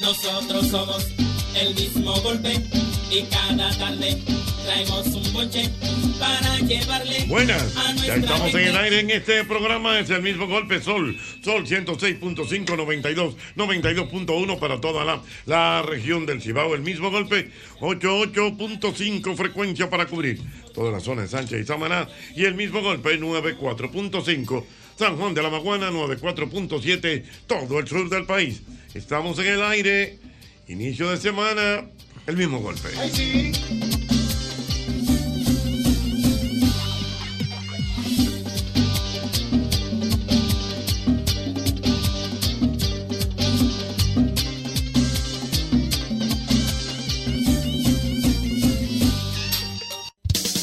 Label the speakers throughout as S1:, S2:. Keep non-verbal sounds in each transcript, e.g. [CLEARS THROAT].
S1: Nosotros somos el mismo golpe y cada tarde traemos un boche para llevarle
S2: Buenas,
S1: a
S2: ya
S1: nuestra
S2: estamos en el
S1: gente.
S2: aire en este programa, es el mismo golpe Sol, Sol 106.5, 92, 92.1 para toda la, la región del Cibao, el mismo golpe 88.5 frecuencia para cubrir toda la zona de Sánchez y Samaná y el mismo golpe 94.5 San Juan de la Maguana 94.7 todo el sur del país. Estamos en el aire, inicio de semana, el mismo golpe.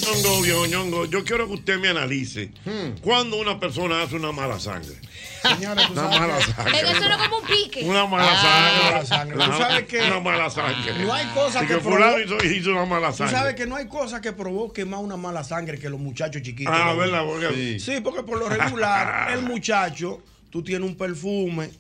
S2: Ñongo, viejo Ñongo, yo quiero que usted me analice
S3: Hmm.
S2: cuando una persona hace una mala sangre.
S3: tú
S2: una
S3: sabes
S2: mala
S3: que-
S2: sangre.
S4: Pero eso no es como un pique.
S2: Una mala
S3: Ah,
S2: sangre.
S3: mala sangre.
S2: La-
S3: Tú sabes que-
S2: Una mala sangre.
S3: No hay cosa
S2: Y
S3: que
S2: que fulano
S3: provo-
S2: hizo, hizo una mala
S3: Tú
S2: sangre.
S3: sabes que no hay cosa que provoque más una mala sangre que los muchachos chiquitos.
S2: Ah,
S3: ¿no?
S2: ¿verdad? Porque-
S3: Sí, porque
S2: [LAUGHS]
S3: por lo regular, el muchacho, tú tienes un perfume,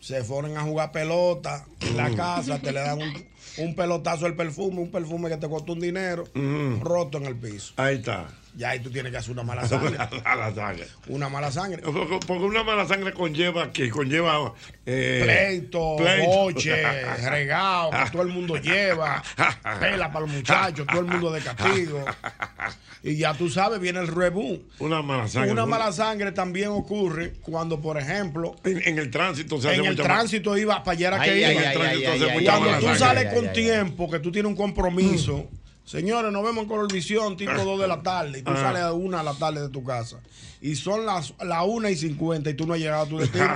S3: se ponen a jugar pelota en
S2: Mm.
S3: la casa, te le dan un, un pelotazo al perfume, un perfume que te costó un dinero,
S2: Mm.
S3: roto en el piso.
S2: Ahí está.
S3: Ya ahí tú tienes que hacer una mala sangre.
S2: [LAUGHS] Una mala sangre.
S3: Una mala sangre.
S2: Porque, porque una mala sangre conlleva que conlleva eh,
S3: Pleito,
S2: pleito.
S3: boche,
S2: [LAUGHS]
S3: regao, que todo el mundo lleva, pela
S2: [LAUGHS]
S3: para los muchachos, todo el mundo de castigo. Y ya tú sabes, viene el rebú.
S2: Una mala sangre.
S3: Una mala sangre también ocurre cuando, por ejemplo,
S2: En, en el tránsito se hace
S3: en el
S2: mucha ma-
S3: tránsito iba para allá que
S2: Ay, ay,
S3: iba.
S2: ay, ay, ay, ay,
S3: Cuando
S2: ay,
S3: tú
S2: ay,
S3: sales
S2: ay,
S3: con
S2: ay, ay.
S3: tiempo, que tú tienes un compromiso, señores, nos vemos en Colorvisión tipo 2 de la tarde, y tú
S2: Mm. Ah.
S3: sales a 1 de la tarde de tu casa, y son las la 1 y 50 y tú no has llegado a tu
S2: [LAUGHS]
S3: destino,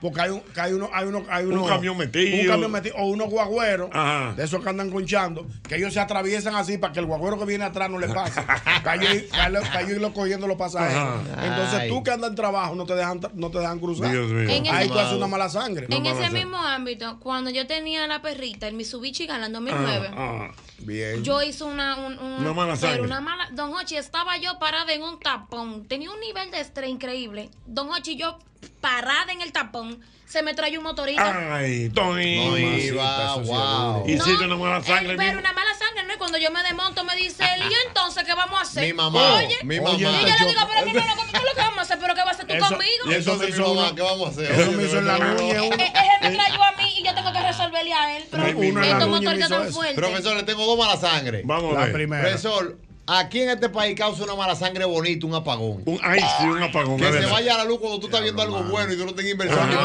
S3: porque hay, un, que hay, uno, hay, uno, hay
S2: Un
S3: uno-
S2: camión metido.
S3: un camión metido, o unos guagüeros,
S2: Ajá.
S3: de esos que andan conchando, que ellos se atraviesan así para que el guagüero que viene atrás no le
S2: [LAUGHS]
S3: pase, cayó y- cayó cayó y lo cogiendo los pasajeros.
S2: Ajá.
S3: Entonces
S5: Ay.
S3: tú que andas en trabajo no te dejan, tra- no te dejan cruzar.
S2: Dios mío.
S4: En
S3: Ahí
S4: ese-
S3: tú haces una mala sangre.
S4: en
S2: mala
S4: ese
S2: sangre.
S4: mismo ámbito, cuando yo tenía la perrita, el Mitsubishi Galant
S2: Ah,
S4: 2009,
S2: ah.
S3: Bien.
S4: yo hice una, un- un-
S2: Una mala sangre.
S4: Pero una mala. Don Hochi, estaba yo parada en un tapón. Tenía un nivel de estrés increíble. Don Hochi, yo parada en el tapón, se me trae un
S2: Ah,
S4: motorista.
S2: Ay, Tony.
S5: No iba,
S2: Mamacita, eso sí
S5: wow.
S2: es duro. Hiciste una mala sangre.
S4: eh, pero
S2: mismo.
S4: una mala sangre, ¿no? Y cuando yo me desmonto, me dice él, ¿y entonces qué vamos a hacer?
S5: Mi mamá,
S4: Oye,
S5: mi
S4: y
S5: mamá.
S4: yo le digo, pero mi hermano, ¿cómo tú lo que vamos a hacer? ¿Pero qué vas a hacer tú
S3: Eso-
S4: conmigo?
S5: Y eso me hizo
S3: una-
S5: una, ¿qué vamos a hacer?
S3: Eso
S5: Oye,
S3: me hizo en la
S5: pero-
S3: nuña
S4: Eh,
S3: uno.
S4: eh, él me trayó a mí y yo tengo que resolverle a él. Pero
S3: Ay, mi
S4: estos
S3: madre.
S4: motores
S3: Uno hizo
S4: tan
S3: eso.
S4: fuertes.
S5: Profesor, le tengo dos malas sangre.
S2: Vamos a
S3: La
S2: ver.
S3: primera.
S5: Profesor, aquí en este país causa una mala sangre bonita, un apagón.
S2: Un, ay, sí, un apagón.
S5: Que
S2: es
S5: se
S2: verdad.
S5: vaya la luz cuando tú estás viendo algo bueno y tú no tengas inversión.
S4: Ay,
S3: Al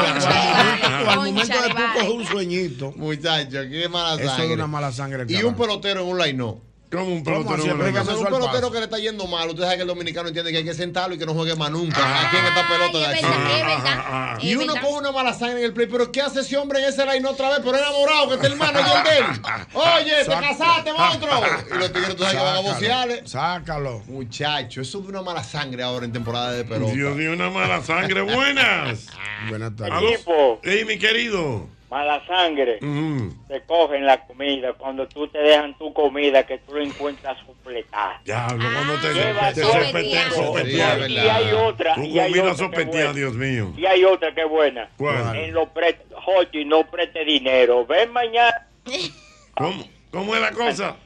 S3: al momento de
S4: cónchale,
S3: tú
S4: vale.
S3: coger un sueñito,
S5: Muchacho, qué mala
S3: eso
S5: sangre.
S3: es una mala sangre.
S5: Y un
S3: carajo.
S5: pelotero en un laino.
S2: Como un
S3: ¿Cómo
S2: pelotero.
S3: así?
S2: en una
S3: Explícame.
S2: casa.
S5: Entonces,
S3: eso
S5: un
S3: al
S5: pelotero
S3: paso.
S5: que le está yendo mal, usted sabe que el dominicano entiende que hay que sentarlo y que no juegue más nunca.
S4: Ay,
S5: aquí en esta pelota de
S4: es
S5: aquí.
S4: verdad, es
S2: Ah,
S4: verdad,
S2: ah, ah, ah.
S4: es
S5: Y uno
S4: verdad.
S5: coge una mala sangre en el play, pero ¿qué hace ese hombre en ese line otra vez? Pero enamorado, que este hermano es el de él. Oye, te
S3: Sácalo.
S5: casaste,
S2: Ah,
S5: monstruo. Y los tigres, tú sabes que van a
S3: Sácalo.
S5: bocearle.
S3: Sácalo.
S5: Muchacho, eso es una mala sangre ahora en temporada de pelota.
S2: Dios mío, una mala sangre. Buenas.
S3: [LAUGHS] Buenas
S2: Aló.
S3: tardes.
S6: Tipo.
S2: Ey, mi querido.
S6: Mala sangre.
S2: Mm,
S6: Te cogen la comida cuando tú te dejan tu comida que tú lo encuentras completada.
S7: Ah,
S6: Ah,
S2: Diablo, cuando te,
S4: Lleva
S2: te
S4: todo
S2: sopetea,
S4: el día.
S2: sopetea.
S5: Sí, es
S6: y
S5: verdad.
S6: hay otra.
S2: Tu
S6: y hay otra
S2: comida
S6: que es
S2: sopetea,
S6: buena.
S2: Dios mío.
S6: Y hay otra que es buena.
S2: ¿Cuál?
S6: En los pre- Jochi, no preste dinero. Ven mañana.
S2: ¿Cómo, ¿Cómo es la cosa?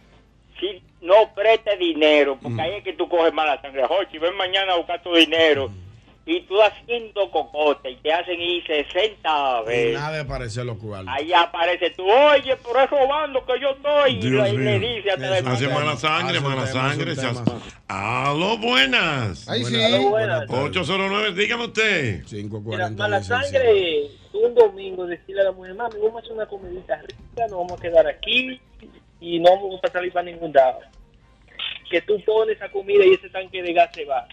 S6: Si no preste dinero, porque ahí es que tú coges mala sangre. Jochi, ven mañana a buscar tu dinero. Y tú haciendo cocote y te hacen ir 60 veces.
S3: Nada de parecer lo cual.
S6: Ahí aparece tú, oye, pero es robando que yo estoy. Y
S2: Dios
S6: ahí le
S2: mío.
S6: dice a
S3: Eso
S6: teléfono.
S2: Hace
S3: tema,
S2: mala sangre,
S3: hace un tema,
S2: mala
S3: hace
S2: sangre.
S3: un
S2: se hace-
S3: tema.
S2: Aló, buenas.
S5: Ahí sí.
S3: Buenas-
S6: buenas.
S2: 809, dígame usted.
S3: 540.
S8: mala sangre, tú un domingo decirle a la mujer, mami, vamos a hacer una comidita rica, nos vamos a quedar aquí y no vamos a salir para ningún lado. Que tú pones esa comida y ese tanque de gas se va,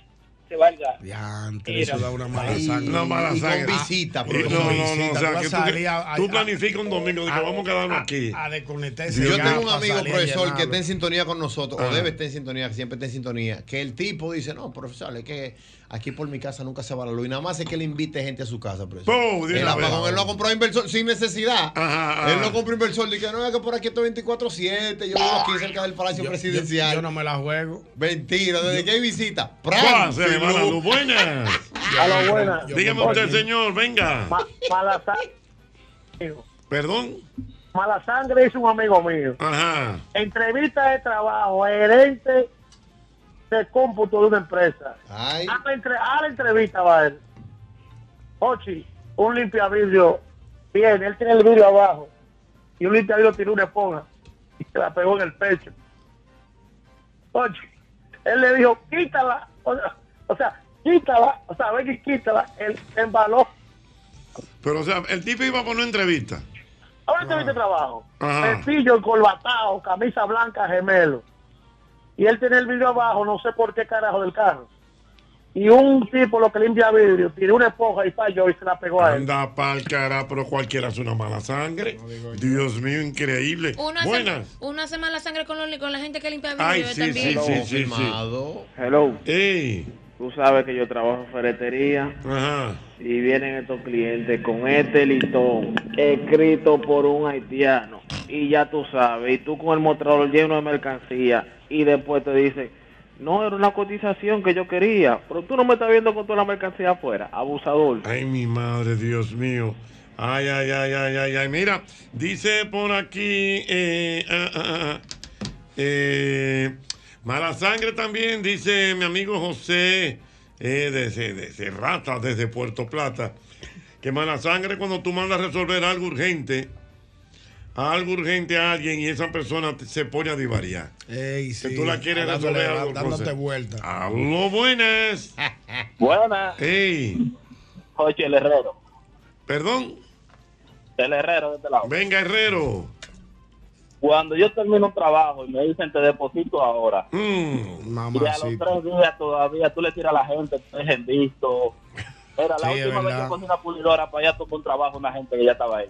S8: se va el gas.
S3: Diantre, eso da una mala sangre.
S2: Una mala
S5: y con
S2: sangre.
S5: visita,
S2: Ah,
S5: por
S2: y-
S5: favor.
S2: No, no, no.
S3: Visita,
S2: O
S3: tú
S2: sea,
S3: vas
S2: que
S3: a salir a-
S2: tú,
S3: a-
S2: tú planificas un domingo.
S5: Ah.
S2: Dices,
S3: A-
S2: vamos a quedarnos
S3: a-
S2: aquí.
S3: A desconectarse.
S5: Yo
S3: ya,
S5: tengo un
S3: pa'
S5: amigo,
S3: salir a
S5: profesor, que está en
S3: llenarlo.
S5: sintonía con nosotros,
S2: Ajá.
S5: o debe estar en sintonía, que siempre está en sintonía, que el tipo dice, no, profesor, es que aquí por mi casa nunca se va la luz, y nada más es que le invite gente a su casa, profesor.
S2: ¡Pum! De
S5: el
S2: una vez.
S5: apagón, él no ha comprado inversor sin necesidad.
S2: Ajá, ajá.
S5: Él no compró inversor, dice, no, es que por aquí estoy 24-7, yo vivo aquí cerca del Palacio
S3: Yo-
S5: Presidencial.
S3: Yo, yo no me la juego.
S5: Mentira, desde que hay visita.
S2: ¡Pua!
S5: ¡pran!
S2: Se le
S5: Sin
S2: va la
S5: luz.
S2: luz. Buenas.
S8: A lo buena.
S3: Yo
S2: Dígame
S3: comparto.
S2: usted, señor. Venga.
S8: mala sangre.
S2: Perdón.
S8: Mala sangre es un amigo mío.
S2: Ajá.
S8: Entrevista de trabajo, gerente de cómputo de una empresa.
S5: Ay,
S8: A la, entre- a la entrevista va él. Ochi, un limpia vidrio. Bien, él tiene el vidrio abajo. Y un limpia vidrio tiró una esponja. Y se la pegó en el pecho. Ochi, él le dijo, quítala. O sea, o sea, quítala. O sea, ve que quítala. Él se embaló.
S2: Pero, o sea, el tipo iba por una entrevista.
S8: Ahora entrevista de trabajo.
S2: Ajá.
S8: Sencillo, encolbatado, camisa blanca, gemelo. Y él tiene el vidrio abajo, no sé por qué carajo del carro. Y un tipo lo que limpia vidrio, tiró una esponja y falló y se la pegó a él.
S2: Anda pa'l cara, pero cualquiera hace una mala sangre. Dios mío, increíble.
S4: Uno hace,
S2: Buenas.
S4: uno hace mala sangre con, los- con la gente que limpia vidrio
S2: Ay, sí, sí,
S4: también.
S5: lo
S2: sí, sí, sí.
S5: firmado.
S9: Hello,
S2: Ey,
S9: tú sabes que yo trabajo en ferretería
S2: ajá.
S9: y vienen estos clientes con este listón escrito por un haitiano y ya tú sabes, y tú con el mostrador lleno de mercancía y después te dicen, no, era una cotización que yo quería, pero tú no me estás viendo con toda la mercancía afuera, abusador.
S2: Ay, mi madre, Dios mío. Ay, ay, ay, ay, ay, ay. Mira, dice por aquí. eh, ah, ah, ah, eh, mala sangre también, dice mi amigo José eh, de, Ce- de Cerrata, desde Puerto Plata. Que mala sangre cuando tú mandas a resolver algo urgente. Algo urgente a alguien y esa persona te- se pone a divariar.
S3: Ey, sí.
S2: tú la quieres
S3: dándole-
S2: resolver algo,
S3: dándote
S2: José.
S3: vuelta.
S8: [LAUGHS]
S2: Aló, buenas.
S8: Buena,
S2: Ey,
S8: Ochi, el herrero.
S2: perdón.
S8: El herrero de este lado.
S2: Venga, Herrero.
S8: Cuando yo termino un trabajo y me dicen te deposito ahora,
S2: Mm.
S8: y a los
S3: Mamacita.
S8: tres días todavía tú le tiras a la gente, te dejen visto. Era la
S3: Sí, es
S8: última vez
S3: verdad.
S8: que cogí una pulidora para allá tomar un trabajo una gente que ya estaba ahí.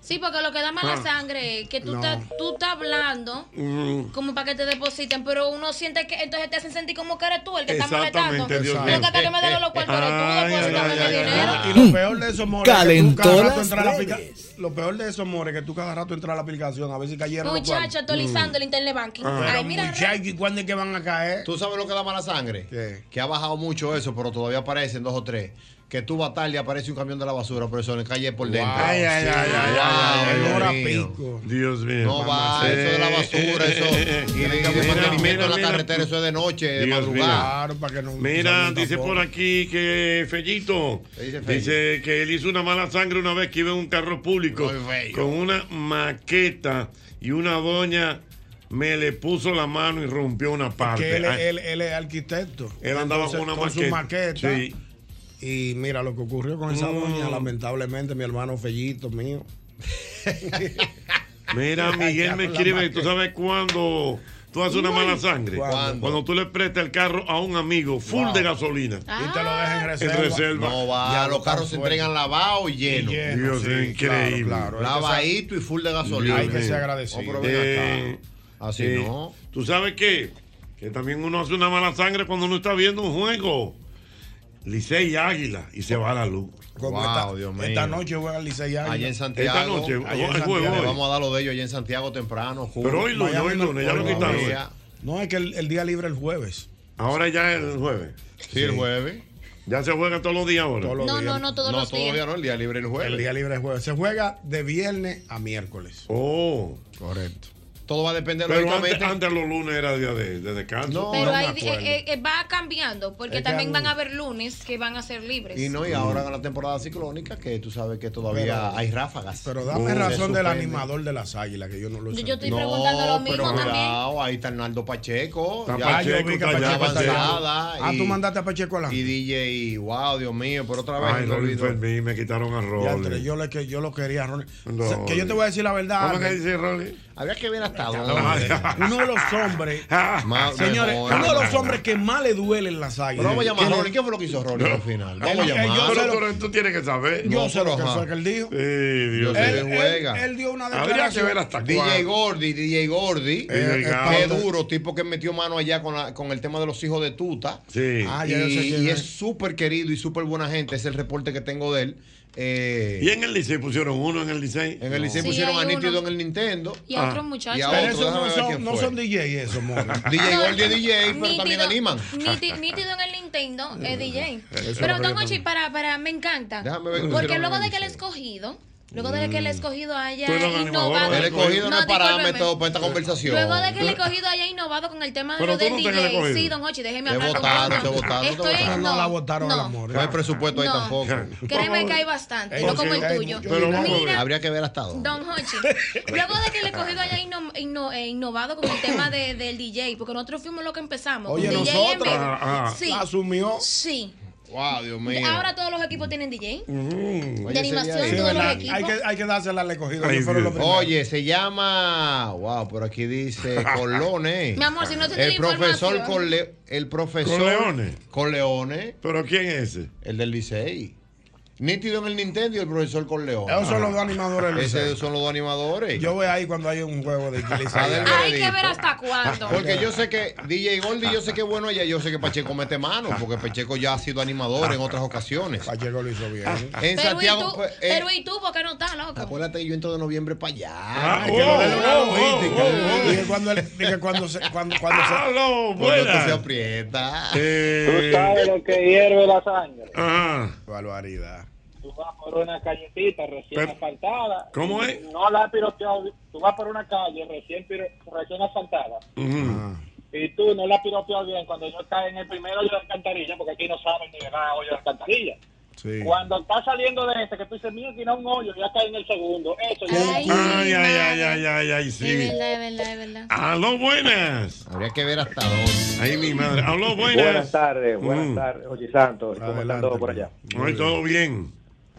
S4: Sí, porque lo que da mala
S2: Ah.
S4: sangre es que tú,
S3: No.
S4: estás, tú estás hablando
S2: Mm.
S4: como para que te depositen, pero uno siente que entonces te hacen sentir como que eres tú el que está molestando.
S2: Exactamente, Dios
S4: Porque
S2: mío.
S4: hasta que me den
S5: Eh,
S4: los cuartos eres
S2: Ay,
S4: tú, deposítame
S2: ay, ay,
S4: el
S2: ay,
S4: dinero.
S2: ay.
S3: Y lo peor de eso, more, es que tú
S7: Calentó
S3: cada rato
S7: las
S3: entras a la aplica-
S7: redes.
S3: Lo peor de eso, more, es que tú cada rato entras a la aplicación a ver si
S5: eh,
S3: cayeron los cuartos.
S4: Muchacho, actualizando el internet banking.
S3: Pero
S2: Ah.
S4: Ay, mira,
S3: muchacho, ¿y cuándo es que van a caer?
S5: ¿Tú sabes lo que da mala sangre?
S3: ¿Qué?
S5: Que ha bajado mucho eso, pero todavía aparecen dos o tres. Que tú vas tarde y aparece un camión de la basura, pero eso en la calle por dentro.
S2: Ay, ay, ay, ay, ay, ay,
S5: Dios
S3: En hora
S5: mío.
S3: pico.
S2: Dios mío.
S5: No va,
S2: Eh,
S5: eso de la basura,
S2: eh,
S5: eso.
S2: eh, eh,
S5: Y de- y
S2: mira,
S5: de mantenimiento en la
S2: mira,
S5: carretera, eso es de noche, de
S2: Dios
S5: madrugada.
S3: Claro, para que no.
S2: Mira,
S3: salgan
S2: dice
S3: tampoco.
S2: por aquí que Fellito
S5: ¿Qué dice Fello?
S2: dice que él hizo una mala sangre una vez que iba en un carro público
S5: Muy bello.
S2: con una maqueta y una doña me le puso la mano y rompió una parte. Ah,
S3: Que él,
S2: Ay,
S3: él- él es arquitecto.
S2: Mm. él andaba
S3: Entonces,
S2: con una
S3: con su maqueta.
S2: Sí. Mm.
S3: Y mira lo que ocurrió con esa doña, lamentablemente, mi hermano Fellito mío.
S2: Mira, Miguel me
S3: Con la
S2: escribe,
S3: maqueta.
S2: ¿tú sabes cuándo tú haces una mala sangre?
S3: ¿Cuándo?
S2: Cuando tú le prestas el carro a un amigo full de gasolina.
S4: Ah.
S3: Y te lo deja en
S2: En
S3: reserva.
S2: reserva.
S5: No va,
S3: Ya
S5: los
S3: lo
S5: carros se
S3: fuerte.
S5: entregan lavados y llenos.
S3: Lleno,
S2: Dios, es increíble.
S3: Claro, claro. Hay
S5: Lavadito y full de
S3: que ser-
S5: gasolina.
S3: Hay que ser
S2: Sí.
S5: Oh, pero
S3: agradecido.
S5: ven
S2: Eh,
S5: acá. Así
S2: eh,
S5: no.
S2: ¿Tú sabes qué? Que también uno hace una mala sangre cuando uno está viendo un juego. Licey y Águila y se va la luz.
S3: Como
S5: Wow,
S3: esta,
S5: Dios mío.
S3: esta noche juega el Licey Águila.
S5: Allá en
S2: Esta
S5: Santiago.
S2: noche,
S3: allá en
S2: el juego
S5: Le
S3: Santiago,
S2: hoy.
S5: vamos a dar lo de ellos allá en Santiago temprano. Julio.
S2: Pero hoy lunes,
S3: Miami
S2: hoy
S3: no-
S2: lunes, ya lo
S3: hoy no
S2: quitaron.
S5: Todavía.
S3: No, es que el, el día libre el jueves.
S2: Ahora ya es el jueves.
S5: Sí, el jueves.
S2: Ya se juega todos los días ahora.
S3: Todos los
S4: no,
S3: días.
S4: no, no, todos
S5: no,
S4: los
S5: todavía
S4: días.
S5: no, el día libre el jueves.
S3: El día libre es jueves. Se juega de viernes a miércoles.
S2: Oh,
S3: Correcto.
S5: Todo va a depender
S2: pero antes,
S5: lógicamente.
S2: antes los lunes era día de, de descanso.
S5: No,
S4: Pero
S5: me
S4: ahí
S5: acuerdo.
S4: eh, eh, va cambiando, porque
S3: Es que
S4: también
S3: al-
S4: van a haber lunes que van a ser libres.
S5: Y no, y ahora con la temporada ciclónica, que tú sabes que todavía
S3: Pero-
S5: hay ráfagas. Uh,
S3: Pero dame
S5: Se
S3: razón del
S5: suspende.
S3: animador de las águilas, que yo no lo
S4: Yo-
S3: sé.
S4: yo estoy-
S5: No,
S4: preguntando lo mismo
S5: pero
S4: también.
S5: cuidado, ahí está Arnaldo Pacheco.
S2: Está
S5: Oh, ya-
S3: Ah, yo
S2: Pacheco
S3: vi que
S2: está ya
S3: Pacheco está
S5: avanzada
S3: allá. Ah,
S5: y-
S3: tú mandaste a Pacheco a la.
S5: Y DJ, wow, Dios mío, por otra vez.
S2: Ay,
S5: me
S2: Rolly
S5: olvidó.
S2: Fermín, me quitaron a Rolly.
S3: Ya, entre, yo, le, que, yo lo quería, Ronnie.
S2: No,
S3: O sea, que yo te voy a decir la verdad.
S2: ¿Cómo que
S3: Ángel.
S2: dice Rolly?
S5: Habría que ver hasta
S2: Ay,
S5: dónde.
S3: Uno de los hombres,
S5: Más-
S3: señores,
S5: mejor,
S3: uno de los
S5: mejor.
S3: hombres que más le duelen las águilas.
S5: Pero vamos a llamar a
S3: Que lo-
S5: Rolly. ¿Qué fue lo que hizo Rolly al final? Vamos a
S3: Él- él-
S5: llamar.
S3: yo-
S2: Pero tú, tú tienes que saber.
S3: Yo
S5: No,
S3: sé lo
S5: pero
S3: que
S5: ajá.
S3: fue que él dijo.
S2: Sí, Dios
S5: Yo sé.
S3: Él,
S5: Se
S2: mío.
S3: él-
S5: juega.
S3: él dio una
S2: Habría que
S3: declaración.
S2: ver hasta
S5: DJ
S2: cuándo.
S5: Gordy, DJ Gordy. Eh,
S2: DJ
S5: Qué
S2: Gordy.
S5: duro, tipo que metió mano allá con, la- con el tema de los hijos de Tuta.
S2: Sí.
S3: Ah,
S5: y,
S3: ya yo sé quién
S5: y
S3: es.
S5: es súper querido y súper buena gente. Es el reporte que tengo de él. Eh,
S2: Y en el Licey pusieron uno en el Licey.
S5: En el Licey
S4: Sí,
S5: pusieron
S4: hay
S5: a Nítido
S4: uno.
S5: en el Nintendo.
S4: Y
S2: Ah,
S4: a otros muchachos.
S5: y a
S3: Pero
S5: otro,
S3: esos no
S5: déjame ver quién
S3: son, no
S5: fue.
S3: son DJ,
S5: [LAUGHS]
S3: esos monos.
S5: DJ
S4: No,
S5: Gordy es DJ, pero también
S4: nítido-
S5: animan.
S4: niti-
S5: [LAUGHS]
S4: Nítido en el Nintendo es DJ.
S3: es lo
S4: Pero
S3: que
S4: Don
S3: yo
S4: Ochi, para, para, me encanta.
S5: Déjame ver cómo
S4: Porque
S5: hicieron
S4: luego
S5: el
S4: de que el
S5: Licey.
S4: escogido Luego de
S3: Mm.
S4: que el escogido haya
S2: Tú eres la
S4: innovado.
S2: animadora.
S5: El escogido no es
S4: discúlpeme.
S5: parámetro para esta conversación.
S4: Luego de que el escogido haya innovado con el tema de
S2: Pero
S4: lo
S2: tú
S4: del
S2: no estás en el
S4: DJ.
S2: escogido.
S4: Sí, don Ochi, déjeme
S5: Te
S4: hablar. con
S5: votaron,
S4: calma.
S5: te votaron, te
S4: Estoy
S5: votaron.
S4: en-
S3: No, la votaron al
S4: no.
S3: amor.
S5: No hay presupuesto ahí
S4: No.
S5: tampoco.
S4: Créeme que hay bastante, no como el
S2: Porque-
S4: tuyo.
S2: Pero vamos a ver.
S4: Mira,
S5: Habría que ver hasta dónde.
S4: Don Hochi, luego de que el escogido haya inno- inno- eh, innovado con el tema de- del DJ, porque nosotros fuimos los que empezamos.
S3: Oye,
S4: DJ en
S3: nosotros.
S4: vivo.
S2: Ah, ah.
S4: Sí,
S3: La asumió.
S4: sí.
S5: Wow, Dios mío.
S4: Ahora todos los equipos tienen DJ.
S2: Mm.
S5: Oye, ese
S4: de
S5: día
S4: animación,
S5: ahí.
S3: Sí,
S4: todos los
S3: ¿verdad?
S4: equipos.
S3: Hay que, hay que dársela al escogido.
S2: Ay,
S3: ellos fueron los
S2: Dios.
S3: primeros.
S5: Oye, se llama. Wow, por aquí
S2: [LAUGHS]
S5: dice Corleone.
S4: Mi amor, si no te
S5: el profesor Corle, El profesor.
S2: Corleone.
S5: Corleone,
S2: Pero ¿quién es ese?
S5: el del Licey. Nítido en el Nintendo y el profesor Corleone.
S3: Esos son los dos animadores. del Liceo.
S5: Esos son los dos animadores.
S3: Yo voy ahí cuando hay un juego de
S5: [LAUGHS]
S3: Liceo.
S5: Ah, del
S4: Hay que
S5: veredicto.
S4: ver hasta cuándo.
S5: Porque yo sé que DJ Gordy, yo sé que es bueno allá, yo sé que Pacheco mete mano, porque Pacheco ya ha sido animador en otras ocasiones.
S3: Pacheco lo hizo bien.
S5: En
S4: Pero y,
S5: Santiago.
S4: tú,
S5: pues, eh,
S4: pero y tú, ¿por qué no estás, loco?
S5: acuérdate que yo entro de noviembre para allá.
S2: Ah,
S5: Hay
S2: oh,
S5: que no le-
S2: oh, oh, oh, oh.
S3: Dije cuando, él- dije cuando se. Cuando, cuando se
S2: ¡Aló!
S5: Porque no se
S2: ¡Buenas!
S5: aprieta.
S2: Ah, Eh,
S8: Tú sabes lo que hierve la sangre.
S2: ajá.
S3: barbaridad.
S8: Tú vas por una callecita recién
S2: Pero-
S8: asfaltada.
S2: ¿Cómo es?
S8: No la he piropeado. Tú vas por una calle recién, piro- recién asfaltada.
S2: Ujú.
S8: Y tú no la has piropeado bien cuando yo estaba en el primero hoyo de alcantarilla, porque aquí no saben ni de nada hoyo de alcantarilla.
S3: Sí.
S8: Cuando está saliendo de ese, que tú dices, mira, tiene un hoyo, ya cae en el segundo. Eso ya
S4: Ay,
S2: Ay, ay, ay,
S4: madre.
S2: ay, ay, ay,
S4: Es
S2: sí.
S4: verdad, es verdad, es verdad.
S2: ¡Aló, buenas!
S5: Habría que ver hasta dónde.
S2: Ahí mi madre. ¡Aló, buenas!
S7: Buenas tardes, buenas
S2: Mm.
S7: tardes, Ochi Santos. ¿Cómo están
S3: Adelante,
S7: todos por allá? Mm.
S2: Ay, todo bien.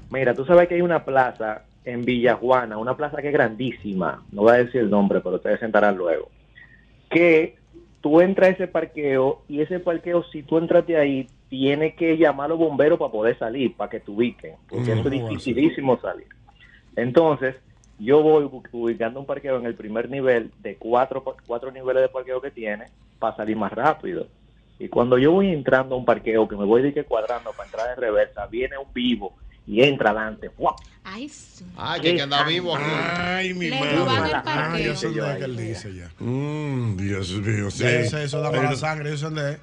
S7: Mira, tú sabes que hay una plaza en Villajuana, una plaza que es grandísima, no voy a decir el nombre, pero ustedes se enterarán luego, que tú entras a ese parqueo y ese parqueo, si tú entras de ahí, tiene que llamar a los bomberos para poder salir, para que te ubiquen, porque
S2: Mm,
S7: eso es
S2: ¿cómo va a ser?
S7: dificilísimo salir. Entonces, yo voy bu- ubicando un parqueo en el primer nivel de cuatro, pa- cuatro niveles de parqueo que tiene para salir más rápido. Y cuando yo voy entrando a un parqueo, que me voy de que cuadrando para entrar en reversa, viene un vivo y entra adelante. ¡Fua!
S4: Ay, sí.
S5: Ay, que hay que andar vivo aquí.
S2: Ay, mi
S4: Le robaron
S2: madre.
S4: el
S3: Ah,
S4: parqueo.
S3: yo sé de qué él dice ya.
S2: Mm, Dios mío, sí.
S3: Ya yo sé, eso da
S2: Pero-
S3: mala sangre, yo sé dónde es.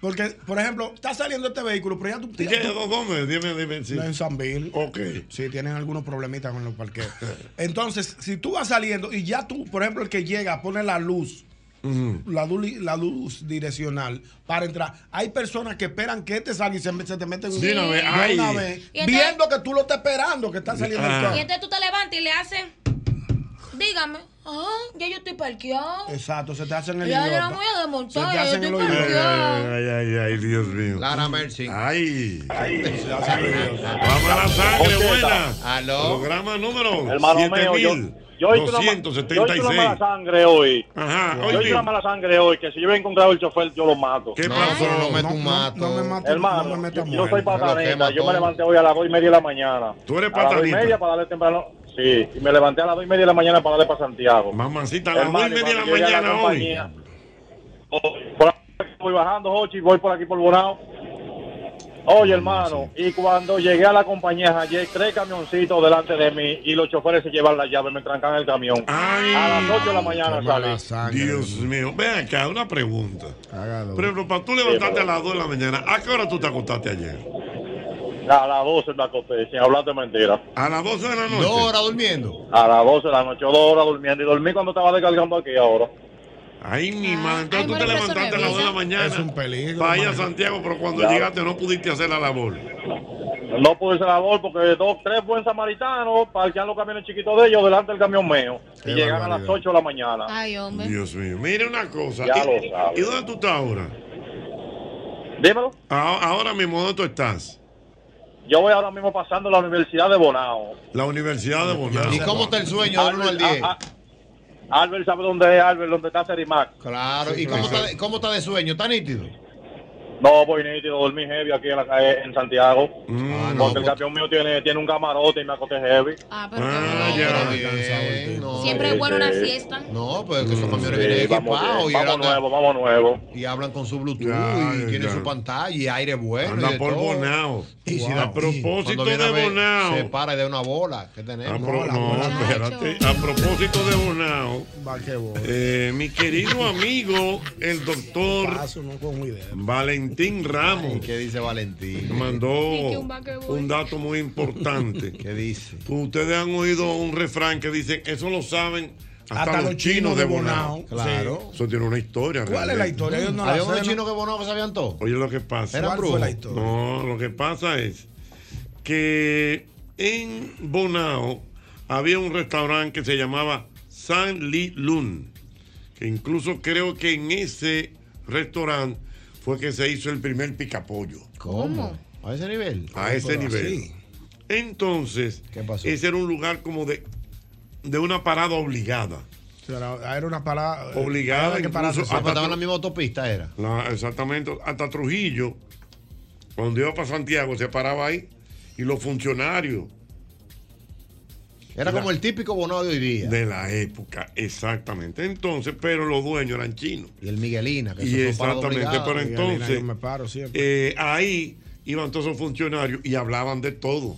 S3: Porque, por ejemplo, está saliendo este vehículo, pero ya tú
S2: ¿Y qué? ¿Dónde? Dime, dime. Sí.
S3: No, en San Bill.
S2: Ok.
S3: Sí, tienen algunos problemitas con los parqueos. Entonces, si tú vas saliendo y ya tú, por ejemplo, el que llega pone la luz,
S2: Ujú.
S3: la luz, li- la luz direccional para entrar, hay personas que esperan que este salga y se, me- se te meten
S2: Sí, una vez,
S3: de
S2: ay.
S3: una vez,
S4: Y este-
S3: viendo que tú lo estás esperando, que está saliendo
S2: Ah.
S3: el carro.
S4: Y entonces tú te levantas y le haces. Dígame, ah, ya yo estoy parqueado.
S3: Exacto, se te hacen el
S4: Ya yo no
S3: idiota.
S4: me voy a
S3: Se
S4: desmontar,
S3: te
S4: ya yo
S3: hacen
S4: estoy
S3: el oído.
S2: Ay, ay,
S4: parqueado.
S2: ay, ay, ay, Dios mío.
S5: Lara Mercy.
S2: Ay.
S3: Se hacen el idiota.
S2: Vamos a la sangre,
S8: Ochenta.
S2: buena.
S5: Aló.
S2: Programa número
S8: Hermano mío, yo, yo hice, una, ma- yo hice una
S2: 7276.
S8: mala sangre hoy.
S2: Ajá,
S8: Yo hice
S2: oye.
S8: una mala sangre hoy, que si yo hubiera encontrado el chofer, yo lo mato.
S2: ¿Qué
S5: No,
S2: pasó?
S5: pero no me
S3: No,
S5: tú
S3: no,
S5: mato.
S3: no me mates,
S8: Hermano,
S3: no me metas
S8: yo, yo soy
S3: mujer.
S5: Lo
S8: pataneta.
S5: quema
S8: Yo
S5: todo.
S8: me levanté hoy a las dos y media de la mañana.
S2: Tú eres
S8: A las dos y
S2: patanita.
S8: media para darle temprano. Sí, y me levanté a las dos y media de la mañana para darle para Santiago.
S2: Mamacita, a las
S8: Hermano,
S2: dos y media de la
S8: cuando llegué a
S2: mañana hoy.
S8: compañía, oh, por aquí voy bajando, Jochi, voy por aquí por Bonao. Oye, hermano, y cuando llegué a la compañía ayer, tres camioncitos delante de mí y los choferes se llevan la llave, me trancan el camión. A las
S2: Ay,
S8: 8 de la mañana
S3: Qué
S8: salí.
S3: mala sangre.
S2: Dios mío. Ven acá, una pregunta.
S3: Hágalo.
S2: Por ejemplo, para tú levantarte a las 2 de la mañana, ¿a qué hora tú te acostaste ayer?
S8: A las 12 me acosté, sin hablar de mentira.
S2: ¿A las 12 de la noche?
S5: Dos horas durmiendo.
S8: A las 12 de la noche, dos horas durmiendo y dormí cuando estaba descargando aquí ahora.
S2: Ay, mi
S4: Ah,
S2: madre. Entonces
S4: ay,
S2: tú te
S4: bueno, pero eso
S2: levantaste a las 2 de la
S4: revisa.
S2: mañana.
S3: Es un peligro,
S2: Para ir a
S3: hermano.
S2: Santiago, pero cuando
S8: Claro.
S2: llegaste no pudiste hacer la labor.
S8: No pude ser labor porque dos, tres buen samaritanos parquean los camiones chiquitos de ellos delante del camión mío
S3: Qué
S8: y llegan a las
S3: barbaridad.
S8: 8 de la mañana.
S4: Ay, hombre.
S2: Dios mío. Mira una cosa.
S8: Ya
S2: ¿Y,
S8: lo sabes.
S2: y dónde tú estás ahora?
S8: Dímelo.
S2: A- Ahora mismo, ¿dónde tú estás?
S8: Yo voy ahora mismo pasando la Universidad de Bonao.
S2: La Universidad de Bonao.
S5: ¿Y cómo está el sueño del 1 al 10?
S8: a- a- ah, Albert sabe dónde es Albert, dónde está Cerimac.
S5: Claro. ¿Y cómo está, de, cómo está de sueño? ¿Está nítido?
S8: No, voy nítido, dormí heavy aquí en la calle en Santiago.
S5: Ah, no,
S8: porque el camión mío tiene, tiene un camarote y me acosté heavy.
S4: Ah, pero
S2: Ah,
S4: qué
S2: ya.
S4: bueno.
S5: pero bien, no.
S4: Siempre es bueno una fiesta.
S5: No, pero es que esos camiones
S8: Sí,
S5: vienen
S8: vamos,
S5: equipados
S8: bien,
S5: y,
S8: vamos
S5: andan-
S8: nuevo, vamos nuevo.
S5: y hablan con su Bluetooth
S2: Ya,
S5: y tienen
S2: ya.
S5: su pantalla y aire bueno. y
S2: Anda
S5: de
S2: por
S5: todo.
S2: Bonao.
S5: Y si
S2: A
S5: da-
S2: propósito
S5: Cuando viene
S2: de
S5: a ver,
S2: Bonao.
S5: Se para y de una bola que
S2: A,
S5: tenemos.
S2: pro-
S3: la
S2: no,
S3: bola.
S2: espérate. A propósito de Bonao,
S3: Va, qué bobo.
S2: eh, mi querido amigo, el doctor
S3: Paso, no con idea.
S2: Valentín. Valentín Ramos.
S5: ¿Qué dice Valentín?
S2: Mandó
S5: Y que un vaquebol.
S2: un dato muy
S5: [LAUGHS]
S2: importante.
S5: ¿Qué dice?
S2: Ustedes han oído un refrán que dice, eso lo saben hasta, los, chinos de Bonao.
S5: Claro.
S2: Sí. Eso tiene una historia.
S5: ¿Cuál es la historia? Ellos no la Había unos saben. chinos que Bonao que sabían todo.
S2: Oye, lo que pasa.
S5: ¿Eran ¿Cuál fue brujos? la historia?
S2: No, lo que pasa es que en Bonao había un restaurante que se llamaba San Li Lun. Que incluso creo que en ese restaurante fue que se hizo el primer picapollo.
S5: ¿Cómo? ¿A ese nivel?
S2: A ese
S5: Pero
S2: nivel.
S5: así.
S2: Entonces,
S5: pasó?
S2: ese era un lugar como de, de una parada obligada.
S3: Era, era una palabra. eh,
S2: Obligada
S3: palabra que parase.
S2: incluso
S3: Sí, pero estaban
S2: Tru-
S3: la misma-
S5: autopista era.
S2: La- exactamente, hasta Trujillo, cuando iba para Santiago, se paraba ahí. Y los funcionarios.
S5: Era como el típico Bonao de hoy día.
S2: De la época, exactamente. Entonces, pero los dueños eran chinos.
S5: Y el Miguelina, que
S2: Y
S5: eso son parados
S2: exactamente,
S5: obligados.
S2: pero
S5: Miguelina, yo
S2: entonces,
S5: me
S3: paro siempre.
S2: eh, ahí iban todos esos funcionarios y hablaban de todo.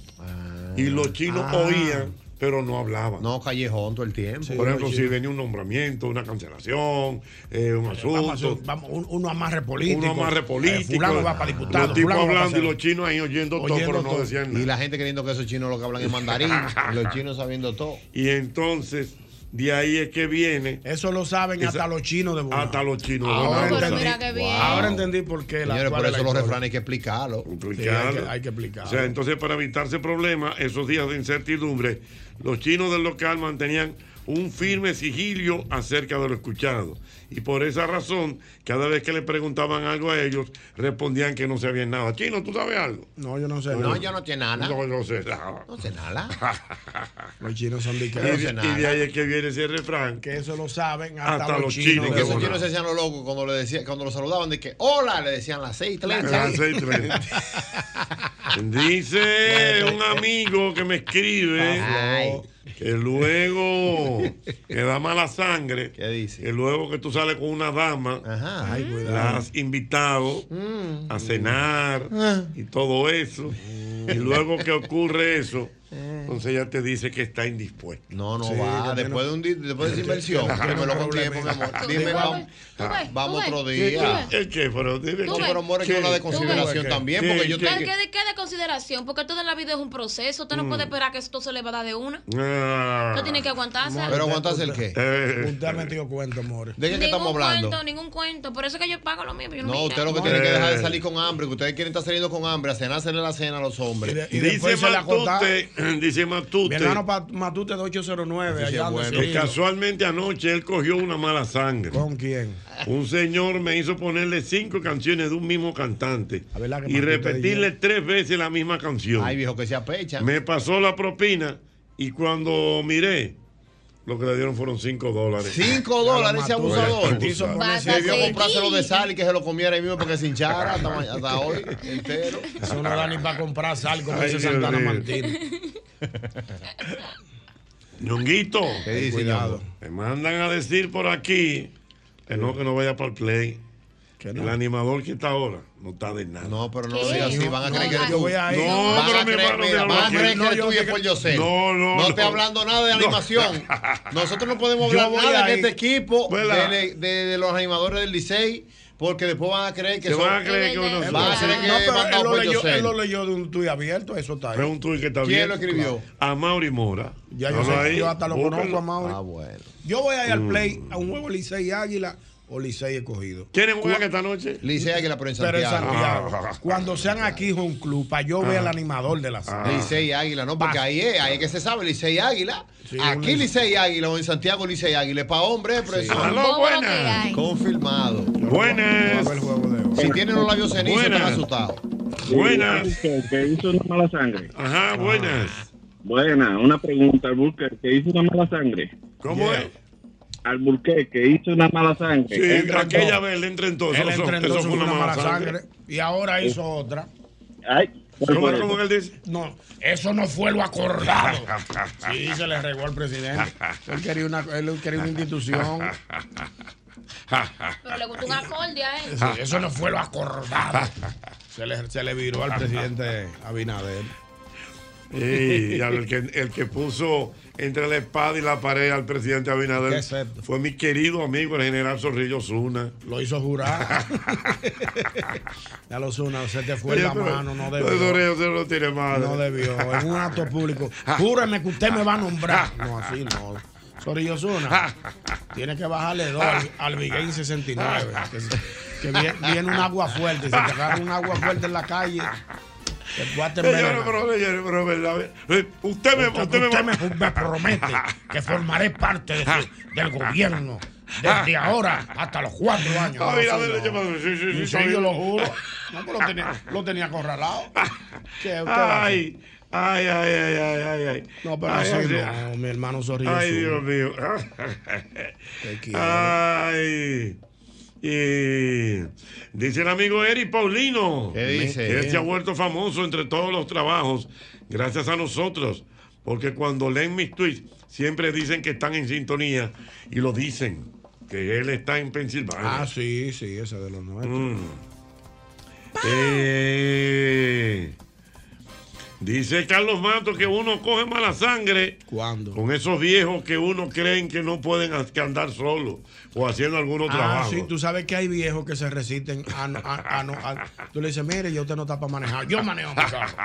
S2: y los chinos
S5: Ah.
S2: oían, pero no hablaban.
S5: No, callejón todo el tiempo.
S2: Por ejemplo, si venía un nombramiento, una cancelación, eh, un
S3: Vamos, a hacer-
S2: asunto.
S3: vamos, un- uno amarre político.
S2: Uno amarre político.
S3: Eh, fulano va para diputado.
S2: Los tipos
S3: fulano va para
S2: hablando y
S3: senador.
S2: los chinos ahí oyendo, todo,
S5: Oyendo
S2: pero no
S5: todo.
S2: decían
S5: Y
S2: nada.
S5: la gente creyendo que esos chinos lo que hablan es
S2: [LAUGHS]
S5: mandarín. y los chinos sabiendo todo.
S2: Y entonces, de ahí es que viene.
S3: Eso lo saben hasta los chinos de Bonao.
S2: Hasta los chinos de
S3: Ahora
S2: Bonao.
S3: entendí,
S2: Ah, Pero mira qué bien.
S3: ahora entendí por qué.
S5: Señores,
S3: cuál
S5: por
S3: es
S5: eso los
S3: historia.
S5: refranes hay que explicarlo.
S3: Sí, hay, que, hay que explicarlo.
S2: O sea, entonces para evitarse problemas, esos días de incertidumbre, los chinos del local mantenían un firme sigilio acerca de lo escuchado. Y por esa razón, cada vez que le preguntaban algo a ellos, respondían que no sabían nada. Chino, ¿tú sabes algo?
S3: no, yo no sé.
S2: No,
S3: nada.
S2: yo
S5: no tiene nada.
S2: No, no sé nada.
S5: No sé
S2: [LAUGHS]
S5: nada.
S3: Los chinos son de
S2: Y
S3: que-
S2: de, y de ahí es que viene ese refrán.
S3: Que eso lo saben
S2: hasta, los chinos.
S5: Porque
S2: de
S5: esos
S2: Bonao.
S5: chinos se hacían los locos cuando le decían, cuando lo saludaban, de que hola, le decían las
S2: Eran
S5: 6:30.
S2: 6:30.
S5: [LAUGHS]
S2: Dice un amigo que me escribe que luego que da mala sangre. Que luego que tú sales con una dama,
S5: Mm.
S2: la has invitado a cenar
S5: Ah.
S2: y todo eso. Y luego que ocurre eso, entonces ella te dice que está indispuesta.
S5: Eh. No, no va. Después de un di- después de esa inversión, dímelo con tiempo, mi amor. Dime, vamos, vamos otro día.
S2: ¿El qué? Eh, Pero dime
S5: No,
S2: qué.
S5: pero amor, es que
S2: ¿Qué?
S5: habla de
S2: ¿Qué?
S5: consideración
S2: ¿Qué?
S5: también,
S2: ¿Qué?
S5: porque yo
S4: Pero
S5: te-
S4: que de, qué de consideración, porque todo en la vida es un proceso. Usted no
S2: Mm.
S4: puede esperar que esto se le va a dar de una.
S2: Ah.
S4: Usted tiene que aguantarse.
S5: Pero aguantarse el qué.
S3: Usted ha metido cuento, amores.
S5: ¿De qué que estamos hablando?
S4: cuento, ningún cuento. Por eso es que yo pago lo mío. pero Yo no,
S5: [LAUGHS] No,
S4: me
S5: usted lo que
S4: quito.
S5: tiene que dejar de salir con hambre, que ustedes quieren estar saliendo con hambre, a cenar, hacerle la cena a los hombres.
S2: Dice Matute, [CLEARS THROAT]
S3: Mi
S2: dice Matute,
S3: hermano Pa- Matute de 809.
S2: que
S3: Allá donde se hizo.
S2: casualmente anoche él cogió una mala sangre.
S3: ¿Con quién?
S2: Un señor me hizo ponerle cinco canciones de un mismo cantante
S5: que
S2: y
S5: Matute
S2: repetirle tres veces la misma canción.
S5: Ay, viejo, que se apecha.
S2: Me pasó la propina y cuando miré, lo que le dieron fueron cinco dólares.
S5: Cinco dólares ese
S2: Matute.
S5: abusador.
S2: Quiso ponerse-
S5: Pasa, Debió comprárselo de sal y que se lo comiera ahí mismo porque se hinchara hasta, hasta hoy entero.
S3: Eso no da ni para comprar sal, como
S2: Ay,
S3: dice
S2: Dios
S3: Santana
S2: mío.
S3: Martín.
S2: [LAUGHS] Ñonguito,
S5: Ten dice, cuidado.
S2: Me mandan a decir por aquí que no, que no vaya para el play. El animador que está ahora no está de nada.
S5: No, pero no lo digas así, van a creer que eres
S3: yo
S5: tú.
S3: voy a ir.
S2: No,
S5: Van
S2: pero
S5: a
S2: mi
S5: creer,
S2: hermano,
S5: mira,
S2: mira,
S5: van a
S2: no,
S5: creer que
S2: no,
S5: eres
S2: yo
S5: tú y
S2: sé
S5: es
S2: que-
S5: por Yosel.
S2: No, no,
S5: No estoy
S2: no.
S5: hablando nada de
S2: No. [LAUGHS]
S5: animación. Nosotros no podemos
S2: Yo
S5: hablar
S2: voy
S5: nada
S2: a
S5: de
S2: ir.
S5: este equipo, de,
S2: ¿Verdad?
S5: de- de los animadores del Licey, porque después van a creer que
S2: Se
S5: son...
S2: van a creer que uno
S5: Van a
S2: soy.
S5: creer que
S3: No,
S5: es
S3: pero él
S5: mandado
S3: lo,
S5: por
S3: leyó,
S5: Yosel.
S3: él lo leyó de un tuit abierto, eso está
S2: Es
S3: ahí.
S2: un tuit que está
S5: ¿Quién
S2: bien.
S5: lo escribió?
S2: A Mauri Mora.
S3: Ya yo,
S2: Dalo
S3: sé,
S2: ahí,
S3: yo hasta lo
S2: búscalo.
S3: conozco a Mauri.
S5: Ah, bueno.
S3: Yo voy a ir al
S2: Mm.
S3: play a un juego Licey Águila o Licey escogido.
S2: ¿Quiénes juegan esta noche?
S5: Licey Águila, pero en
S3: Pero en
S5: Santiago.
S3: Santiago.
S2: Ah.
S3: Cuando sean aquí, es un club, para yo ver al animador de la
S5: Ah.
S3: sala.
S5: Licey Águila, no, porque ahí es, ahí es que se sabe, Licey Águila.
S3: Sí,
S5: Aquí
S3: un-
S5: Licey Águila o en Santiago Licey Águila, es para hombres, profesor.
S2: Aló, buenas.
S5: Confirmado.
S2: Buenas.
S5: Si tienen los labios cenizos,
S2: Buenas.
S5: están asustados.
S2: Buenas.
S10: Que, que hizo una mala sangre.
S3: Ah.
S2: Ajá, buenas.
S10: Buena, una pregunta al Burker que hizo una mala sangre.
S2: ¿Cómo es?
S10: Al Burker que hizo una mala sangre.
S2: Sí,
S10: Entra
S2: aquella
S10: todo.
S2: vez él Eh, entra en todo.
S3: Él
S2: Eso-
S3: entre
S2: eso
S3: entonces fue una mala sangre. Y ahora hizo otra.
S10: Ay, ¿cuál
S2: ¿Cómo
S10: fue
S2: es como
S10: esa?
S2: que él dice?
S3: No, eso no fue lo
S2: [LAUGHS]
S3: acordado. Sí, se le regó al presidente. Él quería una, él quería una
S2: [LAUGHS]
S3: institución.
S4: Pero le
S5: Ah.
S4: gustó un acorde a él.
S3: Sí, eso no fue lo acordado. Se le, se le viró
S2: [LAUGHS]
S3: al presidente Abinader.
S2: Ey, ya, el, que, el que puso entre la espada y la pared al presidente Abinader
S3: Excepto.
S2: fue mi querido amigo, el general Zorrillo Zuna.
S3: Lo hizo
S2: [LAUGHS]
S3: jurar. Ya lo Zuna, se te fue
S2: Oye,
S3: la
S2: pero-
S3: mano, no
S2: pero
S3: debió.
S2: Pues Zorrillo Zuna no tiene madre.
S3: No debió. En un acto
S2: [LAUGHS]
S3: público. Júreme que usted me va a nombrar. No, así no. Sorillo Zuna, tiene que bajarle dos al, al Biguén 69. Que, se- que vie- viene, un agua fuerte. Si te agarra un agua fuerte en la calle, te puedes
S2: Señores,
S3: envenenar.
S2: pero, señores, pero, verdad, eh, Usted me, usted, me,
S3: Usted me, me
S2: [LAUGHS]
S3: promete que formaré parte de su- del gobierno desde ahora hasta los cuatro años.
S2: Ah, mira, mira,
S3: sí, no.
S2: yo- sí, sí,
S3: Sí,
S2: sí,
S3: sí,
S2: sí.
S3: yo lo juro. No, pero lo tenía, lo tenía
S2: [LAUGHS]
S3: acorralado. ¿Qué, qué va a hacer?
S2: Ay, ay, ay, ay, ay, ay, ay.
S3: No, pero
S2: Ay,
S3: así
S2: ay,
S3: no, mi hermano Zorrillo.
S2: Ay,
S3: Zuna.
S2: Dios mío. Ah,
S3: Te quiero.
S2: Ay. Y dice el amigo Eric Paulino
S5: ¿Qué dice?
S2: que él se ha vuelto famoso entre todos los trabajos gracias a nosotros, porque cuando leen mis tweets siempre dicen que están en sintonía y lo dicen, que él está en Pensilvania.
S3: Ah, sí, sí, esa de los 90.
S2: Mm. Eh, dice Carlos Mato que uno coge mala sangre
S3: ¿Cuándo?
S2: con esos viejos que uno creen que no pueden as- que andar solos o haciendo algunos
S3: Ah,
S2: trabajos. [LAUGHS]
S3: sí, tú sabes que hay viejos que se resisten a no. A, a no- a- tú le dices, mire, yo usted no está para manejar. Yo manejo mi carro.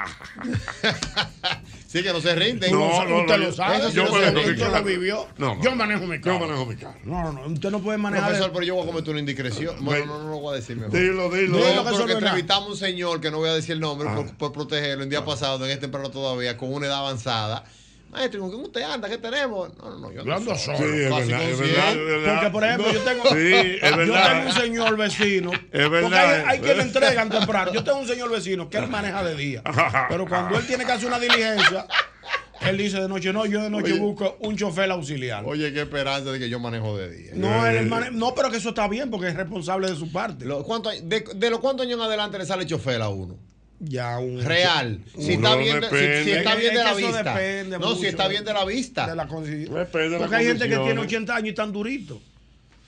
S5: Sí, que no se rinden.
S2: No,
S3: Usted
S2: no, no,
S3: lo
S2: yo-
S3: sabe.
S5: eso sí
S3: Yo
S5: lo sé,
S3: lo,
S5: yo
S3: usted lo
S2: claro.
S3: vivió.
S2: [LAUGHS] No, no.
S3: Yo manejo mi carro.
S2: Yo manejo mi carro.
S3: No, no, no. Usted no puede manejar.
S5: Profesor, pero yo voy a cometer una indiscreción. Bueno, no, no lo voy a decir mejor.
S2: Dilo, Ah. dilo.
S3: Dilo,
S5: No,
S3: que eso
S5: porque
S3: no es nada.
S5: entrevistamos a un señor que no voy a decir el nombre por, por protegerlo el
S2: Ah.
S5: día pasado, en este temprano todavía, con una edad avanzada. Maestro, ¿con quién usted anda? ¿Qué tenemos? No, no, no, yo
S3: Yo ando solo.
S2: Sí, es
S5: Casi
S2: verdad, es
S5: consciente.
S2: verdad, es verdad.
S3: Porque, por ejemplo,
S2: No.
S3: yo tengo,
S2: [LAUGHS] Sí,
S3: [LAUGHS]
S2: es
S3: yo
S2: verdad.
S3: tengo un señor
S2: [LAUGHS]
S3: vecino. Porque
S2: verdad,
S3: hay,
S2: eh.
S3: hay que le entregan temprano. Yo tengo un señor vecino que él maneja de
S2: [LAUGHS]
S3: día. Pero cuando él tiene que hacer una diligencia, él dice de noche, no, yo de noche
S5: Oye.
S3: busco un chofer auxiliar.
S5: Oye, qué esperanza de que yo manejo de día.
S3: No,
S2: Eh,
S3: él mane- no, pero que eso está bien porque es responsable de su parte.
S5: Lo- ¿cuánto hay- de, de los cuántos años en adelante le sale chofer a uno?
S3: ya un
S5: Real. Si
S2: Uno
S5: está bien, de- si, si
S2: depende.
S5: está bien de
S3: Es que
S5: la
S3: eso
S5: vista.
S3: depende
S5: No,
S3: mucho
S5: si está bien de la
S3: de
S5: vista.
S3: la condici-
S2: Depende de las
S3: Porque hay gente que tiene
S2: condiciones.
S3: 80 años y están duritos.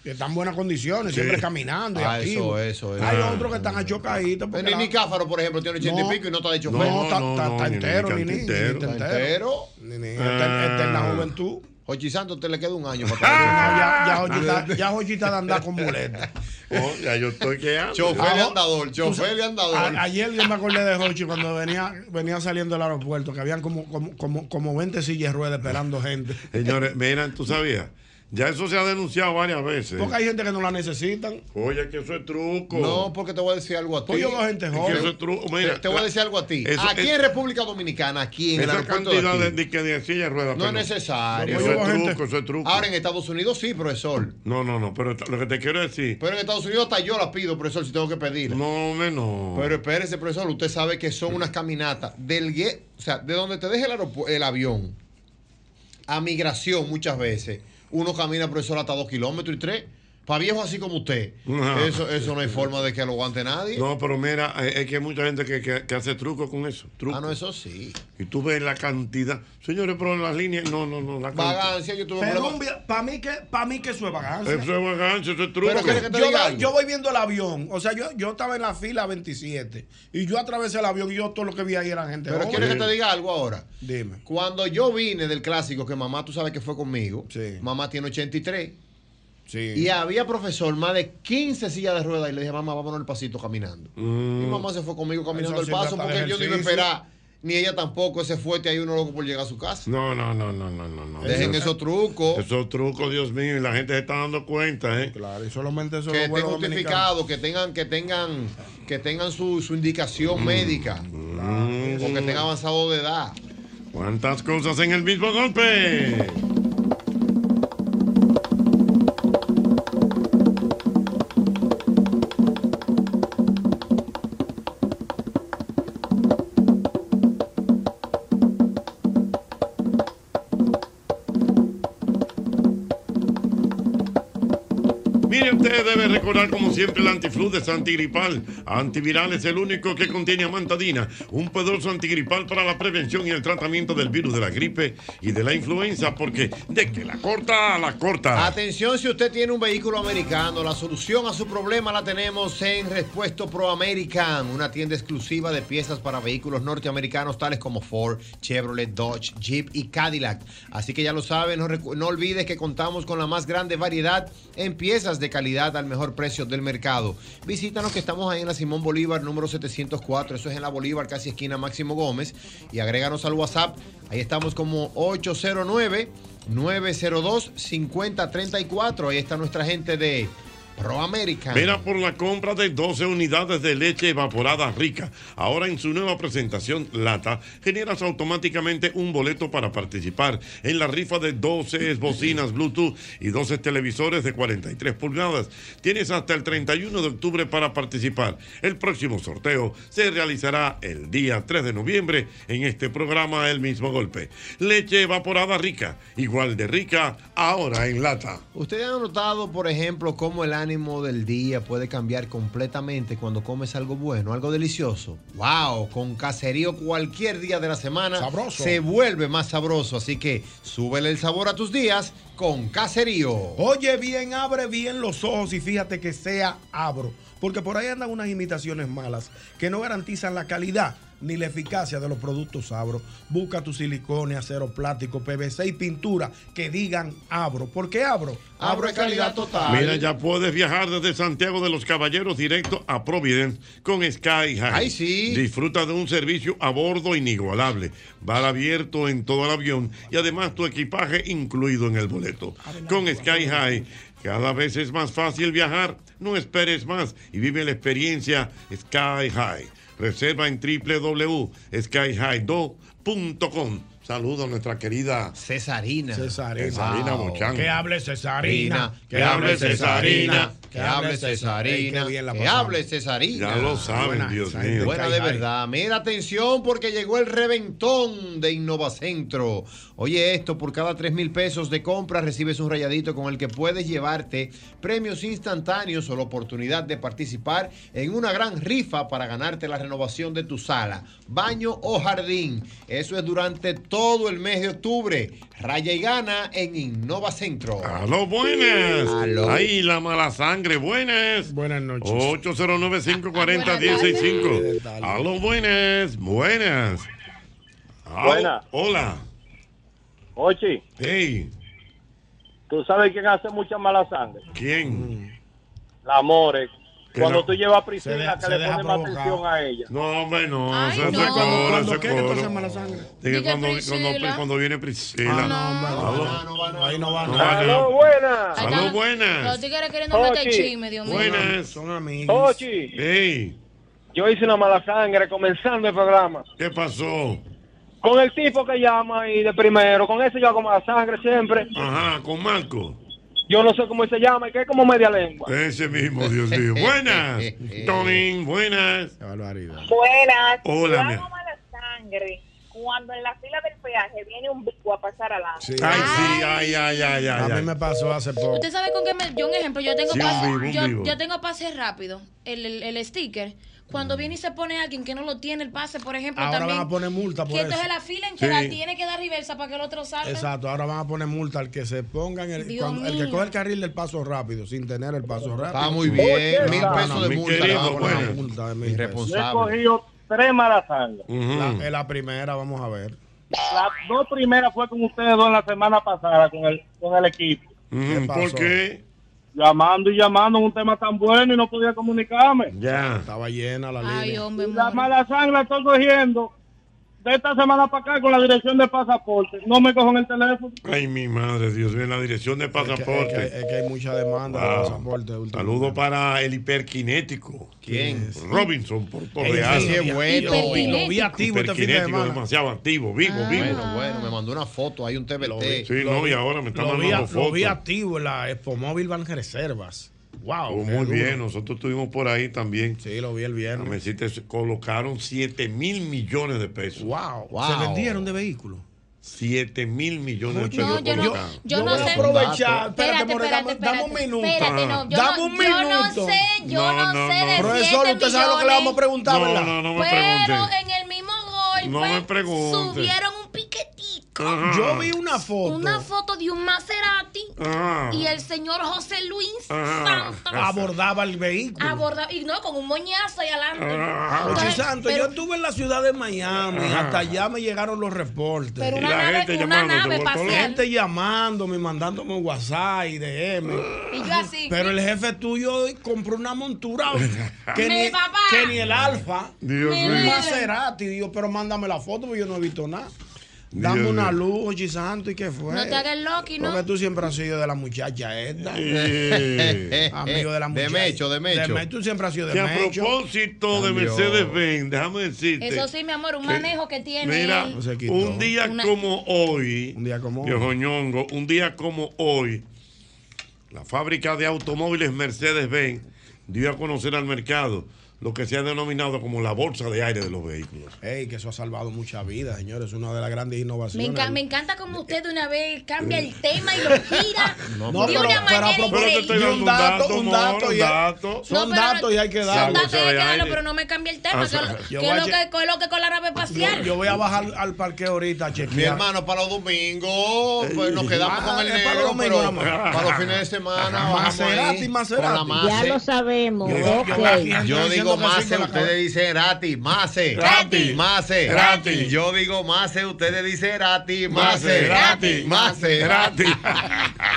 S3: Que están en buenas condiciones, siempre caminando. y
S5: Ah, eso,
S3: activos.
S5: eso, eso.
S3: Hay
S5: Ah.
S3: otros que están achocaditos. porque
S5: Ni
S3: la-
S5: ni Cáfaro, por ejemplo, tiene ochenta
S3: No.
S5: y pico y no está de chofer.
S3: No, está,
S2: no,
S3: está-
S2: no,
S3: está
S2: ni- ni
S3: entero, ni,
S2: está
S3: ni, ni
S2: entero.
S3: está
S5: Está
S3: entero.
S5: entero.
S3: Ni- ni- está, está en la juventud.
S5: Jochi Santos, usted le queda un año para
S3: No, Eh. Ah. ya, ya Jochi está- ya Jochi está de andar con muleta.
S2: Oh, ya yo estoy que ando.
S5: Chofer de
S3: Ah,
S5: andador, chofer de andador.
S3: A- ayer yo me acordé de Jochi cuando venía, venía saliendo del aeropuerto, que habían como, como, como, como 20 sillas de ruedas esperando gente.
S2: Señores, miren, tú sabías, ya eso se ha denunciado varias veces.
S3: Porque hay gente que no la necesitan.
S2: Oye, que eso es truco.
S5: No, porque te voy a decir algo a ti.
S3: Pues yo veo gente
S2: Es que
S3: joven.
S2: eso es truco. Mira,
S5: Te, te voy a decir algo a ti.
S2: Eso-
S5: aquí
S2: es-
S5: en República Dominicana, aquí en el
S2: Esa
S5: aeropuerto de
S2: cantidad de,
S5: aquí,
S2: de, que de silla de ruedas.
S5: no es
S2: pero-
S5: necesario.
S2: Eso
S3: Oye,
S2: es
S3: gente.
S2: truco, eso es truco.
S5: Ahora en Estados Unidos sí, profesor.
S2: No, no, no, pero lo que te quiero decir.
S5: Pero en Estados Unidos hasta yo la pido, profesor, si tengo que pedirla.
S2: No, hombre, no.
S5: Pero espérese, profesor, usted sabe que son unas caminatas del gue- o sea, de donde te deje el, aeropu- el avión a migración muchas veces. Uno camina, profesor, hasta dos kilómetros y tres. Para viejo así como usted.
S2: No.
S5: Eso, eso no hay forma de que lo aguante nadie.
S2: No, pero mira, eh, es que hay mucha gente que, que- que hace truco con eso. Truco.
S5: Ah, no, eso sí.
S2: Y tú ves la cantidad. Señores, pero las líneas. No, no, no. La cantidad.
S5: Vagancia, yo tuve un
S3: Pero
S5: problema-
S3: para mí que para mí que eso es vagancia.
S2: Eso es vagancia, eso es truco.
S5: Pero que- que- te
S3: yo,
S5: diga
S3: voy-
S5: algo.
S3: yo voy viendo el avión, o sea, yo, yo estaba en la fila 27 y yo atravesé el avión y yo todo lo que vi ahí eran gente
S5: Pero
S3: joven.
S5: quieres que te diga algo ahora.
S3: Dime.
S5: Cuando yo vine del clásico, que mamá, tú sabes que fue conmigo,
S3: Sí.
S5: mamá tiene 83,
S3: Sí.
S5: y había profesor más de 15 sillas de ruedas, y le dije, mamá, vámonos al pasito caminando. Y mamá se fue conmigo caminando
S3: Mm. Eso
S5: al
S3: sirve
S5: paso
S3: hasta de
S5: porque yo no iba a
S3: ejercicio.
S5: esperar, ni ella tampoco, ese fuerte ahí uno loco por llegar a su
S3: Mm.
S5: casa.
S2: No, no, no, no, no, no. no.
S5: Dejen esos trucos.
S2: Esos trucos, Dios mío, y la gente se está dando cuenta, ¿eh?
S3: Claro, y solamente eso
S5: que
S3: los
S5: estén
S3: vuelos dominicanos.
S5: justificados, que tengan, que tengan, que tengan su, su indicación
S3: Mm.
S5: médica,
S2: Mm.
S5: o que estén avanzados de edad.
S2: ¿Cuántas cosas en el mismo golpe? Mire, usted debe recordar como siempre el antifluz es antigripal. Antiviral es el único que contiene amantadina, un poderoso antigripal para la prevención y el tratamiento del virus de la gripe y de la influenza, porque de que la corta, la corta.
S5: Atención si usted tiene un vehículo americano, la solución a su problema la tenemos en Respuesto Pro American, una tienda exclusiva de piezas para vehículos norteamericanos tales como Ford, Chevrolet, Dodge, Jeep y Cadillac. Así que ya lo sabe, no, recu- no olvides que contamos con la más grande variedad en piezas de calidad al mejor precio del mercado. Visítanos que estamos ahí en la Simón Bolívar número 704, eso es en la Bolívar casi esquina Máximo Gómez y agréganos al WhatsApp, ahí estamos como 809 902-5034. Ahí está nuestra gente de ProAmerican.
S2: Mira por la compra de 12 unidades de leche evaporada rica. Ahora en su nueva presentación lata, generas automáticamente un boleto para participar en la rifa de 12 bocinas Bluetooth y 12 televisores de 43 pulgadas. Tienes hasta el 31 de octubre para participar. El próximo sorteo se realizará el día 3 de noviembre en este programa El mismo golpe. Leche evaporada rica, igual de rica, ahora en lata.
S5: ¿Ustedes han notado, por ejemplo, cómo el ánimo del día puede cambiar completamente cuando comes algo bueno, algo delicioso? ¡Wow! Con caserío cualquier día de la semana se vuelve más sabroso. Así que súbele el sabor a tus días con caserío.
S3: Oye bien, abre bien los ojos y fíjate que sea abro. Porque por ahí andan unas imitaciones malas que no garantizan la calidad ni la eficacia de los productos Abro. Busca tu silicone, acero plástico, PVC y pintura que digan Abro. ¿Por qué Abro?
S5: Abro es calidad total.
S2: Mira, ya puedes viajar desde Santiago de los Caballeros directo a Providence con Sky High.
S5: Ay, sí.
S2: Disfruta de un servicio a bordo inigualable. Bar abierto en todo el avión y además tu equipaje incluido en el boleto. Con Sky High. Cada vez es más fácil viajar, no esperes más y vive la experiencia Sky High. Reserva en www.skyhigh2.com. Saludos a nuestra querida
S5: Cesarina.
S3: Cesarina.
S2: Cesarina
S5: Wow.
S2: Bochán.
S3: Que hable Cesarina.
S5: Que hable Cesarina. Que hable Cesarina.
S3: Qué bien la
S5: Que
S3: pasamos.
S5: hable Cesarina.
S2: Ya lo saben,
S5: Buena,
S2: Dios
S5: Cesarina.
S2: mío.
S5: Buena de verdad. Mira, atención, porque llegó el reventón de Innovacentro. Oye, esto, por cada 3 mil pesos de compra recibes un rayadito con el que puedes llevarte premios instantáneos o la oportunidad de participar en una gran rifa para ganarte la renovación de tu sala, baño o jardín. Eso es durante todo el mes de octubre. Raya y gana en Innovacentro.
S2: Aló, buenas.
S5: Aló.
S2: Ahí la mala sangre, buenas.
S3: Buenas noches.
S2: 809-540-165. Aló, buenas, buenas. Aló,
S10: Buenas.
S2: Hola.
S10: Ochi,
S2: Hey,
S10: tú sabes quién hace mucha mala sangre. Mm.
S2: ¿quién?
S10: La More.
S2: Que
S10: Cuando
S2: no.
S10: tú llevas a
S3: Se
S10: Priscila,
S3: deja-
S10: que
S3: se
S10: le
S3: deja
S10: pones más
S3: provocar.
S10: atención a ella.
S2: No, hombre, no.
S4: Ay,
S2: se hace
S4: no.
S2: coro,
S3: Cuando
S2: se
S3: qué que tú
S2: coro.
S3: haces mala sangre. Ah,
S2: Dije,
S4: Diga
S2: cuando, cuando,
S4: Priscila.
S2: cuando viene Priscila. Aló.
S3: Ahí no van.
S2: No
S3: a-
S2: va nada.
S10: ¡Aló, buenas!
S4: Ahí
S2: Aló,
S4: están
S2: buenas.
S4: Los tigres queriendo meter
S10: Ochi.
S4: chisme, Dios mío.
S2: Buenas.
S3: Son amigos.
S10: Ochi,
S2: Hey,
S10: yo hice una mala sangre comenzando el programa.
S2: ¿qué pasó?
S10: Con el tipo que llama y de primero, con ese yo hago mala sangre siempre.
S2: Ajá, con Marco.
S10: Yo no sé cómo se llama, que es como media lengua.
S2: Ese mismo, Oh, Dios mío. Buenas. Tonin, buenas.
S3: Qué barbaridad.
S11: Buenas.
S2: Hola,
S11: Yo
S2: mi-
S11: hago mala sangre cuando en la fila del peaje viene un bico a pasar al lado.
S3: Sí.
S12: Ah,
S2: Ay, sí, ay, ay, ay, ay.
S3: A mí
S2: ay.
S3: me pasó hace poco.
S4: Usted sabe con qué me. Yo, un ejemplo, yo tengo
S2: Sí, un
S4: pase,
S2: vivo, un vivo.
S4: yo, yo tengo pase rápido, el, el, el sticker. Cuando viene y se pone alguien que no lo tiene el pase, por ejemplo,
S3: Ahora
S4: también.
S3: van a poner multa por
S4: que entonces
S3: eso.
S4: la fila en que
S2: Sí.
S4: la tiene que dar reversa para que el otro salga.
S3: Exacto, ahora van a poner multa al que se ponga en el,
S4: Dios
S3: cuando- el
S4: mío.
S3: que coge el carril del paso rápido, sin tener el paso rápido.
S5: Está muy bien.
S10: Oye,
S5: Mil
S10: está.
S5: pesos de
S2: Mi
S5: multa.
S2: querido,
S5: le vamos a poner.
S2: bueno.
S3: Multa de mil pesos.
S10: Yo he
S5: Irresponsable.
S10: cogido tres malas sangres.
S2: Ujú.
S3: La- es la primera, vamos a ver.
S10: Las dos primeras fue con ustedes dos la semana pasada, con el, con el equipo.
S2: Ujú,
S3: ¿Qué pasó?
S2: ¿Por qué?
S10: Llamando y llamando en un tema tan bueno y no podía comunicarme.
S2: Ya.
S3: Estaba llena la
S4: Ay,
S3: línea.
S4: hombre,
S10: La
S4: more.
S10: mala sangre la estoy cogiendo de esta semana para acá con la dirección de pasaporte. No me cojan el teléfono.
S2: Ay, mi madre, Dios mío, en la dirección de
S3: Es que- Es que,
S2: pasaporte.
S3: es que hay mucha demanda de
S2: Wow.
S3: pasaporte. últimamente.
S2: Saludo para el hiperquinético.
S5: ¿Quién?
S2: Robinson, por
S3: Ey,
S2: Torreal.
S3: sí,
S5: Qué
S3: y-
S5: bueno.
S3: y- y lo vi activo este fin de
S2: Hiperquinético,
S3: semana.
S2: demasiado activo, vivo, vivo.
S5: Ah, Bueno, bueno, me mandó una foto, hay un TBT.
S2: Sí, no, y ahora me están
S3: Lo vi,
S2: mandando
S3: lo vi
S2: fotos.
S3: activo en la Expo Móvil Van Reservas. Wow.
S2: Oh,
S3: qué
S2: muy
S3: duro.
S2: bien, nosotros estuvimos por ahí también.
S3: Sí, lo vi el
S2: A
S3: viernes.
S2: Messi te colocaron 7 mil millones de pesos.
S3: Wow.
S5: Wow.
S3: Se vendieron de vehículos.
S2: 7 mil millones de
S3: Mucho.
S2: pesos
S3: No, yo no-
S2: colocados.
S4: yo no sé-
S3: Aprovechar, espérate,
S4: Espérate,
S3: More, dame,
S4: espérate,
S3: dame un
S4: espérate.
S3: minuto.
S4: Espérate, no, yo
S3: dame
S4: no-
S3: un
S4: yo no
S3: minuto.
S4: sé, yo No, no no, sé no. de
S3: Profesor,
S4: siete
S3: usted sabe lo que le vamos a preguntar,
S2: No,
S3: ¿verdad?
S2: no, no me pregunte.
S4: Pero en el mismo golpe
S2: No me pregunte.
S4: subieron un piquetito,
S2: Ajá.
S3: Yo vi una foto.
S4: una foto de un Maserati
S3: Ah.
S4: y el señor José Luis
S3: Ah. Abordaba el vehículo.
S4: abordaba, y no, con un moñazo ahí adelante.
S2: Ah.
S3: Oye,
S4: Entonces,
S3: Santo, yo estuve en la ciudad de Miami, hasta allá me llegaron los reportes.
S4: Pero una Y la nave- gente una llamándote nave por todos lados. espacial.
S3: Gente llamándome, mandándome WhatsApp y DM.
S4: Y yo así.
S3: Pero el jefe tuyo hoy compró una montura que,
S4: [LAUGHS] Mi
S3: ni,
S4: papá.
S3: que ni el alfa.
S2: Dios
S3: ni
S2: mío.
S3: el Maserati. Digo, pero mándame la foto porque yo no he visto nada. Dame
S2: Dios
S3: una
S2: mío.
S3: luz, oye, Santo, ¿y qué fue?
S4: No te hagas loqui, ¿no?
S3: Porque tú siempre has sido de la muchacha esta. [LAUGHS]
S5: Eh,
S3: Amigo de la
S5: de
S3: muchacha.
S5: Mecho, de Mecho.
S3: Tú siempre has sido de
S2: Que a
S3: Mecho.
S2: propósito de
S5: Cambió.
S2: Mercedes-Benz, déjame decirte.
S4: Eso sí, mi amor, un
S2: que-
S4: manejo que tiene.
S2: Mira,
S4: él.
S2: un día
S4: Una-
S2: como hoy, un
S3: día como
S2: Dios Ñongo, un día como hoy, la fábrica de automóviles Mercedes-Benz dio a conocer al mercado lo que se ha denominado como la bolsa de aire de los vehículos.
S3: Ey, que eso ha salvado muchas vidas, señores. Es una de las grandes
S4: Me,
S3: innovaciones.
S4: enca- me encanta como usted de una vez cambia el tema y lo gira.
S3: No, pero-
S4: de una
S3: pero a
S4: manera
S3: propósito-
S4: increíble.
S2: estoy dando
S3: un
S2: un
S3: dato,
S2: dato,
S3: un
S2: amor,
S3: dato.
S2: un
S3: y hay-
S2: dato.
S3: Son
S4: No, pero-
S3: datos y hay que
S4: Son
S3: darlos.
S4: datos
S2: bolsa
S4: hay
S2: de
S4: que darlo,
S2: aire.
S4: pero no me cambie el
S2: Ah,
S4: tema. que,
S2: o sea,
S4: que
S3: eh, yo
S4: es
S3: voy
S4: lo
S3: a
S4: que,
S3: lle-
S4: que es lo que con la nave espacial.
S3: Yo voy a bajar al parque ahorita, a
S5: Mi
S3: chequear.
S5: hermano, para los domingos, pues nos quedamos
S3: Ah,
S5: con el
S3: es para los
S5: negro, pero
S3: domingos nada más.
S5: para los fines de semana bajamos
S3: Maserati,
S5: ahí con la
S3: Maserati.
S5: Mase.
S13: sabemos.
S3: Yo- yo- aquí
S5: Yo,
S3: están
S5: digo
S3: diciendo que sí
S5: Mase,
S3: con la
S5: ustedes dicen Erati, Mase.
S2: Rati.
S5: Mase.
S2: Rati.
S5: Yo digo Mase, ustedes dicen Erati, Mase.
S2: Maserati.
S5: Mase.
S2: Maserati.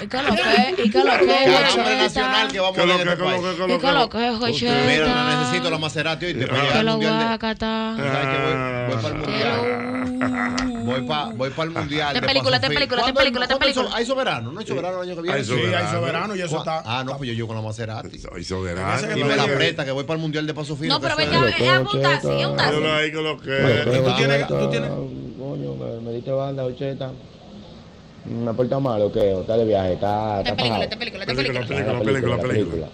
S13: ¿Y qué lo que? ¿Y qué lo que?
S5: Cada hombre
S13: Jocheta?
S5: nacional que vamos
S2: Que
S5: a
S2: lo
S5: ver
S2: que,
S5: en este
S2: que lo
S5: país.
S2: que, que
S13: ¿Y
S2: lo
S13: qué lo
S2: que.
S13: que?
S5: Mira,
S13: Jocheta?
S5: no [LAUGHS] necesito la Maserati hoy. Te voy a
S13: Que
S5: llegar al
S13: lo voy
S5: mundial.
S13: a
S5: de-
S13: catar.
S5: Tú sabes que
S2: Ah.
S5: voy- voy para el
S13: Hello.
S5: mundial. Voy para voy para el mundial.
S13: Ten
S5: de
S13: película,
S5: paso
S13: ten
S5: fin.
S13: película, ten
S5: ¿Cuándo hay-
S13: película, ten
S5: cuándo hay so-
S13: película.
S5: Hay soberano, no hay soberano el año que viene.
S2: Hay
S3: Sí, hay soberano y eso
S5: ¿Cuá-
S3: está.
S5: Ah, no, pues yo llego con la Maserati.
S2: Soy soberano.
S3: Ese que
S5: Y
S3: lo
S5: me la
S3: lleve.
S5: aprieta, que voy para el mundial de paso fino.
S4: No, pero
S5: que
S4: venga,
S5: soy-
S4: es a un taxi, es un taxi.
S2: Yo ahí con lo
S3: Pero
S2: que.
S3: tú tienes- tú tienes-
S12: Coño, me, me diste banda, ocheta. Me porta mal o qué, o está de viaje, está.
S4: Te
S12: está
S4: película,
S12: fajado.
S4: te película, te
S2: Película,
S4: película.
S2: película, película, película.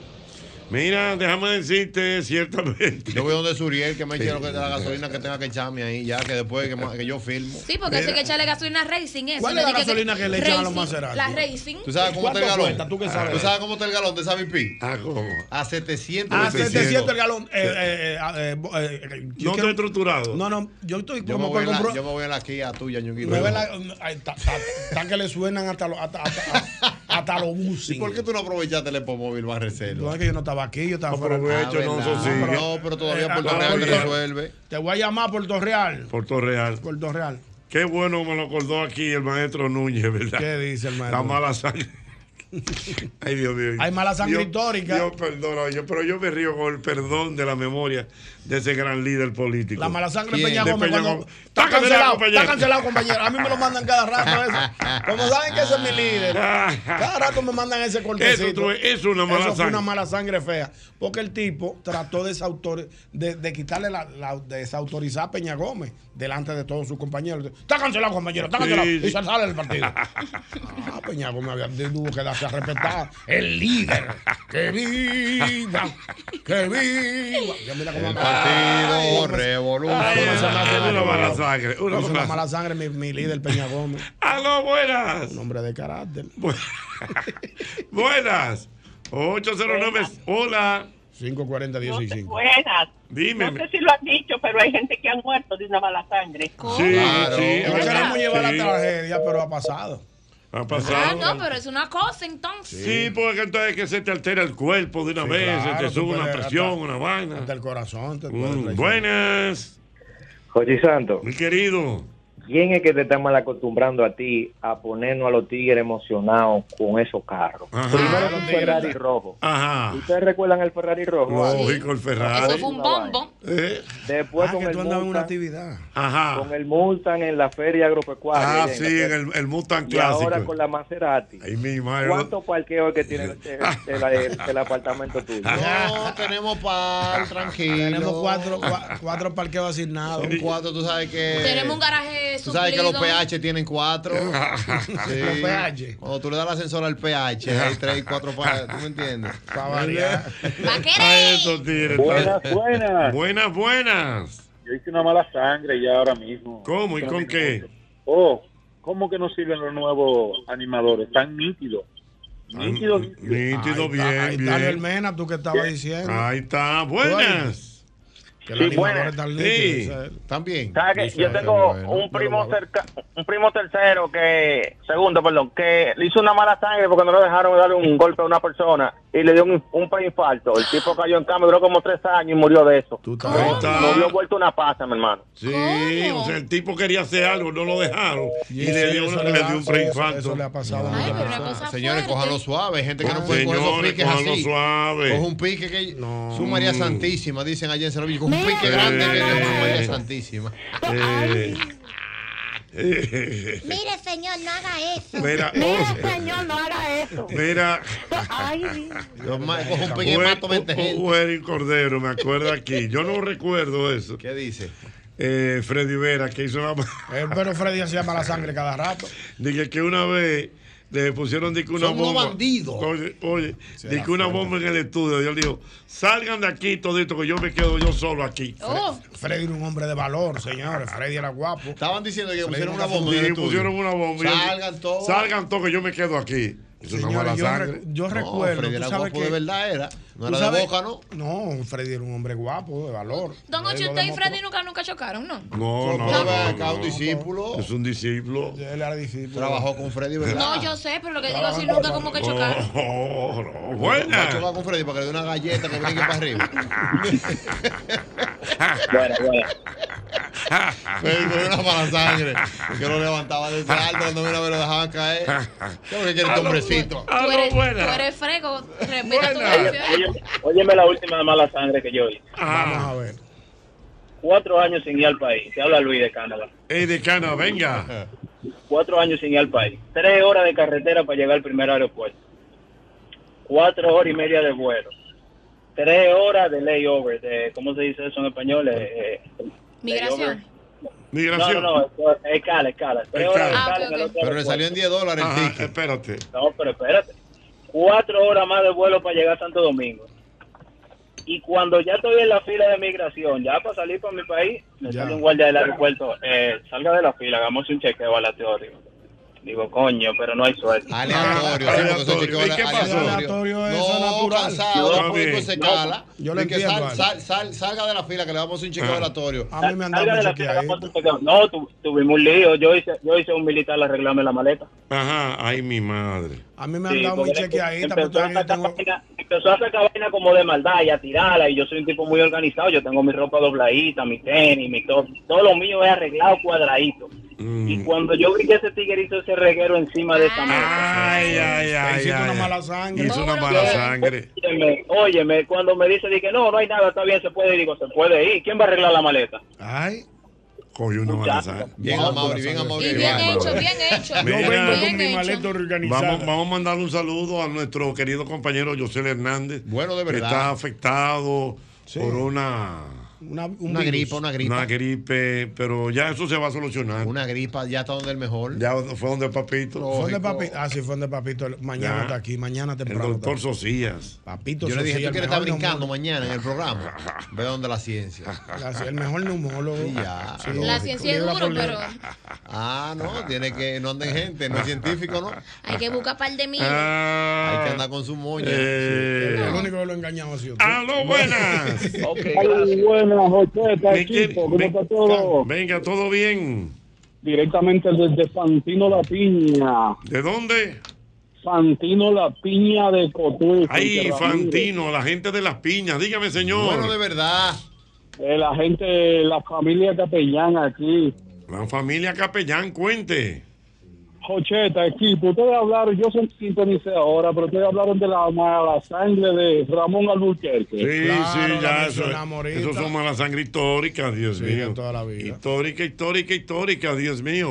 S2: Mira, déjame decirte ciertamente.
S5: Yo voy donde Suriel, que me eche lo que- la gasolina que tenga que echarme ahí, ya, que después que, ma- que yo filmo.
S4: Sí, porque eso hay que echarle gasolina a Racing. Eso.
S3: ¿Cuál
S4: no
S3: es la
S4: dije
S3: gasolina que le echan a los
S4: Racing,
S3: Maserati?
S4: La Racing.
S5: ¿Tú sabes cómo está el
S3: ¿Cuánto
S5: galón?
S3: cuesta? ¿Tú qué sabes?
S5: ¿Tú sabes cómo está el galón de Sabi P?
S2: Ah, ¿cómo?
S5: A 700.
S3: Ah,
S5: pesos.
S3: 700 el galón. Eh, eh, eh, eh, eh, eh, yo
S2: No
S3: quiero-
S2: estoy estructurado.
S3: No, no, yo estoy
S5: Yo me,
S3: como
S5: voy
S3: para
S5: en la, yo
S3: comprar.
S5: me voy en la Kia tuya, ñonguito.
S3: Me ve la- ay, ta- ta- ta que le suenan hasta los hasta, hasta, hasta los buses.
S5: ¿Y por qué tú no aprovechaste el Expo Móvil más
S3: Tú
S5: reserva?
S3: sabes que yo no estaba aquí, yo estaba fuera.
S2: Aprovecha. hecho, no,
S5: ¿verdad?
S2: eso sí.
S5: No, pero
S3: Eh,
S5: todavía Puerto
S3: ah,
S5: Real
S3: Puerto-
S5: resuelve.
S3: Te voy a llamar a Puerto Real.
S2: Puerto Real.
S3: Puerto Real.
S2: Qué bueno me lo acordó aquí el maestro Núñez, ¿verdad?
S3: ¿Qué
S2: [LAUGHS]
S3: dice el maestro?
S2: La mala sangre. Ay, Dios mío.
S3: Hay mala sangre
S2: Dios-
S3: histórica.
S2: Dios perdona, yo, pero yo me río con el perdón de la memoria de ese gran líder político.
S3: La mala sangre
S5: ¿Quién?
S3: Peña
S2: De
S3: Gómez.
S2: Peña
S3: cuando-
S2: Gómez.
S3: Está
S2: Tácatela,
S3: cancelado,
S2: compañero.
S3: está cancelado, compañero. A mí me lo mandan cada rato
S2: [LAUGHS]
S3: eso. Como saben que ese es mi líder. Cada rato me mandan ese cortecito.
S2: Eso tú ves, es una mala
S3: Eso fue
S2: sangre.
S3: una mala sangre fea. Porque el tipo trató de, desautor- de, de quitarle la, la- de desautorizar a Peña Gómez delante de todos sus compañeros. Está cancelado, compañero. Está
S2: Sí,
S3: cancelado.
S2: sí.
S3: Y se sale del partido. Ah, Peña Gómez había, tuvo que darse a respetar. El líder. Que viva. Que viva. Ya mira cómo
S5: El
S3: Ay,
S5: partido
S3: hombre,
S2: Ay, ay, ay,
S5: revolucionario.
S2: una mala sangre. Una
S3: hizo una
S2: mala
S3: mala sangre mi, mi líder Peña Gómez.
S2: ¡Aló, buenas!
S3: Un hombre de carácter.
S2: Bu- [LAUGHS]
S3: [LAUGHS]
S2: buenas. 809. Hola.
S3: 540 165.
S11: Buenas.
S2: Dime.
S11: No sé si lo han dicho, pero hay gente que ha muerto de una mala sangre.
S2: Sí,
S5: Claro.
S2: sí.
S3: No queremos llevar
S2: Sí,
S3: la tragedia, pero ha pasado.
S2: Ha
S4: Ah,
S2: pasado.
S4: no, pero es una cosa entonces.
S2: Sí, porque entonces que se te altera el cuerpo de una
S3: Sí,
S2: vez,
S3: claro,
S2: se te
S3: tú
S2: sube una
S3: puedes
S2: presión,
S3: hasta-
S2: una vaina.
S3: Hasta el corazón. te puede
S2: Mm,
S3: traicionar.
S2: buenas,
S7: Jochi Santo,
S2: mi querido.
S7: ¿quién es que te está mal acostumbrando a ti a ponernos a los tigres emocionados con esos carros?
S2: Ajá.
S7: Primero
S2: Ah,
S7: un Ferrari rojo.
S2: Ajá.
S7: ¿Ustedes recuerdan el Ferrari rojo?
S2: Lógico, el
S4: Eso
S2: Ferrari.
S4: fue un bombo.
S2: Eh,
S7: Después
S3: Ah,
S7: con,
S3: que
S7: el
S3: tú andabas en una
S7: Mustang,
S3: actividad.
S2: Ajá.
S7: con el Mustang en la feria agropecuaria.
S2: Ah,
S7: allá en
S2: sí,
S7: la
S2: en
S7: feria.
S2: el, el Mustang
S7: y ahora
S2: clásico.
S7: con la Maserati.
S2: Ay, mi madre.
S7: ¿Cuántos parqueos que tiene el, el- el- el apartamento tuyo?
S5: No, tenemos par, tranquilo.
S3: Tenemos cuatro, cua- cuatro parqueos asignados.
S5: Son cuatro, tú sabes que.
S4: Tenemos un garaje
S5: pues. Tú
S4: suplido.
S5: sabes que los PH tienen
S3: [LAUGHS]
S5: cuatro.
S3: Los PH.
S5: Cuando tú le das el ascensor al PH, hay tres y cuatro para. ¿Tú me
S3: [LAUGHS]
S5: entiendes?
S3: Para variar.
S4: Va a
S2: Ay,
S4: querer.
S2: esos tigres.
S8: Buenas, buenas.
S2: Buenas, buenas.
S8: Yo hice una mala sangre ya ahora mismo.
S2: ¿Cómo y
S8: Hace
S2: con
S8: unos
S2: qué?
S8: minutos. Oh,
S7: ¿Cómo que no sirven los nuevos animadores? Tan nítidos.
S3: Ah,
S7: Nítidos.
S2: Nítido, bien, bien.
S3: Dale el Mena, tú que estabas diciendo.
S2: Ahí está, buenas.
S3: Que los animadores están
S2: Sí.
S3: líquidos, o sea,
S5: También.
S11: ¿Sabes qué? Yo tengo un primo cerca, [LAUGHS] un primo tercero que, segundo, perdón, que le hizo una mala sangre porque no lo dejaron darle un golpe a una persona y le dio un, un preinfarto. El tipo cayó en cama, duró como tres años y murió de eso.
S2: Ahí está.
S11: No dio vuelta una pasa, mi hermano.
S2: Sí, o sea, el tipo quería hacer algo, no lo dejaron. Y,
S5: eso-
S2: le dio
S5: eso
S2: una-
S5: le
S2: le
S5: da-
S2: dio un
S5: eso-
S2: preinfarto.
S5: eso le ha
S2: pasado.
S5: Señores, cójanlo suave. Hay gente que no puede coger
S2: Señores,
S5: esos piques
S2: cójanlo
S5: así.
S2: suave.
S5: Coge un pique que. Su María Santísima, dicen allá en Cerro Coge un pique
S2: Mira,
S5: grande
S2: no,
S5: que
S2: no,
S5: que su
S2: no.
S5: María Santísima.
S2: Eh,
S14: Mire, señor, no haga eso.
S2: Mira,
S14: Mire, señor, no haga eso.
S2: [LAUGHS] Mira.
S14: Ay, sí.
S5: Yo ma- cojo un pique y mato 20 gente.
S2: Juez y Cordero, me acuerdo aquí. Yo no recuerdo eso.
S5: ¿Qué dice?
S2: Eh, Freddy Vera, que hizo [LAUGHS] una.
S3: eh, Pero Freddy hacía mala sangre cada rato.
S2: Dije que una vez le pusieron dije, una
S3: Son unos
S2: bomba.
S3: bandidos.
S2: Oye, oye,
S3: Sí,
S2: dije,
S3: era
S2: una
S3: fuerte.
S2: bomba en el estudio. Dios dijo, salgan de aquí todito, que yo me quedo yo solo aquí.
S5: Oh.
S3: Freddy era un hombre de valor, señores. Freddy era guapo.
S5: Estaban diciendo
S2: que
S5: pusieron una
S2: Sí, pusieron una bomba.
S5: Salgan todos.
S2: Salgan todos, que yo me quedo aquí. Es una
S3: Señores,
S2: mala
S3: yo,
S2: sangre.
S3: re- yo
S5: No,
S3: recuerdo.
S5: Freddy era
S3: tú sabes
S5: guapo
S3: que,
S5: de verdad, era. No
S3: tú
S5: era de boca, ¿no?
S3: No, Freddy era un hombre guapo, de valor.
S4: Don
S3: Él
S4: Ocho,
S3: lo
S4: usted y
S3: demostró.
S4: Freddy nunca, nunca chocaron, ¿no?
S2: No, no,
S5: Pero
S2: no,
S5: ven acá,
S2: no,
S5: un
S2: no.
S5: discípulo.
S2: Oh. Es un discípulo.
S3: Él era discípulo.
S5: Trabajó con Freddy, ¿verdad?
S4: No, yo sé, pero lo que digo es si nunca como que chocaron.
S2: Oh, no,
S5: Va a
S2: buena.
S5: chocar con Freddy para que le dé una galleta que brinque para arriba.
S2: Buena,
S5: buena. Freddy con una mala sangre. Que lo levantaba desde alto, cuando mira me lo dejaban caer. ¿Qué es lo que
S2: Ah,
S5: quiere este hombrecito?
S4: Tú eres, tú eres frego, respeta tu
S7: Oye,
S4: profesión.
S7: oye- óyeme la última mala sangre que yo hice.
S2: Vamos
S3: a ver.
S7: Cuatro años sin ir al país. Se habla Luis de Canadá.
S2: Ey, de Cana, venga.
S7: Cuatro años sin ir al país. Tres horas de carretera para llegar al primer aeropuerto. Cuatro horas y media de vuelo. Tres horas de layover. De, ¿Cómo se dice eso en español? Eh, eh,
S4: Migración.
S2: Migración.
S7: No, no, no. Escala, escala. Tres horas de escala en el otro
S5: Pero le
S7: aeropuerto.
S5: salió en 10 dólares el
S2: Ajá,
S5: ticket.
S2: Espérate.
S7: No, pero espérate. Cuatro horas más de vuelo para llegar a Santo Domingo. Y cuando ya estoy en la fila de migración, ya para salir para mi país, me
S3: Ya.
S7: sale un guardia del aeropuerto. Eh, salga de la fila, hagamos un chequeo aleatorio. Digo, coño, pero no hay suerte.
S5: Aleatorio, sí, porque eso chequeo
S2: ¿Y qué pasó?
S3: Aleatorio es
S5: No,
S3: natural.
S5: cansado,
S3: Yo
S5: no puede
S3: también.
S5: se cala.
S3: Yo lo
S5: Y que sal-
S3: entiendo,
S5: sal-
S3: Ale.
S5: sal- Salga de la fila que le vamos a hacer un chequeo
S7: Ah.
S5: aleatorio.
S3: A mí me han
S7: Salga de la fila, hagamos un chequeo. No, tu- tuvimos un lío. Yo hice, yo hice un militar arreglarme la maleta.
S2: Ajá, ay, mi madre.
S3: A mí me
S7: Sí,
S3: han dado
S7: porque
S3: muy
S7: él
S3: chequeadita.
S7: empezó, a sacar vaina, empezó a sacar vaina como de maldad y a tirarla. Y yo soy un tipo muy organizado. Yo tengo mi ropa dobladita, mi tenis, mi todo. Todo lo mío es arreglado cuadradito. Y cuando yo vi que ese tigre hizo ese reguero encima de esa mesa.
S2: Ay, ay, ay.
S3: Hizo
S2: ay,
S3: una
S2: ay.
S3: mala sangre.
S2: Hizo una mala sangre.
S7: Óyeme, óyeme, cuando me dice, dije, no, no hay nada, está bien, se puede, digo, se puede ir. ¿Quién va a arreglar la maleta?
S3: Ay.
S2: Cogió una mala sangre.
S5: Bien amable, bien amable.
S4: Y bien hecho, bien hecho.
S2: Mira, Yo vengo con
S4: Bien hecho.
S2: Vamos, vamos a mandar un saludo a nuestro querido compañero José Hernández. Bueno, de
S5: verdad.
S2: Que está afectado por una.
S3: Una, un
S5: Una
S3: virus.
S5: gripa, una gripa.
S2: Una gripe, pero ya eso se va a solucionar.
S5: Una gripa, ya está donde el mejor.
S2: Ya fue donde el papito.
S3: Fue de papito. Ah, sí, fue de papito. Mañana
S2: Ya.
S3: está aquí, mañana
S2: El
S3: temprano.
S2: doctor Socias.
S3: Papito
S5: Yo le dije, tú
S3: Socía, el
S5: quieres estar
S3: mejor
S5: brincando
S3: neumólogo.
S5: mañana en el programa. Ve donde la ciencia.
S3: La- el mejor neumólogo.
S5: Ya,
S3: Sí.
S4: La ciencia es
S5: Libra
S4: duro,
S5: por
S4: pero
S5: libra. Ah, no, tiene que. No anden gente,
S2: [LAUGHS]
S5: no es científico, ¿no?
S4: hay que buscar par de mil.
S2: Hay
S5: que andar con su moña.
S3: El único que lo engañamos ha sido
S2: eh, ¡Aló, buenas!
S10: Buenas, Jocheta,
S2: Mi querido-
S10: equipo, ¿cómo está todo?
S2: Venga, todo bien.
S10: Directamente desde Santino La Piña.
S2: ¿De dónde?
S10: Santino La Piña de Cotuí.
S2: Ay,
S10: Sánchez Ramírez.
S2: Fantino, la gente de las piñas. Dígame, señor.
S10: Bueno, de
S5: verdad.
S10: De la gente, la familia Capellán aquí.
S2: La familia Capellán, cuente.
S10: Jocheta, equipo, ustedes hablaron, yo son sintonicé ahora, pero ustedes hablaron de la mala sangre de Ramón Albuquerque.
S2: Sí, sí, ya eso. es- Eso son malas sangre históricas, Dios mío. Histórica, histórica, histórica, Dios mío.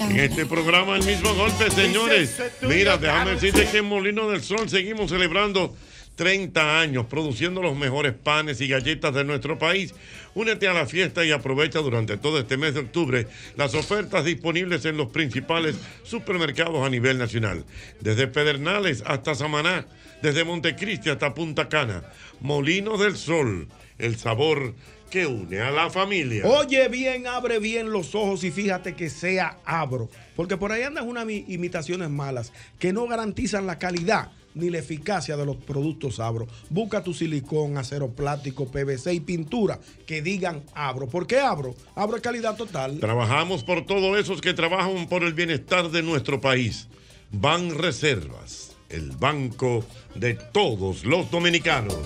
S2: En este programa el mismo golpe, señores. Mira, déjame decirte que en Molino del Sol seguimos celebrando 30 años produciendo los mejores panes y galletas de nuestro país. Únete a la fiesta y aprovecha durante todo este mes de octubre las ofertas disponibles en los principales supermercados a nivel nacional. Desde Pedernales hasta Samaná, desde Montecristi hasta Punta Cana. Molino del Sol, el sabor que une a la familia.
S3: Oye bien, abre bien los ojos y fíjate que sea abro. Porque por ahí andan unas mi- imitaciones malas que no garantizan la calidad ni la eficacia de los productos abro. Busca tu silicón, acero plástico, PVC y pintura que digan abro. ¿Por qué abro? Abro es calidad total.
S2: Trabajamos por todos esos que trabajan por el bienestar de nuestro país. Ban Reservas, el banco de todos los dominicanos.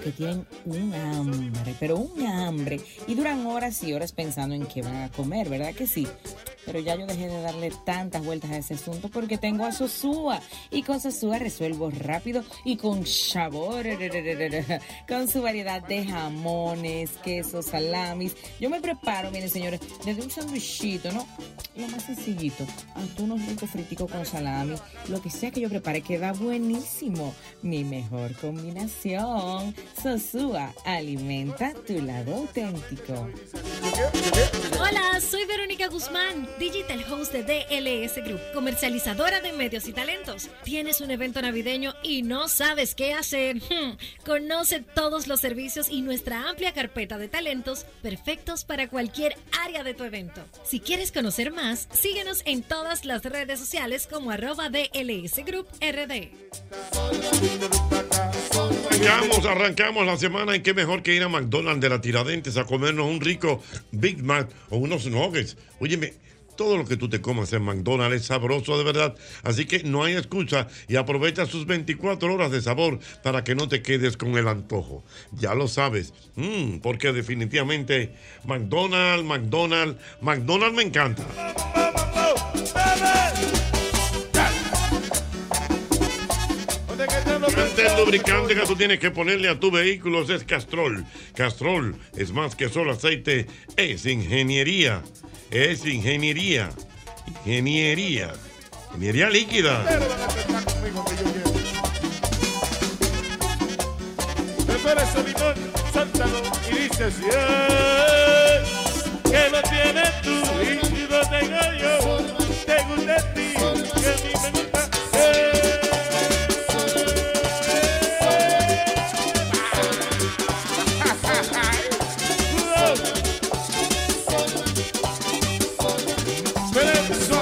S15: que tienen un hambre, pero un hambre, y duran horas y horas pensando en qué van a comer, ¿verdad que sí? Pero ya yo dejé de darle tantas vueltas a ese asunto porque tengo a Sosúa. Y con Sosúa resuelvo rápido y con sabor. [LAUGHS] Con su variedad de jamones, quesos, salamis. Yo me preparo, miren señores, desde un sandwichito, ¿no? Lo más sencillito. Ah, Atunos ricos friticos con salami. Lo que sea que yo prepare queda buenísimo. Mi mejor combinación. Sosúa, alimenta tu lado auténtico.
S16: Hola, soy Verónica Guzmán, digital host de DLS Group, comercializadora de medios y talentos. Tienes un evento navideño y no sabes qué hacer. Hmm. Conoce todos los servicios y nuestra amplia carpeta de talentos perfectos para cualquier área de tu evento. Si quieres conocer más, síguenos en todas las redes sociales como arroba DLS Group RD.
S2: Arrancamos, arrancamos la semana y qué mejor que ir a McDonald's de la Tiradentes a comernos un rico Big Mac o unos nuggets. Óyeme, todo lo que tú te comas en McDonald's es sabroso de verdad, así que no hay excusa y aprovecha sus 24 horas de sabor para que no te quedes con el antojo. Ya lo sabes, mm, porque definitivamente McDonald's, McDonald's, McDonald's me encanta. Realmente El lubricante que tú tienes que ponerle a tu vehículo es Castrol. Castrol es más que solo aceite, es ingeniería. Es ingeniería. Ingeniería. Ingeniería líquida.
S11: Prepara ese limón, sáltalo y dices yes. Que lo tienes tú y lo tengo yo. Te gusta a ti, que a mí me gusta. eh. Pero eso,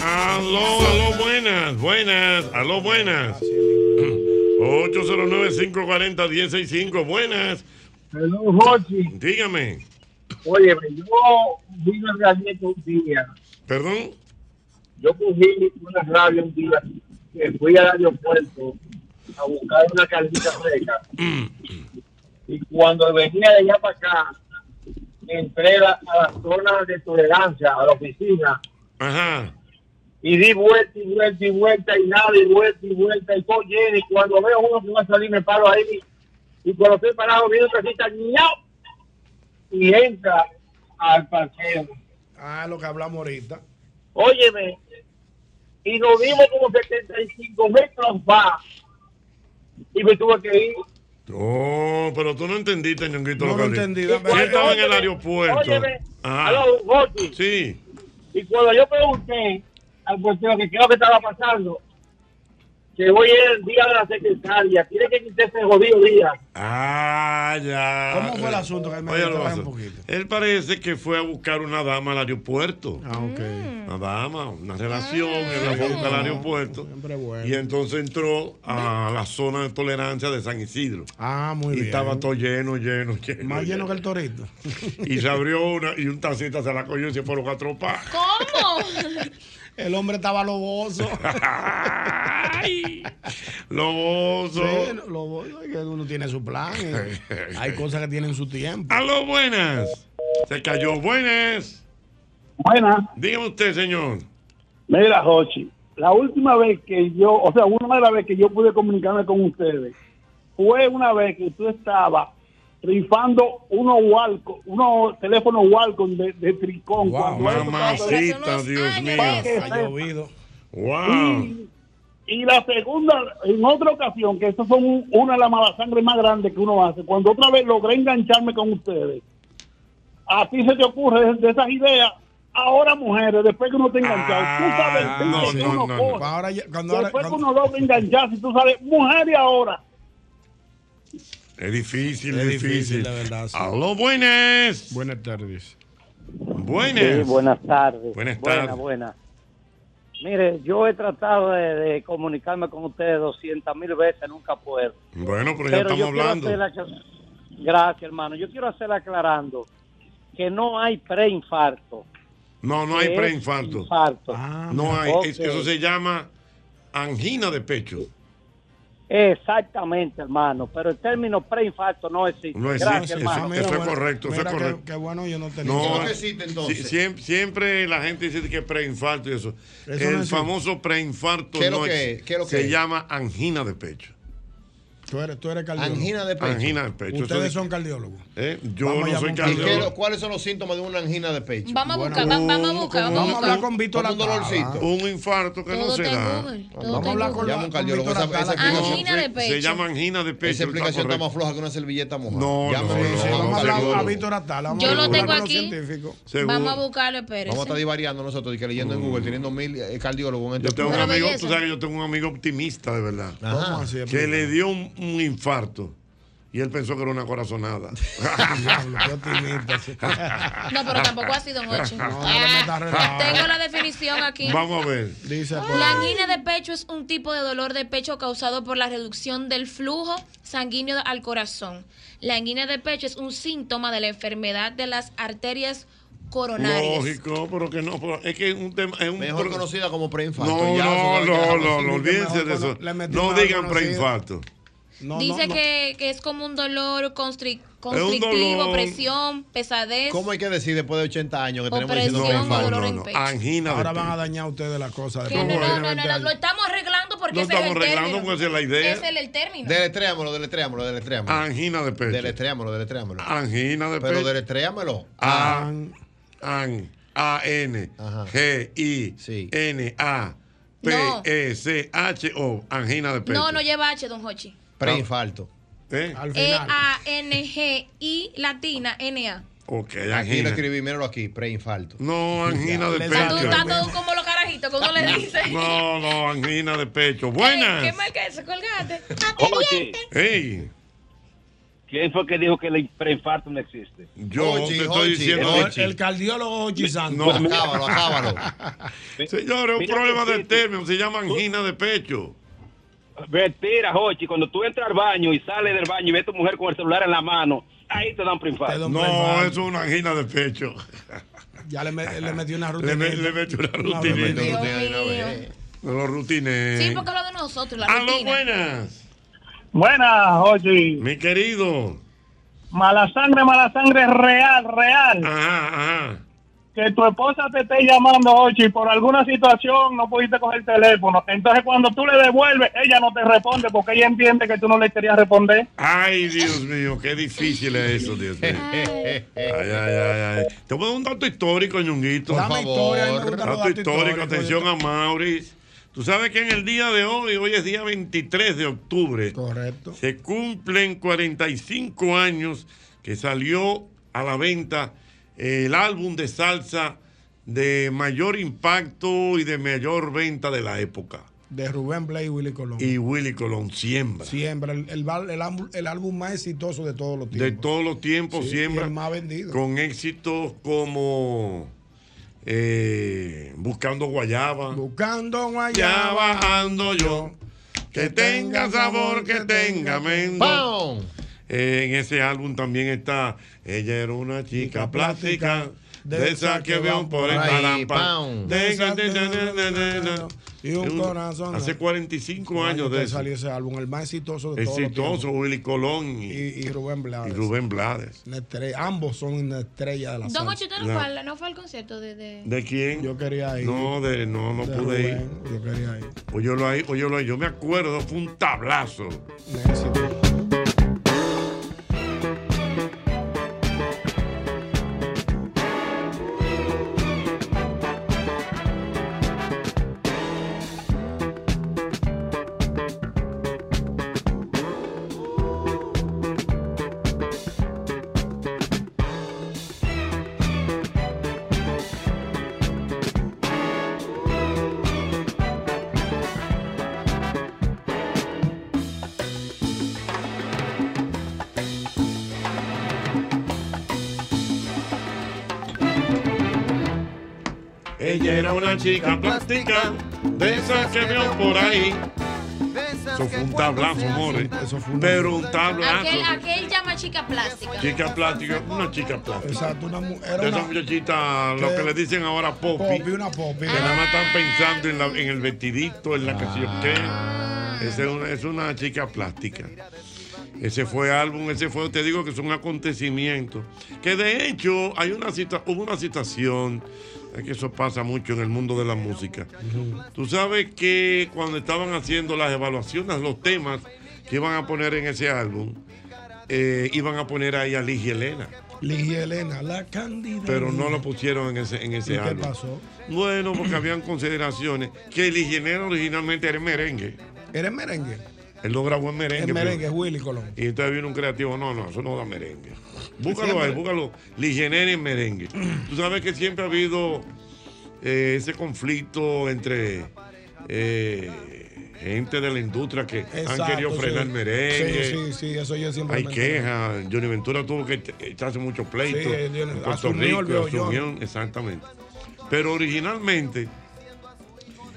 S2: Aló, aló, buenas, buenas, aló, buenas. 809-540-165, buenas. Dígame.
S10: Oye, yo vi una radio un día.
S2: ¿Perdón?
S10: Yo cogí una radio un día que fui al aeropuerto a buscar una caldita seca. y cuando venía de allá para acá, entré la- a la zona de tolerancia, a la oficina.
S2: Ajá.
S10: Y di vuelta y vuelta y vuelta y nada, y vuelta y vuelta y todo lleno. Y cuando veo uno que va a salir, me paro ahí. Y cuando estoy parado, viene otra cita, ¡no! Y entra al parqueo.
S3: Ah, lo que hablamos ahorita.
S10: Óyeme, y nos dimos como 75 metros más. Y me tuve que ir.
S2: Oh, pero tú no entendiste, ñonguito, lo que hablé.
S3: entendí,
S2: Yo
S3: dame-
S2: estaba en el
S10: Óyeme,
S2: aeropuerto.
S10: óyeme.
S2: Ajá.
S10: Aló, Gotti.
S2: Sí.
S10: Y cuando yo pregunté al portero que qué es lo que estaba pasando, que hoy es el día de la secretaria, tiene que quitarse ese jodido día.
S2: Ah, ya.
S10: ¿Cómo fue el
S3: asunto? Que
S2: Oye, lo pasó. Él parece que fue a buscar una dama al aeropuerto. Ah, ok. Una dama, una relación,
S10: Ah.
S2: él
S3: Ah,
S2: la fue a buscar al aeropuerto. Y entonces entró a la zona de tolerancia de San Isidro.
S3: Ah, muy
S2: y
S3: bien.
S2: estaba todo lleno, lleno, lleno.
S3: Más lleno que el torito.
S2: [LAUGHS] Y se abrió una y un tacita se la cogió y se fueron a tropar.
S3: [LAUGHS] ¿Cómo? El hombre estaba loboso.
S2: [LAUGHS] Loboso.
S3: Sí, loboso, que uno tiene su plan. eh.
S2: [LAUGHS]
S3: Hay cosas que tienen su tiempo.
S2: Aló, buenas. Se cayó, buenas.
S17: Buenas.
S2: Dígame usted, señor.
S17: Mira, Jochi, la última vez que yo, o sea, una de las veces que yo pude comunicarme con ustedes fue una vez que tú estabas rifando unos Walco, unos teléfonos Walcon de, de Tricón.
S3: Ah,
S17: cuando eso estaba todavía-
S2: Mamacita, Dios mío.
S17: Para que sepa.
S2: Wow.
S17: Y la segunda, en otra ocasión, que esas son un- una de las malas sangres más grandes que uno hace, cuando otra vez logré engancharme con ustedes, a ti se te ocurre de, de esas ideas, ahora mujeres, después que uno te enganchó, tú sabes, dices que uno coge.
S3: Ahora ya- cuando ahora-
S17: después que uno logra engancharse, tú sabes, mujer y ahora.
S2: Es difícil,
S3: Es
S2: es
S3: difícil,
S2: difícil.
S3: la verdad, sí.
S2: Aló, buenas.
S1: Buenas tardes.
S2: Buenas.
S6: Sí, buenas tardes.
S2: Buenas
S6: Buenas,
S2: tardes.
S6: buenas. Mire, yo he tratado de, de comunicarme con ustedes 200 mil veces, nunca puedo.
S2: Bueno, pero ya
S6: yo
S2: estamos
S6: quiero
S2: hablando.
S6: hacer la- Gracias, hermano. Yo quiero hacer aclarando que no hay preinfarto.
S2: No, no hay
S6: que es
S2: preinfarto. Ah.
S6: infarto.
S2: No hay.
S6: Ah, Ok.
S2: Es- Eso se llama angina de pecho.
S6: Exactamente, hermano. Pero el término preinfarto no existe.
S2: No existe,
S6: Gracias,
S2: eso-
S6: hermano.
S2: eso es correcto, eso es
S3: Mira, qué-
S2: correcto.
S3: Qué bueno, yo no tenía.
S2: No,
S5: existe, entonces?
S2: sí, siem- siempre, la gente dice que preinfarto y eso.
S3: Eso no
S2: el
S3: existe.
S2: famoso preinfarto
S5: ¿Qué es lo
S2: no
S5: que
S2: ex-
S5: es? ¿Qué es lo que
S2: se
S5: es?
S2: llama angina de pecho.
S3: Tú eres, tú eres cardiólogo.
S5: Angina de pecho.
S2: Angina de pecho. Eso
S3: Ustedes
S2: es-
S3: son cardiólogos.
S2: ¿eh? Yo
S3: Vamos a
S2: no
S3: llamar a
S2: soy
S5: ¿Y
S3: un
S5: qué-
S2: cardiólogo.
S5: ¿Cuáles son los síntomas de una angina de pecho?
S4: Vamos a buscar, va- vamos a buscar, vamos
S5: Vamos
S4: a
S5: a hablar
S4: buscar.
S5: con Víctor
S2: Un dolorcito.
S5: Atala.
S2: Un infarto que no
S4: Todo
S2: se
S4: está en
S2: da.
S4: Google, todo
S5: Vamos a hablar con
S2: Llama
S5: la-
S2: un
S5: con
S2: cardiólogo,
S5: Víctor
S2: esa- esa
S5: Atala.
S2: explicación-
S4: Angina de pecho.
S2: Se llama angina de pecho.
S5: Esa explicación está
S2: correcto.
S5: más floja que una servilleta mojada.
S2: No,
S5: Llama
S2: no,
S5: a
S2: no,
S5: Víctor
S2: no,
S5: Atala,
S2: no,
S5: un
S3: Habla a
S5: cardiólogo.
S3: Víctor Atala. vamos a
S4: Yo lo
S3: hablar
S4: tengo
S3: con los
S4: aquí.
S3: científicos.
S4: Vamos a buscarlo, espérese.
S5: Vamos a estar divariando nosotros y que leyendo en Google, teniendo mil eh, cardiólogos en
S2: Yo
S5: este
S2: tengo un
S5: programa.
S2: amigo, tú sabes que yo tengo un amigo optimista, de verdad.
S5: Ajá. ¿Cómo así,
S2: Que
S5: amigo?
S2: le dio un, un infarto. Y él pensó que era una corazonada.
S5: [LAUGHS]
S4: No, pero tampoco así, don
S2: [LAUGHS]
S4: Ochi.
S2: No, no le
S4: Ah,
S2: metas relajo.
S4: tengo la definición aquí.
S2: Vamos a ver.
S3: Dice
S4: La angina de pecho es un tipo de dolor de pecho causado por la reducción del flujo sanguíneo al corazón. La angina de pecho es un síntoma de la enfermedad de las arterias coronarias.
S2: Lógico, pero que no. pero es que es un tema. Es un
S5: Mejor
S2: pro-
S5: conocida como preinfarto.
S2: No,
S5: Ya,
S2: no,
S5: eso ya-
S2: no,
S5: ya-
S2: no,
S5: sí,
S2: no,
S5: que
S2: olvídense
S5: mejor
S2: de eso.
S5: cono- le metí
S2: No
S5: una
S2: digan
S5: conocida.
S2: preinfarto.
S4: Dice Que, que es como un dolor constric-
S5: dolor.
S4: constrictivo, presión, pesadez.
S5: ¿Cómo hay que decir después de 80 años que tenemos
S4: Opresión
S5: diciendo
S4: o
S5: preinfarto?
S4: dolor en pecho.
S2: Angina de
S3: Ahora van a dañar ustedes las cosas.
S4: Que no, no, no, no, lo estamos arreglando porque
S5: Lo
S4: ese es el
S5: estamos arreglando
S4: término.
S5: porque esa es la idea.
S4: Ese es el término.
S5: Deletréamelo, deletréamelo, deletréamelo.
S2: Angina de pecho.
S5: Deletréamelo, deletréamelo.
S2: Angina de
S5: Pero
S2: pecho. Ah,
S5: deletréamelo.
S2: A, an, A, N, G, I, N, A, P,
S4: No.
S2: E, C, H, O. Angina de pecho.
S4: No, no lleva H, don E Hochi.
S5: Preinfarto.
S2: ¿Eh?
S4: E-A-N-G-I latina N-A.
S2: Ok,
S5: Aquí
S2: angina.
S5: lo escribí, míralo aquí, preinfarto.
S2: No, angina de
S4: Tú
S2: pecho.
S4: estás todo como los carajitos que uno le dice.
S2: No, no, angina de pecho.
S4: ¿Qué
S2: Buenas.
S4: mal que eso? Colgate.
S18: Oye,
S2: Hey,
S18: ¿quién fue que dijo que el preinfarto no existe?
S2: yo te estoy diciendo.
S3: El, el cardiólogo Ochi Santos.
S2: No, Pues [LAUGHS] Señores, un problema de término se llama angina de pecho.
S18: Uh. Mentira, Jochi, cuando tú entras al baño y sales del baño y ves a tu mujer con el celular en la mano, ahí te dan preinfarto.
S2: No, eso es una angina de pecho.
S3: Ya le, me- le metí una rutina.
S2: [LAUGHS] Le, me- le metí una rutinita.
S4: Dios mío.
S2: Los rutines.
S4: Sí, porque lo de nosotros, la
S2: Aló,
S4: rutina.
S2: buenas.
S10: Buenas, Jochi.
S2: Mi querido.
S10: Mala sangre, mala sangre real, real.
S2: Ajá, ajá.
S10: Que tu esposa te esté llamando, Jochi, por alguna situación no pudiste coger el teléfono. Entonces, cuando tú le devuelves, ella no te responde porque ella entiende que tú no le querías responder.
S2: Ay, Dios mío, qué difícil es eso, Dios mío. Ay, ay, ay, ay. Te voy a dar un dato histórico, ñonguito.
S5: Dame historia, a mí me
S2: Un
S5: gustan los
S2: dato
S5: datos
S2: histórico,
S5: históricos,
S2: atención a Maurice. Tú sabes que en el día de hoy, hoy es día 23 de octubre.
S3: Correcto.
S2: Se cumplen 45 años que salió a la venta eh, el álbum de salsa de mayor impacto y de mayor venta de la época.
S3: De Rubén Blay y Willy Colón.
S2: Y Willy Colón siembra.
S3: Siempre, el, el, val- el álbum- el álbum más exitoso de todos los tiempos.
S2: De todos los tiempos
S3: Sí,
S2: siembra.
S3: y el más vendido.
S2: Con éxitos como eh, Buscando Guayaba.
S3: Buscando Guayaba.
S2: Guayaba ando yo. Que tenga sabor, que tenga menta. Eh, en ese álbum también está Ella era una chica plástica. De esa que veo por el
S5: Ay,
S2: parampa.
S5: pam.
S3: Y un corazón. eh,
S2: Hace 45
S3: Un año
S2: años
S3: que
S2: de eso.
S3: salió ese álbum, el más exitoso de todos. los
S2: Exitoso, Willy Colón y,
S3: tiempos. Y Rubén Blades.
S2: y Rubén Blades.
S3: Una estrella. Ambos son una estrella de la
S4: Don
S3: salsa.
S4: Ocho, ¿usted no,
S2: La-
S4: fue al, no fue al concierto de, de-
S2: ¿De quién?
S3: Yo quería ir.
S2: No, de, no, no
S3: De
S2: pude
S3: Rubén,
S2: ir.
S3: Yo quería ir.
S2: Óyelo ahí, óyelo ahí. Yo me acuerdo, fue un tablazo. Ella era una chica plástica, de esas que veo por ahí. Eso fue un tablazo, amores. Pero un tablazo.
S4: Aquel, aquel llama chica plástica.
S2: Chica plástica, una chica plástica.
S3: Exacto, una mu-
S2: De
S3: era
S2: esa
S3: una
S2: muchachita, lo que le dicen ahora Poppy,
S3: popi, una popi.
S2: que nada más están pensando en, la- en el vestidito, en la que se qué. Esa es una, es una chica plástica. Ese fue álbum, ese fue, te digo que son acontecimientos. Que de hecho, hay una cita, hubo una citación, es que eso pasa mucho en el mundo de la música. Tú sabes que cuando estaban haciendo las evaluaciones, los temas que iban a poner en ese álbum, eh, iban a poner ahí a Ligia Elena.
S3: Ligia Elena, la candidata.
S2: Pero no lo pusieron en ese, en ese
S3: ¿Y qué
S2: álbum.
S3: pasó?
S2: Bueno, porque habían consideraciones que el ingeniero originalmente era en merengue.
S3: ¿Eres merengue?
S2: Él lo grabó en merengue.
S3: El
S2: pero-
S3: merengue, Willy Colón.
S2: Y entonces vino un creativo, no, no, eso no da merengue.
S3: Sí,
S2: Búscalo ahí,
S3: pero-
S2: búscalo. Ligener en merengue. Tú sabes que siempre ha habido eh, ese conflicto entre eh, gente de la industria que
S3: Exacto,
S2: han querido frenar
S3: sí.
S2: el merengue.
S3: Sí, sí, sí, eso yo siempre.
S2: Hay
S3: me entero.
S2: quejas. Johnny Ventura tuvo que echarse muchos pleitos.
S3: Sí, Johnny-
S2: en Puerto
S3: asumió el
S2: Rico,
S3: viejo
S2: asumió, exactamente. Pero originalmente,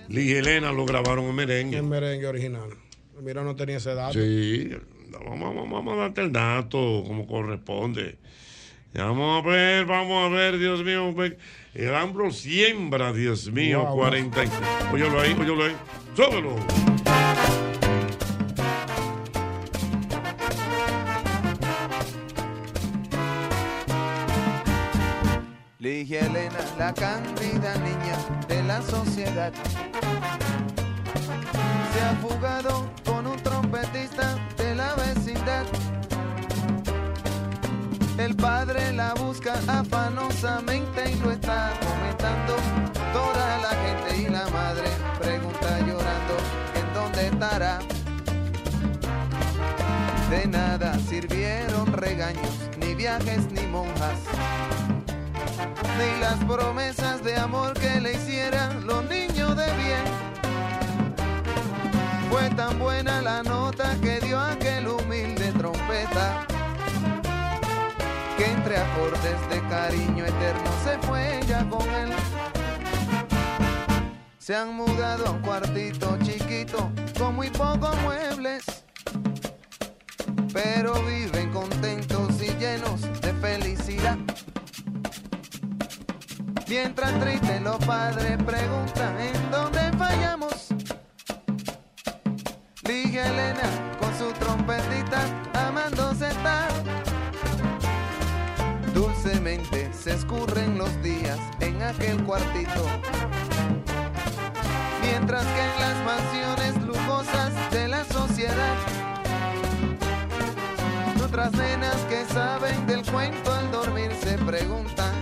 S2: Lee y Elena lo grabaron en merengue.
S3: En merengue original. Mira, no tenía ese dato.
S2: Sí, Ah, vamos, vamos- vamos a darte el dato como corresponde. Vamos a ver, vamos a ver, Dios mío. ve- El Ambro siembra, Dios mío,
S3: Wow.
S2: 45. Óyelo ahí, óyelo ahí. ¡Sóbelo!
S1: Ligia Elena, la cándida niña de la sociedad. Se ha fugado con un trompetista de la vecindad. El padre la busca afanosamente y lo está comentando toda la gente y la madre pregunta llorando en dónde estará. De nada sirvieron regaños, ni viajes ni monjas ni las promesas de amor que le hicieran los niños de bien. Fue tan buena la nota que dio aquel humilde trompeta, que entre acordes de cariño eterno se fue ella con él. Se han mudado a un cuartito chiquito con muy pocos muebles, pero viven contentos y llenos de felicidad. Mientras tristes los padres preguntan en dónde fallamos. Ligia Elena con su trompetita amándose está. Dulcemente se escurren los días en aquel cuartito. Mientras que en las mansiones lujosas de la sociedad, otras nenas que saben del cuento al dormir se preguntan.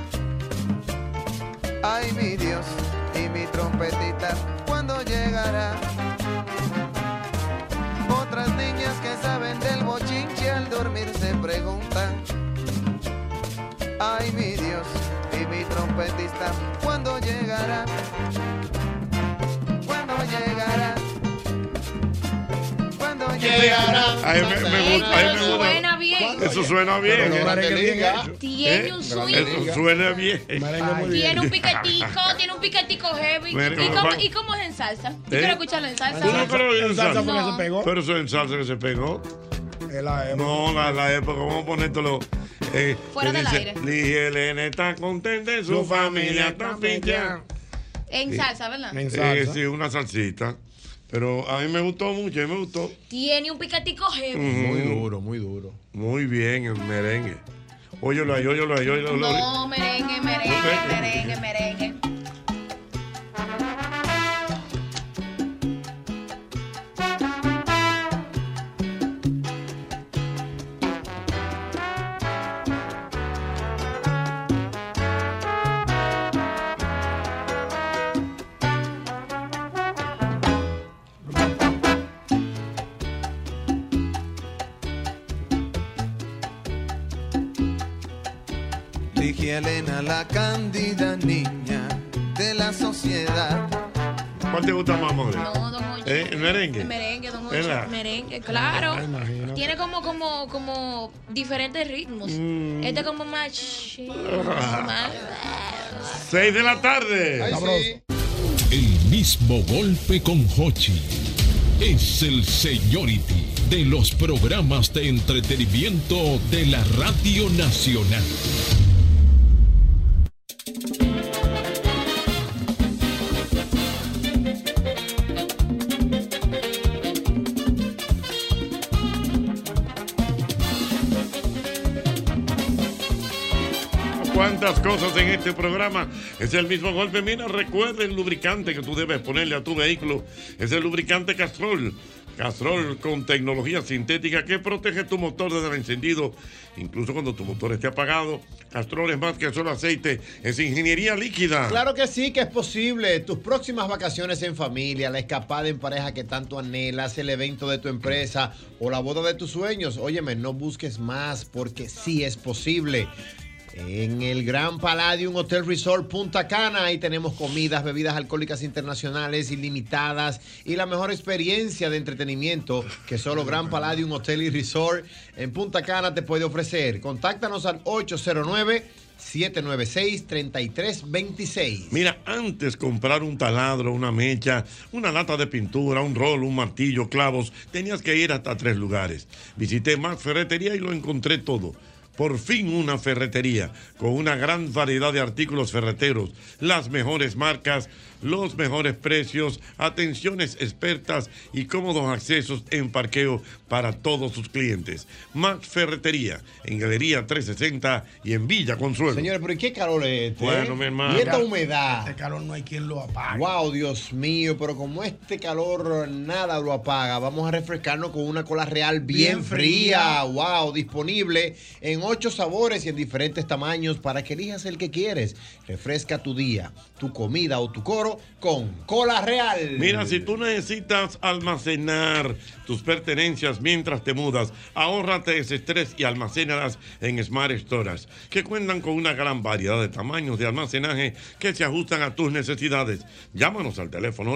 S1: Ay mi Dios y mi trompetita, ¿cuándo llegará? Otras niñas que saben del bochinche al dormir se preguntan. Ay mi Dios y mi trompetista, ¿cuándo llegará? ¿Cuándo llegará? ¿Cuándo llegará?
S2: A mí me, me gusta, a mí me gusta.
S4: Suena bien.
S2: Eso suena bien.
S3: Pero no merengue bien hecho.
S4: Tiene un swing.
S2: Eso suena bien.
S4: Tiene un piquetico, tiene un piquetico heavy.
S2: Bueno,
S4: ¿Y, cómo,
S2: bueno.
S4: y cómo es en salsa? Yo
S2: ¿Eh?
S4: quiero escucharlo en salsa.
S2: Tú no conoces
S3: En salsa fue que
S4: No.
S3: se pegó.
S2: Pero eso en salsa que se pegó. No, la, la época, vamos a ponértelo. eh,
S4: Fuera
S2: que
S4: del
S2: dice,
S4: aire.
S2: Lili Elena está contenta y su
S3: Su
S2: familia
S3: familia
S2: está
S3: está
S2: pichada.
S4: En
S2: Sí.
S4: salsa, ¿verdad?
S2: Eh, sí, una salsita. Pero a mí me gustó mucho, a mí me gustó.
S4: Tiene un picatico heavy.
S2: Muy duro, muy duro. Muy bien el merengue. Óyelo ahí, óyelo ahí, óyelo ahí.
S4: No, merengue, merengue, merengue, merengue.
S1: Ligi Elena, la cándida niña de la sociedad.
S2: ¿Cuál te gusta más, amor?
S4: No, don Ocho.
S2: Eh,
S19: [LAUGHS]
S2: el merengue.
S4: El merengue, don Ocho.
S2: ¿Verdad?
S4: Merengue, claro.
S2: Ah, imagínate.
S4: Tiene como, como, como diferentes ritmos.
S2: Mm.
S4: Este es como más. ch- más-
S2: [LAUGHS] Seis de la tarde.
S9: El mismo golpe con Hochi. Es el seniority de los programas de entretenimiento de la Radio Nacional.
S2: ¿Cuántas cosas en este programa? Es el mismo golpe. Mira, recuerda el lubricante que tú debes ponerle a tu vehículo. Es el lubricante Castrol. Castrol con tecnología sintética que protege tu motor desde el encendido, incluso cuando tu motor esté apagado. Castrol es más que solo aceite, es ingeniería líquida.
S5: Claro que sí, que es posible. Tus próximas vacaciones en familia, la escapada en pareja que tanto anhelas, el evento de tu empresa o la boda de tus sueños. Óyeme, no busques más porque sí es posible. En el Gran Palladium Hotel Resort Punta Cana, ahí tenemos comidas, bebidas alcohólicas internacionales ilimitadas y la mejor experiencia de entretenimiento que solo Gran Palladium Hotel y Resort en Punta Cana te puede ofrecer. Contáctanos al 809 796-3326.
S2: Mira, antes comprar un taladro, una mecha, una lata de pintura, un rol, un martillo, clavos, tenías que ir hasta tres lugares. Visité más ferretería y lo encontré todo. Por fin una ferretería con una gran variedad de artículos ferreteros, las mejores marcas, los mejores precios, atenciones expertas y cómodos accesos en parqueo para todos sus clientes. Más Ferretería en Galería 360 y en Villa Consuelo.
S5: Señores, pero ¿y qué calor es este?
S2: Bueno,
S5: eh?
S2: mi hermano.
S5: Y esta humedad.
S3: Este calor no hay quien lo apague.
S5: Wow, Dios mío, pero como este calor nada lo apaga, vamos a refrescarnos con una cola real bien,
S3: Bien
S5: fría.
S3: fría.
S5: Wow, disponible en ocho sabores y en diferentes tamaños para que elijas el que quieres. Refresca tu día, tu comida o tu coro con cola real.
S2: Mira, si tú necesitas almacenar tus pertenencias mientras te mudas, ahórrate ese estrés y almacénalas en Smart Storage, que cuentan con una gran variedad de tamaños de almacenaje que se ajustan a tus necesidades. Llámanos al teléfono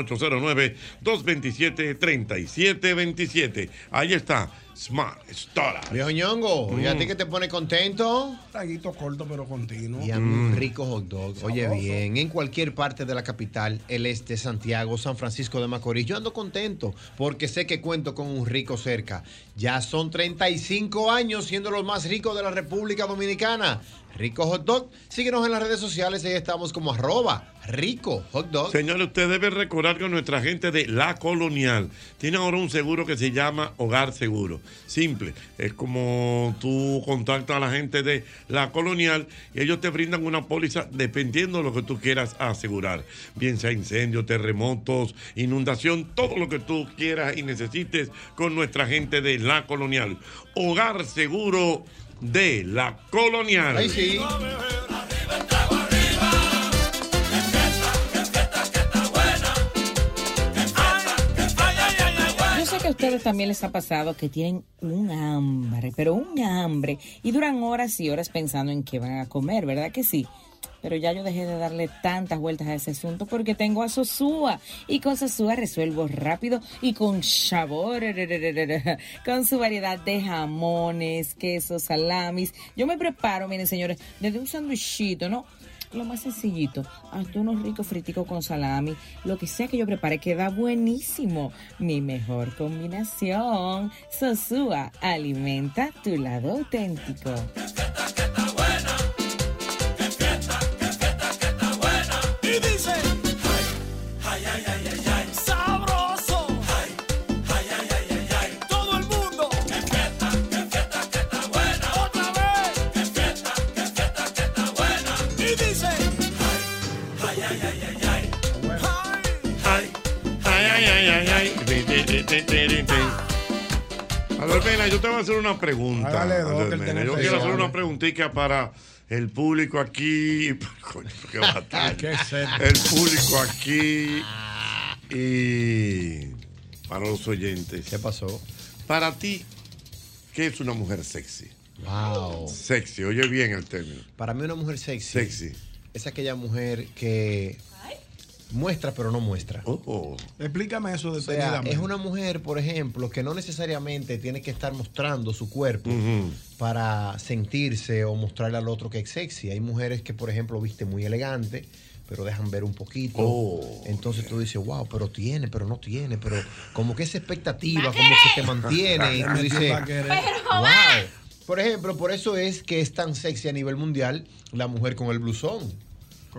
S2: 809-227-3727. Ahí está, Smart Storage.
S5: Viejo ñongo, ¿y a
S2: Mm.
S5: ti que te pone contento?
S3: Taguito corto pero continuo.
S5: Y a
S2: Mm.
S5: un rico hot dog. Oye, bien, en cualquier parte de la capital, el este, Santiago, San Francisco de Macorís, yo ando contento porque sé que cuento con un rico cerca. Ya son 35 años siendo los más ricos de la República Dominicana. Rico hot dog, síguenos en las redes sociales, ahí estamos como arroba rico hot dog.
S2: Señores, usted debe recordar que nuestra gente de La Colonial tiene ahora un seguro que se llama Hogar Seguro. Simple, es como tú contactas a la gente de La Colonial y ellos te brindan una póliza dependiendo de lo que tú quieras asegurar. Bien sea incendios, terremotos, inundación, todo lo que tú quieras y necesites con nuestra gente de La Colonial. Hogar Seguro de La Colonial.
S5: Ahí sí.
S15: Yo sé que a ustedes también les ha pasado que tienen un hambre, pero un hambre, y duran horas y horas pensando en qué van a comer, ¿verdad que sí? Pero ya yo dejé de darle tantas vueltas a ese asunto porque tengo a Sosúa. Y con Sosúa resuelvo rápido y con sabor. [LAUGHS] Con su variedad de jamones, quesos, salamis. Yo me preparo, miren señores, desde un sandwichito, ¿no? Lo más sencillito, hazte unos ricos friticos con salami, lo que sea que yo prepare queda buenísimo. Mi mejor combinación. Sosúa, alimenta tu lado auténtico.
S20: Y dice, ay, ay, ay, ay, ay, ay, sabroso. Ay, ay, ay, ay, ay, ay, todo el mundo. Que fiesta, que fiesta, que está buena. Otra vez. Que fiesta, que fiesta, que está buena. Y dice, ay, ay, ay, ay, ay, ay.
S2: Ay, ay, ay, ay, ay. Te, te, te, te, te, te, te. Albert Mena, yo te voy a hacer una pregunta.
S3: Hágale, Doc,
S2: Albert
S3: que él
S2: Mena.
S3: tiene
S2: Yo
S3: que
S2: quiero hacer
S3: saber.
S2: una preguntita para el público aquí. [LAUGHS] Coño, qué batalla.
S3: Qué serio.
S2: el público aquí y para los oyentes. ¿Qué pasó? Para ti, ¿qué es una mujer sexy?
S5: Wow.
S2: Sexy, oye bien el término.
S5: Para mí una mujer sexy.
S2: Sexy.
S5: Es aquella mujer que muestra pero no muestra.
S3: Explícame eso
S5: O sea,
S3: detenidamente.
S5: es una mujer, por ejemplo, que no necesariamente tiene que estar mostrando su cuerpo para sentirse o mostrarle al otro que es sexy. Hay mujeres que, por ejemplo, viste muy elegante, pero dejan ver un poquito. Entonces tú dices, wow, pero tiene, pero no tiene, pero como que esa expectativa, como que te [LAUGHS] mantiene. Y tú dices,
S3: Va a querer.
S5: wow. Por ejemplo, por eso es que es tan sexy a nivel mundial la mujer con el blusón.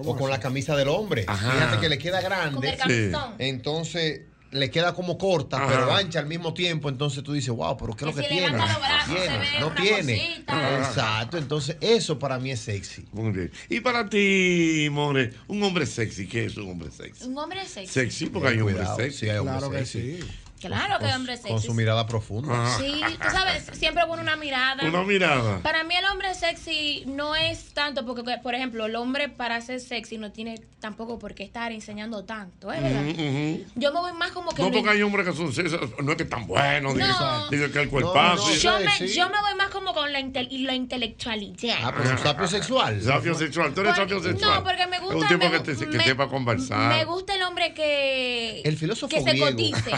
S5: O con la camisa del hombre.
S2: Ajá.
S5: Fíjate que le queda grande.
S2: Con el camisón. Sí.
S5: Entonces le queda como corta,
S2: Ajá.
S5: pero ancha al mismo tiempo. Entonces tú dices, wow, pero ¿qué es lo
S2: Que
S5: que
S2: si
S5: tiene?
S2: levanta los brazos,
S5: Tiene,
S2: se ve
S5: no
S2: una
S5: tiene.
S2: cosita.
S5: Exacto. Entonces eso para mí es sexy.
S2: Muy bien. Y para ti, More, un hombre sexy, ¿qué es un hombre sexy?
S4: Un hombre sexy.
S2: Sexy porque hay hombres
S5: Cuidado,
S2: sexy.
S5: sí, hay hombres Claro que sexy.
S4: Claro que hay hombres
S5: Con su
S4: sexy.
S5: mirada profunda.
S4: Sí, tú sabes, siempre pone una mirada.
S5: Una mirada.
S4: Para mí el hombre sexy no es tanto porque, por ejemplo, el hombre para ser sexy no tiene tampoco por qué estar enseñando tanto, ¿eh? ¿verdad?
S2: Ujú, ujú.
S4: Yo me voy más como que...
S2: Mm. No
S4: lo-
S2: porque hay hombres que son sexy, no es que tan buenos, digo,
S4: No.
S2: digo que el cuerpazo. y-
S4: yo, me, yo me voy más como con la, inte- y la intelectualidad.
S2: Ah, pero un sapio sexual. Sapio sexual, tú eres
S4: Por-
S2: sapio sexual.
S4: No, porque me gusta.
S2: Es un tipo
S4: me
S2: que, te,
S4: gu-
S2: que
S4: me-
S2: sepa
S4: Me
S2: conversar.
S4: gusta el hombre que.
S5: El filósofo
S4: Que se
S5: griego. [LAUGHS]
S4: cotice.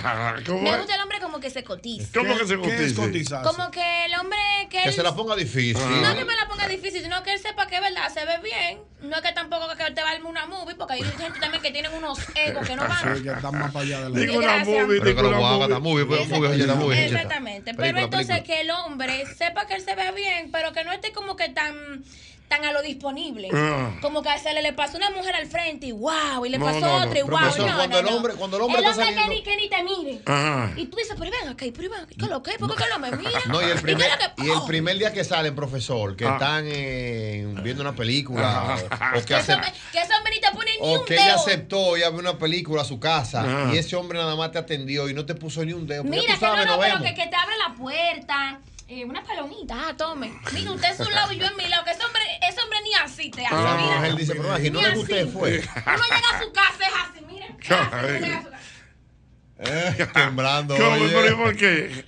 S5: ¿Cómo
S4: me
S5: es?
S4: gusta el hombre como que se cotice.
S5: ¿Cómo que se Ah. ¿Qué- qué es cotice? cotizarse?
S4: Como que el hombre que.
S5: Que
S4: él-
S5: se la ponga difícil.
S4: No que me la ponga difícil, sino que él sepa que es verdad, se ve bien. No es que tampoco que te va a darme una movie, porque hay gente también que tienen unos egos que no
S5: [LAUGHS]
S4: van.
S3: Sí, que están más para allá de la
S4: Digo, una Gracias. movie,
S5: Pero que
S3: digo,
S5: lo
S3: una
S5: haga,
S3: movie.
S5: está movie, pues,
S3: Ese-
S5: movie, oye, está movie, oye, está.
S4: Exactamente. Pero
S5: Película,
S4: entonces
S5: película.
S4: que el hombre sepa que él se ve bien, pero que no esté como que tan tan a lo disponible.
S5: Ah.
S4: Como que se le, le pasó una mujer al frente y wow, y le
S5: No,
S4: pasó
S5: no, no.
S4: otra y wow.
S5: Profesor,
S4: no,
S5: cuando
S4: no,
S5: el
S4: no.
S5: hombre- cuando el hombre está
S4: que,
S5: saliendo-
S4: ni, que ni te mire.
S5: Ajá.
S4: Y tú dices, pero ven acá, pero ven acá, ¿qué es lo que? ¿Por qué no me mira?
S5: [LAUGHS] No, y el, primer,
S4: qué es lo que-
S5: y el primer día que salen, profesor,
S2: Ah.
S5: que están eh, viendo una película o, o que,
S4: Que eso,
S5: acep-
S4: que eso hombre ni te pone ni
S5: o
S4: un
S5: que ella
S4: dedo.
S5: aceptó y abrió una película a su casa
S2: Ah.
S5: y ese hombre nada más te atendió y no te puso ni un dedo. porque
S4: Mira,
S5: tú
S4: que no,
S5: sabes,
S4: no,
S5: nos
S4: pero
S5: vemos.
S4: que, que te abre la puerta. eh, una palomita, ah, tome. Mira, usted es un lado y yo en mi lado. Que ese hombre, ese hombre ni así te hace.
S5: Ah,
S4: mira.
S5: él dice, pero aquí no le
S4: Ni
S5: usted
S4: así.
S5: fue.
S4: Uno llega a su casa, es así, mira.
S2: [LAUGHS]
S4: es así, uno llega a su casa.
S5: Eh, Temblando.
S2: ¿Cómo?
S5: oye.
S2: ¿Pero y por qué?
S4: Dice,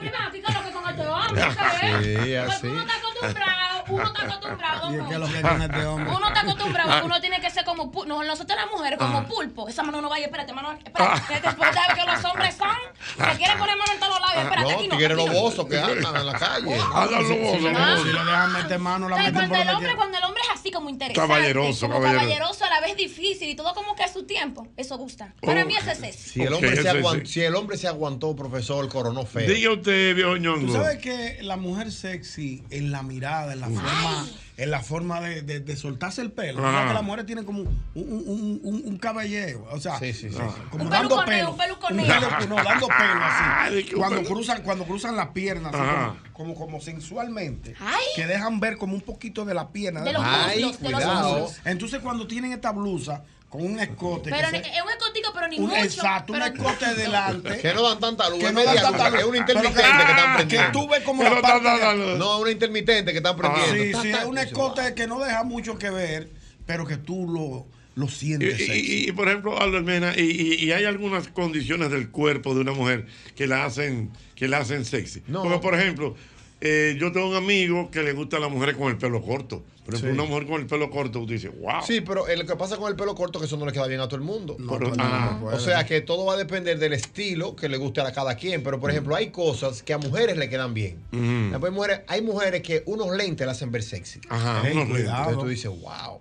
S4: pero aquí con lo que con este
S5: [LAUGHS]
S4: hombre, ¿qué es?
S5: [LAUGHS] Sí, así.
S4: Uno está acostumbrado, uno está acostumbrado.
S3: Y es
S4: ¿no?
S3: que lo que tiene este hombre.
S4: Uno está acostumbrado, que uno tiene que ser como pulpo. No, nosotros las mujeres como
S3: Ah.
S4: pulpo. Esa mano no vaya, espérate, mano, espérate, espérate, espérate, espérate, que los hombres son. Se quieren poner mano en todos los labios, espérate,
S5: Ah, No,
S4: aquí no.
S5: tigres
S4: aquí no.
S5: lobosos que andan en la calle.
S2: Andan
S3: Si- si le-
S4: Ah.
S2: lobosos.
S3: Si le dejan meter mano, la
S4: O sea,
S3: meten
S4: cuando
S3: por
S4: el
S3: donde
S4: hombre,
S3: quiera.
S4: cuando el hombre es así como interesante,
S2: Caballeroso,
S4: como
S2: caballero.
S4: caballeroso, a la vez difícil y todo como que a su tiempo, eso gusta. Para mí eso es eso.
S5: Si el,
S2: Ok,
S5: hombre se
S2: eso es-
S5: aguantó, si el hombre se aguantó, profesor, coronó feo.
S2: Diga usted, viejo
S3: Tú
S2: ñongo.
S3: sabes que la mujer sexy en la mirada, en la forma, en la forma de, de- de soltarse el pelo. Tú sabes
S2: Ajá.
S3: que las mujeres tienen como un, un, un- un- un cabelleo. O sea,
S5: sí.
S3: como
S5: Un
S3: dando
S5: peluconeo,
S3: pelo.
S5: un peluconeo.
S3: pelo, no, dando pelo
S2: Ay,
S3: así.
S2: qué
S3: Cuando
S2: pelu-
S3: cruzan, cuando cruzan las piernas, así
S2: Ajá.
S3: como, como, como sensualmente,
S4: Ay.
S3: que dejan ver como un poquito de la pierna.
S4: De los
S3: la-
S4: muslos, Ay, de los
S5: cuidado. muslos.
S3: Entonces cuando tienen esta blusa con un escote. que
S4: Pero
S3: se-
S4: ni- es un escotico, pero ni
S3: un-
S4: mucho.
S3: exacto, un
S4: pero-
S3: escote delante.
S5: Que no dan tanta luz.
S3: Que
S5: es
S3: no dan
S5: media
S3: tanta
S5: luz,
S3: luz.
S5: Es una
S3: Pero que-
S5: intermitente que, están
S3: Ah,
S5: prendiendo.
S3: que tú ves como Que la no parte dan de- tanta luz.
S5: No, una intermitente que
S2: Ah.
S5: están prendiendo.
S3: Sí,
S5: Ta,
S3: sí,
S5: ta.
S3: es un escote que no deja mucho que ver, pero que tú lo, lo
S2: Y,
S3: sientes. sexy.
S2: y- y- y, por ejemplo, Albert Mena, y, y- y hay algunas condiciones del cuerpo de una mujer que la hacen, que la hacen sexy. Porque, por ejemplo, eh, yo tengo un amigo que le gusta a las mujeres con el pelo corto. Por ejemplo,
S5: Sí.
S2: una mujer con el pelo corto, tú dices, wow.
S5: Sí, pero eh, lo que pasa con el pelo corto es que eso no le queda bien a todo el mundo.
S2: Pero- todo el mundo no puede.
S5: o sea que todo va a depender del estilo que le guste a cada quien. Pero, por ejemplo, hay cosas que a mujeres le quedan bien.
S2: Mm.
S5: Hay mujeres, hay mujeres que unos lentes la hacen ver sexy.
S2: Ajá,
S5: Ey,
S2: unos lentes.
S5: cuidado. Entonces tú dices, wow.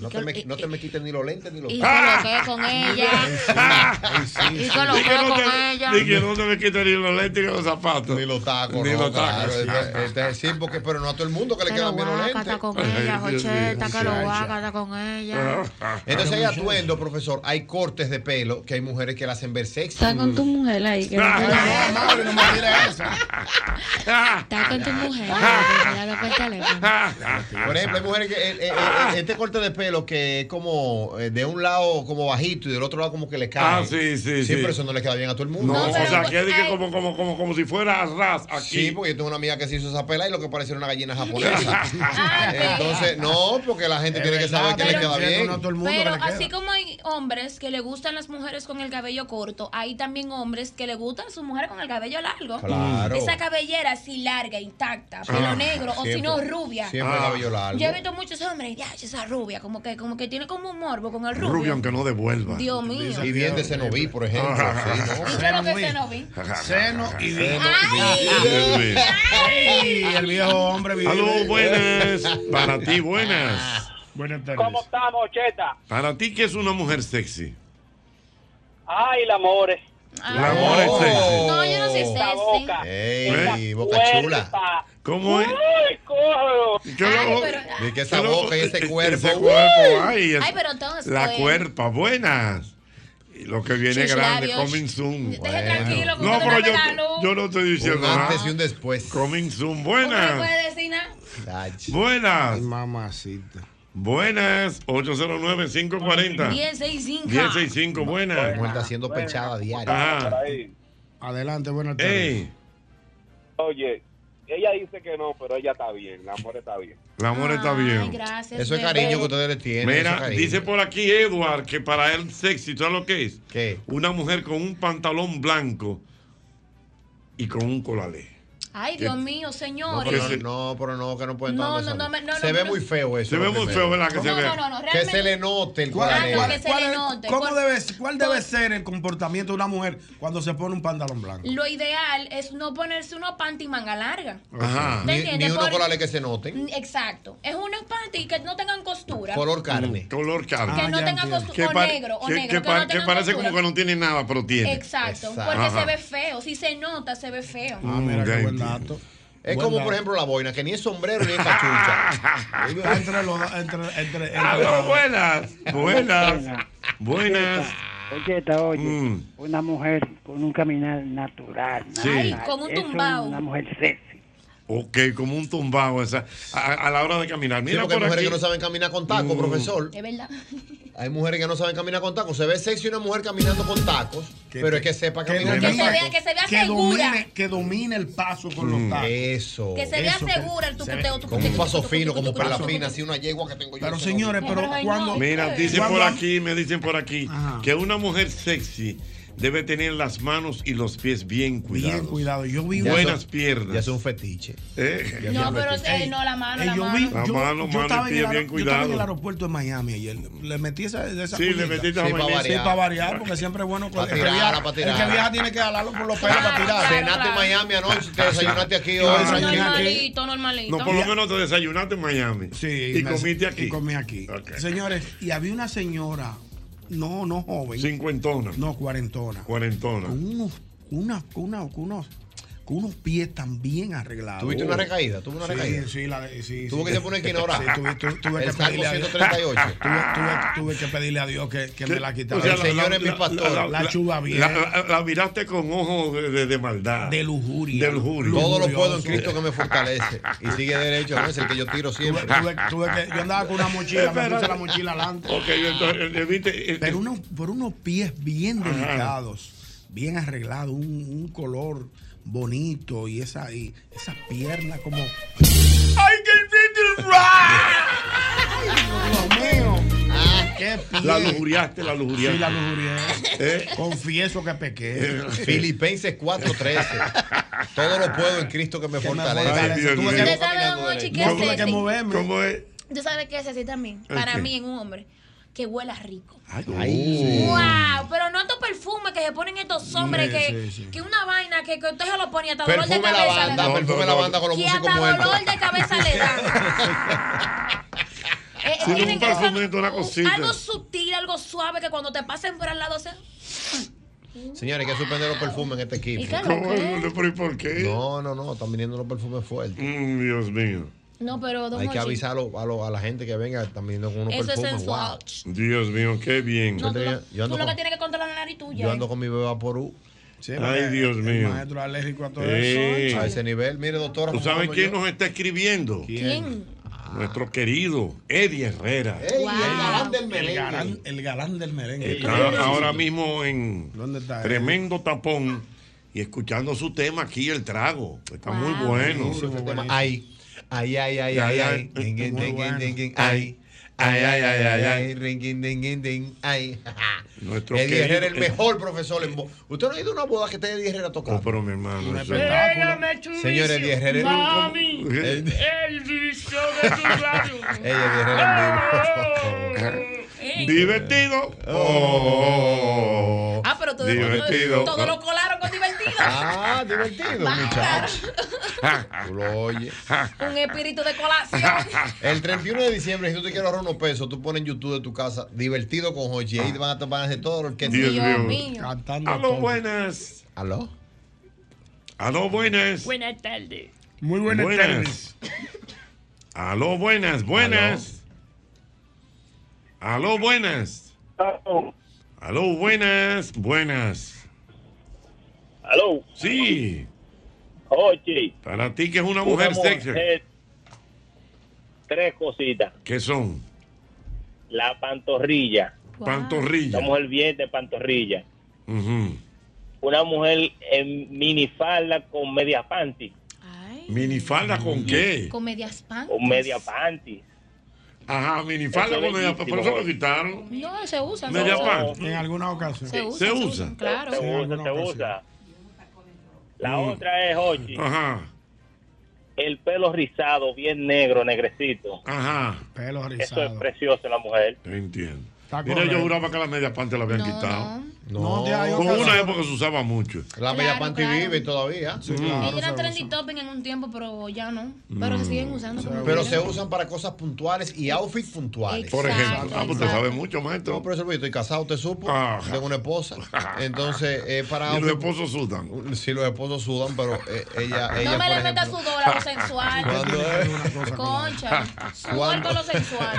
S5: No te, me, no te me quiten ni los lentes ni los
S4: Y
S5: ¡Ah!
S2: [LAUGHS]
S4: coloqué con ella. Y
S2: Di que
S4: coloqué
S2: no
S4: con
S2: te-
S4: ella.
S2: di que no te me quiten ni los lentes ni los zapatos.
S5: Ni los tacos.
S2: Ni
S5: no,
S2: los
S5: claro,
S2: tacos.
S5: este- este es decir, porque, pero no a todo el mundo que le
S4: Que lo
S5: quedan bien los
S4: guácata
S5: lentes.
S4: con ella, Jocheta, que lo guácata con
S5: Ah.
S4: ella.
S2: [LAUGHS]
S5: Entonces hay atuendo, profesor, hay cortes de pelo que hay mujeres que la hacen ver sexy.
S4: Está con tu mujer ahí.
S5: Ah.
S4: Que no te-
S3: Ah,
S5: madre, no me digas eso.
S2: [LAUGHS]
S4: Está con tu mujer. Claro, por teléfono.
S5: Por ejemplo, hay mujeres que eh, eh, eh, este corte de pelo que es como eh, de un lado como bajito y del otro lado como que le cae.
S2: Ah, sí, sí, sí.
S5: pero eso no le queda bien a todo el mundo.
S2: No, o sea, que es como, como, como, como si fuera a ras aquí.
S5: Sí, porque yo tengo una amiga que se hizo esa pela y lo que parecía era una gallina
S4: [LAUGHS]
S5: japonesa.
S4: Ah,
S5: Entonces, no, porque la gente tiene que saber que le queda bien.
S4: Pero así como hay hombres que le gustan las mujeres con el cabello corto, hay también hombres que le gustan su mujer con el cabello largo. Mm.
S5: Claro.
S4: Esa cabellera así larga, intacta, pelo
S5: Ah,
S4: negro o si
S5: siempre.
S4: no rubia.
S5: Siempre cabello largo.
S4: Yo he visto muchos hombres, ya, esa rubia, como que, como que tiene como un morbo con el rubio.
S2: Rubio, aunque no devuelva.
S4: Dios mío.
S5: Y bien de Cenoví, por
S2: [LAUGHS]
S5: ejemplo. sí, ¿no?
S4: ¿Y qué es lo que se no vi?
S3: Seno y vino.
S5: Ah.
S2: Ay.
S3: Ay, el viejo hombre vive.
S2: Aló, buenas. Para ti, buenas.
S3: Buenas
S2: tardes.
S8: estamos, Cheta?
S2: Para ti, ¿qué es una mujer sexy?
S8: Ay, la amores.
S2: La amor es sexy.
S4: No, yo no soy
S6: Oh.
S8: Esta
S4: sexy.
S8: boca.
S5: Ey, boca chula.
S2: ¿Cómo es?
S8: Ay, cógelo.
S2: Yo lo-
S5: De que esa boca y ese cuerpo.
S2: Ese cuerpo, ay, es-
S4: Ay, pero entonces.
S2: La
S4: pues,
S2: cuerpa, buenas. Y Lo que viene
S4: Sus
S2: grande,
S4: labios.
S2: coming soon.
S4: Deje tranquilo, que
S2: No,
S4: usted
S2: pero
S4: no me da
S2: yo,
S4: luz.
S2: yo no estoy diciendo
S5: Un
S2: nada.
S5: antes y un después.
S2: Coming soon,
S4: ¿Usted
S2: buenas.
S4: puede decir nada?
S2: Buenas.
S3: Mamacita.
S2: Buenas, 809-540.
S4: 1065.
S2: 1065, buenas. Ah.
S5: Muerta haciendo pechada
S2: Ajá.
S3: Adelante, buenas tardes.
S2: Ey,
S11: Oye, ella dice que no, pero ella está bien, la amor está bien.
S2: el amor está bien.
S4: gracias.
S5: Eso es cariño que ustedes le tienen. eso es
S2: Mira,
S5: cariño.
S2: dice por aquí Edward que para él sexy, ¿sabes lo que es? Una mujer con un pantalón blanco y con un colalé.
S4: Ay, Dios
S2: Que-
S4: mío,
S5: No,
S4: señores.
S5: pero no, no, pero no, que no pueden
S4: No,
S5: tomar
S4: no,
S5: esa-
S4: no, me- no,
S5: Se
S4: no,
S5: ve
S4: no.
S5: muy feo eso.
S2: Se ve
S5: lo
S2: muy
S5: primero.
S2: feo, ¿verdad? Que se No, vea. no,
S4: no, no,
S5: Que
S4: realmente-
S5: se le note el
S3: ¿Cuál,
S5: cuadrero.
S3: cuál-
S4: que se
S3: cuál
S4: le
S3: es-
S4: note, pues.
S3: ¿cómo
S4: por-
S3: debe, ser- ¿Cuál debe ser el comportamiento de una mujer cuando se pone un pantalón blanco?
S4: Lo ideal es no ponerse unos panty manga larga.
S5: Ajá.
S4: ¿Te
S5: Ni,
S4: entiendes?
S5: ni uno
S4: Por-
S5: con la ley que se note.
S4: Exacto. Es unos panty que no tengan costura.
S5: Color carne.
S2: Color carne.
S4: Que no tenga costura.
S2: Que
S4: o
S2: par-
S4: negro, o
S2: que-
S4: negro.
S2: que
S4: que
S2: par-
S4: no
S2: que
S4: tenga
S2: parece
S4: costura.
S2: como que no tiene nada, pero tiene.
S4: Exacto. Porque
S2: Ajá.
S4: se ve feo. Si se nota, se ve feo.
S2: Ah, mira, qué buen
S3: dato.
S5: Es
S3: Buen
S5: como,
S3: dato.
S5: por ejemplo, la boina, que ni es sombrero ni es cachucha.
S3: [LAUGHS] entre los entre, entre, entre
S2: Aló, buenas. Buenas. Buenas. Mm.
S13: Oye, oye, una mujer con un caminar natural.
S2: Sí. Ay,
S13: natural.
S4: con un
S13: Eso es
S4: tumbao.
S13: Una mujer sexy.
S2: Ok, como un tumbado esa, a, a la hora de caminar.
S5: Sí,
S2: Mira
S5: porque hay
S2: por
S5: mujeres
S2: aquí.
S5: que no saben caminar con
S3: Mm.
S5: tacos, profesor.
S4: Es verdad.
S5: Hay mujeres que no saben caminar con tacos. Se ve sexy una mujer caminando con tacos, pero es que sepa caminar
S4: Que
S5: con
S4: se vea,
S5: tacos.
S4: que se vea
S3: que
S4: segura.
S3: domine, que domine el paso con los tacos.
S5: Mm. Eso.
S4: Que se vea segura el tucuteo,
S5: Con un
S4: tucuteo.
S5: paso fino, como perla
S3: tucu,
S5: fina, así una yegua que tengo yo.
S3: Pero,
S5: se lo
S3: señores,
S5: digo.
S3: pero Pero, cuando-
S2: Mira, dicen
S3: Cuando-
S2: por aquí, me dicen por aquí, que una mujer sexy debe tener las manos y los pies bien cuidados.
S3: Bien cuidado. Yo vi
S2: Buenas piernas.
S5: Ya es un fetiche.
S2: ¿Eh?
S4: No, pero
S5: este.
S4: se, no, la mano,
S3: Ey,
S4: la
S3: yo
S4: mano.
S3: vi,
S2: La
S3: yo,
S2: mano,
S3: yo
S2: mano,
S3: estaba
S2: pie
S3: en el,
S2: bien
S3: aer- yo estaba en el
S2: cuidado.
S3: aeropuerto de Miami ayer. Le metí esa, de esa
S2: Sí, le
S3: puñita.
S2: metiste esa
S3: sí, para
S2: vainita.
S3: variar. Sí, para variar, porque siempre es bueno.
S5: Pa'
S3: el que
S5: tirar,
S3: viaja-
S5: pa'
S3: El
S5: tirar.
S3: que viaja tiene que jalarlo por los pelos para Ah,
S5: Cenaste
S3: tirar.
S5: en Miami anoche, te desayunaste aquí
S3: Claro,
S5: hoy.
S3: señor.
S4: Normalito, normalito.
S2: No, por lo menos te desayunaste en Miami.
S3: Sí.
S2: Y
S3: me-
S2: comiste aquí.
S3: Y comí aquí. Señores, y había una señora, no, no joven.
S2: Cincuentona.
S3: No, cuarentona.
S2: Cuarentona.
S3: Con unos, una, con una- con unos, con unos pies tan bien arreglados.
S5: ¿Tuviste una recaída? ¿Tuvo una
S3: Sí,
S5: recaída?
S3: Sí, la de- sí,
S5: ¿Tuvo
S3: sí.
S5: que se poner esquina ahora?
S3: Sí, tuve, tu- tuve
S5: El
S3: que
S5: saco
S3: pedirle a Dios.
S5: 138.
S3: Tuve, tuve- tuve que pedirle a Dios que, que me la quitara.
S2: O sea,
S3: El Señor es mi pastor. La, chuva bien.
S2: La, la- la miraste con ojos de, de- de maldad. De
S3: lujuria.
S2: De lujuria.
S5: Todo lo puedo en Cristo que me fortalece. Y sigue derecho, ¿no? es el que yo tiro siempre.
S3: Tuve- tuve que- Eh,
S5: [LAUGHS]
S3: yo andaba con una mochila, me puse la mochila adelante.
S2: [LAUGHS] Ok, entonces, eh, viste, eh,
S3: Pero unos, por unos pies bien
S2: Ajá.
S3: delicados, bien arreglados, un, un color bonito y esa, y esa pierna como. ¡Ay, qué difícil! ¡Ay, Dios mío!
S11: Ah,
S3: ¡Qué pie!
S2: [LAUGHS] La lujuriaste, la lujuriaste. ¿Eh?
S3: Sí, la lujurié. Confieso que pequé.
S5: [LAUGHS] Filipenses 4:13. Todo lo puedo en Cristo que me
S3: fortalece.
S5: fortalece.
S3: Tuve
S4: que- Usted sabe, don Ochi, que es
S5: Tuve
S4: sexy.
S2: ¿Cómo es?
S4: ¿Tú sabes qué es así también?
S5: ¿El
S4: Para
S5: qué?
S4: mí, en un hombre, que huela rico.
S5: Ay.
S4: ¡Wow! Pero no estos perfumes que se ponen estos hombres
S5: Sí,
S4: que, que una vaina que, que usted se lo pone y hasta dolor de
S5: Perfume la
S4: cabeza le
S5: banda,
S4: da.
S5: perfume la banda con los
S4: que
S5: músicos
S4: hasta dolor
S5: muertos.
S4: de cabeza le da. Eh,
S2: Sí, un
S4: tienen que usar
S2: perfumito, una cosita.
S4: Algo sutil, algo suave que cuando te pasen por al lado sea.
S5: [LAUGHS] Señores, hay que suspender los perfumes en este equipo.
S4: ¿Y qué lo ¿Cómo? que?
S2: por qué? Mm,
S5: No, no, no, están viniendo los perfumes fuertes.
S2: Dios mío.
S4: No, pero don
S5: Hay que
S4: Hochi,
S5: avisar a, lo- a lo- a la gente que venga, están viniendo con unos
S4: Eso es
S5: perfumes.
S4: sensual.
S5: Wow.
S2: Dios mío, qué bien.
S4: No, tú, lo,
S5: Yo ando
S4: tú lo
S5: con-
S4: que tienes que controlar la nariz tuya.
S5: Yo ando con mi bebé porú.
S2: Ay, Dios mío.
S3: maestro alérgico a todo
S2: Eh.
S3: eso.
S5: A ese nivel, mire, doctora.
S2: ¿Tú
S5: ¿cómo
S2: sabes
S5: ando
S2: quién
S5: yo?
S2: nos está escribiendo?
S4: ¿Quién?
S2: Nuestro querido Eddie Herrera.
S5: Ey, el galán del
S3: El
S5: merengue.
S3: galán, el galán del merengue.
S2: Está ahora mismo en
S3: está él?
S2: tremendo tapón y escuchando su tema aquí, el trago. Está muy bueno. eh, Este
S5: Ay, ay, ay, ay, ay, ay. Ding, ding, ding, ding, ding, ding. Ay, ay, ay, ay, ay, ay. Ring, ding, ding, ding, ding. Ay. [LAUGHS]
S2: Nuestro
S5: Eddie
S2: querido-
S5: Herrera, el mejor profesor en voz. ¿Usted no ha ido a una boda que esté Eddie Herrera tocando?
S2: pero mi hermano.
S5: Un
S2: eso-
S5: espectáculo. Señor Eddie Herrera.
S7: Mami,
S5: Eddie
S7: el vicio de tu
S11: [LAUGHS]
S7: radio.
S5: Eddie Herrera en vivo.
S2: Divertido. Oh.
S4: Ah, pero todo,
S2: Divertido.
S4: todo lo colaron con divertido.
S5: Ah, divertido, muchacho.
S2: Ah. [LAUGHS]
S5: Tú lo oyes.
S4: Un espíritu de colación.
S5: [LAUGHS] El 31 de diciembre, si tú te quieres ahorrar unos pesos, tú pones en YouTube de tu casa, divertido con Hochi. Ahí te van a tapar hacer todo lo que
S2: Dios Dios mío. mío.
S5: Cantando.
S2: Aló, buenas.
S5: Aló.
S2: Aló, buenas.
S7: Buenas tardes.
S3: Muy buenas, tardes.
S2: Aló, buenas, buenas. Aló, buenas. Aló, buenas, buenas.
S12: Aló.
S2: Sí.
S12: Oye.
S2: Para ti que es una mujer, sexy.
S12: Tres cositas.
S2: ¿Qué son?
S12: La pantorrilla.
S2: Pantorrilla.
S12: La mujer bien de pantorrilla.
S2: Ujú.
S12: Una mujer en minifalda con media panty.
S2: ¿Minifalda con qué? Ah,
S4: Con medias pan.
S12: Con media panty.
S2: Ajá,
S12: Eso
S2: minifalda
S12: es
S2: con media panty. Por eso lo
S12: bellísimo.
S2: quitaron.
S4: No, se usa. se
S2: Media
S4: usa.
S2: panty.
S3: En alguna ocasión.
S4: Se usa.
S2: Se usa.
S4: Claro.
S12: Se usa, se
S2: pues
S12: usa. La
S2: Mm.
S12: otra es, oye,
S2: Ajá,
S12: el pelo rizado, bien negro, negrecito.
S2: ajá.
S3: Pelo
S12: Eso es precioso en la mujer.
S2: Te entiendo.
S12: Está
S2: Mira, yo
S12: correcto.
S2: juraba que la media panty la habían quitado.
S5: No, ya hay
S2: con
S5: otra
S2: una
S5: cosa.
S2: época se usaba mucho.
S5: La media
S4: Claro,
S5: panty
S4: claro.
S5: vive todavía.
S2: Sí, claro, Mm.
S4: Ella era trendy topping en un tiempo, pero ya no. Pero se siguen usando. como
S5: Pero
S4: quiera.
S5: se usan para cosas puntuales y outfits puntuales.
S2: Por ejemplo. Ah, pues usted sabe mucho, maestro.
S5: No, pero eso, yo estoy casado, usted supo. Tengo una esposa. Entonces, es para.
S2: [LAUGHS] Y los esposos sudan.
S5: Sí, los esposos sudan, pero eh, ella.
S2: [LAUGHS]
S4: No
S5: ella
S4: me
S5: por
S4: le metas
S5: ejemplo-
S4: sudor a lo sensual.
S5: [LAUGHS] Cuando
S4: Concha. Sudor con lo sensual.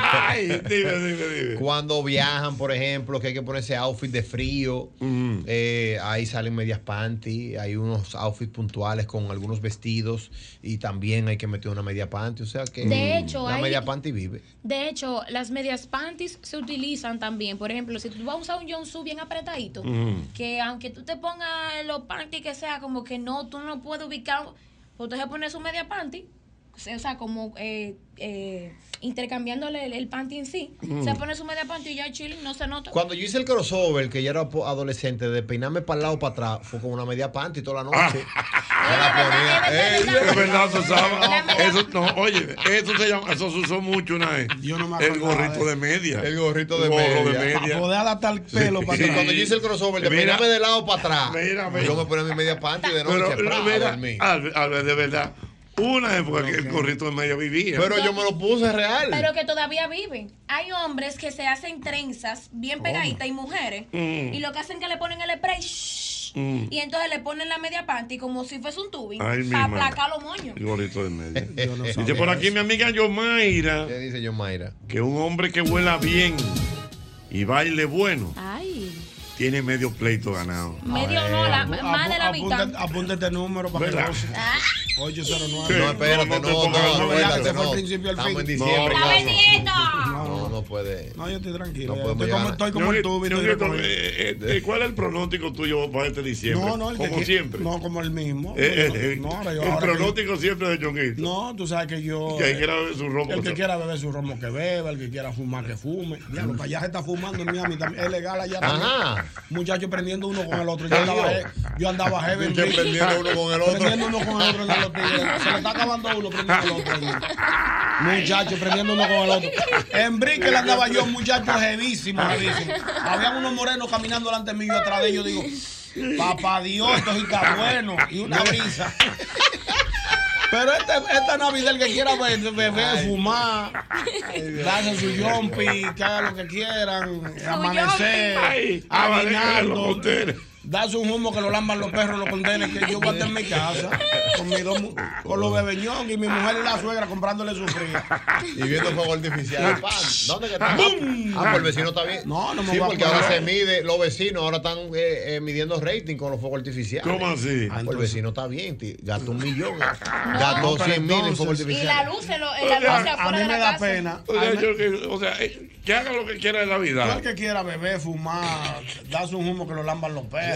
S5: Cuando viajan, por ejemplo, que hay que ponerse outfit de frío,
S2: Mm.
S5: eh, ahí salen medias panty, hay unos outfits puntuales con algunos vestidos y también hay que meter una media panty, o sea que
S4: De hecho,
S5: la
S4: hay-
S5: media panty vive.
S4: De hecho, las medias panties se utilizan también. Por ejemplo, si tú vas a usar un jumpsuit bien apretadito,
S5: Ujú.
S4: que aunque tú te pongas los panties que sea, como que no, tú no puedes ubicar, pues tú se pones su media panty, o sea, o sea, como eh, eh, intercambiándole el, el panty en sí,
S5: Ujú.
S4: se pone su media panty y ya chilling, no se nota.
S5: Cuando yo hice el crossover, que ya era po- adolescente, de peinarme para el lado para atrás, fue con una media panty toda la
S2: Ah,
S5: noche.
S2: Ey, es verdad, se usaba. Eso, no, oye, eso se llama, eso se usó mucho una vez. el gorrito de media.
S5: El gorrito de
S2: Gorro
S5: media.
S2: de
S3: Para poder adaptar el pelo para
S5: Sí,
S3: atrás.
S5: cuando yo hice el crossover, de
S2: Mira.
S5: peinarme de lado para atrás,
S2: Mira, mira.
S5: yo me ponía mi media panty de noche.
S2: Pero,
S5: pra, a
S2: mira,
S5: dormir.
S2: Albert, Albert, de verdad, una época que el gorrito de media vivía.
S5: Pero yo me lo puse real.
S4: Pero que todavía viven. Hay hombres que se hacen trenzas
S5: Oh.
S4: bien pegaditas y mujeres,
S2: Mm.
S4: y lo que hacen es que le ponen el spray. shh,
S2: Mm.
S4: Y entonces le ponen la media panty como si fuese un tubing
S2: Ay, mi
S4: para
S2: madre.
S4: aplacar los moños.
S2: El gorrito de media.
S5: no
S2: dice
S5: sabía
S2: por aquí mi amiga Yomaira. ¿Qué
S5: dice Yomaira?
S2: Que un hombre que vuela bien y baile bueno
S4: Ay.
S2: tiene medio pleito ganado.
S4: Medio no, la,
S3: Apu-
S4: más de la mitad.
S3: apúntate- Apúntate este número para que
S2: ¿Verdad?
S3: lo use. 809.
S5: No, espérate, no, no, no,
S3: ¿verdad?
S5: espérate,
S3: Ese fue
S5: no.
S3: el principio al
S5: Estamos
S3: fin.
S5: en diciembre,
S3: No,
S5: no,
S3: no.
S5: no. No, no puede.
S3: No, yo estoy tranquilo.
S5: No
S3: ya.
S5: podemos
S3: estoy como,
S5: llegar.
S3: estoy como el
S2: Ñonguito,
S3: tubo. y estoy
S2: Ñonguito,
S3: tranquilo.
S2: eh, eh, ¿Cuál es el pronóstico tuyo para este diciembre?
S3: No, no, el que
S2: Como
S3: quie-
S2: siempre.
S3: No, como el mismo.
S2: Eh,
S3: No,
S2: eh,
S3: no, ahora yo-
S2: el
S3: ahora que-
S2: pronóstico siempre de Jonguito.
S3: No, tú sabes que yo.
S2: Que ahí quiera beber su romo,
S3: El que
S2: ¿no?
S3: quiera beber su romo que beba, el que quiera fumar que fume. Ya, lo que allá se está fumando en Miami también. Es legal allá también.
S5: Ajá.
S3: Muchachos prendiendo uno con el otro. Yo andaba,
S5: Dios.
S3: yo andaba heavy.
S5: Que prendiendo uno con el otro.
S3: Prendiendo uno con el
S5: [LAUGHS]
S3: otro. en los tigres. Se le está acabando uno, prendiendo el otro. Muchachos, prendiendo uno con el otro. En Brickell andaba yo, muchachos, jevísimo, jevísimo. Habían unos morenos caminando delante mío y atrás de ellos. Digo, papá Dios, esto sí está bueno. Y una brisa. Pero este, esta Navidad el que quiera be- beber, fumar, darse su yompi, que haga lo que quieran, amanecer,
S2: Ay,
S3: caminando,
S2: abanero,
S3: darse un humo que lo lamban los perros, los condenes, que yo voy a estar en mi casa con, mis dos mu- con los bebeñón y mi mujer y la suegra comprándole su fría.
S5: Y viendo fuego artificial. ¡Pam! ¿Dónde que está? Ah, pues el vecino está bien.
S3: No, no me
S5: Sí,
S3: voy a
S5: porque ahora
S3: acordar.
S5: se mide, los vecinos ahora están eh, eh, midiendo rating con los fuegos artificiales.
S2: ¿Cómo así?
S5: Ah, pues el vecino está bien, ti- gastó
S2: [LAUGHS]
S5: un millón,
S2: No.
S5: gastó
S2: pero
S5: 100 mil en
S2: entonces-
S5: fuegos
S4: Y la
S5: artificiales.
S4: luz, en lo- en la luz de afuera de la casa.
S2: O sea, yo que- o sea, eh, que haga lo que quiera en la
S3: Todo
S2: vida.
S3: el que quiera beber, fumar, darse un humo que lo lamban los perros,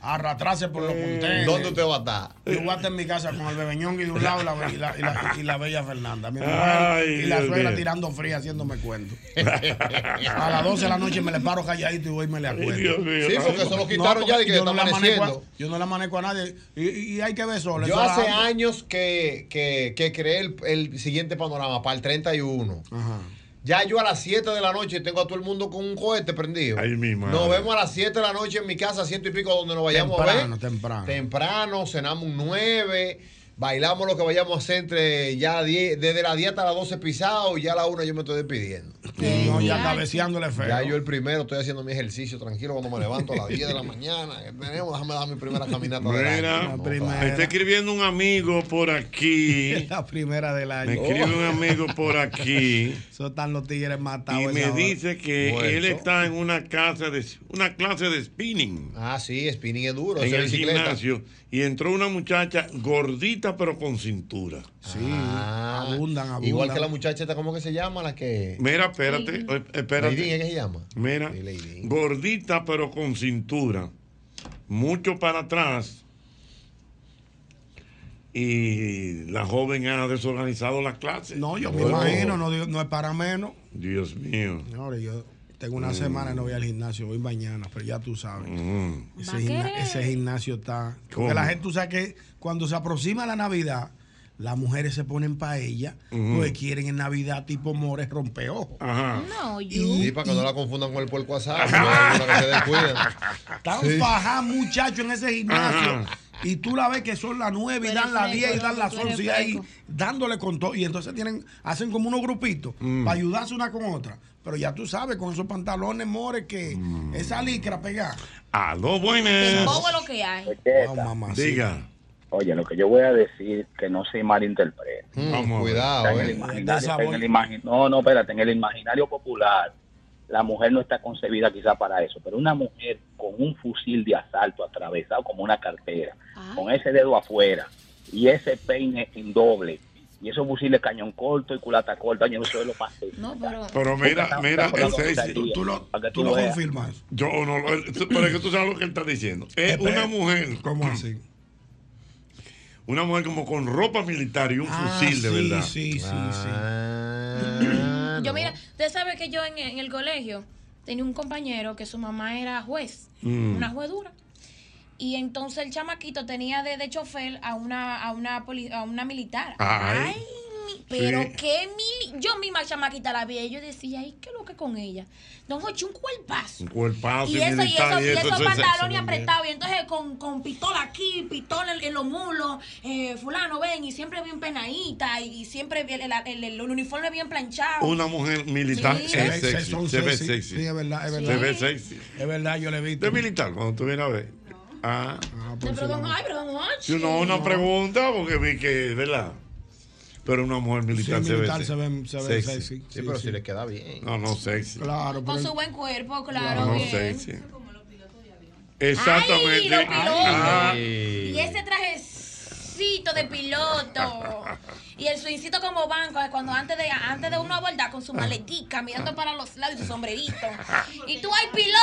S3: arrastrarse por los contenes.
S5: Eh, ¿Dónde usted va a estar?
S3: Yo voy a estar en mi casa con el bebeñón y de un lado la, y, la, y la- y la bella Fernanda. Mi mujer
S2: Ay,
S3: y la
S2: Dios
S3: suegra
S2: mío.
S3: tirando fría haciéndome cuento. A las 12 de la noche me le paro calladito y voy y me le acuerdo.
S5: Ay, Dios mío. Sí, porque eso lo quitaron ya de que
S3: yo no
S5: está
S3: le amaneco a,
S5: amaneciendo.
S3: yo no le amanezco a nadie. Y, y hay que ver sol.
S5: Yo
S3: eso
S5: hace
S3: da-
S5: años que, que, que creé el, el siguiente panorama para el 31. Ya yo a las 7 de la noche tengo a todo el mundo con un cohete prendido.
S2: Ahí mismo.
S5: Nos vemos a las 7 de la noche en mi casa, ciento y pico, donde nos vayamos a ver.
S3: Temprano, temprano.
S5: Temprano, cenamos un 9, bailamos lo que vayamos a hacer entre ya 10, desde las 10 hasta las 12 pisado y ya a la 1 yo me estoy despidiendo.
S3: No, ya cabeceándole feo.
S5: Ya yo el primero estoy haciendo mi ejercicio tranquilo cuando me levanto a las 10 de
S3: [LAUGHS]
S5: la mañana. que Tenemos, déjame dar mi primera caminata. del
S2: Mira,
S5: año. No, este
S2: me está escribiendo un amigo por aquí.
S3: La primera del año.
S2: Me escribe un amigo por aquí.
S3: Eso están los tigres matados.
S2: Y
S3: a
S2: me
S3: esa hora.
S2: dice que
S5: Muerto.
S2: él está en una casa de una clase de spinning.
S5: Ah, sí, spinning es duro.
S2: En
S5: eso es
S2: el
S5: bicicleta.
S2: gimnasio. Y entró una muchacha gordita pero con cintura. Sí.
S5: Ah, Igual que la muchacha esta, ¿cómo que se llama? La que.
S2: Mira, espérate. eh, espérate.
S5: Lady, ¿qué se llama?
S2: Mira, gordita pero con cintura, mucho para atrás. Y la joven ha desorganizado las clases.
S3: No, yo me imagino, no, digo- no es para menos.
S2: Dios mío.
S3: Ahora yo tengo una
S2: Mm.
S3: semana y no voy al gimnasio, voy mañana, pero ya tú sabes.
S2: Mm.
S3: Ese,
S2: Va a
S3: gimna-
S2: querer.
S3: ese gimnasio está.
S2: ¿Cómo?
S3: Porque la gente, tú sabes que cuando se aproxima la Navidad, las mujeres se ponen para ella,
S5: Ujú.
S3: porque quieren en Navidad tipo mores rompeojo.
S2: Ajá.
S4: No,
S5: Sí, para que no la confundan con el puerco
S2: [LAUGHS]
S5: asado. no, para que se descuiden.
S3: Están
S5: Sí.
S3: fajadas, muchachos, en ese gimnasio.
S5: Ajá.
S3: Y tú la ves que son las 9 y
S5: Tú
S3: dan
S5: eres
S3: las
S5: fresco,
S3: 10 y dan
S5: loco,
S3: las
S5: tú eres
S3: 11 y ahí
S5: fresco.
S3: dándole con todo. Y entonces tienen, hacen como unos grupitos para ayudarse una con otra. Pero ya tú sabes, con esos pantalones mores que esa licra pegada.
S2: A los
S4: El
S2: buenas.
S4: bobo es lo que hay.
S2: Diga.
S21: Oye, lo que yo voy a decir, que no se malinterprete.
S2: Vamos a ver.
S21: Está en el
S2: eh.
S21: imaginario,
S2: Este
S21: está en
S2: sabor.
S21: el imagi- no, no, espérate, en el imaginario popular, la mujer no está concebida quizá para eso, pero una mujer con un fusil de asalto atravesado como una cartera,
S7: Ah.
S11: Ah.
S21: con ese dedo afuera y ese peine en doble y esos fusiles cañón corto y culata corta, yo no soy lo más.
S4: No, pero.
S2: Pero mira, mira, el seis-
S21: para que
S2: tú lo
S21: veas.
S3: confirmas. Este,
S2: Yo no lo. Pero es que tú sabes lo que él está diciendo. Es una mujer.
S3: ¿Cómo así?
S2: Una mujer como con ropa militar y un
S3: Ah,
S2: fusil de
S3: sí,
S2: verdad. Ah.
S3: sí, sí,
S4: Yo, mira, usted sabe que yo en, en el colegio tenía un compañero que su mamá era juez,
S2: Mm.
S4: una juez dura. Y entonces el chamaquito tenía de, de chofer a una, a una, poli- a una militar.
S2: Ay.
S4: mi- pero
S2: Sí.
S4: qué mili yo misma chamaquita la vi y yo decía, ay, qué loca con ella. Don Jochi, un cuerpazo.
S2: Un cuerpazo
S4: Y eso, y eso,
S2: militar
S4: y esos
S2: eso es-
S4: pantalones apretados, y entonces con, con pistola aquí, pistola en, en los mulos, eh, fulano, ven, y siempre bien penadita, y, siempre el, el- el- el uniforme bien planchado.
S2: Una mujer militar
S4: Sí.
S2: es
S3: Se-
S2: sexy.
S3: son
S2: Se ve
S3: sexy.
S2: sexy.
S3: Sí, es verdad, es
S2: Se
S3: verdad.
S2: ve sexy.
S3: Es verdad, yo le he visto. pues,
S2: ¿De militar? Cuando tú vienes a ver. Ah.
S4: No, pero don, ay, pero don Hochi.
S2: Yo no, una pregunta porque vi que, ¿verdad? Pero una mujer militar,
S3: Sí,
S2: se,
S3: militar
S2: ve
S3: se ven- se ven sexy. Sí,
S5: Sí, pero si le queda bien.
S2: No, no sexy.
S3: Claro,
S4: Con su buen cuerpo, claro.
S2: No
S4: bien.
S2: sexy. Exactamente.
S4: Ay, los pilotos.
S2: Ah.
S4: Y ese trajecito de piloto. Y el suicito como banco, cuando antes de, antes de uno abordar con su
S3: Ah.
S4: maletica, mirando para los lados y su sombrerito.
S3: [LAUGHS]
S4: Y tú, ay, piloto,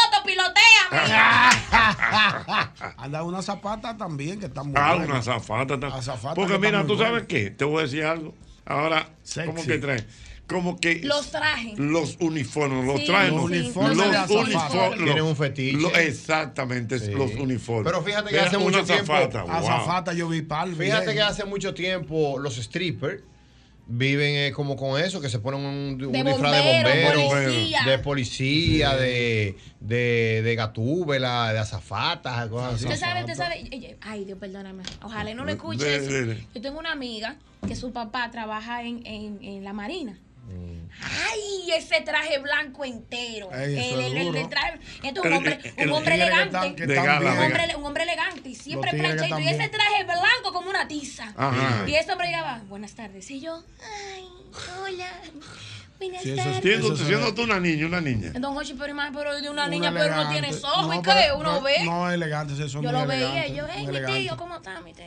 S3: Ah.
S4: pilotea.
S3: [LAUGHS] Anda una zapata también que está muy
S2: Ah,
S3: buena.
S2: una zafata. ta-
S3: Azafata
S2: Porque
S3: que
S2: mira,
S3: está
S2: tú
S3: muy
S2: sabes
S3: buena.
S2: qué, te voy a decir algo. Ahora, ¿cómo que traen? Como que
S4: Los trajes.
S2: los uniformes, los
S4: Sí,
S2: trajes,
S4: los
S2: los
S4: uniformes
S2: los
S4: de azafata.
S2: uniformes,
S5: Tienen un fetiche.
S2: lo- exactamente, los uniformes.
S5: Pero fíjate que
S2: Vean
S5: hace
S2: una
S5: mucho tiempo.
S2: azafata, wow.
S3: yo vi
S5: Fíjate que hace mucho tiempo los strippers viven eh, como con eso, que se ponen un, un
S4: De
S5: disfraz
S4: bombero,
S5: de bombero,
S4: policía.
S5: de policía, de, de, de gatúbela, de azafatas, cosas así.
S4: Usted sabe, usted sabe. y- y- Ay, Dios, perdóname. Ojalá y
S3: Eh,
S4: no lo escuche.
S5: Dele,
S4: eso.
S5: dele.
S4: Yo tengo una amiga que su papá trabaja en, en- en la marina. ¡Ay! Ese traje blanco entero.
S3: Mm. Ay, eso
S4: el,
S3: es
S4: el- el- el
S3: duro.
S4: traje. Este es
S3: El-
S4: un hombre,
S3: el-
S4: un
S3: el
S4: hombre
S3: tigre que
S4: elegante.
S3: tan- que De tan gala, bien.
S4: un,
S3: de
S4: hombre,
S3: gala.
S4: un hombre elegante y siempre
S3: tigres que
S4: planchadito. Y
S3: tan
S4: ese
S3: bien.
S4: traje blanco como una tiza.
S2: Ajá.
S4: Y ese hombre llegaba, buenas tardes. Y yo, ay, hola. Buenas tardes.
S2: Siendo, siendo tú una niña, una niña.
S4: Don Hochi, pero, ima- pero de una,
S3: Una
S4: niña, pero no
S3: elegante.
S4: tienes ojos. ¿Y
S3: No,
S4: qué?
S3: pero-
S4: Uno
S3: no,
S4: ve.
S3: No, elegantes, eso
S4: Yo
S3: muy
S4: lo veía,
S3: elegante,
S4: yo, hey,
S3: muy
S4: mi
S3: elegante.
S4: tío, ¿cómo está mi tío?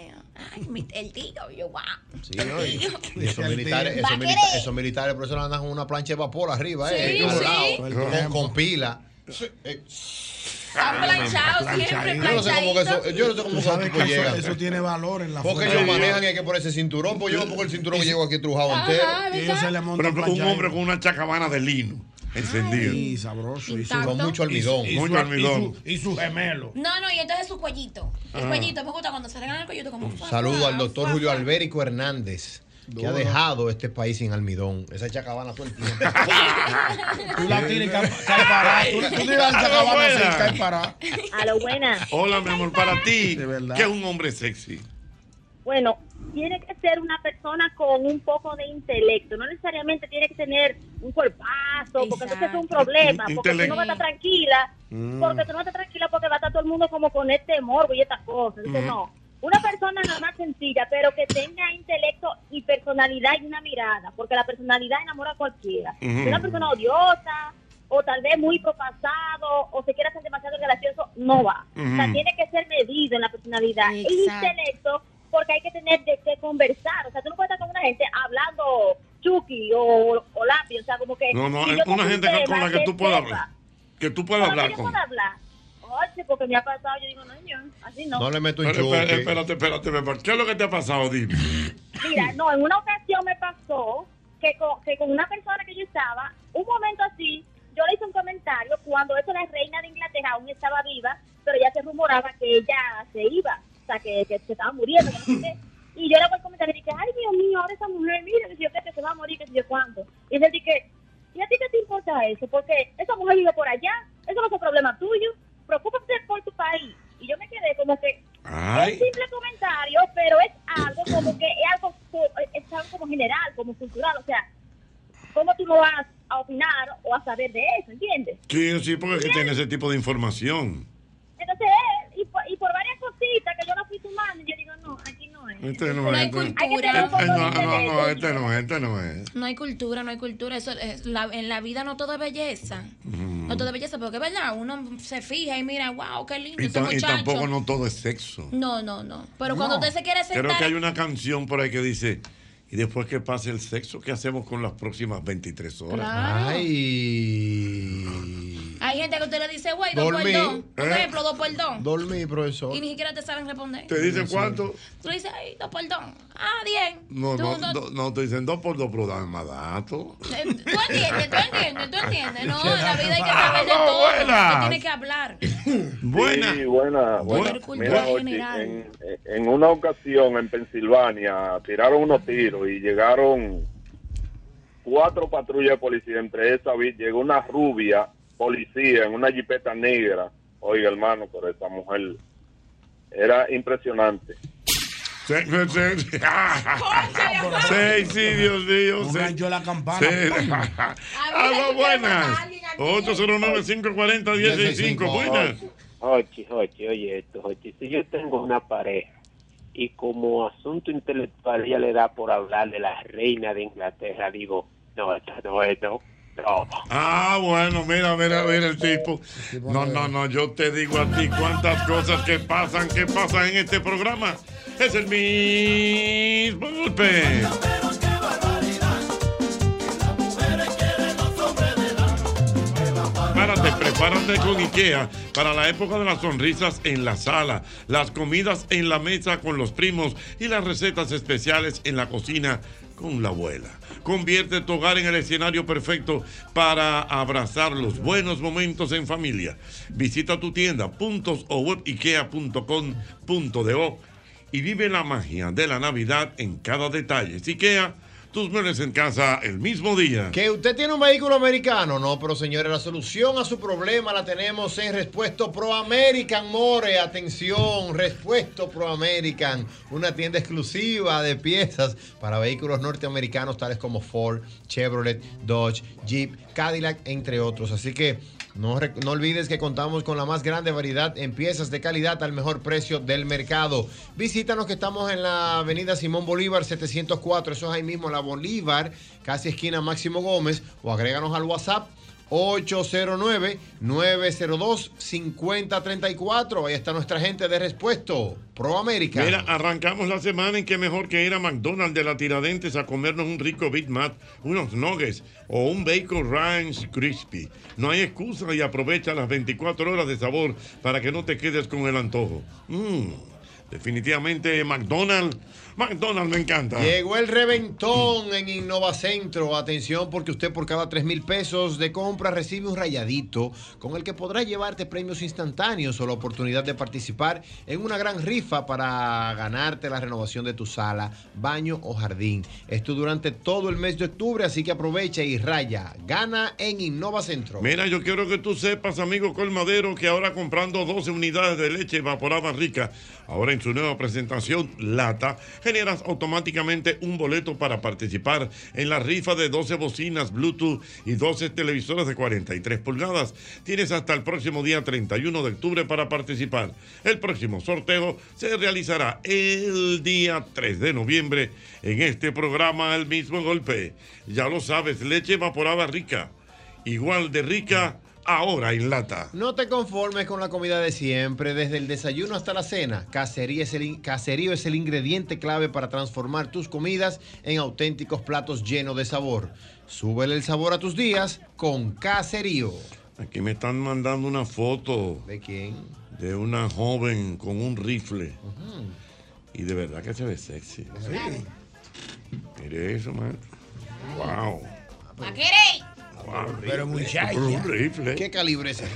S4: Ay, mi, el tío, yo, guau.
S5: Sí,
S4: [LAUGHS]
S5: ¿no? Y- y esos,
S3: El
S5: militares,
S4: tigre.
S5: esos,
S4: Vaquere.
S5: milita- esos militares, por eso andan con una plancha de vapor arriba, eh,
S4: Sí,
S5: colgado,
S4: sí.
S5: Con, con pila.
S4: Está Ah, planchado siempre,
S5: Eh. Ah, Yo no sé cómo que eso,
S4: planchadito.
S5: yo no sé cómo
S3: Tú sabes
S5: que
S3: que
S5: tipo
S3: eso,
S5: llega.
S3: eso tiene valor en la
S5: Porque
S3: fuerza.
S5: ellos
S3: [LAUGHS]
S5: manejan y hay que ponerse cinturón, pues yo me pongo el cinturón que llevo aquí trujado
S4: Ajá,
S5: entero.
S4: ¿verdad? Y ellos se le montan
S2: Por ejemplo, un
S4: planchadito.
S2: hombre con una chacabana de lino encendido.
S3: Y sabroso.
S5: y su- Intacto. con mucho almidón.
S3: Y su-
S2: mucho
S3: y su-
S2: [LAUGHS] almidón.
S3: Y su gemelo.
S4: No, no, y entonces su cuellito. El
S5: Ah.
S4: cuellito, me gusta cuando se regalan el cuellito como fuá,
S5: Saludo
S4: fuá,
S5: al doctor
S4: fuá,
S5: Julio
S4: fuá.
S5: Albérico Hernández, que ha
S3: Duro.
S5: dejado este país sin almidón. Esa chacabana todo el tiempo.
S3: Tú la tiras
S2: [LAUGHS]
S3: y cae- cae parada. Tú, tú tiras la cabana así y cae parada.
S22: A lo buena.
S2: Hola, mi amor, para ti, ¿qué es un hombre sexy?
S22: Bueno, tiene que ser una persona con un poco de intelecto. No necesariamente tiene que tener un cuerpazo, porque entonces es un problema.
S2: Un- un
S22: Porque tú no vas a estar tranquila.
S2: Mm.
S22: Porque tú no vas a estar tranquila porque va a estar todo el mundo como con este morbo y estas cosas. Entonces,
S2: Mm.
S22: no. Una persona nada más sencilla, pero que tenga intelecto y personalidad y una mirada. Porque la personalidad enamora a cualquiera.
S12: Mm.
S22: Una persona odiosa o tal vez muy propasado o se quiera hacer demasiado gracioso, no va. O sea,
S12: Mm.
S22: tiene que ser medido en la personalidad. Y
S12: Exacto.
S22: intelecto, porque hay que tener de qué conversar. O sea, tú no puedes estar con una gente hablando chuki o, o lápiz. O sea, como que.
S2: No, no,
S22: si yo
S2: es
S22: tengo
S2: una
S22: un
S2: gente que- con
S22: tema
S2: la que tú puedas
S22: sepa.
S2: hablar. Que tú
S22: Con
S2: puedas
S22: la que
S2: hablar
S22: yo
S2: con.
S22: pueda hablar. Oye, porque me ha pasado, yo digo, no, no, así no.
S2: Pero espera-
S5: choque.
S2: Espérate, espérate, espérate. ¿Qué es lo que te ha pasado, Dime?
S22: Mira, no, en una ocasión me pasó que con, que con una persona que yo estaba, un momento así, yo le hice un comentario cuando eso la reina de Inglaterra aún estaba viva, pero ya se rumoraba que ella se iba, o sea, que, que se estaba muriendo. que no sé qué. Y yo le hago el comentario y dije, ay, Dios mío, ahora esa mujer, mira, que, si yo, creo que se va a morir, que si yo cuándo. Y él dije, ¿y a ti qué te importa eso? Porque esa mujer vive por allá, eso no es un problema tuyo, preocúpate por tu país. Y yo me quedé como que,
S2: Ay.
S22: es simple comentario, pero es algo como que es algo, co- es algo como general, como cultural. O sea, ¿cómo tú no vas a opinar o a saber de eso? ¿Entiendes?
S2: Sí, sí, porque es que tiene ese tipo de información.
S22: Entonces, eh, y por, y por varias cositas que yo la fui sumando, yo digo, no, aquí no es.
S2: Este no es.
S22: Hay
S2: este no es.
S22: cultura.
S2: Eh, No, no, no, este no es, este no es.
S4: No hay cultura, no hay cultura. Eso es- la- en la vida no todo es belleza.
S2: Mm.
S4: No todo es belleza, porque es verdad, uno se fija y mira, wow, qué lindo
S2: Y,
S4: ese
S2: ta- y
S4: Este muchacho.
S2: tampoco no todo es sexo.
S4: No, no, no. Pero
S2: No.
S4: cuando usted se quiere sentar.
S2: Creo que hay una canción por ahí que dice, y después que pase el sexo, ¿qué hacemos con las próximas 23 horas?
S4: Claro.
S2: Ay.
S4: Hay gente que usted le dice, güey, dos por
S2: Dormí,
S4: dos. Por
S2: ¿eh?
S4: ejemplo, dos por dos.
S5: Dormí, profesor.
S4: Y ni siquiera te saben responder.
S2: ¿Te dicen cuánto?
S4: Tú le dices, ay, dos por dos. Ah, bien.
S2: No,
S4: tú,
S2: no,
S4: no-
S2: do- no, te dicen dos por dos, pero dame más datos.
S4: eh, tú entiendes, tú entiendes, tú entiendes. No,
S2: [LAUGHS]
S4: en la vida hay que
S2: Ah,
S4: saber de
S2: no,
S4: todo.
S2: buenas.
S4: Usted tiene que hablar.
S2: Buena.
S11: Sí, buena, buena.
S4: Buena.
S11: Mira, Ochi,
S4: General.
S11: en, este, en una ocasión en Pensilvania tiraron unos tiros y llegaron cuatro patrullas de policía. Entre esas vi- llegó una rubia policía en una jipeta negra. Oiga, hermano, pero esa mujer era impresionante.
S2: Se- se- se- Sí, sí, Dios mío. sí.
S3: la campana.
S2: Sí. A lo buenas. 809-540-165. Buenas.
S7: Ochi, Ochi, oye esto, Ochi. Si yo tengo una pareja y como asunto intelectual ella le da por hablar de la reina de Inglaterra, digo, no, esto no es, no, no.
S2: Ah, bueno, mira, mira, mira el tipo. No, no, no, yo te digo a ti cuántas cosas que pasan, que pasan en este programa. Es el mismo golpe. Prepárate, prepárate con IKEA para la época de las sonrisas en la sala, las comidas en la mesa con los primos y las recetas especiales en la cocina con la abuela. Convierte tu hogar en el escenario perfecto para abrazar los buenos momentos en familia. Visita tu tienda, puntos o web ikea.com.do y vive la magia de la Navidad en cada detalle. IKEA tus muebles en casa el mismo día.
S5: Que usted tiene un vehículo americano, no, pero señores, la solución a su problema la tenemos en Respuesto Pro American, More. Atención, Respuesto Pro American, una tienda exclusiva de piezas para vehículos norteamericanos tales como Ford, Chevrolet, Dodge, Jeep, Cadillac, entre otros. Así que no, re- no olvides que contamos con la más grande variedad en piezas de calidad al mejor precio del mercado. Visítanos que estamos en la avenida Simón Bolívar 704, eso es ahí mismo, la Bolívar, casi esquina Máximo Gómez, o agréganos al WhatsApp 809-902-5034. Ahí está nuestra gente de respuesto, ProAmérica.
S2: Mira, arrancamos la semana en que mejor que ir a McDonald's de la Tiradentes a comernos un rico Big Mac, unos nuggets o un Bacon Ranch Crispy. No hay excusa y aprovecha las 24 horas de sabor para que no te quedes con el antojo. Mm, definitivamente McDonald's, McDonald's me encanta.
S5: Llegó el reventón en Innovacentro. Atención, porque usted por cada 3 mil pesos de compra recibe un rayadito con el que podrá llevarte premios instantáneos o la oportunidad de participar en una gran rifa para ganarte la renovación de tu sala, baño o jardín. Esto durante todo el mes de octubre, así que aprovecha y raya. Gana en Innovacentro.
S2: Mira, yo quiero que tú sepas, amigo Colmadero, que ahora comprando 12 unidades de leche evaporada rica, ahora en su nueva presentación lata, generas automáticamente un boleto para participar en la rifa de 12 bocinas Bluetooth y 12 televisores de 43 pulgadas. Tienes hasta el próximo día 31 de octubre para participar. El próximo sorteo se realizará el día 3 de noviembre en este programa El mismo golpe. Ya lo sabes, leche evaporada rica igual de rica, ahora en lata.
S5: No te conformes con la comida de siempre, desde el desayuno hasta la cena. Cacería es el in- caserío es el ingrediente clave para transformar tus comidas en auténticos platos llenos de sabor. Súbele el sabor a tus días con Caserío.
S2: Aquí me están mandando una foto.
S5: ¿De quién?
S2: De una joven con un rifle. Y de verdad que se ve sexy. Mire eso, man. Wow.
S4: Maquerey.
S2: wow.
S3: Pero muchacha.
S2: Con un rifle.
S5: ¿Qué calibre es ese?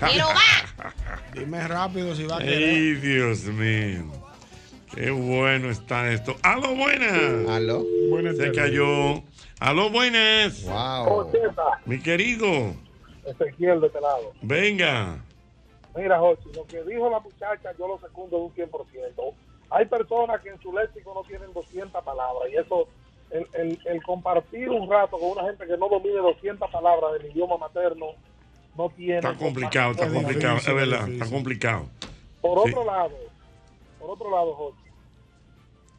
S3: Pero va. Dime rápido si va a querer.
S2: [LAUGHS] Ay, Dios mío. Qué bueno está esto. ¡Aló, buenas!
S5: ¡Aló!
S2: Se cayó. ¡Aló, buenas!
S5: ¡Wow!
S2: Mi querido,
S10: Ezequiel de este lado.
S2: venga.
S10: Mira, Jochi, lo que dijo la muchacha yo lo secundo de un 100%. Hay personas que en su léxico no tienen 200 palabras y eso, el, el- el compartir un rato con una gente que no domine 200 palabras del idioma materno, no tiene...
S2: Está complicado, está
S10: compasión.
S2: complicado. Es verdad, está complicado.
S10: Por
S2: Sí.
S10: otro lado, por otro lado, Jorge,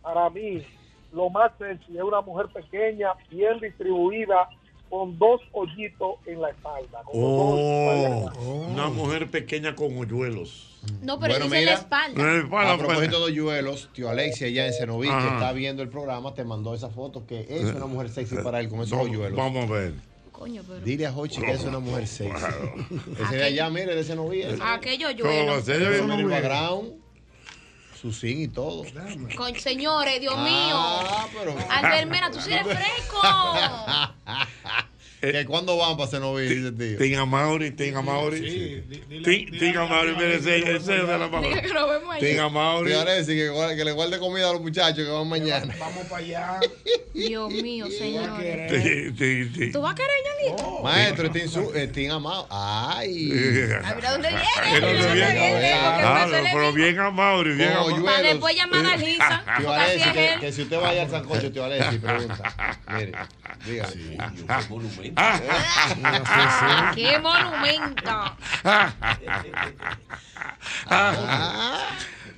S10: para mí lo más sexy es una mujer pequeña, bien distribuida, con dos hoyitos en la espalda. con
S2: Oh, una mujer pequeña con hoyuelos.
S4: No, pero
S5: Bueno,
S4: dice en la
S5: mira.
S4: espalda.
S2: En la espalda, pues.
S5: A propósito de hoyuelos, tío Alexia, allá en Cenoví, que
S2: Ajá.
S5: está viendo el programa, te mandó esa foto que es una mujer sexy para él con esos
S2: Vamos-
S5: hoyuelos.
S2: Vamos a ver.
S4: Coño, pero.
S5: Dile a Hochi que es una mujer sexy. [LAUGHS] Ese de
S4: Aquel-
S5: allá, mire, de ese novio.
S4: Aquello hoyuelo.
S5: Ese mira el background, su zinc y todo.
S4: Con, señores, Dios
S5: Ah,
S4: mío. Albert, mira, tú sí eres fresco.
S2: Eh,
S5: que cuando van para Cenoví, dice el tío.
S2: Tinga Mauri, Tinga Mauri. Tinga Mauri, mire, ese ese es de la palabra.
S4: que nos vemos allí.
S2: Tinga Mauri.
S5: Tío Alexia, que, guarde- que le guarde comida a los muchachos que van mañana. [LAUGHS]
S3: Vamos para allá.
S4: Dios mío, señores.
S2: Sí, sí, sí.
S4: ¿Tú vas a querer, Oh. Ñonguito?
S5: Maestro, este insu- eh, Tin amado. Ay. Ah,
S4: A ver, ¿a dónde viene?
S2: Pero
S4: ¿A dónde
S2: bien,
S4: viene? Porque
S2: claro,
S4: pásale
S2: pero bien a Mauri, bien a
S5: No,
S2: Mauri.
S4: Para después llamar
S5: [LAUGHS]
S4: a Lisa.
S5: Tío
S4: Porque así
S5: Alexia,
S4: es
S5: que,
S4: él.
S5: que si usted vaya al sancocho, tío
S4: [LAUGHS]
S5: Alexia, pregunta. Mire, dígale.
S2: Ah.
S4: ¡Qué monumento!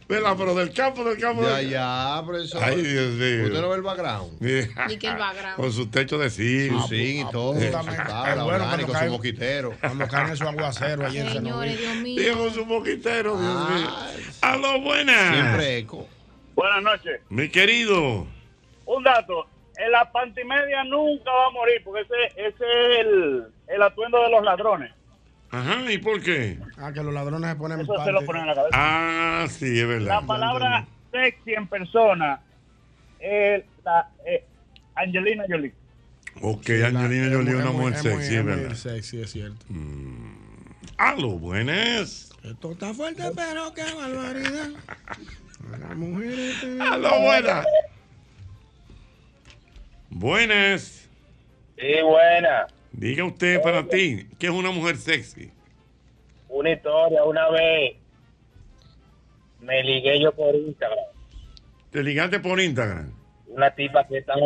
S2: Vela, pero del campo, del campo.
S5: Ah. Ya,
S2: del-
S5: ya, profesor.
S2: Ay, Dios mío.
S5: ¿Usted no ve el
S2: [LAUGHS]
S5: background?
S3: [LAUGHS]
S2: Mira.
S4: Ni que el background.
S2: Con su techo de zinc.
S5: Su zinc y
S4: Ah, pues,
S5: todo. Su tabla
S3: Bueno,
S5: orgánica,
S3: cuando cae-
S5: su mosquitero.
S3: Cuando caen esos aguaceros allí en Cenoví.
S4: Dios mío.
S2: Dijo su moquitero, Dios mío. A lo buenas.
S5: Siempre eco.
S10: Buenas noches.
S2: Mi querido.
S10: Un dato, en la pantimedia nunca va a morir, porque ese, ese es el, el atuendo de los ladrones.
S2: Ajá, ¿y por qué?
S3: Ah, que los ladrones se ponen
S10: Eso se
S3: panty.
S10: lo ponen en la cabeza.
S2: Ah, sí, es
S10: La
S2: verdad.
S10: palabra sexy en persona es la eh, Angelina Jolie.
S2: Ok, Angelina Jolie, una mujer sexy, es
S3: es muy
S2: verdad.
S3: sexy, es cierto.
S2: A lo buenas.
S3: Esto está fuerte, pero qué barbaridad. Las mujeres.
S2: A lo buenas. Buenas.
S23: Sí, buena.
S2: Diga usted para ti, ¿qué es una mujer sexy?
S23: Una historia, una vez me ligué yo por Instagram.
S2: Te ligaste por Instagram.
S23: Una tipa que estaba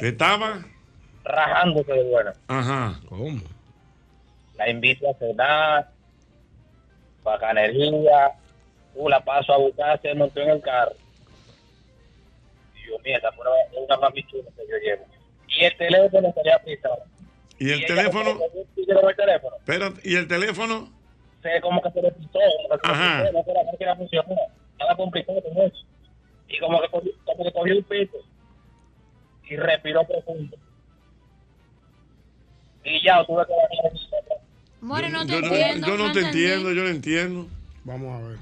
S2: ¿Qué estaba?
S23: rajándose de buena.
S2: Ajá. ¿Cómo?
S23: La invito a cenar, bacanería. Uh, la paso a buscar, se montó en el carro. Y yo, mierda, fue una, una mami chula que yo llevo. Y el teléfono se había pisado.
S2: ¿Y el
S23: ella
S2: teléfono?
S23: como que yo quiero ver el teléfono.
S2: Espérate, ¿y el teléfono?
S23: se como que se le pisó, como que se
S2: Ajá.
S23: le pisó, no quiera- no quiera funcionar, nada complicado con eso. Y como que cogió, como que cogió un pito y respiró profundo. Y ya tuve que bajar el celular.
S4: More, no te
S2: yo,
S4: entiendo.
S2: yo no te
S4: entendí.
S2: entiendo, yo no entiendo. Vamos a ver.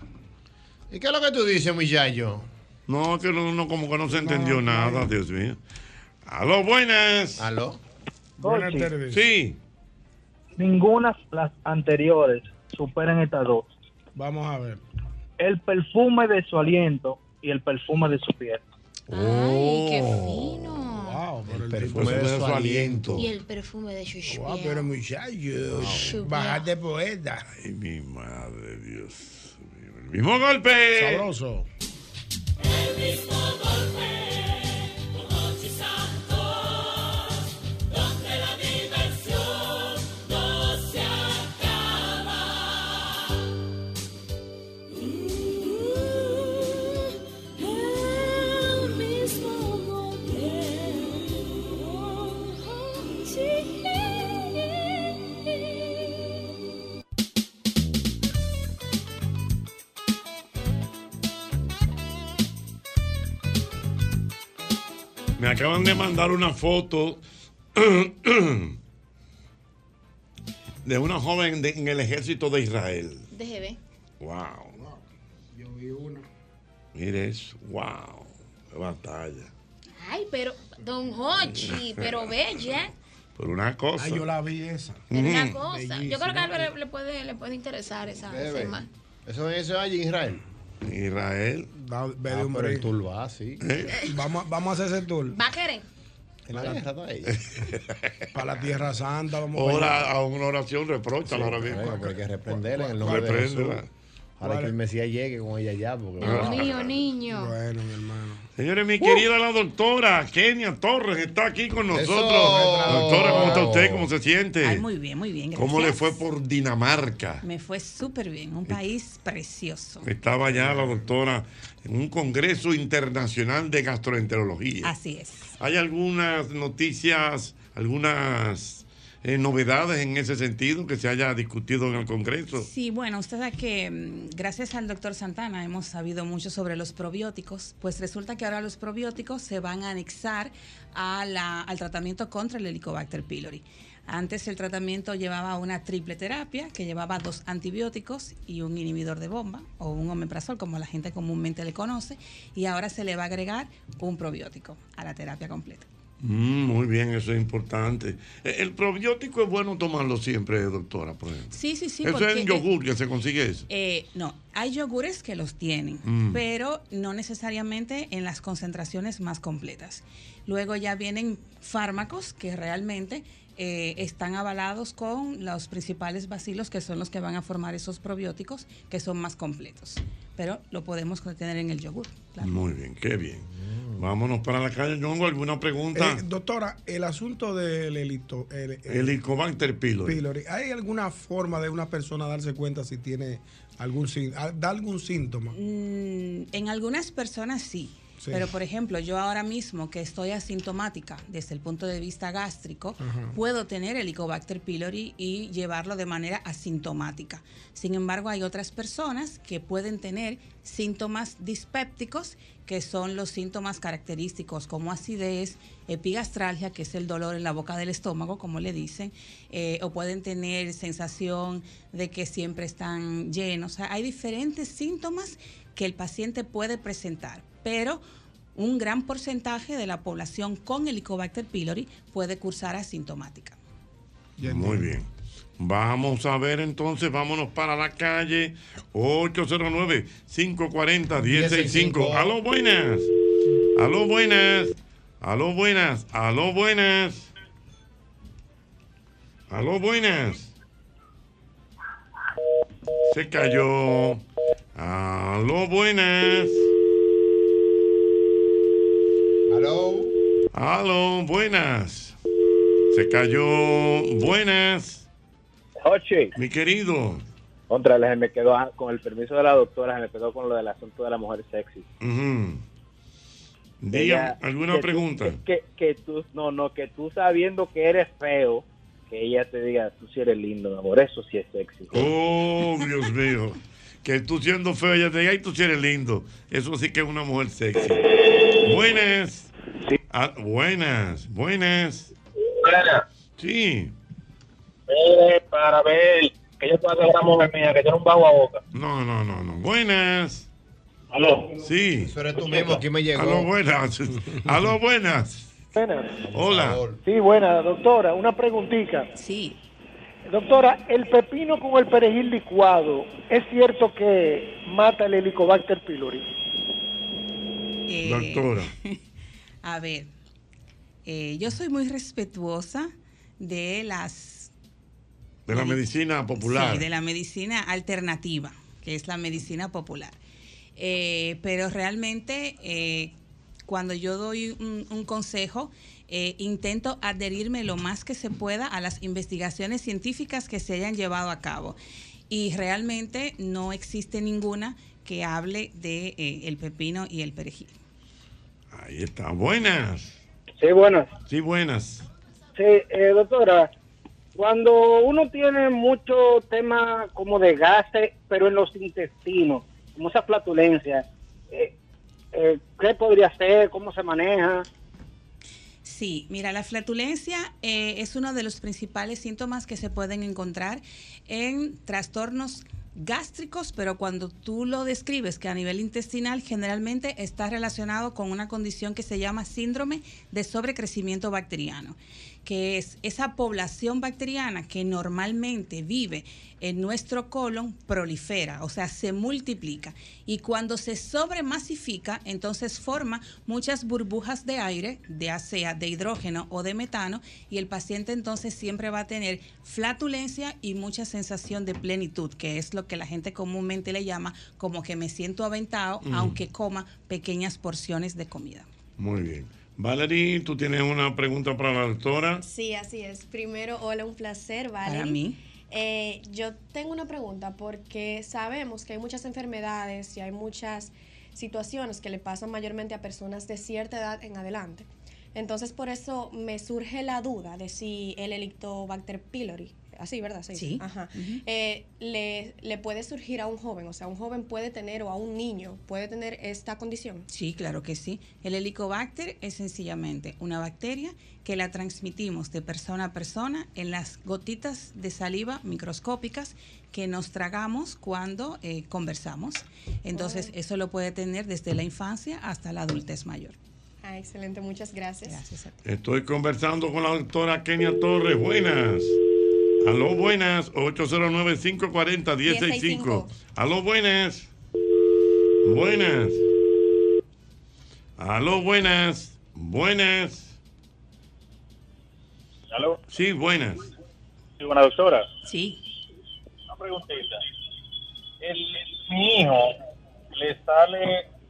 S5: ¿Y qué es lo que tú dices, muchacho?
S2: No, que no, no, como que no se entendió nada, Dios mío. Aló, buenas.
S5: Aló.
S23: Buenas tardes.
S2: Sí.
S23: Ninguna las anteriores superan estas dos.
S3: Vamos a ver.
S23: El perfume de su aliento y el perfume de su piel.
S2: Ay, qué
S23: fino.
S3: Wow, pero el,
S2: perfume
S3: tipo
S2: de
S3: se-
S2: Pues su aliento.
S4: Y el perfume de Shushu.
S3: Wow, pero muchachos,
S4: Wow.
S3: bajate poeta.
S2: Ay, mi madre, Dios mío. El mismo golpe.
S3: Sabroso.
S16: Donde la diversión no se acaba. El mismo
S2: Me acaban de mandar una foto [CLEARS THROAT] de una joven de- en el ejército de Israel.
S4: Deje ver.
S2: Wow.
S3: Yo vi una.
S2: Mire eso. Wow. Qué batalla.
S4: Ay, pero, don Hochi, pero bella.
S2: Por una
S24: Ah,
S2: cosa.
S3: Ay, yo la vi esa.
S4: Pero una
S2: Ujú.
S4: cosa. Yo creo que a Álvaro le puede, le puede interesar esa esa
S5: Bebe.
S4: imagen.
S5: Eso es eso es allí en Israel. Ah,
S2: Israel.
S3: Da, ve de un
S5: pero el
S3: brinco. Eh,
S5: tour va, sí.
S3: Vamos, a- vamos a hacer ese tour.
S4: ¿Va a querer?
S3: Para la Tierra Santa, vamos para allá.
S2: Ora, a una oración reprocha ahora
S5: Sí,
S2: mismo.
S5: claro, pero hay que reprenderla en el nombre de Jesús.
S2: Repréndela.
S5: Ahora que el Mesías llegue con ella ya, porque...
S2: Ah.
S4: Mío, niño.
S3: Bueno, mi hermano.
S2: Señores, mi querida la doctora Kenia Torres está aquí con nosotros.
S24: Eso.
S2: Doctora, ¿cómo está usted? ¿Cómo se siente?
S24: Ay, muy bien, muy bien. Gracias.
S2: ¿Cómo le fue por Dinamarca?
S24: Me fue súper bien, un país precioso.
S2: Estaba ya la doctora en un congreso internacional de gastroenterología.
S24: Así es.
S2: ¿Hay algunas noticias, algunas eh, novedades en ese sentido que se haya discutido en el congreso?
S24: Sí, bueno, usted sabe que mm, gracias al doctor Santana hemos sabido mucho sobre los probióticos, pues resulta que ahora los probióticos se van a anexar a la- al tratamiento contra el Helicobacter pylori. Antes el tratamiento llevaba una triple terapia que llevaba dos antibióticos y un inhibidor de bomba o un omeprazol como la gente comúnmente le conoce y ahora se le va a agregar un probiótico a la terapia completa.
S2: Mm, muy bien, eso es importante. Eh, El probiótico es bueno tomarlo siempre, doctora, por ejemplo.
S24: Sí, sí, sí.
S2: eso
S24: porque
S2: es en yogur que se consigue eso.
S24: Eh, no, hay yogures que los tienen,
S2: Mm.
S24: pero no necesariamente en las concentraciones más completas. Luego ya vienen fármacos que realmente eh, están avalados con los principales bacilos que son los que van a formar esos probióticos que son más completos. Pero lo podemos contener en el yogur. claro.
S2: Muy bien, qué bien. Vámonos para la calle, Ñongo. ¿Alguna pregunta?
S3: Eh, doctora, el asunto del helito, el, el
S2: Helicobacter pylori.
S3: pylori, ¿hay alguna forma de una persona darse cuenta si tiene algún, sin- ah, da algún síntoma?
S24: Mm, en algunas personas sí.
S3: Sí.
S24: Pero, por ejemplo, yo ahora mismo que estoy asintomática desde el punto de vista gástrico,
S22: Ajá.
S24: puedo tener Helicobacter pylori y llevarlo de manera asintomática. Sin embargo, hay otras personas que pueden tener síntomas dispépticos, que son los síntomas característicos como acidez, epigastralgia, que es el dolor en la boca del estómago, como le dicen, eh, o pueden tener sensación de que siempre están llenos. O sea, hay diferentes síntomas que el paciente puede presentar, pero un gran porcentaje de la población con Helicobacter pylori puede cursar asintomática.
S2: Muy bien. Vamos a ver entonces, vámonos para la calle 809-540-1065. Aló, buenas. Aló, buenas. Aló, buenas. Aló, buenas. Aló, buenas. Se cayó. Aló, buenas. Aló. Aló, buenas. Se cayó. Buenas.
S23: Jochi.
S2: Mi querido.
S23: Contra, se me quedó, ah, con el permiso de la doctora, se me quedó con lo del asunto de la mujer sexy.
S2: Ujú.
S23: Ella-
S2: Diga, ¿alguna
S23: que tú-
S2: pregunta?
S23: que, que tú, no, no, que tú sabiendo que eres feo, que ella te diga, tú sí eres lindo, mi amor, eso sí es sexy.
S2: Oh, Dios mío. Que tú siendo feo, ya te diga, "Ay, tú sí eres lindo. Eso sí que es una mujer sexy. Buenas. Ah, buenas, buenas. Sí.
S23: para ver, que yo pueda ser la mujer mía, que yo no bajo a boca.
S2: No, no, no, no. Buenas.
S23: Aló.
S2: Sí.
S5: Eso eres tú mismo, aquí me llegó.
S2: Aló, buenas. Aló, buenas. Hola.
S6: Sí, buena, doctora. Una preguntita.
S24: Sí.
S6: Doctora, el pepino con el perejil licuado, ¿es cierto que mata el helicobacter pylori?
S24: Eh, [LAUGHS] A ver, eh, yo soy muy respetuosa de las
S2: De la medicina popular.
S24: Sí, de la medicina alternativa, que es la medicina popular. Eh, pero realmente, eh, cuando yo doy un, un consejo, eh, intento adherirme lo más que se pueda a las investigaciones científicas que se hayan llevado a cabo. Y realmente no existe ninguna que hable de eh, el pepino y el perejil.
S2: Ahí está. Buenas.
S6: Sí, buenas.
S2: Sí, buenas.
S6: Sí, eh, doctora, cuando uno tiene mucho tema como de gases, pero en los intestinos, como esa flatulencia, eh, eh, ¿qué podría hacer? ¿Cómo se maneja?
S24: Sí, mira, la flatulencia eh, es uno de los principales síntomas que se pueden encontrar en trastornos gástricos, pero cuando tú lo describes que a nivel intestinal generalmente está relacionado con una condición que se llama síndrome de sobrecrecimiento bacteriano, que es esa población bacteriana que normalmente vive en nuestro colon prolifera, o sea, se multiplica y cuando se sobremasifica, entonces forma muchas burbujas de aire, de ya sea de hidrógeno o de metano, y el paciente entonces siempre va a tener flatulencia y mucha sensación de plenitud, que es lo que la gente comúnmente le llama como que me siento aventado,
S2: Ujú.
S24: aunque coma pequeñas porciones de comida.
S2: Muy bien. Valerie, tú tienes una pregunta para la doctora.
S17: Sí, así es. Primero, hola, un placer, Valerie.
S24: Para mí.
S17: Eh, yo tengo una pregunta porque sabemos que hay muchas enfermedades y hay muchas situaciones que le pasan mayormente a personas de cierta edad en adelante. Entonces, por eso me surge la duda de si el Helicobacter pylori, así, ¿verdad? Se dice.
S18: Sí.
S17: Ajá.
S18: Ujú.
S17: Eh, le, le puede surgir a un joven, o sea, un joven puede tener o a un niño puede tener esta condición.
S24: Sí, claro que sí. El helicobacter es sencillamente una bacteria que la transmitimos de persona a persona en las gotitas de saliva microscópicas que nos tragamos cuando eh, conversamos. Entonces, eso lo puede tener desde la infancia hasta la adultez mayor.
S17: Ah, excelente, muchas gracias.
S24: Gracias a ti.
S2: Estoy conversando con la doctora Kenia Torres. Buenas. Aló, buenas. 809-540-1065. Aló, buenas. Buenas. Aló, buenas. Buenas.
S22: ¿Aló?
S2: Sí, buenas.
S22: Sí, buena doctora.
S24: Sí.
S22: Una preguntita. El, mi hijo le sale,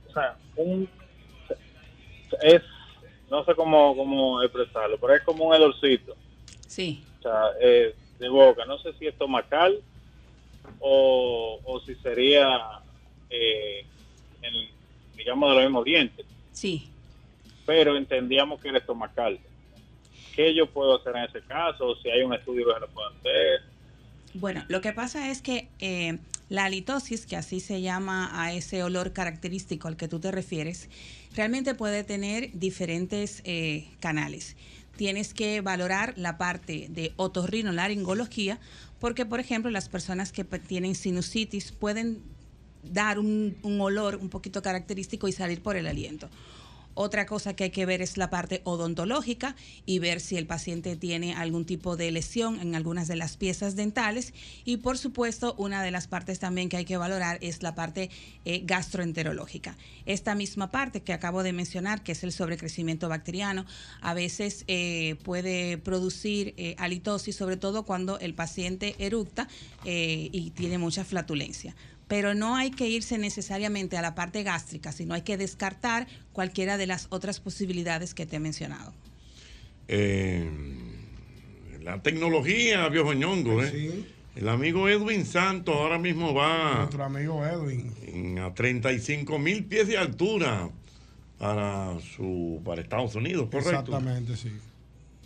S22: o sea, un, es, no sé cómo, cómo expresarlo, pero es como un hedorcito,
S24: Sí.
S22: o sea, eh, de boca. No sé si es estomacal o, o si sería, eh, en- digamos, de los mismos dientes,
S24: Sí.
S22: pero entendíamos que era estomacal. ¿Qué yo puedo hacer en ese caso? O si hay un estudio que se lo pueda hacer.
S24: Bueno, lo que pasa es que eh, la halitosis, que así se llama a ese olor característico al que tú te refieres, realmente puede tener diferentes eh, canales. Tienes que valorar la parte de otorrinolaringología, porque, por ejemplo, las personas que pe- tienen sinusitis pueden dar un, un olor un poquito característico y salir por el aliento. Otra cosa que hay que ver es la parte odontológica y ver si el paciente tiene algún tipo de lesión en algunas de las piezas dentales. Y por supuesto, una de las partes también que hay que valorar es la parte eh, gastroenterológica. Esta misma parte que acabo de mencionar, que es el sobrecrecimiento bacteriano, a veces eh, puede producir eh, halitosis, sobre todo cuando el paciente eructa eh, y tiene mucha flatulencia pero no hay que irse necesariamente a la parte gástrica, sino hay que descartar cualquiera de las otras posibilidades que te he mencionado.
S2: Eh, la tecnología, viejo ñongo, ¿eh?
S3: Pues
S2: El amigo Edwin Santos ahora mismo va
S3: Nuestro amigo Edwin.
S2: en- a 35 mil pies de altura para, su, para Estados Unidos, ¿correcto?
S3: Exactamente, sí.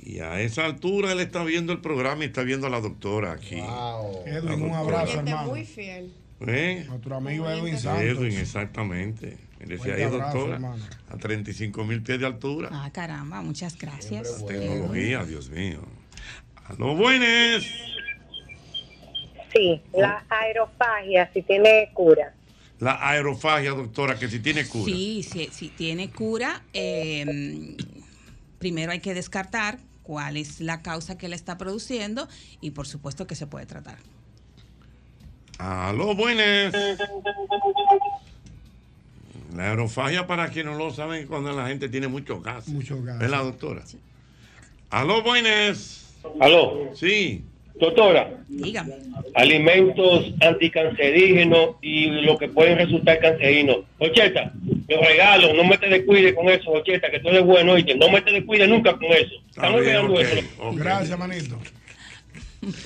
S2: Y a esa altura él está viendo el programa y está viendo a la doctora aquí.
S3: Ah.
S2: La
S3: Edwin, un
S2: doctora.
S3: abrazo,
S17: Gente
S3: hermano.
S17: este muy fiel.
S2: ¿Eh?
S3: Nuestro amigo Edwin Santos.
S2: Edwin, exactamente. Le decía ahí,
S24: Fuerte abrazo,
S2: doctora,
S24: hermano.
S2: a 35 mil pies de altura.
S24: Ah, caramba, muchas gracias.
S2: Tecnología, Dios mío. A los buenos.
S1: Sí, la aerofagia, si tiene cura.
S2: La aerofagia, doctora, que si tiene cura.
S24: Sí, si, si tiene cura, eh, primero hay que descartar cuál es la causa que la está produciendo y por supuesto que se puede tratar.
S2: A los buenos. La aerofagia, para quienes no lo saben, cuando la gente tiene mucho gas.
S3: Mucho gas.
S2: ¿Es la doctora? Aló, buenas.
S23: Aló.
S2: Sí.
S23: Doctora,
S24: Dígame.
S23: alimentos anticancerígenos y lo que pueden resultar cancerígenos. Ocheta, los regalos, no me te descuides con eso, Ocheta, que tú eres bueno, oíste, no me te descuides nunca con eso. Estamos
S2: bien,
S23: olvidando
S2: ok,
S23: eso.
S3: Gracias, manito.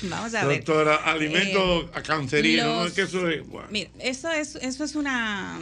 S24: Vamos a ver.
S2: Doctora, alimentos cancerígenos. No
S24: Eh, los-
S2: es que eso es. bueno,
S24: Mira, eso es, eso es una.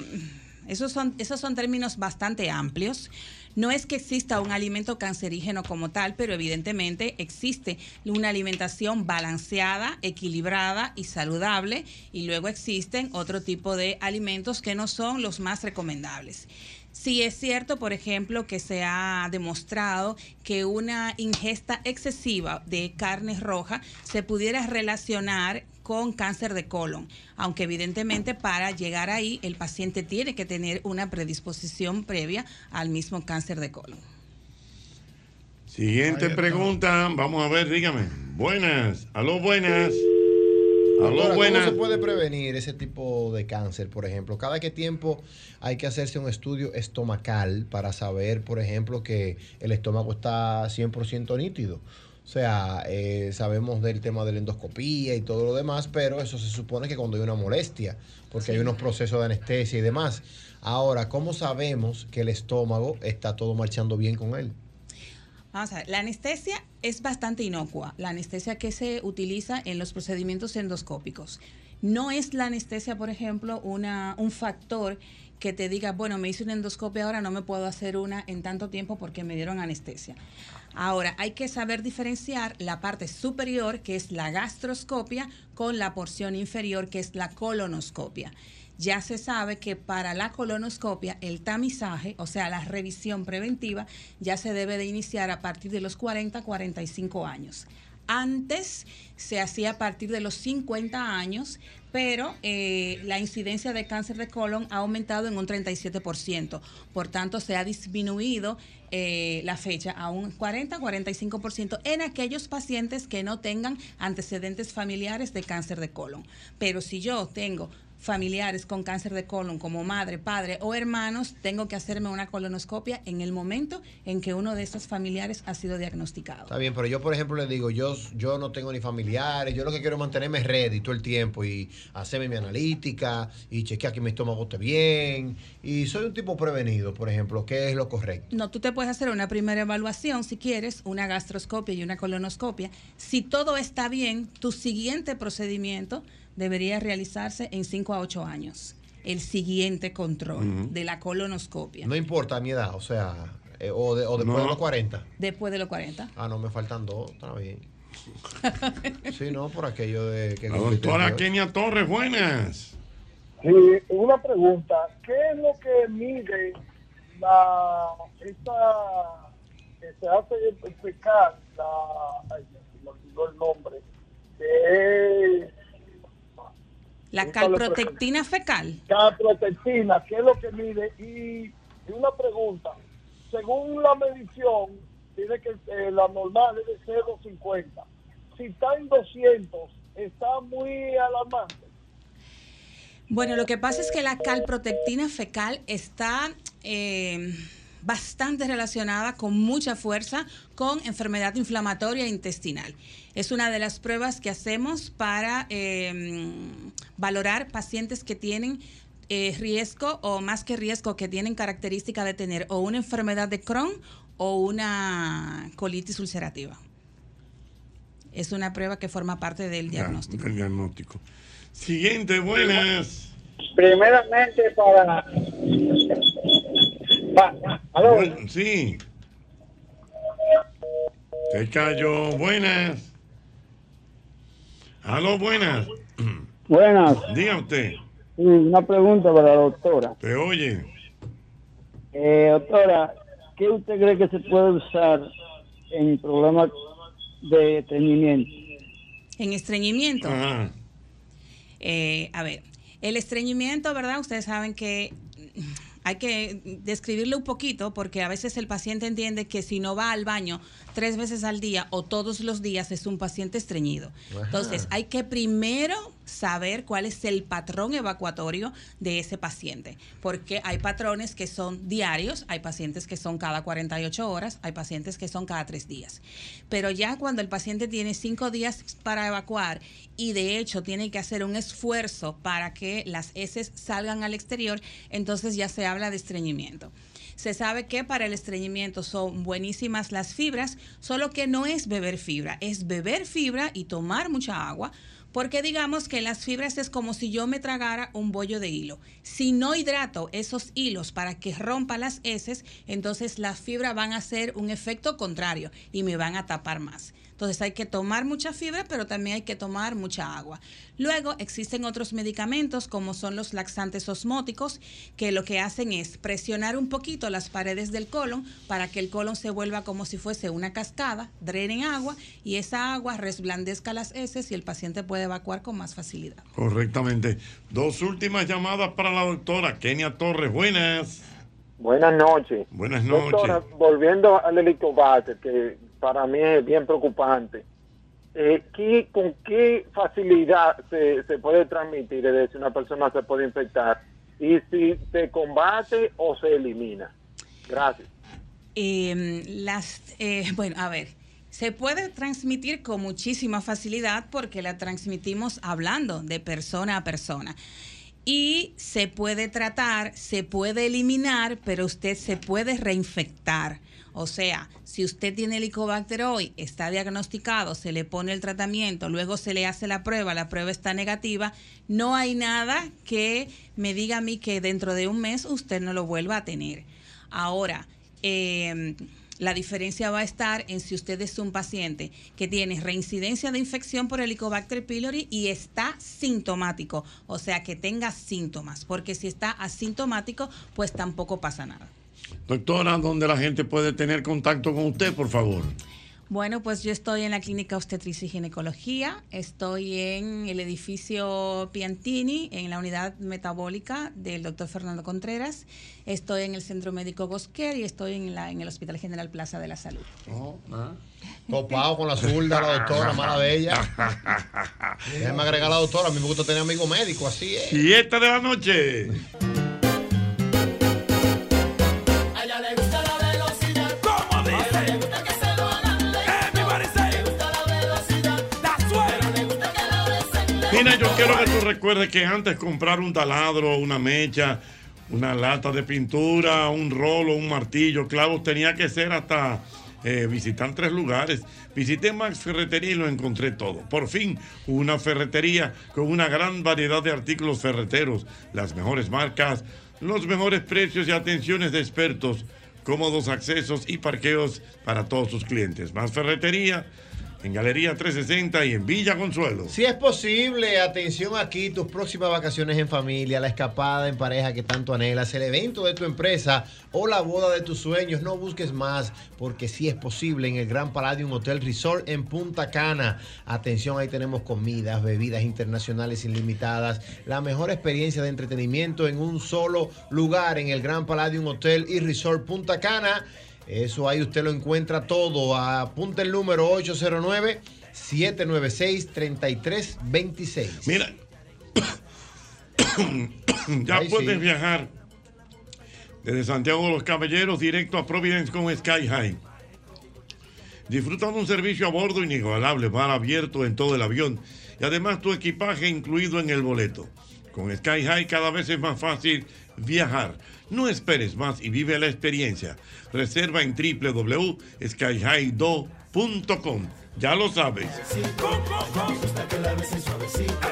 S24: Esos son, esos son términos bastante amplios. No es que exista un alimento cancerígeno como tal, pero evidentemente existe una alimentación balanceada, equilibrada y saludable, y luego existen otro tipo de alimentos que no son los más recomendables. Sí es cierto, por ejemplo, que se ha demostrado que una ingesta excesiva de carne roja se pudiera relacionar con cáncer de colon, aunque evidentemente para llegar ahí el paciente tiene que tener una predisposición previa al mismo cáncer de colon.
S2: Siguiente pregunta. Vamos a ver, dígame. Buenas. Aló, buenas.
S5: Doctora,
S2: Aló,
S5: ¿Cómo se
S2: buenas.
S5: puede prevenir ese tipo de cáncer, por ejemplo? ¿Cada qué tiempo hay que hacerse un estudio estomacal para saber, por ejemplo, que el estómago está 100% nítido? O sea, eh, sabemos del tema de la endoscopía y todo lo demás, pero eso se supone que cuando hay una molestia, porque hay unos procesos de anestesia y demás. Ahora, ¿cómo sabemos que el estómago está todo marchando bien con él?
S24: Vamos a ver, la anestesia es bastante inocua, la anestesia que se utiliza en los procedimientos endoscópicos. No es la anestesia, por ejemplo, una, un factor que te diga, bueno, me hice una endoscopia ahora, no me puedo hacer una en tanto tiempo porque me dieron anestesia. Ahora, hay que saber diferenciar la parte superior, que es la gastroscopia, con la porción inferior, que es la colonoscopia. Ya se sabe que para la colonoscopia el tamizaje, o sea, la revisión preventiva, ya se debe de iniciar a partir de los 40, 45 años. Antes se hacía a partir de los 50 años, pero eh, la incidencia de cáncer de colon ha aumentado en un 37%. Por tanto, se ha disminuido eh, la fecha a un 40-45% en aquellos pacientes que no tengan antecedentes familiares de cáncer de colon. Pero si yo tengo familiares con cáncer de colon como madre, padre o hermanos, tengo que hacerme una colonoscopia en el momento en que uno de esos familiares ha sido diagnosticado.
S5: Está bien, pero yo, por ejemplo, le digo, yo, yo no tengo ni familiares, yo lo que quiero es mantenerme ready todo el tiempo y hacerme mi analítica y chequear que mi estómago esté bien. Y soy un tipo prevenido, por ejemplo, ¿qué es lo correcto?
S24: No, tú te puedes hacer una primera evaluación si quieres, una gastroscopia y una colonoscopia. Si todo está bien, tu siguiente procedimiento debería realizarse en 5 a 8 años. El siguiente control
S5: Ujú.
S24: de la colonoscopia.
S5: No importa mi edad, o sea, eh, o, de- o después
S2: No.
S5: de los 40.
S24: Después de los 40.
S5: Ah, no, me faltan dos, está bien. Sí, no, por aquello de que...
S2: La doctora Kenia Torres, buenas.
S10: Sí, una pregunta. ¿Qué es lo que mide la esta que se hace pecar la ay, se me olvidó el nombre que es
S24: La
S10: Nunca lo he
S24: calprotectina fecal.
S10: la protectina? ¿Qué es lo que mide? Y, y una pregunta. según la medición, dice que eh, la normal es de 0,50. Si está en 200, está muy alarmante.
S24: Bueno, lo que pasa es que la calprotectina fecal está eh, bastante relacionada con mucha fuerza con enfermedad inflamatoria intestinal. Es una de las pruebas que hacemos para eh, valorar pacientes que tienen eh, riesgo o más que riesgo que tienen característica de tener o una enfermedad de Crohn o una colitis ulcerativa. Es una prueba que forma parte del
S2: Ya,
S24: diagnóstico.
S2: del diagnóstico. Siguiente, buenas.
S6: Primeramente para...
S2: Buen- Sí. Te callo, buenas. Aló, buenas.
S9: Buenas,
S2: Diga usted,
S9: sí, una pregunta para la doctora.
S2: te oye.
S9: Eh, doctora, ¿qué usted cree que se puede usar en programas de estreñimiento?
S24: En estreñimiento.
S2: Ajá.
S24: Eh, a ver, el estreñimiento, ¿verdad? Ustedes saben que mm, hay que describirlo un poquito porque a veces el paciente entiende que si no va al baño tres veces al día o todos los días es un paciente estreñido.
S15: Ajá.
S24: Entonces, hay que primero saber cuál es el patrón evacuatorio de ese paciente, porque hay patrones que son diarios, hay pacientes que son cada 48 horas, hay pacientes que son cada tres días. Pero ya cuando el paciente tiene cinco días para evacuar y de hecho tiene que hacer un esfuerzo para que las heces salgan al exterior, entonces ya se habla de estreñimiento. Se sabe que para el estreñimiento son buenísimas las fibras, solo que no es beber fibra, es beber fibra y tomar mucha agua, porque digamos que las fibras es como si yo me tragara un bollo de hilo. Si no hidrato esos hilos para que rompa las heces, entonces las fibras van a hacer un efecto contrario y me van a tapar más. Entonces hay que tomar mucha fibra, pero también hay que tomar mucha agua. Luego existen otros medicamentos como son los laxantes osmóticos, que lo que hacen es presionar un poquito las paredes del colon para que el colon se vuelva como si fuese una cascada, drenen agua y esa agua resblandezca las heces y el paciente puede evacuar con más facilidad.
S2: Correctamente. Dos últimas llamadas para la doctora Kenia Torres. Buenas.
S10: Buenas noches.
S2: Buenas noches.
S10: Doctora, volviendo al helicobacter, que para mí es bien preocupante, eh, ¿qué- ¿con qué facilidad se, se puede transmitir? Es decir, una persona se puede infectar. ¿Y si se combate o se elimina? Gracias.
S24: Eh, las, eh, [LAUGHS] bueno, a ver, se puede transmitir con muchísima facilidad porque la transmitimos hablando de persona a persona. Y se puede tratar, se puede eliminar, pero usted se puede reinfectar. O sea, si usted tiene helicobacter hoy, está diagnosticado, se le pone el tratamiento, luego se le hace la prueba, la prueba está negativa, no hay nada que me diga a mí que dentro de un mes usted no lo vuelva a tener. Ahora, eh, la diferencia va a estar en si usted es un paciente que tiene reincidencia de infección por Helicobacter pylori y está sintomático, o sea, que tenga síntomas, porque si está asintomático, pues tampoco pasa nada.
S2: Doctora, ¿dónde la gente puede tener contacto con usted, por favor?
S24: Bueno, pues yo estoy en la clínica obstetricia y ginecología, estoy en el edificio Piantini, en la unidad metabólica del doctor Fernando Contreras, estoy en el centro médico Bosquer y estoy en, la, en el Hospital General Plaza de la Salud.
S5: Topado ah. con la zurda, la doctora, mala de
S2: [LAUGHS]
S5: ella. Déjame agregar a la doctora, a mí me gusta tener amigo médico, así es.
S2: Siete de la noche.
S16: A ella le gusta la velocidad. ¿Cómo dice? le gusta que se lo hagan lento. Le gusta la velocidad. Pero le gusta que la besen lento.
S2: Mira, yo quiero que tú recuerdes que antes comprar un taladro, una mecha, una lata de pintura, un rolo, un martillo, clavos, tenía que ser hasta eh, visitar tres lugares. Visité Max Ferretería y lo encontré todo. Por fin, una ferretería con una gran variedad de artículos ferreteros, las mejores marcas, los mejores precios y atenciones de expertos, cómodos accesos y parqueos para todos sus clientes. Más Ferretería en Galería 360 y en Villa Consuelo.
S5: Si es posible, atención aquí, tus próximas vacaciones en familia, la escapada en pareja que tanto anhelas, el evento de tu empresa o la boda de tus sueños. No busques más, porque si es posible, en el Gran Palladium Hotel Resort en Punta Cana. Atención, ahí tenemos comidas, bebidas internacionales ilimitadas, la mejor experiencia de entretenimiento en un solo lugar en el Gran Palladium Hotel y Resort Punta Cana. Eso ahí usted lo encuentra todo. Apunta el número 809-796-3326.
S2: Mira, [COUGHS] ya
S5: Ay,
S2: puedes
S5: sí.
S2: viajar desde Santiago de los Caballeros directo a Providence con Sky High. Disfruta de un servicio a bordo inigualable, bar abierto en todo el avión y además tu equipaje incluido en el boleto. Con Sky High cada vez es más fácil viajar. No esperes más y vive la experiencia. Reserva en www.skyhighdo.com. Ya lo sabes.
S16: Me gusta que la besen suavecita.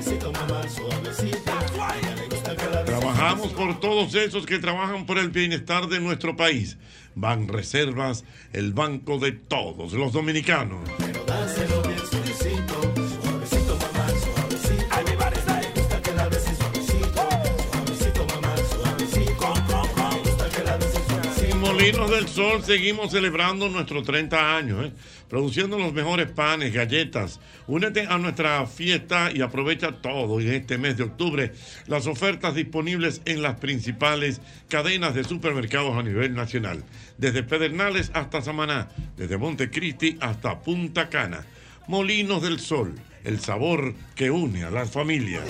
S16: Si toma más suavecita. Ella le gusta que la besen
S2: Trabajamos por todos esos que trabajan por el bienestar de nuestro país. Van Reservas, el banco de todos los dominicanos.
S16: Pero dáselo bien suavecito. Suavecito, mamá, suavecito. A mi barista le gusta que la besen suavecito. Suavecito, mamá, suavecito. Me gusta que la besen suavecito.
S2: En Molinos del Sol seguimos celebrando nuestros 30 años, ¿eh? produciendo los mejores panes, galletas. Únete a nuestra fiesta y aprovecha todo en este mes de octubre las ofertas disponibles en las principales cadenas de supermercados a nivel nacional, desde Pedernales hasta Samaná, desde Montecristi hasta Punta Cana. Molinos del Sol, el sabor que une a las familias.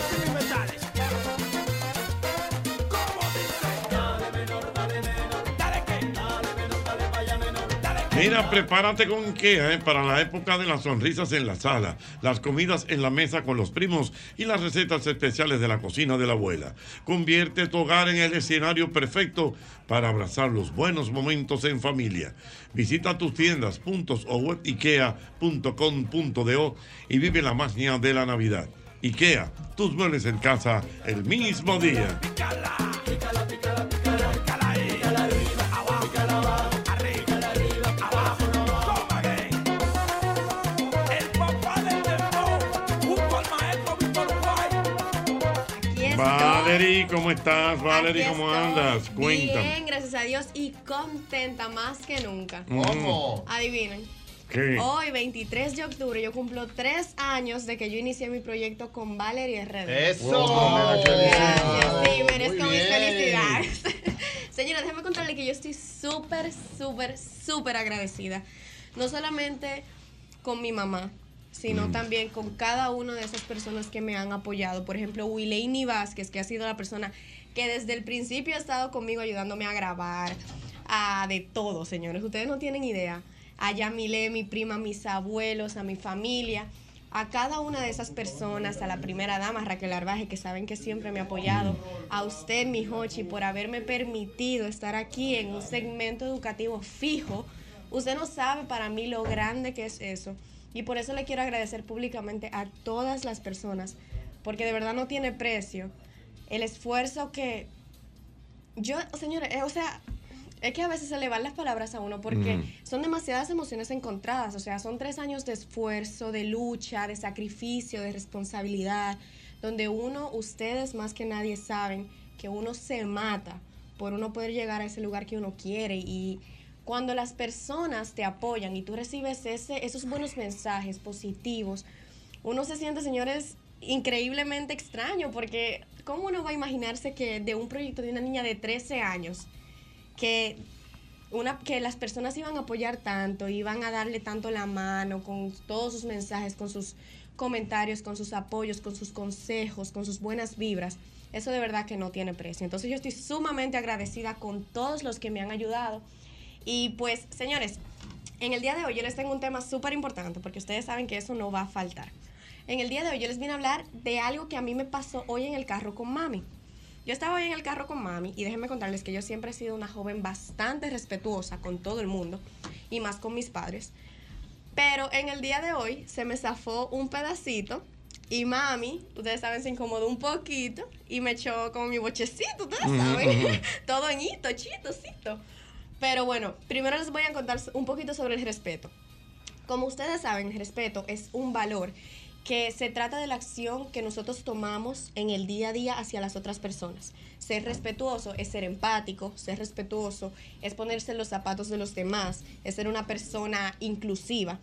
S2: Mira, prepárate con IKEA eh, para la época de las sonrisas en la sala, las comidas en la mesa con los primos y las recetas especiales de la cocina de la abuela. Convierte tu hogar en el escenario perfecto para abrazar los buenos momentos en familia. Visita tus tiendas, puntos o web ikea.com.do y vive la magia de la Navidad. IKEA, tus muebles en casa el mismo día. Valerie, ¿cómo estás? Valerie,
S17: Aquí
S2: ¿cómo
S17: estoy.
S2: andas? Cuéntame.
S17: Bien, gracias a Dios y contenta más que nunca.
S2: ¿Cómo?
S17: Adivinen.
S2: ¿Qué?
S17: Hoy, 23 de octubre, yo cumplo tres años de que yo inicié mi proyecto con Valerie RD.
S5: ¡Eso!
S17: Gracias, sí, merezco
S5: Muy
S17: mis
S5: bien.
S17: felicidades. [LAUGHS] Señora, déjame contarle que yo estoy súper, súper, súper agradecida. No solamente con mi mamá, sino también con cada una de esas personas que me han apoyado. Por ejemplo, Wileini Vázquez, que ha sido la persona que desde el principio ha estado conmigo ayudándome a grabar, a de todo, señores. Ustedes no tienen idea. A Yamile, mi prima, mis abuelos, a mi familia, a cada una de esas personas, a la primera dama, Raquel Arbaje, que saben que siempre me ha apoyado, a usted, mi Hochi, por haberme permitido estar aquí en un segmento educativo fijo. Usted no sabe para mí lo grande que es eso. Y por eso le quiero agradecer públicamente a todas las personas, porque de verdad no tiene precio el esfuerzo que yo, señores, eh, o sea, es que a veces se le van las palabras a uno porque
S8: Mm.
S17: son demasiadas emociones encontradas, o sea, son tres años de esfuerzo, de lucha, de sacrificio, de responsabilidad, donde uno, ustedes más que nadie saben que uno se mata por uno poder llegar a ese lugar que uno quiere y cuando las personas te apoyan y tú recibes ese, esos buenos mensajes positivos, uno se siente, señores, increíblemente extraño, porque ¿cómo uno va a imaginarse que de un proyecto de una niña de 13 años, que, una, que las personas iban a apoyar tanto, iban a darle tanto la mano con todos sus mensajes, con sus comentarios, con sus apoyos, con sus consejos, con sus buenas vibras? Eso de verdad que no tiene precio. Entonces yo estoy sumamente agradecida con todos los que me han ayudado. Y pues, señores, en el día de hoy yo les tengo un tema súper importante porque ustedes saben que eso no va a faltar. En el día de hoy yo les vine a hablar de algo que a mí me pasó hoy en el carro con mami. Yo estaba hoy en el carro con mami y déjenme contarles que yo siempre he sido una joven bastante respetuosa con todo el mundo y más con mis padres. Pero en el día de hoy se me zafó un pedacito y mami, ustedes saben, se incomodó un poquito y me echó con mi bochecito, ustedes
S16: Ujú,
S17: saben, [LAUGHS]
S16: ujú.
S17: todo ñito, chitosito. Pero bueno, primero les voy a contar un poquito sobre el respeto. Como ustedes saben, el respeto es un valor que se trata de la acción que nosotros tomamos en el día a día hacia las otras personas. Ser respetuoso es ser empático, ser respetuoso es ponerse en los zapatos de los demás, es ser una persona inclusiva.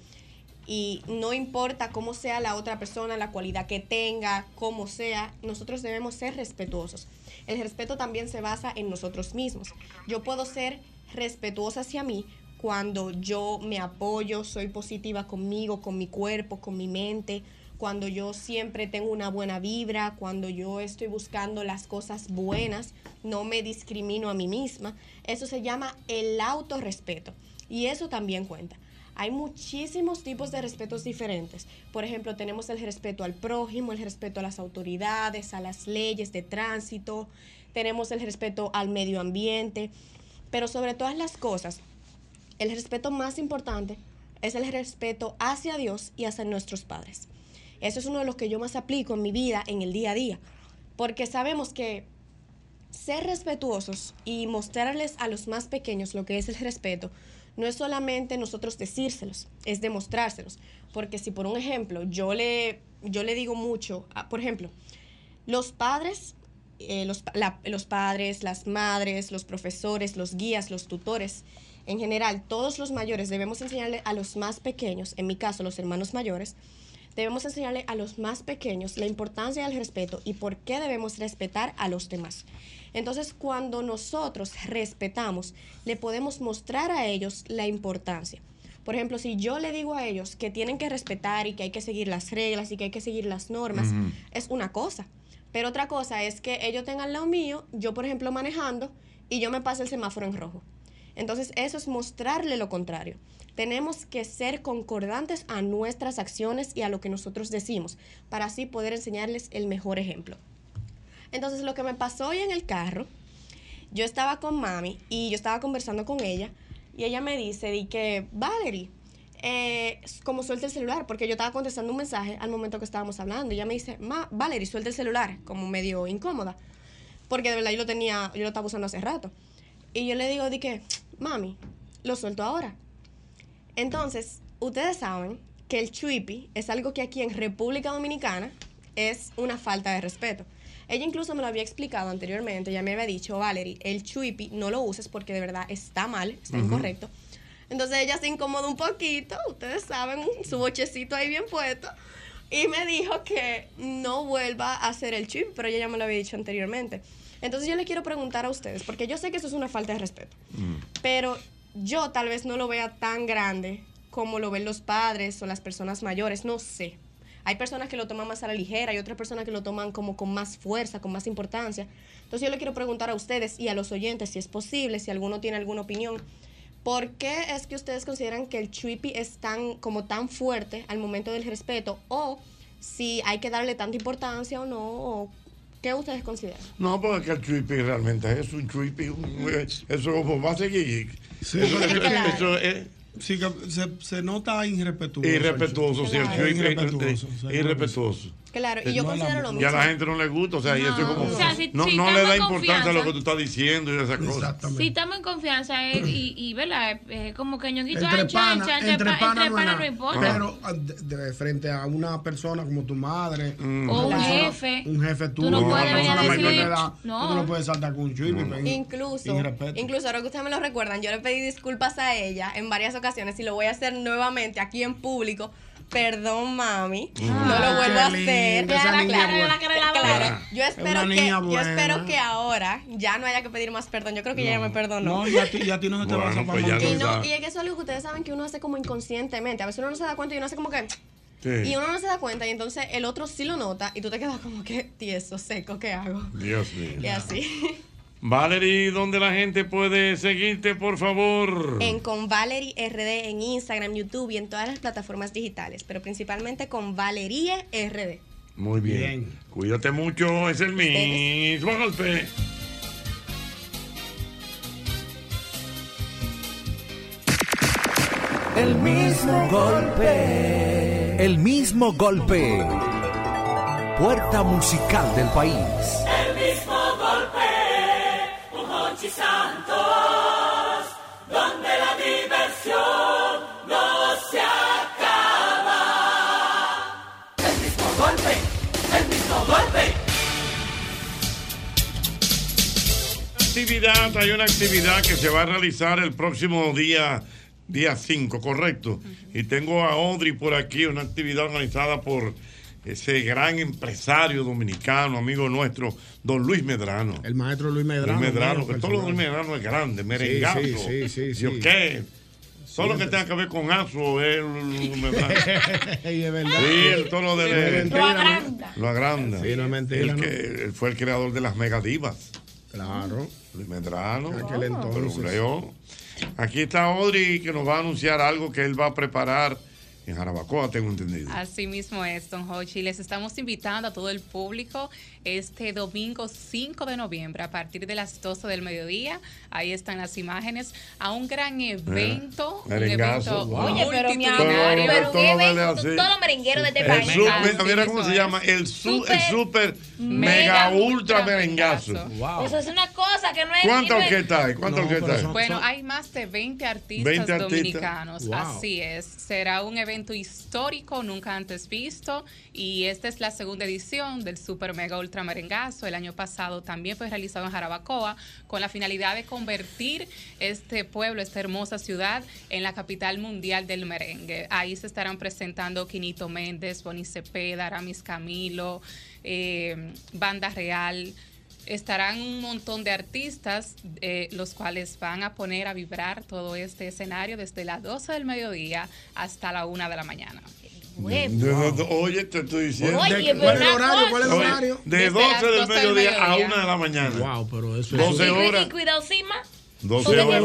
S17: Y no importa cómo sea la otra persona, la cualidad que tenga, cómo sea, nosotros debemos ser respetuosos. El respeto también se basa en nosotros mismos. Yo puedo ser respetuosa hacia mí cuando yo me apoyo, soy positiva conmigo, con mi cuerpo, con mi mente, cuando yo siempre tengo una buena vibra, cuando yo estoy buscando las cosas buenas, no me discrimino a mí misma. Eso se llama el autorrespeto y eso también cuenta. Hay muchísimos tipos de respetos diferentes. Por ejemplo, tenemos el respeto al prójimo, el respeto a las autoridades, a las leyes de tránsito, tenemos el respeto al medio ambiente, pero sobre todas las cosas, el respeto más importante es el respeto hacia Dios y hacia nuestros padres. Eso es uno de los que yo más aplico en mi vida, en el día a día, porque sabemos que ser respetuosos y mostrarles a los más pequeños lo que es el respeto no es solamente nosotros decírselos, es demostrárselos. Porque si por un ejemplo yo le, yo le digo mucho, a- por ejemplo, los padres, eh, los, pa- la- los padres, las madres, los profesores, los guías, los tutores, en general, todos los mayores debemos enseñarle a los más pequeños, en mi caso los hermanos mayores, debemos enseñarle a los más pequeños la importancia del respeto y por qué debemos respetar a los demás. Entonces, cuando nosotros respetamos, le podemos mostrar a ellos la importancia. Por ejemplo, si yo le digo a ellos que tienen que respetar y que hay que seguir las reglas y que hay que seguir las normas,
S8: Ujú.
S17: es una cosa. Pero otra cosa es que ellos tengan lo mío, yo por ejemplo manejando, y yo me pase el semáforo en rojo. Entonces eso es mostrarle lo contrario. Tenemos que ser concordantes a nuestras acciones y a lo que nosotros decimos, para así poder enseñarles el mejor ejemplo. Entonces lo que me pasó hoy en el carro, yo estaba con mami y yo estaba conversando con ella y ella me dice, di que, Valerie, eh, como suelta el celular, porque yo estaba contestando un mensaje al momento que estábamos hablando. Y ella me dice, Ma, Valerie, suelta el celular, como medio incómoda. Porque de verdad yo lo tenía, yo lo estaba usando hace rato. Y yo le digo, di que, mami, lo suelto ahora. Entonces, ustedes saben que el chuipi es algo que aquí en República Dominicana es una falta de respeto. Ella incluso me lo había explicado anteriormente, ya me había dicho, Valerie, el chuipi no lo uses porque de verdad está mal, está
S8: Ujú.
S17: incorrecto. Entonces ella se incomodó un poquito, ustedes saben, su bochecito ahí bien puesto, y me dijo que no vuelva a hacer el chip, pero ella ya me lo había dicho anteriormente. Entonces yo le quiero preguntar a ustedes, porque yo sé que eso es una falta de respeto, pero yo tal vez no lo vea tan grande como lo ven los padres o las personas mayores, no sé. Hay personas que lo toman más a la ligera, hay otras personas que lo toman como con más fuerza, con más importancia. Entonces yo le quiero preguntar a ustedes y a los oyentes, si es posible, si alguno tiene alguna opinión, ¿Por qué es que ustedes consideran que el chuipi es tan, como tan fuerte al momento del respeto? O si hay que darle tanta importancia o no, o qué ustedes consideran.
S2: No, porque el chuipi realmente es un chuipi. un- Eso como va a seguir.
S3: Sí,
S2: eso,
S3: porque-
S2: eso es
S3: Sí, que se, se nota irrespetuoso.
S2: irrespetuoso, sí, el
S3: Claro.
S2: chuipi.
S3: Irrespetuoso,
S2: Irrespetuoso. irrespetuoso.
S17: Claro, y yo
S2: No,
S17: considero lo
S2: Y a
S17: mismo.
S2: la gente no le gusta, o sea, y eso es como.
S4: O sea, si-
S2: no
S4: si
S2: no le
S4: estamos
S2: da
S4: en
S2: importancia a lo
S4: confianza.
S2: que tú estás diciendo y esas cosas. Exactamente.
S4: Si estamos en confianza eh, y, y ¿verdad? Es como que ñonguito,
S3: Entre
S4: ay, chan,
S3: panas,
S4: chan,
S3: entre
S4: pa-
S3: panas no, es
S4: panas
S3: nada.
S4: importa.
S3: Pero ah, de, de frente a una persona como tu madre,
S2: Mm.
S3: una
S4: O un
S3: persona-
S4: jefe.
S3: un jefe tú,
S4: no
S3: una
S4: puedes
S3: persona
S4: venir a
S3: mayor de
S4: decir-
S3: edad,
S17: no.
S3: tú no puedes saltar con un chuipi. pero-
S17: Incluso,
S3: irrespeto.
S17: incluso ahora que ustedes me lo recuerdan, yo le pedí disculpas a ella en varias ocasiones y lo voy a hacer nuevamente aquí en público. Perdón, mami, no lo
S3: Ay,
S17: vuelvo a
S3: Ah, qué
S17: hacer.
S3: linda, esa
S17: Claro,
S3: niña
S17: claro,
S3: buena. Ah,
S17: claro, claro. Yo
S3: Es una
S17: espero que,
S3: niña
S17: yo
S3: buena.
S17: espero que ahora ya no haya que pedir más perdón. Yo creo que ella ya me perdonó.
S3: No, ya a ti, ya a ti no se te va a
S2: Bueno, pues ya
S3: zapar.
S2: lo
S17: [LAUGHS] Y, no,
S2: sabes.
S17: y es que eso es algo que ustedes saben que uno hace como inconscientemente. A veces uno no se da cuenta y uno hace como que.
S2: Sí.
S17: Y uno no se da cuenta y entonces el otro sí lo nota y tú te quedas como que tieso, seco, ¿qué hago?
S2: Dios mío.
S17: Y así.
S2: Valerie, ¿dónde la gente puede seguirte, por favor?
S17: En con Valerie RD en Instagram, YouTube y en todas las plataformas digitales, pero principalmente con Valerie RD.
S2: Muy bien. Cuídate mucho, es el mismo golpe.
S16: El mismo golpe. El mismo golpe. Puerta musical del país.
S15: El mismo golpe, un Hochi Santos, donde la diversión no se acaba.
S2: actividad, hay una actividad que se va a realizar el próximo día, día 5, correcto. Y tengo a Audrey por aquí, una actividad organizada por ese gran empresario dominicano, amigo nuestro, don Luis Medrano.
S8: El maestro Luis Medrano.
S2: Luis Medrano,
S8: mío,
S2: que todo lo de Luis Medrano es grande, merengazo.
S8: Sí, sí, sí, sí,
S2: ¿Yo
S8: sí.
S2: qué? Todo lo que
S8: Siempre.
S2: tenga que ver con Aso es
S8: [LAUGHS]
S2: Luis Medrano.
S8: y es verdad.
S2: Sí, el toro de-
S8: No es mentira,
S2: Lo
S8: ¿no?
S2: agranda. Lo agranda.
S8: Sí, no es mentira,
S2: Él
S8: ¿no?
S2: que- él fue el creador de las megadivas.
S8: Claro.
S2: Luis Medrano.
S8: Aquel entonces.
S2: Pero creó. Aquí está Audrey que nos va a anunciar algo que él va a preparar en Jarabacoa, tengo entendido.
S13: Así mismo es, don Hochi. Les estamos invitando a todo el público este domingo 5 de noviembre a partir de las 12 del mediodía. Ahí están las imágenes a un gran evento. un
S2: Ah, merengazo,
S13: evento
S2: wow.
S13: Oye, pero mi amor,
S2: Pero,
S13: pero
S2: todo
S13: qué
S2: dale
S13: evento,
S2: así.
S13: todo merenguero de este país.
S2: El super,
S13: Así
S2: mira cómo se llama, el, su- el super mega,
S13: mega
S2: ultra merengazo. Wow.
S13: Eso es una cosa que no es.
S2: ¿Cuánta
S13: que no es-
S2: orquesta hay? ¿Cuánta orquesta hay?
S13: Bueno, hay más de 20 artistas
S2: 20 artistas.
S13: dominicanos.
S2: Wow.
S13: Así es. Será un evento histórico, nunca antes visto. Y esta es la segunda edición del Super Mega Ultra Merengazo. El año pasado también fue realizado en Jarabacoa con la finalidad de convertir este pueblo, esta hermosa ciudad, en la capital mundial del merengue. Ahí se estarán presentando Quinito Méndez, Boni Cepeda, Aramis Camilo, eh, Banda Real estarán un montón de artistas, eh, los cuales van a poner a vibrar todo este escenario desde las 12 del mediodía hasta la 1 de la mañana.
S2: De- de- de- Oye, te estoy diciendo.
S13: Oye, ¿De- pero cuál es el una horario? ¿Cuál es el
S2: Oye,
S13: horario?
S2: De
S13: Desde
S2: 12
S13: las
S2: del
S13: 12 del
S2: mediodía a
S13: mediodía.
S2: 1 de la mañana.
S8: Wow, pero eso
S2: 12 horas.
S13: Y cuidado, Sima.
S2: 12 horas.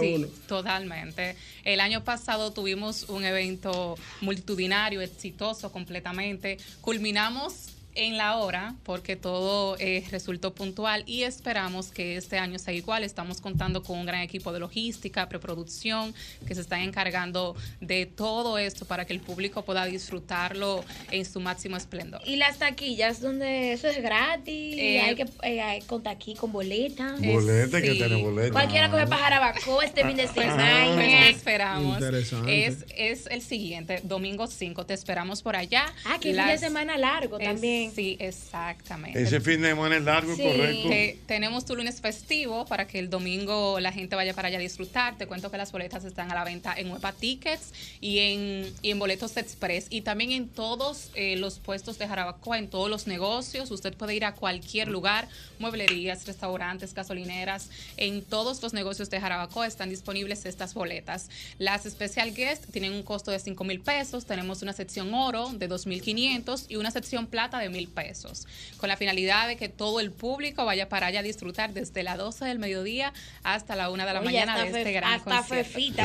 S13: Sí, totalmente. El año pasado tuvimos un evento multitudinario, exitoso completamente. Culminamos en la hora porque todo eh, resultó puntual y esperamos que este año sea igual. Estamos contando con un gran equipo de logística, preproducción, que se están encargando de todo esto para que el público pueda disfrutarlo en su máximo esplendor.
S4: Y las taquillas, donde eso es gratis,
S13: Eh,
S4: hay que eh, hay- contar aquí con boleta.
S2: Bolete, que
S13: Sí.
S2: tiene bolete.
S4: Cualquiera coge para Jarabacoa este fin de semana.
S13: Ay, pues, te esperamos.
S2: Ah, Interesante.
S13: Es, es el siguiente, domingo 5. Te esperamos por allá.
S4: Ah, que fin de semana largo también.
S13: Sí, exactamente.
S2: Ese fin de semana es largo,
S13: Sí.
S2: correcto.
S13: Te- tenemos tu lunes festivo para que el domingo la gente vaya para allá a disfrutar. Te cuento que las boletas están a la venta en Huepa Tickets y en, y en Boletos Express y también en todos eh, los puestos de Jarabacoa, en todos los negocios. Usted puede ir a cualquier lugar, mueblerías, restaurantes, gasolineras. En todos los negocios de Jarabacoa están disponibles estas boletas. Las Special Guest tienen un costo de 5 mil pesos. Tenemos una sección oro de 2.500 y una sección plata de mil pesos con la finalidad de que todo el público vaya para allá a disfrutar desde las 12 del mediodía hasta la 1 de la
S4: Oye,
S13: mañana
S4: hasta
S13: de este
S4: Fe-
S13: gran
S4: hasta
S13: concierto.
S4: Fefita,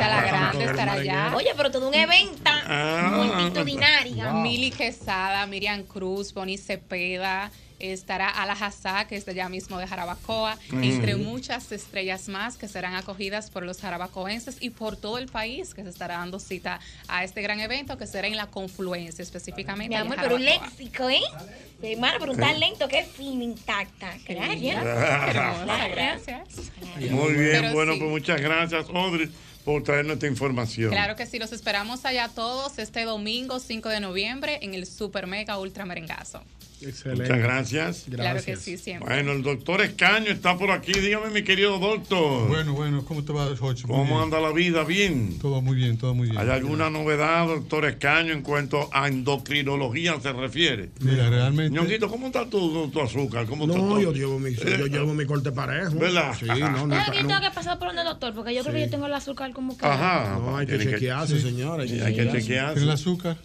S4: [LAUGHS]
S13: la grande
S4: Todo el
S13: estará allá.
S4: merengue. Oye, pero todo un evento
S2: Ah.
S4: multitudinario.
S2: [LAUGHS]
S13: Mili Quesada, Miriam Cruz, Bonnie Cepeda. Estará Ala Hassá, que es de allá mismo de Jarabacoa,
S2: Mm.
S13: entre muchas estrellas más que serán acogidas por los jarabacoenses y por todo el país que se estará dando cita a este gran evento que será en la confluencia específicamente.
S4: Mi
S13: allá en
S4: amor, pero un
S13: Jarabacoa.
S4: léxico, ¿eh? Mi hermana, pero un talento que es fino, intacta. Gracias.
S13: Hermosa,
S4: gracias.
S2: Muy bien,
S13: Pero
S2: bueno,
S13: sí.
S2: pues muchas gracias, Audrey, por traernos esta información.
S13: Claro que sí, los esperamos allá todos este domingo 5 de noviembre en el Super Mega Ultra Merengazo.
S8: Excelente.
S2: Muchas gracias.
S13: Claro que sí, siempre.
S2: Bueno, el doctor Escaño está por aquí. Dígame, mi querido doctor.
S20: Bueno, bueno, ¿cómo te va, Jorge? Muy
S2: ¿Cómo
S20: bien.
S2: anda la vida? ¿Bien?
S20: Todo muy bien, todo muy bien.
S2: ¿Hay alguna novedad, doctor Escaño, en cuanto a endocrinología se refiere?
S20: Mira, realmente.
S2: Ñonguito, ¿cómo está tu, tu azúcar? ¿Cómo está
S20: No,
S2: todo? Eh,
S20: yo
S8: llevo mi, yo llevo mi corte parejo.
S2: ¿Verdad?
S8: Sí,
S2: [LAUGHS]
S8: no, no.
S4: Claro que yo
S8: no.
S4: tengo que pasar por donde doctor, porque yo creo que yo tengo el azúcar como que.
S2: Ajá.
S8: No, hay que
S2: Tiene que-
S8: chequearse, señor. Hay
S2: Sí,
S8: que
S2: hay que
S8: chequearse.
S2: chequearse. ¿El
S20: azúcar?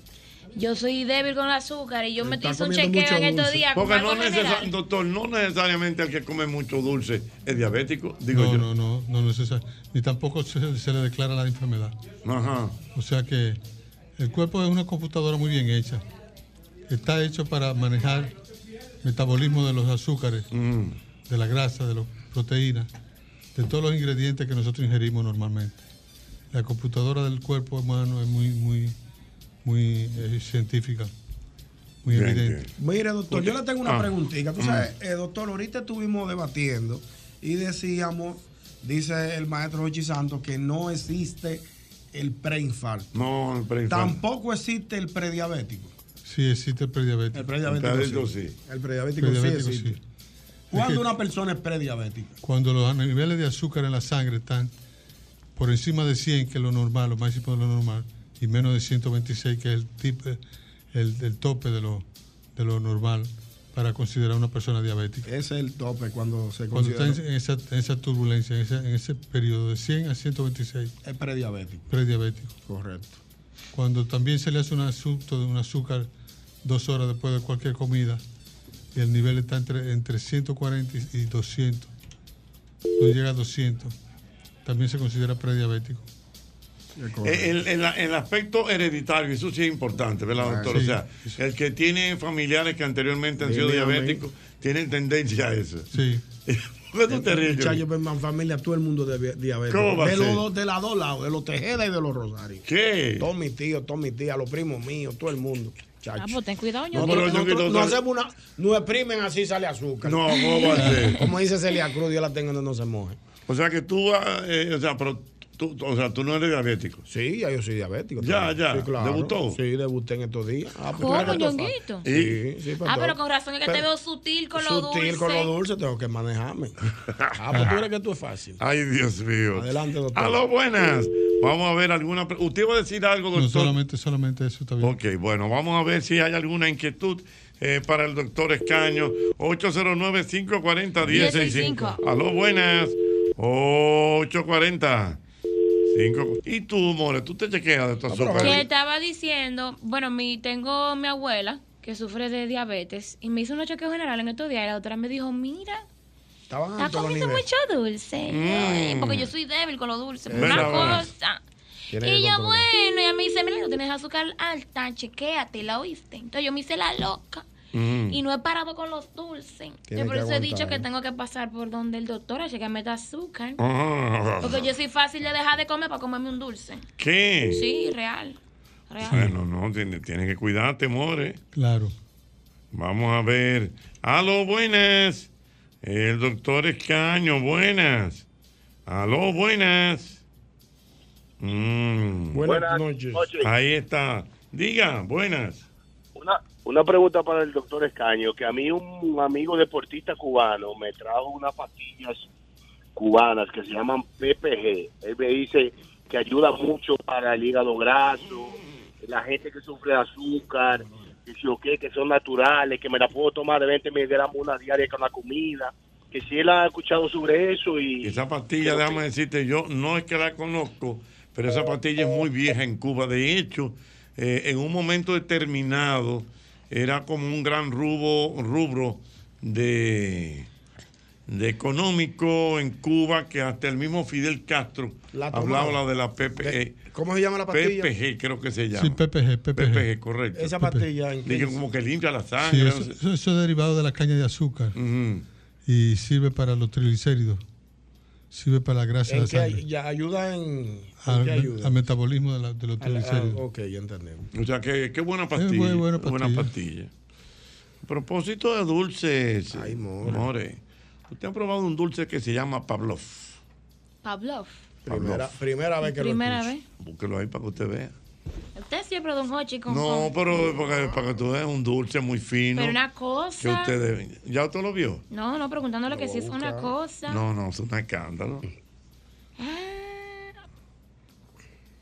S4: Yo soy débil con el azúcar y yo me
S2: Está
S4: hice un
S2: comiendo
S4: chequeo en
S2: mucho
S4: estos
S2: dulce.
S4: días. con
S2: Porque no
S4: algo general.
S2: necesariamente, doctor, no necesariamente el que come mucho dulce es diabético, digo
S20: no,
S2: yo.
S20: no, no, no, no es esa. Ni tampoco se, se le declara la enfermedad.
S2: Ajá.
S20: O sea que el cuerpo es una computadora muy bien hecha. Está hecho para manejar metabolismo de los azúcares, de la grasa, de las proteínas, de todos los ingredientes que nosotros ingerimos normalmente. La computadora del cuerpo humano es muy, muy, muy eh, científica, muy
S8: Bien,
S20: evidente.
S8: Mire, doctor, yo le tengo una
S20: Ah.
S8: preguntita. Tú sabes, eh, doctor, ahorita estuvimos debatiendo y decíamos, dice el maestro Jochi Santos, que no existe el preinfarto.
S2: No, el preinfarto.
S8: Tampoco existe el prediabético.
S20: Sí, existe el prediabético.
S8: El prediabético El prediabético sí. sí. El prediabético sí existe.
S20: [LAUGHS]
S25: ¿Cuándo una persona es prediabética?
S20: Cuando los niveles de azúcar en la sangre están por encima de 100, que es lo normal, lo máximo de lo normal, y menos de 126, que es el, tip- el, el tope de lo, de lo normal para considerar una persona diabética.
S3: Ese es el tope cuando se
S20: Cuando está
S3: considera.
S20: en, en esa, en esa turbulencia, en, esa- en ese periodo de 100 a 126.
S3: Es prediabético.
S20: Prediabético.
S3: Correcto.
S20: Cuando también se le hace un asunto de un azúcar dos horas después de cualquier comida y el nivel está entre, entre 140 y y 200, no llega a 200, también se considera prediabético.
S2: Eh, El, el- el aspecto hereditario, eso sí es importante,
S3: Ah,
S2: ¿verdad, doctor?
S20: Sí.
S2: o sea, el que tiene familiares que anteriormente han sido
S3: Dile a mí.
S2: diabéticos, tienen tendencia a eso.
S20: Sí.
S2: ¿Por qué tú te ríes, Yuri?
S3: Muchachos, en familia, todo el mundo de diabetes.
S2: ¿Cómo va a
S3: de,
S2: ser?
S3: los, dos- de las dos lados, de los Tejeda y de los Rosarios.
S2: ¿Qué?
S3: Todos mis tíos, todos mis tías, los primos míos, todo el mundo. chacho.
S4: Ah, pues ten cuidado,
S3: No,
S4: yo.
S3: pero nosotros no hacemos una. No exprimen así, sale azúcar.
S2: No, ¿cómo
S3: [LAUGHS]
S2: va a ser?
S3: Como dice Celia Cruz, Dios la tenga donde no se moje.
S2: O sea que tú, ah, eh, o sea, pero tú, o sea, tú no eres diabético.
S3: Sí, ya yo soy diabético.
S2: Ya, ya.
S3: Sí, claro.
S2: ¿Debutó?
S3: Sí, debuté en estos días. Ah,
S4: ¿Cómo,
S3: tú eres
S4: Ñonguito?
S3: tofá. Sí, sí,
S4: Ah, pero
S3: todo.
S4: con razón es que te
S3: Pero-
S4: veo sutil con lo
S3: Sutil
S4: dulce.
S3: con lo dulce, tengo que
S2: [LAUGHS]
S3: manejarme. Ah, pues tú crees que tú es fácil.
S2: Ay, Dios mío.
S3: Adelante, doctor.
S2: Aló, buenas. Vamos a ver alguna. pre- Usted va a decir algo, doctor.
S20: No solamente, solamente eso está bien.
S2: Ok, bueno, vamos a ver si hay alguna inquietud eh, para el doctor Escaño. 809-540-1065. Aló, buenas. 840. Cinco- ¿Y tú, More? ¿Tú te chequeas de tu
S3: Ah,
S2: azúcar?
S4: Que estaba diciendo, bueno, mi, tengo mi abuela que sufre de diabetes y me hizo un chequeo general en estos días y la doctora me dijo, mira,
S3: Estaban
S4: estás
S3: altos los
S4: comiendo
S3: niveles.
S4: Ah, mucho dulce. Ay,
S3: Mm.
S4: Porque yo soy débil con lo dulce.
S3: Es
S4: Una
S3: verdad.
S4: cosa.
S3: Tiene que
S4: Y ya
S3: controlar.
S4: bueno, ella me dice, mira, tú tienes azúcar alta, chequéate, ¿la oíste? Entonces yo me hice la loca
S2: Mm.
S4: y no he parado con los dulces.
S2: Tiene
S4: Yo por
S2: que
S4: eso he dicho
S2: aguantar,
S4: que
S2: ¿eh?
S4: tengo que pasar por donde el doctor a chequearme
S2: [LAUGHS]
S4: este azúcar.
S2: Ah.
S4: Porque yo soy fácil de dejar de comer para comerme un dulce.
S2: ¿Qué?
S4: Sí, real. Real.
S2: Bueno, no, tiene- tienes que cuidarte, More.
S20: Claro.
S2: Vamos a ver. Aló, buenas. El doctor Escaño, buenas. Aló, buenas. Mm.
S11: Buenas noches. noches.
S2: Ahí está. Diga, buenas.
S11: Una, una pregunta para el doctor Escaño, que a mí un amigo deportista cubano me trajo unas pastillas cubanas que se llaman PPG. Él me dice que ayuda mucho para el hígado graso, la gente que sufre de azúcar, que, si o qué, que son naturales, que me la puedo tomar de 20 miligramos una diaria con la comida, que si él ha escuchado sobre eso
S2: [LAUGHS]
S11: y...
S2: Esa pastilla, déjame decirte, yo no es que la conozco, pero esa pastilla es muy vieja en Cuba. De hecho, eh, en un momento determinado era como un gran rubro, rubro de, de económico en Cuba que hasta el mismo Fidel Castro
S3: La tomaba.
S2: hablaba de la PPE.
S3: ¿Cómo se llama la pastilla?
S2: PPG creo que se llama.
S20: Sí, PPG, PPG.
S2: correcto.
S3: Esa pastilla, ¿en qué
S2: Dije,
S3: es?
S2: como que limpia la
S20: Sí,
S2: sangre.
S20: eso, eso- eso es derivado de la caña de azúcar y sirve para los triglicéridos, sirve para la grasa de
S3: ¿En
S20: la
S3: qué
S20: sangre,
S3: ay- ya ayuda en. ¿en
S20: al,
S3: qué ayuda?
S20: al metabolismo de, la- de los
S3: Ah, ah,
S20: triglicéridos.
S3: ok, ya entendemos.
S2: O sea, que qué buena
S20: buena-
S2: pastilla.
S20: buena
S2: buena
S20: pastilla.
S2: pastilla. A propósito de dulces, Ay, more. usted ha probado un dulce que se llama Pavlov.
S4: Pavlov.
S2: Primera,
S3: primera vez
S4: Primera vez.
S2: Búsquelo ahí para que usted vea.
S4: Usted siempre don Hochi con
S2: No, pues,
S4: con-
S2: pero para que, para que tú veas un dulce muy fino.
S4: Pero una
S2: que
S4: cosa.
S2: usted debe- ¿Ya usted lo vio?
S4: No, no, preguntándole que si es una cosa.
S2: No, no, es un escándalo.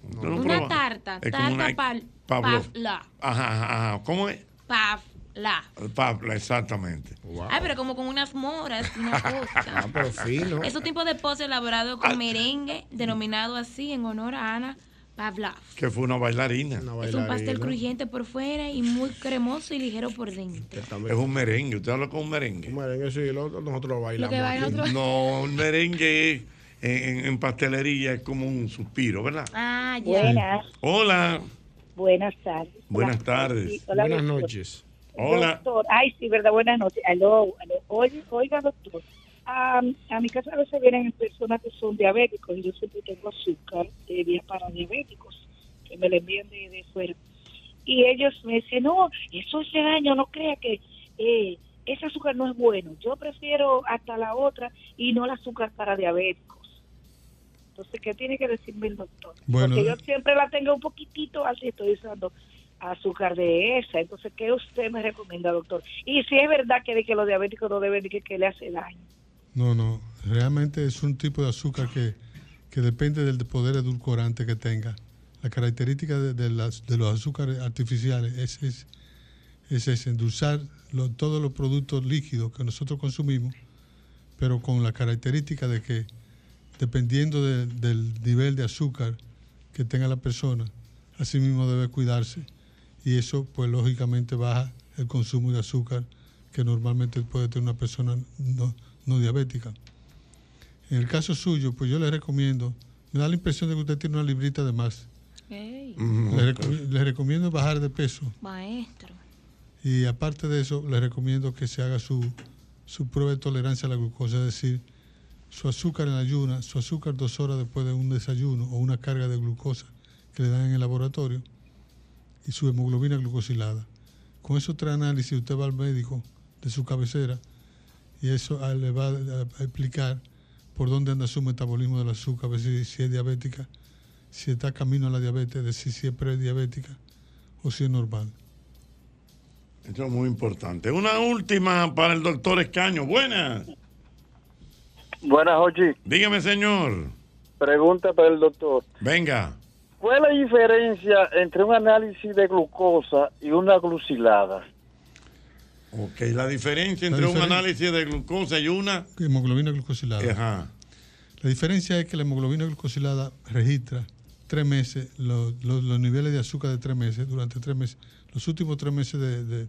S2: Usted no
S4: Ah. una
S2: prueba.
S4: tarta.
S2: Es como
S4: tarta
S2: una-
S4: pal-
S2: Pavlov.
S4: Pavla.
S2: Ajá, ajá, ajá. ¿Cómo es?
S4: Pavla.
S2: Pavla, exactamente.
S4: Ay, Ah, pero como con unas moras,
S2: [LAUGHS]
S4: una cosa.
S2: Ah, pero fino.
S4: Es un tipo de postre elaborado
S2: Ah.
S4: con merengue, denominado así en honor a Ana Pavlov.
S2: Que fue una bailarina.
S4: Es un pastel crujiente por fuera y muy cremoso y ligero por dentro.
S2: Es un merengue. Usted habla con un merengue. Un
S3: merengue, sí, nosotros lo
S4: Lo que baila otro-
S2: No, un merengue es- en, en- en pastelería es como un suspiro, ¿verdad?
S4: Ah,
S2: ya.
S12: Buenas,
S2: Hola,
S12: buenas tardes.
S2: buenas tardes.
S12: Sí, hola, doctor.
S2: noches. Hola.
S12: Doctor, ay, sí, verdad, buenas noches. Aló, aló. Oye, oiga, doctor, am, a mi casa a veces vienen personas que son diabéticos y yo siempre tengo azúcar de día para diabéticos que me la envían de, de fuera. Y ellos me dicen, no, eso hace daño, no crea que eh, ese azúcar no es bueno. Yo prefiero hasta la otra y no el azúcar para diabéticos. Entonces, ¿qué tiene que decirme el doctor?
S20: Bueno,
S12: Porque yo siempre la tengo un poquitito así, estoy usando azúcar de esa. Entonces, ¿qué usted me recomienda, doctor? Y si es verdad que, de que los diabéticos no deben de que, que le hace daño.
S20: No, no. Realmente es un tipo de azúcar que, que depende del poder edulcorante que tenga. La característica de, de las- de los azúcares artificiales es, es, es ese, endulzar lo- todos los productos líquidos que nosotros consumimos, pero con la característica de que dependiendo de- del nivel de azúcar que tenga la persona, así mismo debe cuidarse y eso pues lógicamente baja el consumo de azúcar que normalmente puede tener una persona no, no diabética. En el caso suyo, pues yo le recomiendo, me da la impresión de que usted tiene una librita de más.
S2: Mm.
S20: Le, reco- le recomiendo bajar de peso
S4: Maestro.
S20: y aparte de eso, le recomiendo que se haga su, su prueba de tolerancia a la glucosa, es decir, su azúcar en ayuna, su azúcar dos horas después de un desayuno o una carga de glucosa que le dan en el laboratorio y su hemoglobina glucosilada. Con esos tres análisis usted va al médico de su cabecera y eso a él le va a a explicar por dónde anda su metabolismo del azúcar, a ver si, si es diabética, si está camino a la diabetes, es decir, si es prediabética o si es normal.
S2: Esto es muy importante. Una última para el doctor Escaño. Buenas.
S11: Buenas, Jochi.
S2: Dígame, señor.
S11: Pregunta para el doctor.
S2: Venga.
S11: ¿Cuál es la diferencia entre un análisis de glucosa y una glucilada?
S2: Ok, la diferencia entre un
S20: diferencia-
S2: análisis de glucosa y una.
S20: Hemoglobina glucosilada. La diferencia es que la hemoglobina glucosilada registra tres meses, lo- lo- los niveles de azúcar de tres meses, durante tres meses, los últimos tres meses de, de-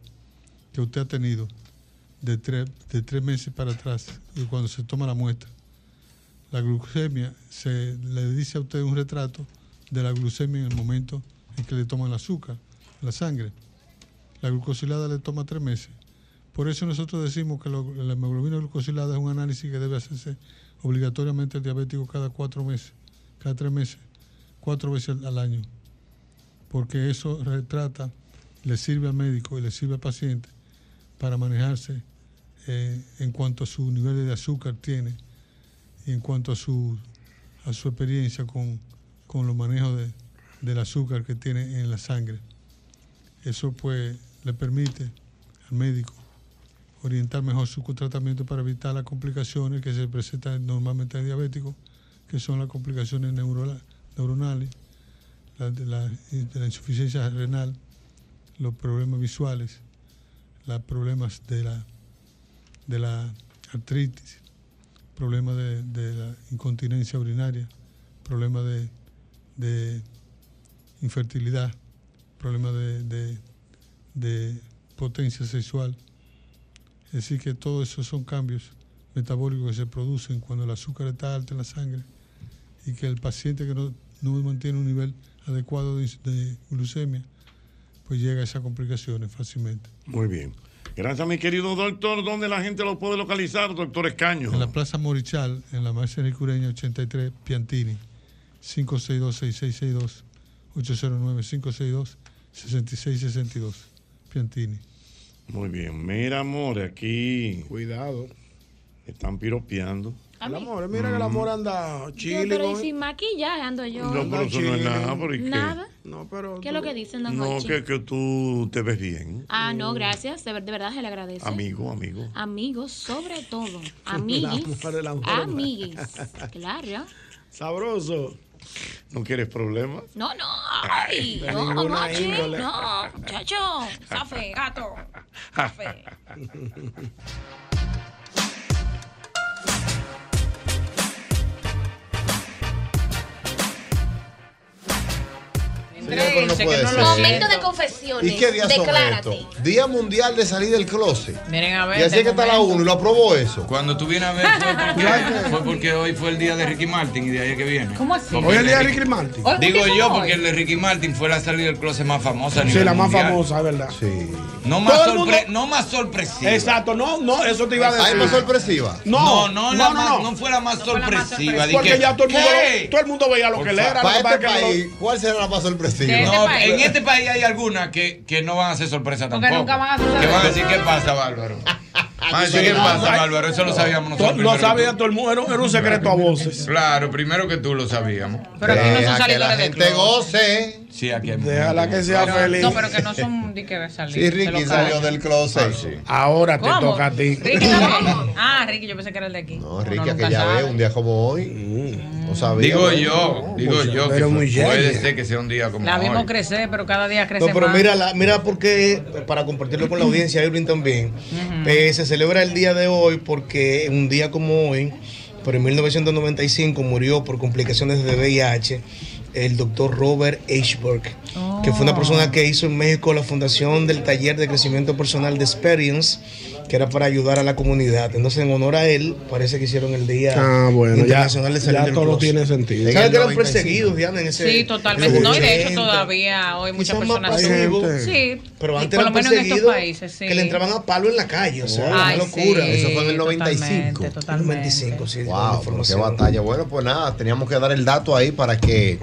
S20: que usted ha tenido, de tres, de tres meses para atrás, de cuando se toma la muestra. La glucemia se le dice a usted un retrato de la glucemia en el momento en que le toman el azúcar, la sangre. La glucosilada le toma tres meses. Por eso nosotros decimos que lo- la hemoglobina glucosilada es un análisis que debe hacerse obligatoriamente el diabético cada cuatro meses, cada tres meses, cuatro veces al año. Porque eso retrata, le sirve al médico y le sirve al paciente para manejarse eh, en cuanto a su nivel de azúcar tiene y en cuanto a su, a su experiencia con, con los manejos de- del azúcar que tiene en la sangre. Eso pues le permite al médico orientar mejor su tratamiento para evitar las complicaciones que se presentan normalmente en diabéticos, que son las complicaciones neurola- neuronales, la, de la- de la insuficiencia renal, los problemas visuales, los problemas de la, de la artritis, problemas de, de la incontinencia urinaria, problemas de, de infertilidad, problemas de- de- de potencia sexual. Es decir, que todo eso son cambios metabólicos que se producen cuando el azúcar está alta en la sangre y que el paciente que no, no mantiene un nivel adecuado de, de glucemia, pues llega a esas complicaciones fácilmente.
S2: Muy bien. Gracias, mi querido doctor. ¿Dónde la gente lo puede localizar, doctor Escaño?
S20: En la Plaza Morichal, en la Marcia Ricureña 83, Piantini, 562-6662, 809-562-6662, Piantini.
S2: Muy bien. Mira, amor, aquí. Cuidado. Están piropeando.
S3: El amor, mira que el amor anda
S4: Yo,
S3: chile.
S4: pero y
S3: con-
S4: sin maquillaje ando yo.
S2: No, pero eso no es nada, ¿por qué?
S4: Nada.
S3: No, pero.
S4: ¿Qué es lo que dicen, don
S2: No,
S4: Jochi?
S2: que, que tú te ves bien.
S4: Ah, no, gracias. De, ver- de verdad se le agradece.
S2: Amigo, amigo.
S4: Amigos, sobre todo.
S3: El
S4: Amiguis.
S3: amor, el amor.
S4: Amiguis.
S2: [LAUGHS]
S4: Claro. ya.
S3: [LAUGHS] Sabroso.
S2: ¿No quieres problemas?
S4: No, no. Ay,
S3: de
S4: no,
S3: ninguna
S4: no, che,
S3: índole.
S4: no, muchacho. Safe, gato.
S5: pero no puede ser.
S4: Momento de confesiones.
S5: ¿Y qué día son
S4: Declárate.
S5: estos? Día Mundial de Salir del Closet.
S21: Miren a ver.
S5: Y así es que está la 1 y lo aprobó eso.
S19: Cuando tú vienes a ver fue porque, fue porque hoy fue el día de Ricky Martin y de ahí es que viene.
S21: ¿Cómo así?
S19: Porque
S21: Hoy es el día de
S3: Ricky Martin.
S21: Hoy, ¿por qué
S19: Digo
S21: fue
S19: yo
S21: hoy?
S19: porque el de Ricky Martin fue la salida del closet más famosa. a
S3: Sí,
S19: nivel
S3: la más
S19: mundial.
S3: famosa, es verdad. Sí.
S19: No más,
S3: Todo el mundo-
S19: sorpre- no más sorpresiva.
S3: Exacto, no, no, eso te iba a decir.
S19: ¿Hay más sorpresiva? No, no, la más- no fue la más sorpresiva, di
S3: Porque
S19: que-
S3: ya todo el, mundo,
S19: ¿Qué?
S3: todo el mundo veía lo
S19: Por
S3: que le era.
S19: favor.
S3: lo que
S19: Para este
S3: pasa es que no lo-
S5: ¿Cuál será la más sorpresiva?
S19: No, en este país hay algunas que, que no van a ser sorpresa
S21: Porque
S19: tampoco.
S21: nunca van a
S3: [LAUGHS]
S21: suceder.
S19: Que van a decir, ¿qué pasa, Bárbaro? Eso qué pasa, Álvaro, eso lo sabíamos nosotros.
S3: Lo
S19: primero
S3: sabía todo el mundo, era un- era un secreto a voces.
S19: Claro, primero que tú lo sabíamos.
S3: Pero aquí no son Deja que salidores la de gente club.
S5: goce.
S19: Sí, aquí hay
S3: Déjala que sea
S19: Pero-
S3: feliz.
S13: No, pero que no son de que salir.
S5: Sí, Ricky salió del closet.
S3: Ahora te
S13: ¿Cómo?
S3: toca a ti.
S13: Ricky también. Ah, Ricky, yo pensé que era el de aquí.
S5: No, Ricky, que ya ve un día como hoy. No sabía.
S19: Digo
S5: ¿no?
S19: yo, digo yo, que
S5: Pero muy
S19: puede
S5: yeye.
S19: ser que sea un día como
S21: La vimos
S19: hoy.
S21: crecer, pero cada día crece
S26: eh. No, pero
S21: más.
S26: mira, la- mira porque, para compartirlo con la audiencia, Irving también, eh, se celebra el día de hoy porque un día como hoy, pero en 1995 murió por complicaciones de VIH el doctor Robert H. Burke, que fue una persona que hizo en México la fundación del taller de crecimiento personal de Experience, que era para ayudar a la comunidad. Entonces, en honor a él, parece que hicieron el Día
S3: Ah, bueno, ya,
S26: Internacional de Salud
S3: ya todo tiene sentido.
S26: ¿Sabes que eran perseguidos, Diana, en ese
S21: Sí, totalmente.
S26: en
S21: No, y de hecho
S26: ese-
S21: todavía hoy muchas
S26: son más
S21: personas...
S26: pasivos.
S21: Sí,
S26: Pero antes
S21: por lo
S26: eran
S21: menos en estos
S26: perseguidos
S21: países, sí.
S26: que le entraban a palo en la calle, o sea,
S21: Ay,
S26: una locura.
S21: sí,
S26: Eso fue en el
S21: totalmente,
S26: 95.
S21: totalmente.
S26: 95, sí.
S5: Wow, pero qué batalla. Bueno, pues nada, teníamos que dar el dato ahí para que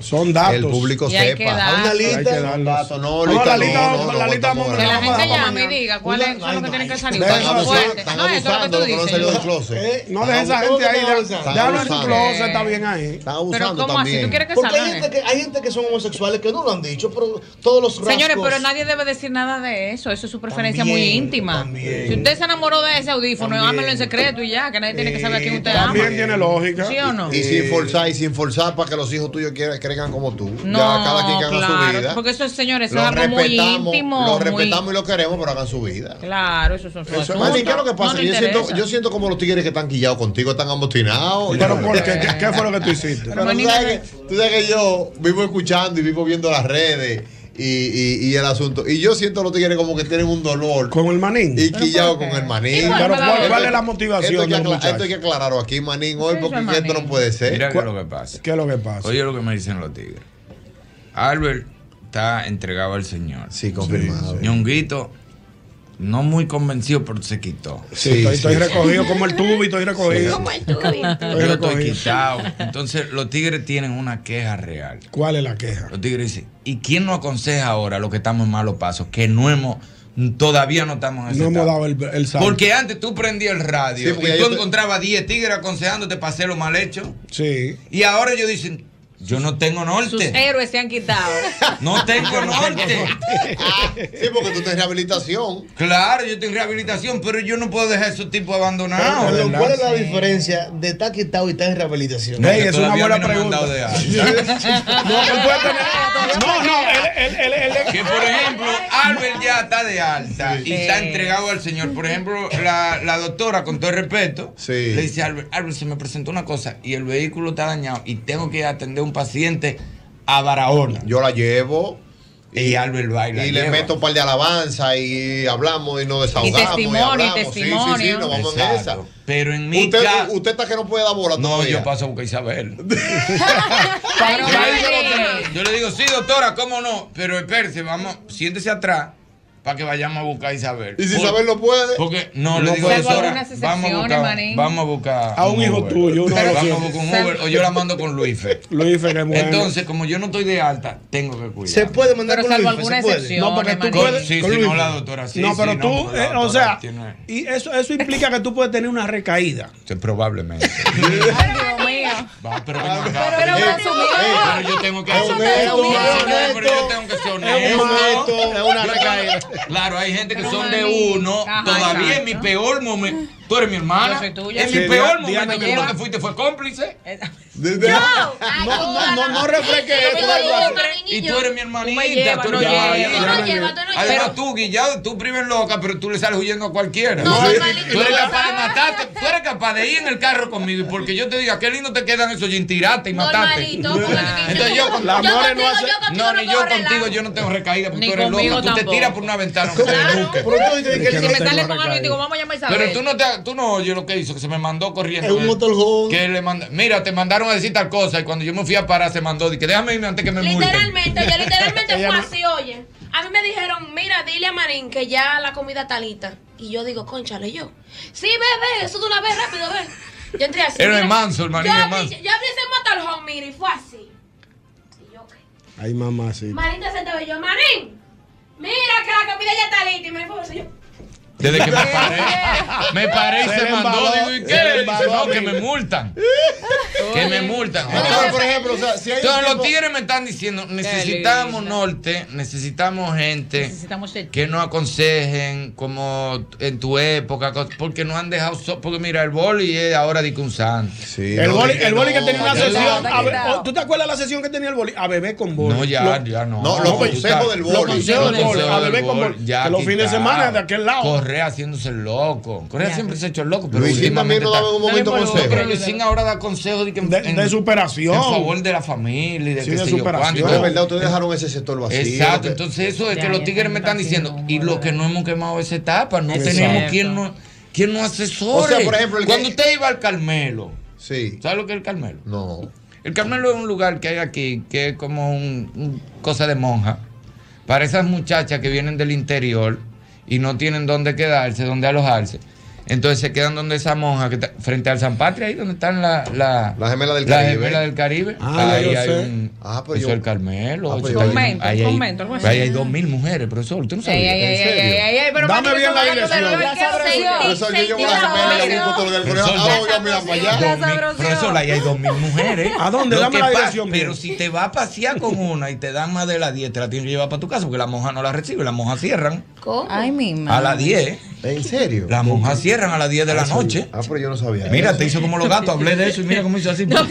S5: el público
S26: Y hay
S5: sepa.
S26: que dar-
S5: una lista,
S26: Hay que
S5: un dato, no,
S26: No,
S5: lista,
S26: la
S5: no,
S26: lista,
S5: no, no,
S26: la lista,
S5: votamos
S26: hombre,
S5: ahora.
S26: la
S13: La gente
S26: Vamos a
S13: llame y diga cuáles son los que tienen que salir.
S26: Están
S13: Fuerte.
S26: abusando,
S3: están
S13: No, eso es lo que
S5: abusando
S13: tú
S5: de lo que no
S13: dices.
S5: salió del
S13: yo-
S5: closet.
S3: Eh, no dejes a esa gente ahí,
S26: Están
S3: deja- déjalo en su
S26: abusando.
S3: closet, está bien ahí.
S26: Pero
S3: ¿cómo así? ¿Tú quieres que
S26: Porque hay
S3: salgan?
S26: gente que, hay gente que son homosexuales que no lo han dicho, pero todos los rasgos...
S13: Señores, pero nadie debe decir nada de eso. Eso es su preferencia muy
S26: También,
S13: íntima.
S26: también.
S13: Si usted se enamoró de ese audífono, ámelo en secreto y ya, que nadie tiene que saber a quién usted ama.
S26: lógica.
S13: ¿Sí o no?
S5: Y sin
S13: Eh.
S5: forzar, y sin forzar para que los hijos tuyos quieran- crezcan como tú.
S13: No,
S5: ya cada quien que haga su
S13: claro,
S5: vida.
S13: porque eso, señores, eso
S5: Lo
S13: es algo muy
S5: respetamos,
S13: íntimo.
S5: lo
S13: muy-
S5: respetamos y lo queremos, pero hagan su vida.
S13: Claro, eso son sus
S5: Eso es
S13: asuntos.
S5: ¿qué es lo que pasa?
S13: No le
S5: yo, siento,
S13: interesa.
S5: yo siento como los tigres que están quillados contigo, están amostinados.
S3: Pero, ¿por
S5: [LAUGHS]
S3: qué? ¿Qué- qué fue lo que tú hiciste?
S5: Pero tú, sabes que, tú sabes que yo vivo escuchando y vivo viendo las redes y, y- y el asunto. Y yo siento a los tigres como que tienen un dolor.
S3: Con el manín.
S5: Y quillados con el manín.
S3: Sí, pero ¿cuál- cuál es la motivación
S5: Esto hay que,
S3: de los
S5: acla-
S3: muchachos?
S5: esto hay que aclararlo aquí, manín, hoy,
S3: Sí,
S5: porque
S3: eso es
S5: esto no puede ser.
S19: Mira qué es lo que pasa.
S3: ¿Qué es lo que pasa?
S19: Oye lo que me dicen los tigres. Albert está entregado al Señor.
S5: Sí, confirmado.
S19: Ñonguito, no muy convencido, pero se quitó.
S3: Sí, estoy, estoy recogido como el tubi, estoy recogido. Estoy
S19: Yo estoy
S3: recogido.
S19: quitado. Entonces, los tigres tienen una queja real.
S3: ¿Cuál es la queja?
S19: Los tigres dicen, ¿y quién nos aconseja ahora los que estamos en malos pasos? Que no hemos, todavía no estamos en ese
S3: No hemos dado el, el salto.
S19: Porque antes tú prendías el radio
S3: Sí, porque
S19: y
S3: ya
S19: tú
S3: yo te-
S19: encontrabas 10 tigres aconsejándote para hacer lo mal hecho.
S3: Sí.
S19: Y ahora ellos dicen, yo no tengo
S13: Sus
S19: norte.
S13: héroes se han quitado.
S19: No tengo norte.
S5: sí, porque tú estás en rehabilitación.
S19: Claro, yo estoy en rehabilitación, pero yo no puedo dejar a esos tipos abandonados.
S26: Pero, ¿Cuál Ah, es la diferencia de estar quitado y estar en rehabilitación?
S19: No, Ey, que es una todavía a mí buena no me han pregunta. dado de
S26: no,
S3: No, no,
S19: que por ejemplo, Albert ya está de alta y está entregado al Señor. Por ejemplo, la, la doctora, con todo el respeto, le dice a Albert, Albert, se me presentó una cosa y el vehículo está dañado y tengo que atender a un paciente a Barahona.
S5: Yo la llevo.
S19: Y Albert baila.
S5: Y le meto un par de alabanza y hablamos y nos desahogamos.
S19: testimonio, y
S5: hablamos. Sí, sí, sí,
S19: testimonio.
S5: nos vamos en esa.
S19: Exacto. Pero en mi
S5: usted,
S19: caso-
S5: usted está que no puede dar bola
S19: No,
S5: todavía.
S19: yo paso a buscar a Isabel.
S13: Pero,
S19: Yo le,
S13: Albert,
S19: digo, yo le digo, sí, doctora, ¿cómo no? Pero espérese, vamos, siéntese atrás para que vayamos a buscar a Isabel.
S5: Y si
S19: Por-
S5: Isabel no puede.
S19: Porque no, le digo,
S13: Salvo
S19: doctora, vamos
S13: algunas
S19: a
S13: excepciones,
S19: buscar,
S13: manín.
S19: vamos a buscar
S3: A un hijo
S19: Uber.
S3: tuyo, uno lo
S19: vamos a
S3: tiene.
S19: buscar un Uber o yo la mando con Luife.
S3: Luife, que bueno.
S19: Entonces, como yo no estoy de alta, tengo que cuidar.
S26: Se puede mandar
S13: Pero
S26: con
S13: salvo
S26: Luis,
S13: alguna
S26: se puede.
S13: excepción,
S26: No, porque tú
S13: hermano.
S26: puedes.
S19: Sí,
S26: con
S19: sí,
S26: Luis.
S19: no la doctora, sí,
S3: no,
S19: sí,
S3: pero tú,
S19: la
S3: eh, o
S19: doctora
S3: sea,
S19: tiene-
S3: y eso, eso implica que tú puedes tener una recaída.
S19: Sí, probablemente. Va, pero venga acá.
S16: Pero
S19: Eh,
S16: presumido.
S19: eh, pero yo tengo que
S16: Es
S19: ser
S16: honesto,
S19: honesto,
S16: es
S19: pero yo tengo que ser
S16: es
S19: honesto.
S16: honesto, es una
S19: Yo [LAUGHS]
S16: recaída.
S19: tengo- Claro, hay gente que
S16: Pero,
S19: son de
S16: mami,
S19: uno.
S16: ajá,
S19: Todavía en
S16: exacto.
S19: mi peor momento. Tú eres mi hermana.
S16: Yo soy tuya.
S19: En
S16: Sí,
S19: mi peor momento.
S16: Diana,
S19: Tú
S16: Diana.
S19: lo que fuiste fue cómplice.
S16: No, no, no, no refresque
S19: Pero
S16: esto,
S19: me
S16: Bárbara.
S19: llevas, Y tú eres mi hermanita.
S16: Tú me llevas,
S19: tú
S16: no
S19: eres-
S16: llevas.
S19: Ay,
S16: Tú no
S19: Diana,
S16: llevas, tú no
S19: Además,
S16: llevas.
S19: tú, Guillado, tú primer loca, pero tú le sales huyendo a cualquiera.
S16: No,
S19: Sí.
S16: Maliki,
S19: tú eres
S16: no.
S19: capaz de matarte. Tú eres capaz de ir en el carro conmigo. Y porque yo te diga, qué lindo te quedan esos jeans, tirarte y matarte.
S16: Normalito, porque
S19: Entonces yo
S16: La
S19: yo
S16: more no
S19: contigo-
S16: hace-
S19: yo contigo No, ni yo contigo, yo no tengo recaída porque
S16: Ni
S19: tú eres
S16: conmigo
S19: loca. Tú te
S16: tampoco.
S19: tiras por una ventana. aunque te desnuques.
S13: Si me sale con algo y digo, vamos a llamar a Isabel.
S19: Pero tú no, te, tú no oyes lo que hizo, que se me mandó corriendo.
S13: Es un
S19: Que- Que le manda, mira, te mandaron a decir tal cosa y cuando yo me fui a parar se mandó. Dije, déjame irme antes que me multen.
S4: Literalmente,
S19: [LAUGHS]
S4: yo literalmente fue
S19: Ella no-
S4: así, oye. A mí me dijeron, mira, dile a Marín que ya la comida talita. Y yo digo, conchale, yo. Sí, ve, ve, eso de una vez rápido, ve. Yo entré así.
S19: Era el
S4: mira.
S19: manso, el
S4: Yo abrí,
S19: marín
S4: yo
S19: era
S4: abrí
S19: manso.
S4: ese motorhome, mira, y fue así.
S3: Ay, mamá, sí.
S4: Marín te sentaba y yo, Marín, mira que la comida ya está lista. Y Marín fue así, yo.
S19: Desde que me paré, me paré y
S16: Se
S19: se,
S16: le
S19: mandó. Digo,
S16: embaló,
S19: ¿y
S16: se le
S19: qué? Dice,
S16: embaló,
S19: no, que
S16: amigo.
S19: me multan. que me multan.
S16: No,
S19: Entonces,
S16: por ejemplo, o sea, si hay un
S19: entonces los
S16: tipo-
S19: tigres me están diciendo, necesitamos norte, necesitamos gente
S21: Necesitamos el-
S19: que nos aconsejen como en tu época, cos- porque no han dejado, so- porque mira, el boli es ahora de que un santo.
S3: El boli, el boli que tenía una
S19: Ya
S3: sesión.
S19: no,
S3: a ver,
S19: ya
S3: oh, ¿Tú te acuerdas la sesión que tenía el boli? A bebé con boli.
S19: No, ya,
S3: Lo-
S19: ya no.
S3: No, los consejos del boli.
S19: Los consejos del boli.
S3: A beber con boli.
S19: Ya
S3: Que los fines de
S19: quitado.
S3: semana de aquel lado.
S19: Correa haciéndose el loco. Correa
S3: Ya.
S19: siempre se ha hecho el loco. Pero
S3: Luisín
S19: últimamente
S3: también no daba en un
S19: está-
S3: momento
S19: No, pero-
S3: consejos.
S19: Pero Luisín ahora da consejos de, que- en-
S3: de superación.
S19: En favor de la familia y de,
S5: Sí,
S19: qué
S5: de
S19: sé yo
S5: superación.
S19: cuánto.
S5: De verdad, ustedes dejaron ese sector vacío.
S19: Exacto,
S5: Que-
S19: entonces eso es
S5: Ya,
S19: que
S5: ya
S19: los tigres me están diciendo, y lo que no hemos quemado esa etapa, no
S5: Exacto.
S19: tenemos quien nos quien no asesore.
S5: O sea, por ejemplo, el
S19: cuando
S5: que-
S19: usted iba al Carmelo, ¿sabe lo que es el Carmelo?
S5: No.
S19: El Carmelo es un lugar que hay aquí que es como un, un cosa de monja. Para esas muchachas que vienen del interior y no tienen dónde quedarse, dónde alojarse. Entonces se quedan donde esa monja que está frente al San Patria, ahí donde están la, la,
S5: La gemela del
S19: la
S5: Caribe.
S19: gemela del Caribe.
S5: Ah, ya
S19: ahí
S5: yo
S19: hay
S5: sé.
S19: un.
S5: Ah, pero
S19: eso
S5: yo-
S19: es el Carmelo.
S5: Ah, pero
S19: eso
S5: yo-
S19: hay-
S5: Convento,
S19: ahí hay-
S21: convento, algo así.
S19: ahí hay dos mil mujeres, profesor. ¿Usted no sabía?
S21: Ay, ay, ay, ay, ay, ay, ay, pero Dame bien la
S5: Profesor, yo llevo la gemela que justo lo del colegio. Ah, oiga, mira, para allá.
S19: Profesor, ahí hay dos mil mujeres.
S5: ¿A dónde?
S19: Lo
S5: Dame
S19: que
S5: la
S19: pasa-
S5: dirección,
S19: Pero si te vas a pasear con una y te dan más de las 10, te la tienes que llevar para tu casa porque la monja no la recibe. Las monjas cierran
S21: Ay, mi
S19: a
S21: madre.
S19: las 10.
S5: Ah, ¿En serio?
S19: Las monjas cierran a las 10 de la
S5: Eso-
S19: noche.
S5: Ah, pero yo no sabía.
S19: Mira, te hizo como los gatos. Hablé de eso y mira cómo hizo
S15: [LAUGHS]
S19: así. [LAUGHS] Las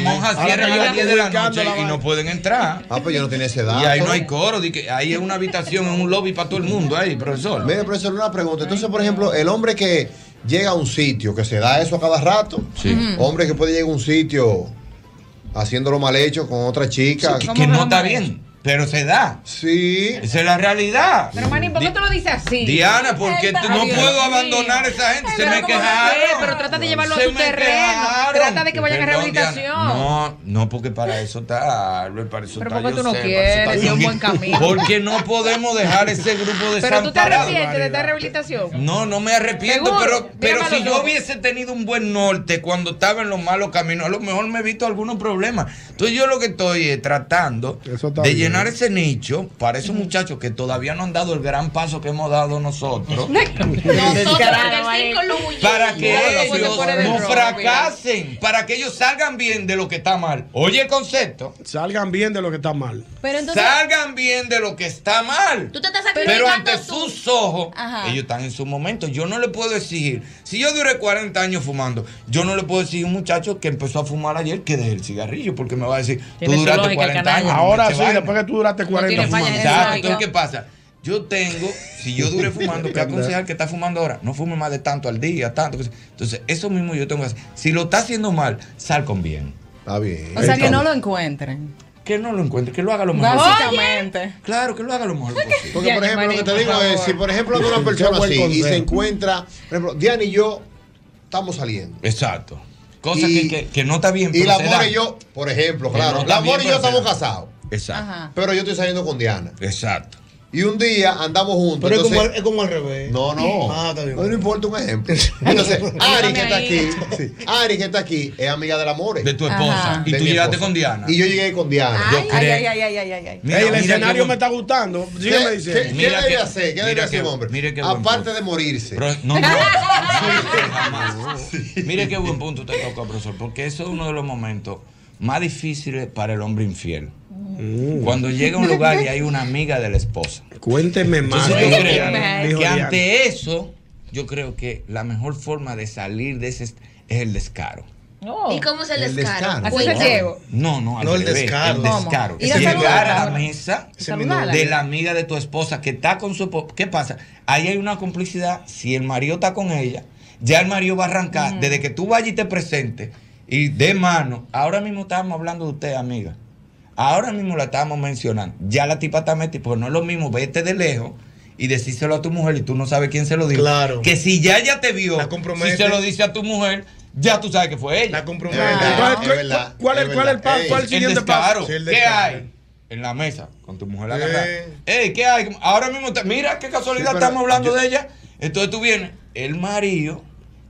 S19: monjas
S5: Ahora
S19: cierran a
S5: me
S19: las
S5: la
S19: 10 de la
S5: publicando
S19: noche
S5: la
S19: y
S5: vaina.
S19: no pueden entrar.
S5: Ah, pues yo no tenía esa edad.
S19: Y ahí no hay coro. di que Ahí es una habitación, es un lobby para todo el mundo. Ahí, profesor.
S5: Mire, profesor, una pregunta. Entonces, por ejemplo, el hombre que llega a un sitio, que se da eso a cada rato,
S19: Sí. Ujú.
S5: hombre que puede llegar a un sitio haciéndolo mal hecho con otra chica.
S19: Que, que no está bien, pero se da.
S5: Sí.
S19: Esa es la realidad.
S21: Pero, Manín, ¿por qué tú lo dices así?
S19: Diana, porque
S21: Ay,
S19: tú- no
S21: Dios
S19: puedo
S21: mío.
S19: abandonar a esa gente. Se
S21: Pero
S19: me
S21: ¿cómo va a
S19: quejaron.
S21: ser? Pero trata de llevarlo a
S19: Se
S21: tu
S19: me
S21: terreno.
S19: quejaron.
S21: Trata de que vayan a
S19: Perdón, Diana.
S21: rehabilitación.
S19: No, no, porque para eso está Albert, para eso
S21: Pero
S19: está
S21: ¿por qué tú no
S19: José, para
S21: quieres?
S19: eso está
S21: Es un
S19: Yogi.
S21: buen camino.
S19: Porque no podemos dejar ese grupo de
S21: Pero tú te arrepientes de esta rehabilitación.
S19: no, no me arrepiento,
S21: Seguro.
S19: pero, pero
S21: Dígame
S19: si
S21: los
S19: yo
S21: dos.
S19: hubiese tenido un buen norte cuando estaba en los malos caminos, a lo mejor me he visto algunos problemas. Entonces yo lo que estoy eh, tratando de
S16: bien.
S19: llenar ese nicho para esos muchachos que todavía no han dado el gran paso que hemos dado nosotros. para que ellos no fracasen, para que ellos salgan bien de lo que está mal. Oye el concepto.
S3: Salgan bien de lo que está mal.
S19: Pero salgan bien de lo que está mal.
S4: Tú te estás
S19: Pero
S4: sacrificando
S19: ante
S4: tú.
S19: sus ojos,
S4: Ajá.
S19: ellos están en su momento. Yo no le puedo exigir. Si yo duré 40 años fumando, yo no le puedo exigir a un muchacho que empezó a fumar ayer que deje el cigarrillo, porque me va a decir, tú
S3: Tiene su
S19: duraste
S3: lógica,
S19: 40 años.
S3: canalla. Ahora
S19: muchacha,
S3: sí,
S19: vaina".
S3: después que tú duraste 40 fumando.
S19: Exacto. Entonces, ¿qué pasa? Yo tengo, si yo duré
S3: [LAUGHS]
S19: fumando, que aconsejar al que está fumando ahora, no fume más de tanto al día, tanto. Entonces, eso mismo yo tengo que hacer. Si lo está haciendo mal, sal con bien.
S5: Está bien.
S1: O sea, que no lo encuentren.
S19: Que no lo encuentre, que lo haga lo mejor.
S1: Básicamente.
S19: Claro, que lo haga lo mejor posible.
S5: Porque, por ejemplo, lo que te digo es, si por ejemplo anda una
S19: Qué
S5: persona
S19: buen
S5: así y
S19: consejo.
S5: se encuentra, por ejemplo, Diana y yo estamos saliendo.
S19: Exacto. Cosa
S5: Y-
S19: que, que- que no está bien.
S5: Y
S19: pero
S5: la
S19: se
S5: amor
S19: da.
S5: y yo, por ejemplo,
S19: Que no
S5: claro,
S19: está
S5: la amor
S19: bien,
S5: y
S19: pero
S5: yo
S19: se
S5: estamos
S19: da.
S5: casados.
S19: Exacto.
S5: Pero yo estoy saliendo con Diana.
S19: Exacto.
S5: Y un día andamos juntos.
S26: Pero es como,
S5: entonces-
S26: al- es como al revés.
S5: No, no.
S26: Ah, está bien.
S5: No, no importa un ejemplo.
S1: [LAUGHS]
S5: Entonces, Ari que está
S26: ahí.
S5: aquí, sí, Ari que está aquí es amiga del amor.
S19: De tu esposa. Ajá. Y tú
S5: mi
S19: llegaste con Diana.
S5: Y yo llegué con Diana.
S1: Ay, ay, ay, ay, ay, ay, ay, ay.
S5: Mira,
S3: Ey, el
S5: mira
S3: escenario
S5: que-
S3: me está gustando. Sígueme
S5: ¿Qué-
S3: diciendo.
S5: qué- qué debería hacer? ¿Qué debería hacer un hombre? Aparte de morirse.
S19: no, no.
S5: [LAUGHS]
S19: Mire qué buen punto te toca, profesor, porque eso es uno de los momentos más difíciles para el hombre infiel. Cuando llega a un lugar y hay una amiga de la esposa.
S3: Cuénteme más.
S19: Entonces yo creo
S3: Dijo
S19: que
S3: Diana.
S19: ante eso, yo creo que la mejor forma de salir de ese est- es el descaro.
S4: ¿Y cómo Oh. se les Pues
S19: descaro.
S4: cara? Cuéntame.
S19: No, no, al
S26: No, el
S19: revés,
S26: descaro.
S19: El
S26: ¿Cómo?
S19: descaro.
S26: Ir a
S19: llegar
S26: saludarla.
S19: a la mesa
S26: Saludarla.
S19: de la amiga de tu esposa que está con su... po- ¿Qué pasa? Ahí hay una complicidad. Si el marido está con ella, ya el marido va a arrancar. Desde que tú vayas y te presentes y de mano. Ahora mismo estábamos hablando de usted, amiga. Ahora mismo la estábamos mencionando. Ya la tipa está metida, porque no es lo mismo vete de lejos y decírselo a tu mujer y tú no sabes quién se lo dijo.
S26: Claro.
S19: Que si ya ella te vio,
S26: La compromete.
S19: si se lo dice a tu mujer, ya tú sabes que fue ella. La
S26: compromete.
S3: Entonces, ¿cu- cuál es- cuál es el pa- cuál el siguiente paso? Sí, el
S19: ¿Qué
S3: descaro.
S19: hay? En la mesa, con tu mujer agarrada. Ey, ¿qué hay? Ahora mismo, te- mira qué casualidad
S5: Sí, pero
S19: estamos hablando de ella. Entonces tú vienes, el marido,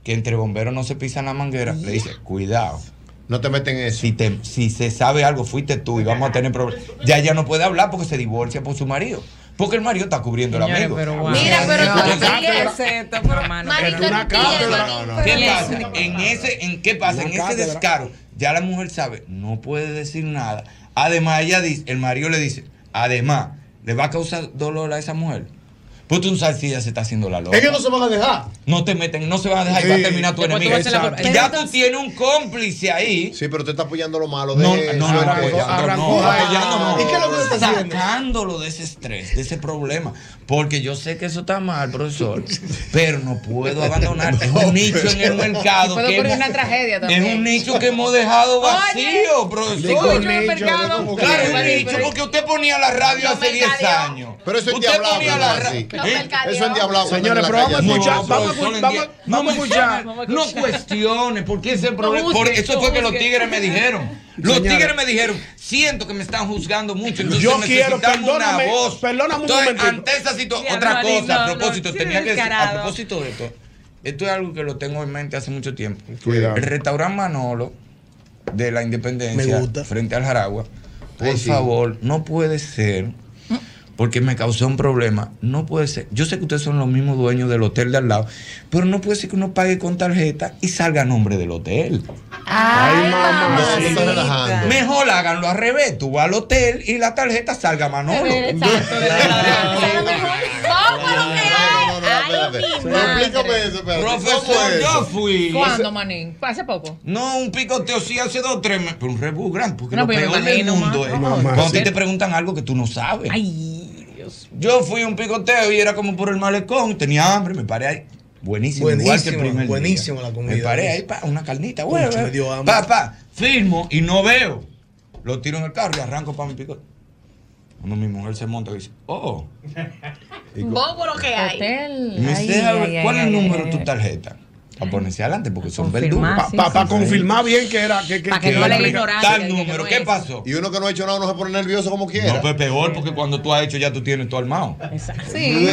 S19: que entre bomberos no se pisan la manguera, le dice, cuidado.
S5: No te meten en eso.
S19: Si, te- si se sabe algo, fuiste tú y vamos a tener problemas. Ya ella no puede hablar porque se divorcia por su marido. Porque el Mario está cubriendo el
S1: Señores,
S19: amigo.
S1: pero guau. Ah, Mira, pero tú
S19: Una
S1: tienes
S19: cátedra.
S1: esto, pero, mano,
S19: Pero
S1: pero-
S19: una cátedra. ¿Qué pasa? En ese, en qué pasa?
S1: Una
S19: en ese
S1: cátedra.
S19: descaro, ya la mujer sabe, no puede decir nada. Además, ella dice, el marido le dice, además, le va a causar dolor a esa mujer. Pues tú no sabes si ella se está haciendo la loca.
S5: Es que no se van a dejar.
S19: No te meten, no se van a dejar y va a
S5: Sí.
S19: terminar tu
S5: Después tú
S19: enemigo.
S5: vas a ser la-
S19: Exacto. Ya tú tienes un cómplice ahí.
S5: Sí, pero usted está apoyando lo malo de
S19: No, no, no,
S5: Arrancó-
S19: apoyando,
S5: arrancó.
S19: no, apoyando, no.
S5: ¿Y qué es lo que usted está haciendo?
S19: Sacándolo de ese estrés, de ese problema. Porque yo sé que eso está mal,
S5: [LAUGHS]
S19: profesor, pero no puedo abandonar. Es un nicho en el mercado.
S21: Puede
S19: que
S21: ocurrir
S19: hemos-
S21: una tragedia
S19: es
S21: también.
S19: un nicho que hemos dejado vacío, profesor.
S21: digo nicho, mercado. digo
S19: claro, es un
S21: mujer.
S19: nicho porque usted ponía la radio hace 10 años.
S5: Pero eso es
S19: Usted
S5: diablado,
S19: ponía la
S5: ¿verdad?
S19: ra-
S5: Sí.
S19: ¿Eh?
S5: Eso es diablado.
S19: Señores, pero vamos a escuchar, vamos a escuchar, vamos,
S5: vamos
S19: a escuchar. No cuestiones, porque ese es el problema.
S5: juzgues,
S19: Por eso
S5: no
S19: fue que los
S5: juzgues.
S19: tigres me dijeron. Los
S5: Señores.
S19: tigres me dijeron, siento que me están juzgando mucho. Entonces
S3: Yo quiero,
S19: necesitamos una
S3: perdóname,
S19: voz.
S3: perdóname un
S19: Entonces,
S3: momentito.
S19: Ante esa situación,
S3: Sí,
S19: otra
S3: Anuel,
S19: cosa, a
S3: no, no,
S19: propósito,
S3: sí,
S19: tenía que decir, a
S3: descarado.
S19: propósito de esto, esto es algo que lo tengo en mente hace mucho tiempo.
S5: Cuidado.
S19: El restaurante Manolo de la Independencia
S5: Me gusta.
S19: frente al Jaragua, por
S5: Ay, sí.
S19: favor, no puede ser porque me causó un problema. No puede ser. Yo sé que ustedes son los mismos dueños del hotel de al lado, pero no puede ser que uno pague con tarjeta y salga a nombre del hotel.
S5: Ay, mamá. No, se está relajando.
S19: Mejor háganlo al revés. Tú vas al hotel y la tarjeta salga a Manolo.
S5: [LAUGHS] No, no, no, espérate. Explícame eso, espérate. ¿Cómo
S19: Profesor,
S5: es eso?
S19: yo fui.
S21: ¿Cuándo, Manín? Hace poco.
S19: No, un picoteo sí hace dos, tres meses. Pero un rebus grande, porque
S21: No,
S19: lo
S21: pero yo me
S19: peor del
S21: imagino,
S19: mundo
S21: ma-
S19: es
S21: no, ma-
S19: cuando a ti
S21: sí.
S19: te preguntan algo que tú no sabes. Yo fui a un picoteo y era como por el malecón, tenía hambre, me paré ahí. Buenísimo, igual que el
S26: Buenísimo,
S19: primer día.
S26: buenísimo la comida.
S19: Me paré ahí, pa, una carnita, güey.
S26: Concho, me dio hambre.
S19: Pa, pa, firmo y no veo. Lo tiro en el carro y arranco para mi picoteo. Cuando mi mujer se monta y dice, oh.
S21: [LAUGHS]
S19: Digo,
S21: Bobo lo que hay.
S19: y me dice, "A ver, ¿cuál es el número de tu tarjeta? A ponerse Ah, adelante porque son verdugos.
S3: Para confirmar bien que era. Que, que,
S19: Tal número, ¿qué pasó?
S5: Y uno que no ha hecho nada no se pone nervioso como quiera.
S19: No, pues peor porque cuando tú has hecho ya tú tienes todo armado.
S21: Sí.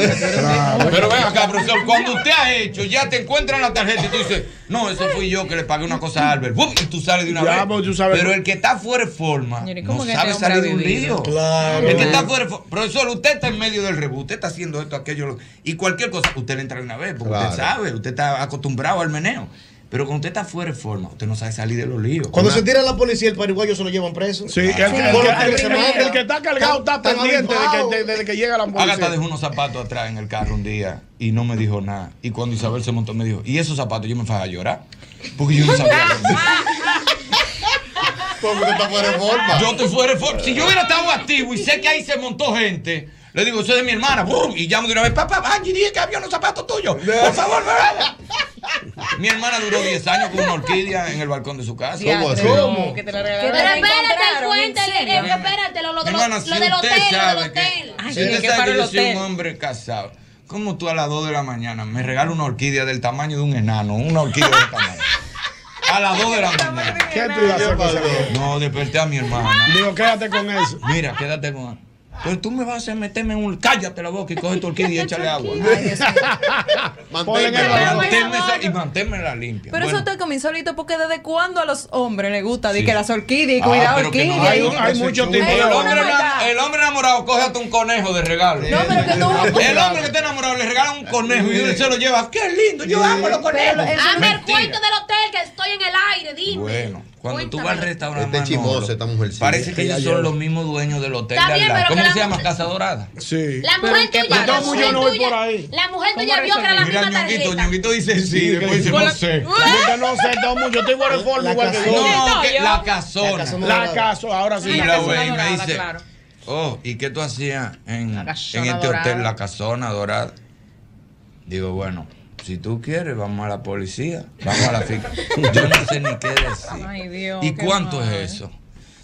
S19: Pero ven acá, profesor, cuando usted ha hecho, ya te encuentran la tarjeta y tú dices, no, eso fui yo que le pagué una cosa a Albert. ¡Bum! Y tú sales de una
S3: Ya,
S19: vez.
S3: pues, tú sabes.
S19: Pero el que está fuera de forma
S21: Señores, ¿cómo
S19: no
S21: que
S19: sabe
S21: este hombre
S19: salir de
S21: ha
S19: un
S21: vivido?
S19: lío.
S21: Claro.
S19: El que está fuera de forma. Profesor, usted está en medio del rebú, usted está haciendo esto, aquello, lo- y cualquier cosa, usted le entra de una vez, porque
S5: Claro.
S19: usted sabe, usted está acostumbrado al meneo. Pero cuando usted está fuera de forma, usted no sabe salir de los líos.
S26: Cuando
S19: Una-
S26: se tira la policía, el pariguayo se lo llevan preso.
S19: Sí, el que- el que-
S26: Con los
S19: el
S26: tres
S19: que-
S26: semanas.
S19: el que
S3: está cargado está
S26: Tan
S3: pendiente de
S26: avivado.
S3: que, de- desde que llega la ambulancia.
S19: Agatha dejó unos zapatos atrás en el carro un día y no me dijo nada. Y cuando Isabel se montó, me dijo, ¿y esos zapatos? Yo me fui a llorar. Porque yo no
S5: [LAUGHS]
S19: sabía.
S5: Porque está fuera de forma.
S19: Yo estoy fuera de forma. Si yo hubiera estado activo y sé que ahí se montó gente, le digo, eso es de mi hermana. ¡Brum! Y llamo de una vez, papá, Angie, dije que había unos zapatos
S5: [LAUGHS]
S19: tuyos. Por favor, me Mi hermana duró 10 años con una orquídea en el balcón de su casa.
S21: ¿Cómo? Que te la
S4: Pero
S21: regalaron.
S4: espérate, cuéntale,
S21: cuéntale.
S4: eh, espérate, lo, lo,
S19: Mi
S4: lo-
S19: hermana,
S4: lo
S19: si
S4: del
S19: usted
S4: hotel, lo del
S19: sabe
S4: hotel.
S19: que, si usted sabe que yo soy un hombre casado, ¿cómo tú a las 2 de la mañana me regalas una orquídea del tamaño de un enano? Una orquídea del tamaño. A las 2 de la mañana.
S3: ¿Qué tú ibas a hacer con esa mujer?
S19: No, desperté a mi hermana.
S3: Digo, quédate con eso.
S19: Mira, quédate con Pero tú me vas a hacer meterme en un. Cállate la boca y coge tu orquídea y échale agua. [LAUGHS]
S5: Ponle en el-
S19: Manténme esa- y manténmela limpia.
S1: Pero eso
S19: Bueno.
S1: usted comenzó ahorita porque desde cuándo a los hombres les gusta di
S19: Sí.
S1: que las orquídeas y
S19: Ah,
S1: cuidado
S19: pero que no,
S1: orquídeas. y que-
S19: El hombre,
S1: Una maldad.
S19: el hombre enamorado coge hasta un conejo de regalo.
S1: No, pero que tú-
S19: El hombre que está enamorado le regala un conejo y él se lo lleva. ¡Qué lindo! Yo amo los conejos.
S4: Hazme el
S19: Mentira.
S4: cuento del hotel que estoy en el aire, dime.
S19: Bueno, cuando tú vas al restaurante,
S5: Este es chismoso, esta mujer.
S19: parece que
S5: ya
S19: ellos son los mismos dueños del hotel
S4: Está
S19: de
S4: bien,
S19: al lado. ¿Cómo
S4: pero que
S19: se
S4: la
S19: llama? Casa Dorada.
S3: Sí.
S4: La mujer tuya, la
S3: Yo
S4: mujer
S3: no voy
S4: tuya,
S3: por ahí.
S4: la mujer tuya vio que era la
S19: Mira,
S4: misma
S19: Ñonguito,
S4: tarjeta.
S19: Ñonguito dice sí, después dice no sé.
S3: Yo no sé, Tomo, yo estoy fuera de forma igual que tú.
S19: No, que la casona.
S3: La caso, ahora sí.
S19: Y la güey me dice, oh, ¿y qué tú hacías en, en este
S3: casona dorada.
S19: hotel, la casona dorada? Digo, bueno, si tú quieres, vamos a la policía, vamos a la finca. Yo no sé ni qué decir.
S21: Ay, Dios.
S19: ¿Y
S21: qué
S19: cuánto
S21: mal.
S19: es eso?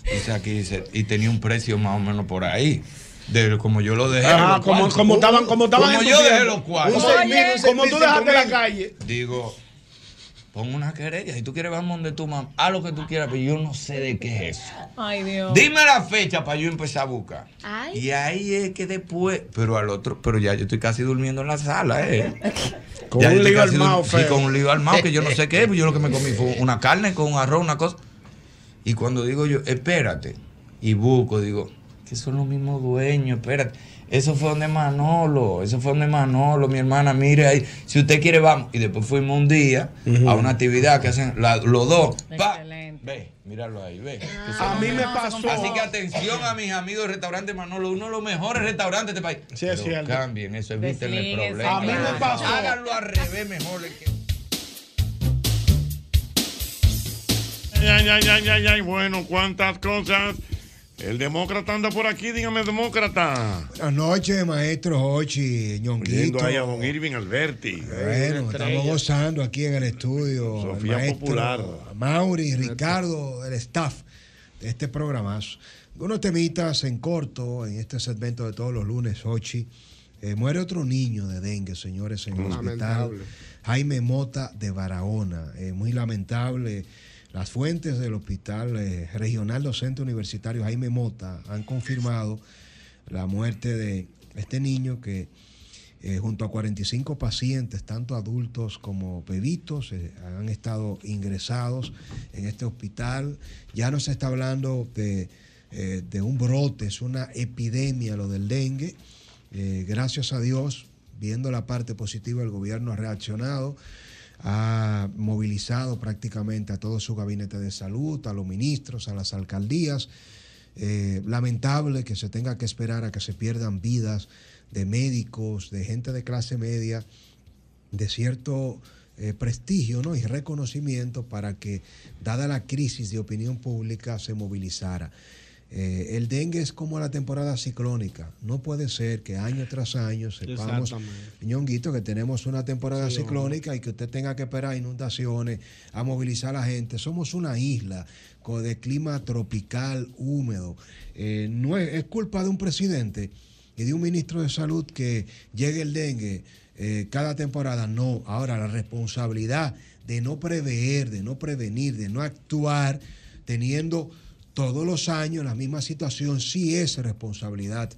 S19: Dice aquí, dice, y tenía un precio más o menos por ahí. De, como yo lo dejé.
S3: Ajá,
S19: los
S3: Ah, como,
S19: cuartos. Uh,
S3: como estaban, como estaban
S19: Como
S3: en tu
S19: yo dejé
S3: tiempo.
S19: los cuartos.
S3: Como- Como tú dejaste la calle.
S19: Digo, pon una querella. Si tú quieres, vamos donde tu mamá. Haz lo que tú quieras, pero yo no sé de qué es eso.
S21: Ay, Dios.
S19: Dime la fecha para yo empezar a buscar.
S21: Ay.
S19: Y ahí es que después, pero al otro, pero ya yo estoy casi durmiendo en la sala, eh.
S3: Con
S19: Ya
S3: un
S19: yo estoy
S3: lío
S19: casi
S3: armado,
S19: dur-
S3: feo.
S19: Sí, con un lío armado, que yo no sé qué, pues yo lo que me comí fue una carne con un arroz, una cosa. Y cuando digo yo, espérate, y busco, digo, que son los mismos dueños, espérate. Eso fue donde Manolo, eso fue donde Manolo, mi hermana, mire ahí, si usted quiere vamos. Y después fuimos un día a una actividad que hacen la- los dos. Pa. Ve, míralo ahí, ve.
S3: A mí me pasó.
S19: Así que atención a mis amigos del restaurante Manolo, uno de los mejores restaurantes de este país. Sí, es
S3: cierto.
S19: Cambien, eso eviten el
S3: Deslíguense,
S19: problema.
S3: A mí me pasó.
S19: Háganlo al revés mejor.
S2: Ay, ay, ay, ay, ay, ay, bueno, cuántas cosas. El demócrata anda por aquí, dígame, demócrata.
S6: Buenas noches, maestro Hochi,
S2: Yendo
S6: ñonguito.
S2: ahí a Don Irving Alberti.
S6: Bueno, estamos gozando aquí en el estudio. al
S2: Sofía
S6: maestro,
S2: Popular.
S6: a Mauri, Ricardo, el staff de este programazo. Unos temitas en corto en este segmento de todos los lunes, Hochi. Eh, muere otro niño de dengue, señores, en el hospital.
S23: Lamentable.
S6: Jaime Mota de Barahona. Eh, muy lamentable. Las fuentes del Hospital eh, Regional Docente Universitario Jaime Mota han confirmado la muerte de este niño que eh, junto a 45 pacientes, tanto adultos como bebitos, eh, han estado ingresados en este hospital. Ya no se está hablando de, eh, de un brote, es una epidemia lo del dengue. Eh, gracias a Dios, viendo la parte positiva, el gobierno ha reaccionado, ha movilizado prácticamente a todo su gabinete de salud, a los ministros, a las alcaldías. Eh, lamentable que se tenga que esperar a que se pierdan vidas de médicos, de gente de clase media, de cierto eh, prestigio ¿no? y reconocimiento para que, dada la crisis de opinión pública, se movilizara. Eh, el dengue es como la temporada ciclónica. No puede ser que año tras año sepamos,
S26: Exactamente.
S6: ñonguito, que tenemos una temporada
S26: Sí, hombre.
S6: ciclónica y que usted tenga que esperar inundaciones, a movilizar a la gente. Somos una isla co- de clima tropical húmedo. Eh, no es, es culpa de un presidente y de un ministro de salud que llegue el dengue eh, cada temporada. No, ahora la responsabilidad de no prever, de no prevenir, de no actuar, teniendo todos los años la misma situación, sí es responsabilidad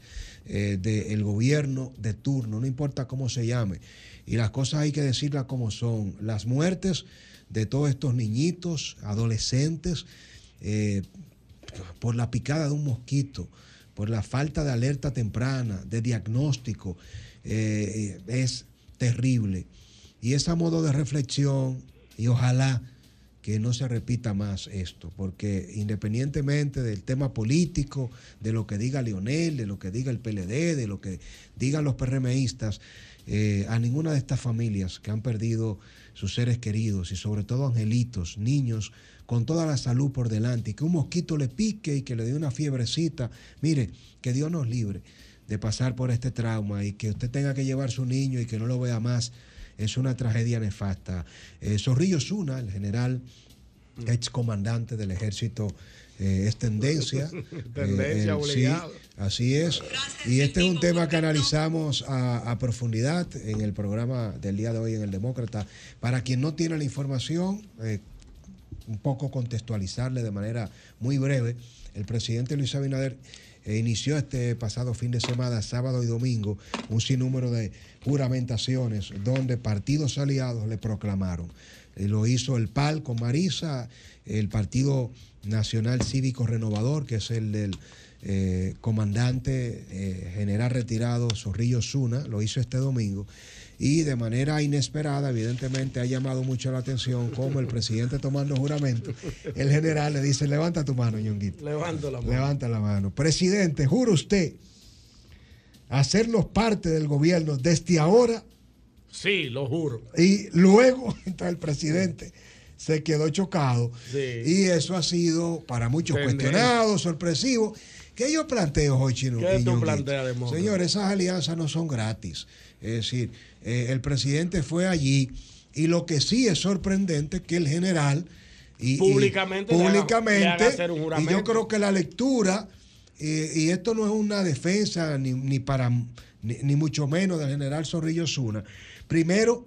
S6: eh, del gobierno de turno, no importa cómo se llame. Y las cosas hay que decirlas como son. Las muertes de todos estos niñitos, adolescentes, eh, por la picada de un mosquito, por la falta de alerta temprana, de diagnóstico, eh, es terrible. Y es a modo de reflexión y ojalá que no se repita más esto, porque independientemente del tema político, de lo que diga Lionel, de lo que diga el PLD, de lo que digan los PRMistas, eh, a ninguna de estas familias que han perdido sus seres queridos y sobre todo angelitos, niños, con toda la salud por delante, y que un mosquito le pique y que le dé una fiebrecita, mire, que Dios nos libre de pasar por este trauma y que usted tenga que llevar su niño y que no lo vea más, es una tragedia nefasta. Eh, Zorrillo Zuna, el general
S8: Mm.
S6: ex comandante del ejército, eh, es
S8: [LAUGHS]
S6: tendencia. Eh,
S8: Tendencia,
S6: sí,
S8: obligado.
S6: así es. Y este es un tema que analizamos a, a profundidad en el programa del día de hoy en El Demócrata. Para quien no tiene la información, eh, un poco contextualizarle de manera muy breve. El presidente Luis Abinader eh, inició este pasado fin de semana, sábado y domingo, un sinnúmero de juramentaciones donde partidos aliados le proclamaron. Eh, Lo hizo el PAL con Marisa, el Partido Nacional Cívico Renovador, que es el del eh, comandante eh, general retirado Zorrillo Zuna, lo hizo este domingo. Y de manera inesperada, evidentemente, ha llamado mucho la atención como el presidente tomando juramento, el general le dice, levanta tu mano, ñonguito.
S3: Levanto la mano.
S6: Levanta la mano. Presidente, juro usted hacernos parte del gobierno desde ahora
S3: Sí, lo juro.
S6: y luego, [LAUGHS] entonces el presidente se quedó chocado.
S3: Sí.
S6: Y eso ha sido para muchos
S3: Tendencia.
S6: cuestionado, sorpresivo. ¿Qué yo planteo, Jochino?
S3: ¿Qué tú planteas, demócrata?
S6: Señor, esas alianzas no son gratis. Es decir, eh, el presidente fue allí y lo que sí es sorprendente es que el general... Y, y-
S3: Públicamente le haga-
S6: públicamente,
S3: le haga hacer un
S6: y yo
S3: juramento.
S6: creo que la lectura, eh, y esto no es una defensa ni, ni para ni, ni mucho menos del general Zorrillo Zuna. Primero,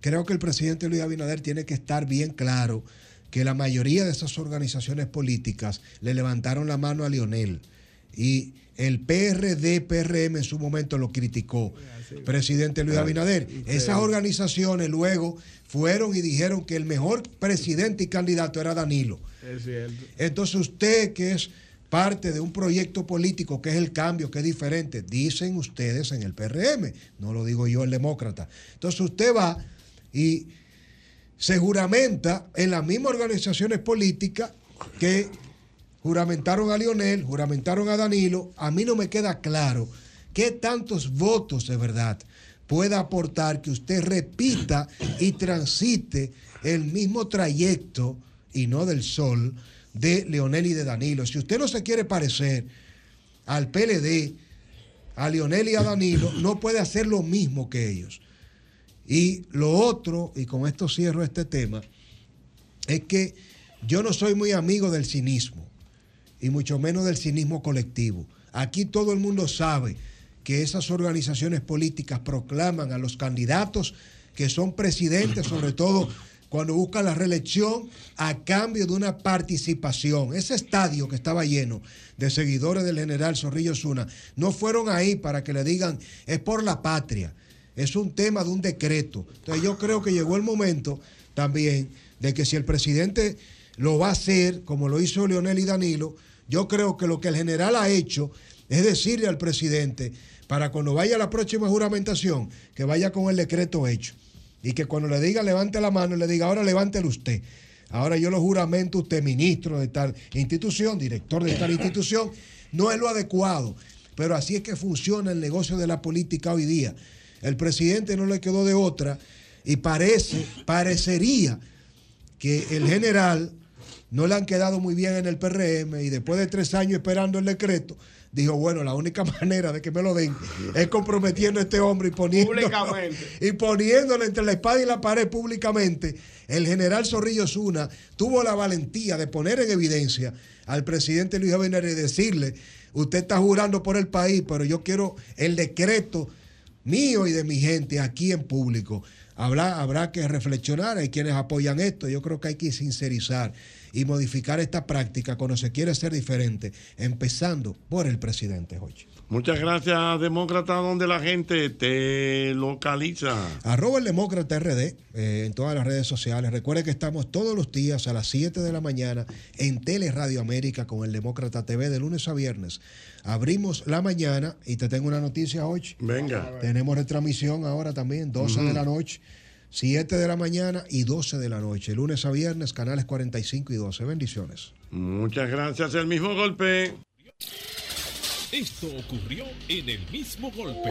S6: creo que el presidente Luis Abinader tiene que estar bien claro que la mayoría de esas organizaciones políticas le levantaron la mano a Lionel y el PRD, PRM en su momento lo criticó. Presidente Luis Abinader, esas organizaciones luego fueron y dijeron que el mejor presidente y candidato era Danilo.
S3: Es cierto.
S6: Entonces usted que es parte de un proyecto político que es el cambio, que es diferente, dicen ustedes en el PRM, no lo digo yo el demócrata. Entonces usted va y se juramenta en las mismas organizaciones políticas que juramentaron a Lionel, juramentaron a Danilo. A mí no me queda claro qué tantos votos de verdad pueda aportar que usted repita y transite el mismo trayecto y no del sol de Leonel y de Danilo. Si usted no se quiere parecer al PLD, a Leonel y a Danilo, no puede hacer lo mismo que ellos. Y lo otro, y con esto cierro este tema, es que yo no soy muy amigo del cinismo, y mucho menos del cinismo colectivo. Aquí todo el mundo sabe que esas organizaciones políticas proclaman a los candidatos que son presidentes, sobre todo cuando buscan la reelección, a cambio de una participación. Ese estadio que estaba lleno de seguidores del general Zorrillo Zuna, no fueron ahí para que le digan, es por la patria, es un tema de un decreto. Entonces yo creo que llegó el momento también de que si el presidente lo va a hacer, como lo hizo Leonel y Danilo, yo creo que lo que el general ha hecho es decirle al presidente, para cuando vaya a la próxima juramentación, que vaya con el decreto hecho. Y que cuando le diga levante la mano, le diga ahora levántelo usted. Ahora yo lo juramento a usted, ministro de tal institución, director de tal institución. No es lo adecuado, pero así es que funciona el negocio de la política hoy día. El presidente no le quedó de otra y parece, parecería que el general no le han quedado muy bien en el PRM y después de tres años esperando el decreto, dijo, bueno, la única [LAUGHS] manera de que me lo den es comprometiendo a este hombre y poniéndolo,
S8: Públicamente.
S6: y poniéndolo entre la espada y la pared públicamente. El general Zorrillo Zuna tuvo la valentía de poner en evidencia al presidente Luis Abinader y decirle, usted está jurando por el país, pero yo quiero el decreto mío y de mi gente aquí en público. Habrá, habrá que reflexionar, hay quienes apoyan esto, yo creo que hay que sincerizar y modificar esta práctica cuando se quiere ser diferente, empezando por el presidente Hochi.
S2: Muchas gracias, Demócrata, donde la gente te localiza.
S6: Arroba el Demócrata RD eh, en todas las redes sociales. Recuerde que estamos todos los días a las 7 de la mañana en Teleradio América con el Demócrata TV de lunes a viernes. Abrimos la mañana y te tengo una noticia hoy.
S2: Venga.
S6: Tenemos retransmisión ahora también, 12 de
S2: Ujú.
S6: la noche. 7 de la mañana y 12 de la noche, lunes a viernes, canales 45 y 12. Bendiciones.
S2: Muchas gracias, el mismo golpe.
S9: Esto ocurrió en el mismo golpe.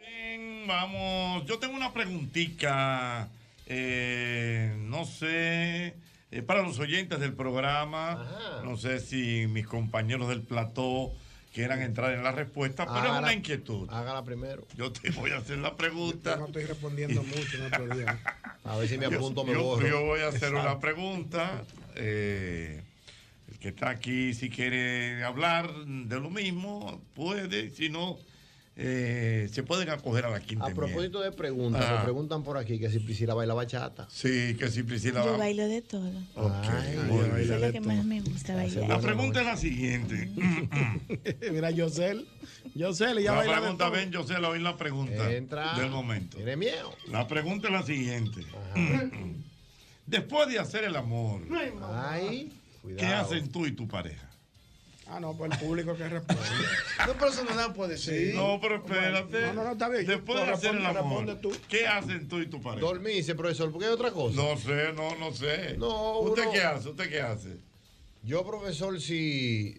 S2: Bien, vamos. Yo tengo una preguntita. eh, no sé. eh, para los oyentes del programa, no sé si mis compañeros del plató quieran entrar en la respuesta, pero es
S5: Hágala-
S2: una inquietud. Hágala primero. Yo te voy a hacer la pregunta.
S8: No estoy respondiendo mucho en otro día.
S5: A ver si me
S2: Yo-
S5: apunto, me
S2: yo,
S5: borro.
S2: yo voy a hacer
S5: Exacto.
S2: una pregunta. eh, el que está aquí, si quiere hablar de lo mismo, puede. Si no, eh, se pueden acoger a la quinta.
S5: A
S2: enmienda.
S5: propósito de preguntas,
S2: Ah.
S5: me preguntan por aquí que si Priscila baila bachata.
S2: Sí, que si Priscila
S21: Yo bailo de todo.
S2: Ok, muy bien.
S21: Eso es lo que más me gusta bailar.
S2: La pregunta es
S5: [LAUGHS]
S2: la siguiente.
S8: [LAUGHS] Mira, Yosel. Yosel, ya
S2: La
S8: baila de
S2: pregunta,
S8: todo.
S2: ven, yo sé, la oí la pregunta
S8: Entra.
S2: del momento.
S5: Tiene miedo.
S2: La pregunta es la siguiente. [CLEARS THROAT] Después de hacer el amor,
S5: Ay,
S2: ¿qué
S5: cuidado.
S2: hacen tú y tu pareja?
S8: Ah, no, pues el público que
S3: [LAUGHS]
S8: responde.
S5: No, pero eso no da por decir.
S2: No, pero espérate.
S5: No, no, no, está bien.
S2: Después de
S5: Pues
S2: hacer el
S5: responde,
S2: amor,
S5: responde
S2: ¿qué hacen tú y tu pareja?
S5: Dormirse, profesor, porque hay otra cosa.
S2: No sé, no, no sé.
S5: No,
S2: ¿Usted
S5: uno-
S2: qué hace? ¿Usted qué hace?
S5: Yo, profesor, si,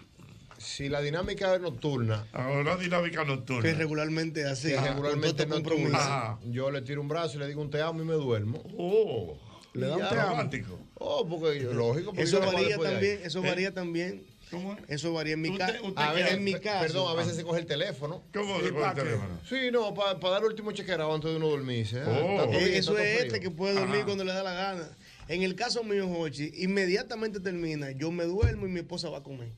S5: si la dinámica es nocturna.
S2: Ahora Ah, dinámica nocturna.
S26: Que regularmente así.
S5: Sí,
S26: ah, con
S5: regularmente
S26: tanto
S5: nocturna.
S26: compromiso.
S5: Ajá. Yo le tiro un brazo y le digo un te amo y me duermo.
S2: Oh.
S26: Le da
S5: Y
S26: un
S5: ya.
S26: te amo.
S2: Romántico.
S5: Oh, porque lógico. porque
S26: Eso
S5: yo le
S26: varía
S5: puedo después de
S26: también,
S5: ahí.
S26: eso
S5: ¿Eh?
S26: varía también.
S2: ¿Cómo
S26: Eso varía en mi
S5: Usted-
S26: caso.
S5: usted qué
S26: en mi
S5: hace?
S26: caso.
S5: Perdón, a veces se coge el teléfono.
S26: ¿Cómo se ¿Y coge el para qué? teléfono?
S5: Sí, no, para dar el último chequerado antes de uno dormirse. ¿eh?
S2: Oh.
S26: Eh,
S5: Tanto bien,
S26: eso
S5: tanto
S26: es
S5: frío.
S26: este que puede dormir
S5: Ajá.
S26: cuando le da la gana. En el caso mío, Jochi, inmediatamente termina, yo me duermo y mi esposa va a comer.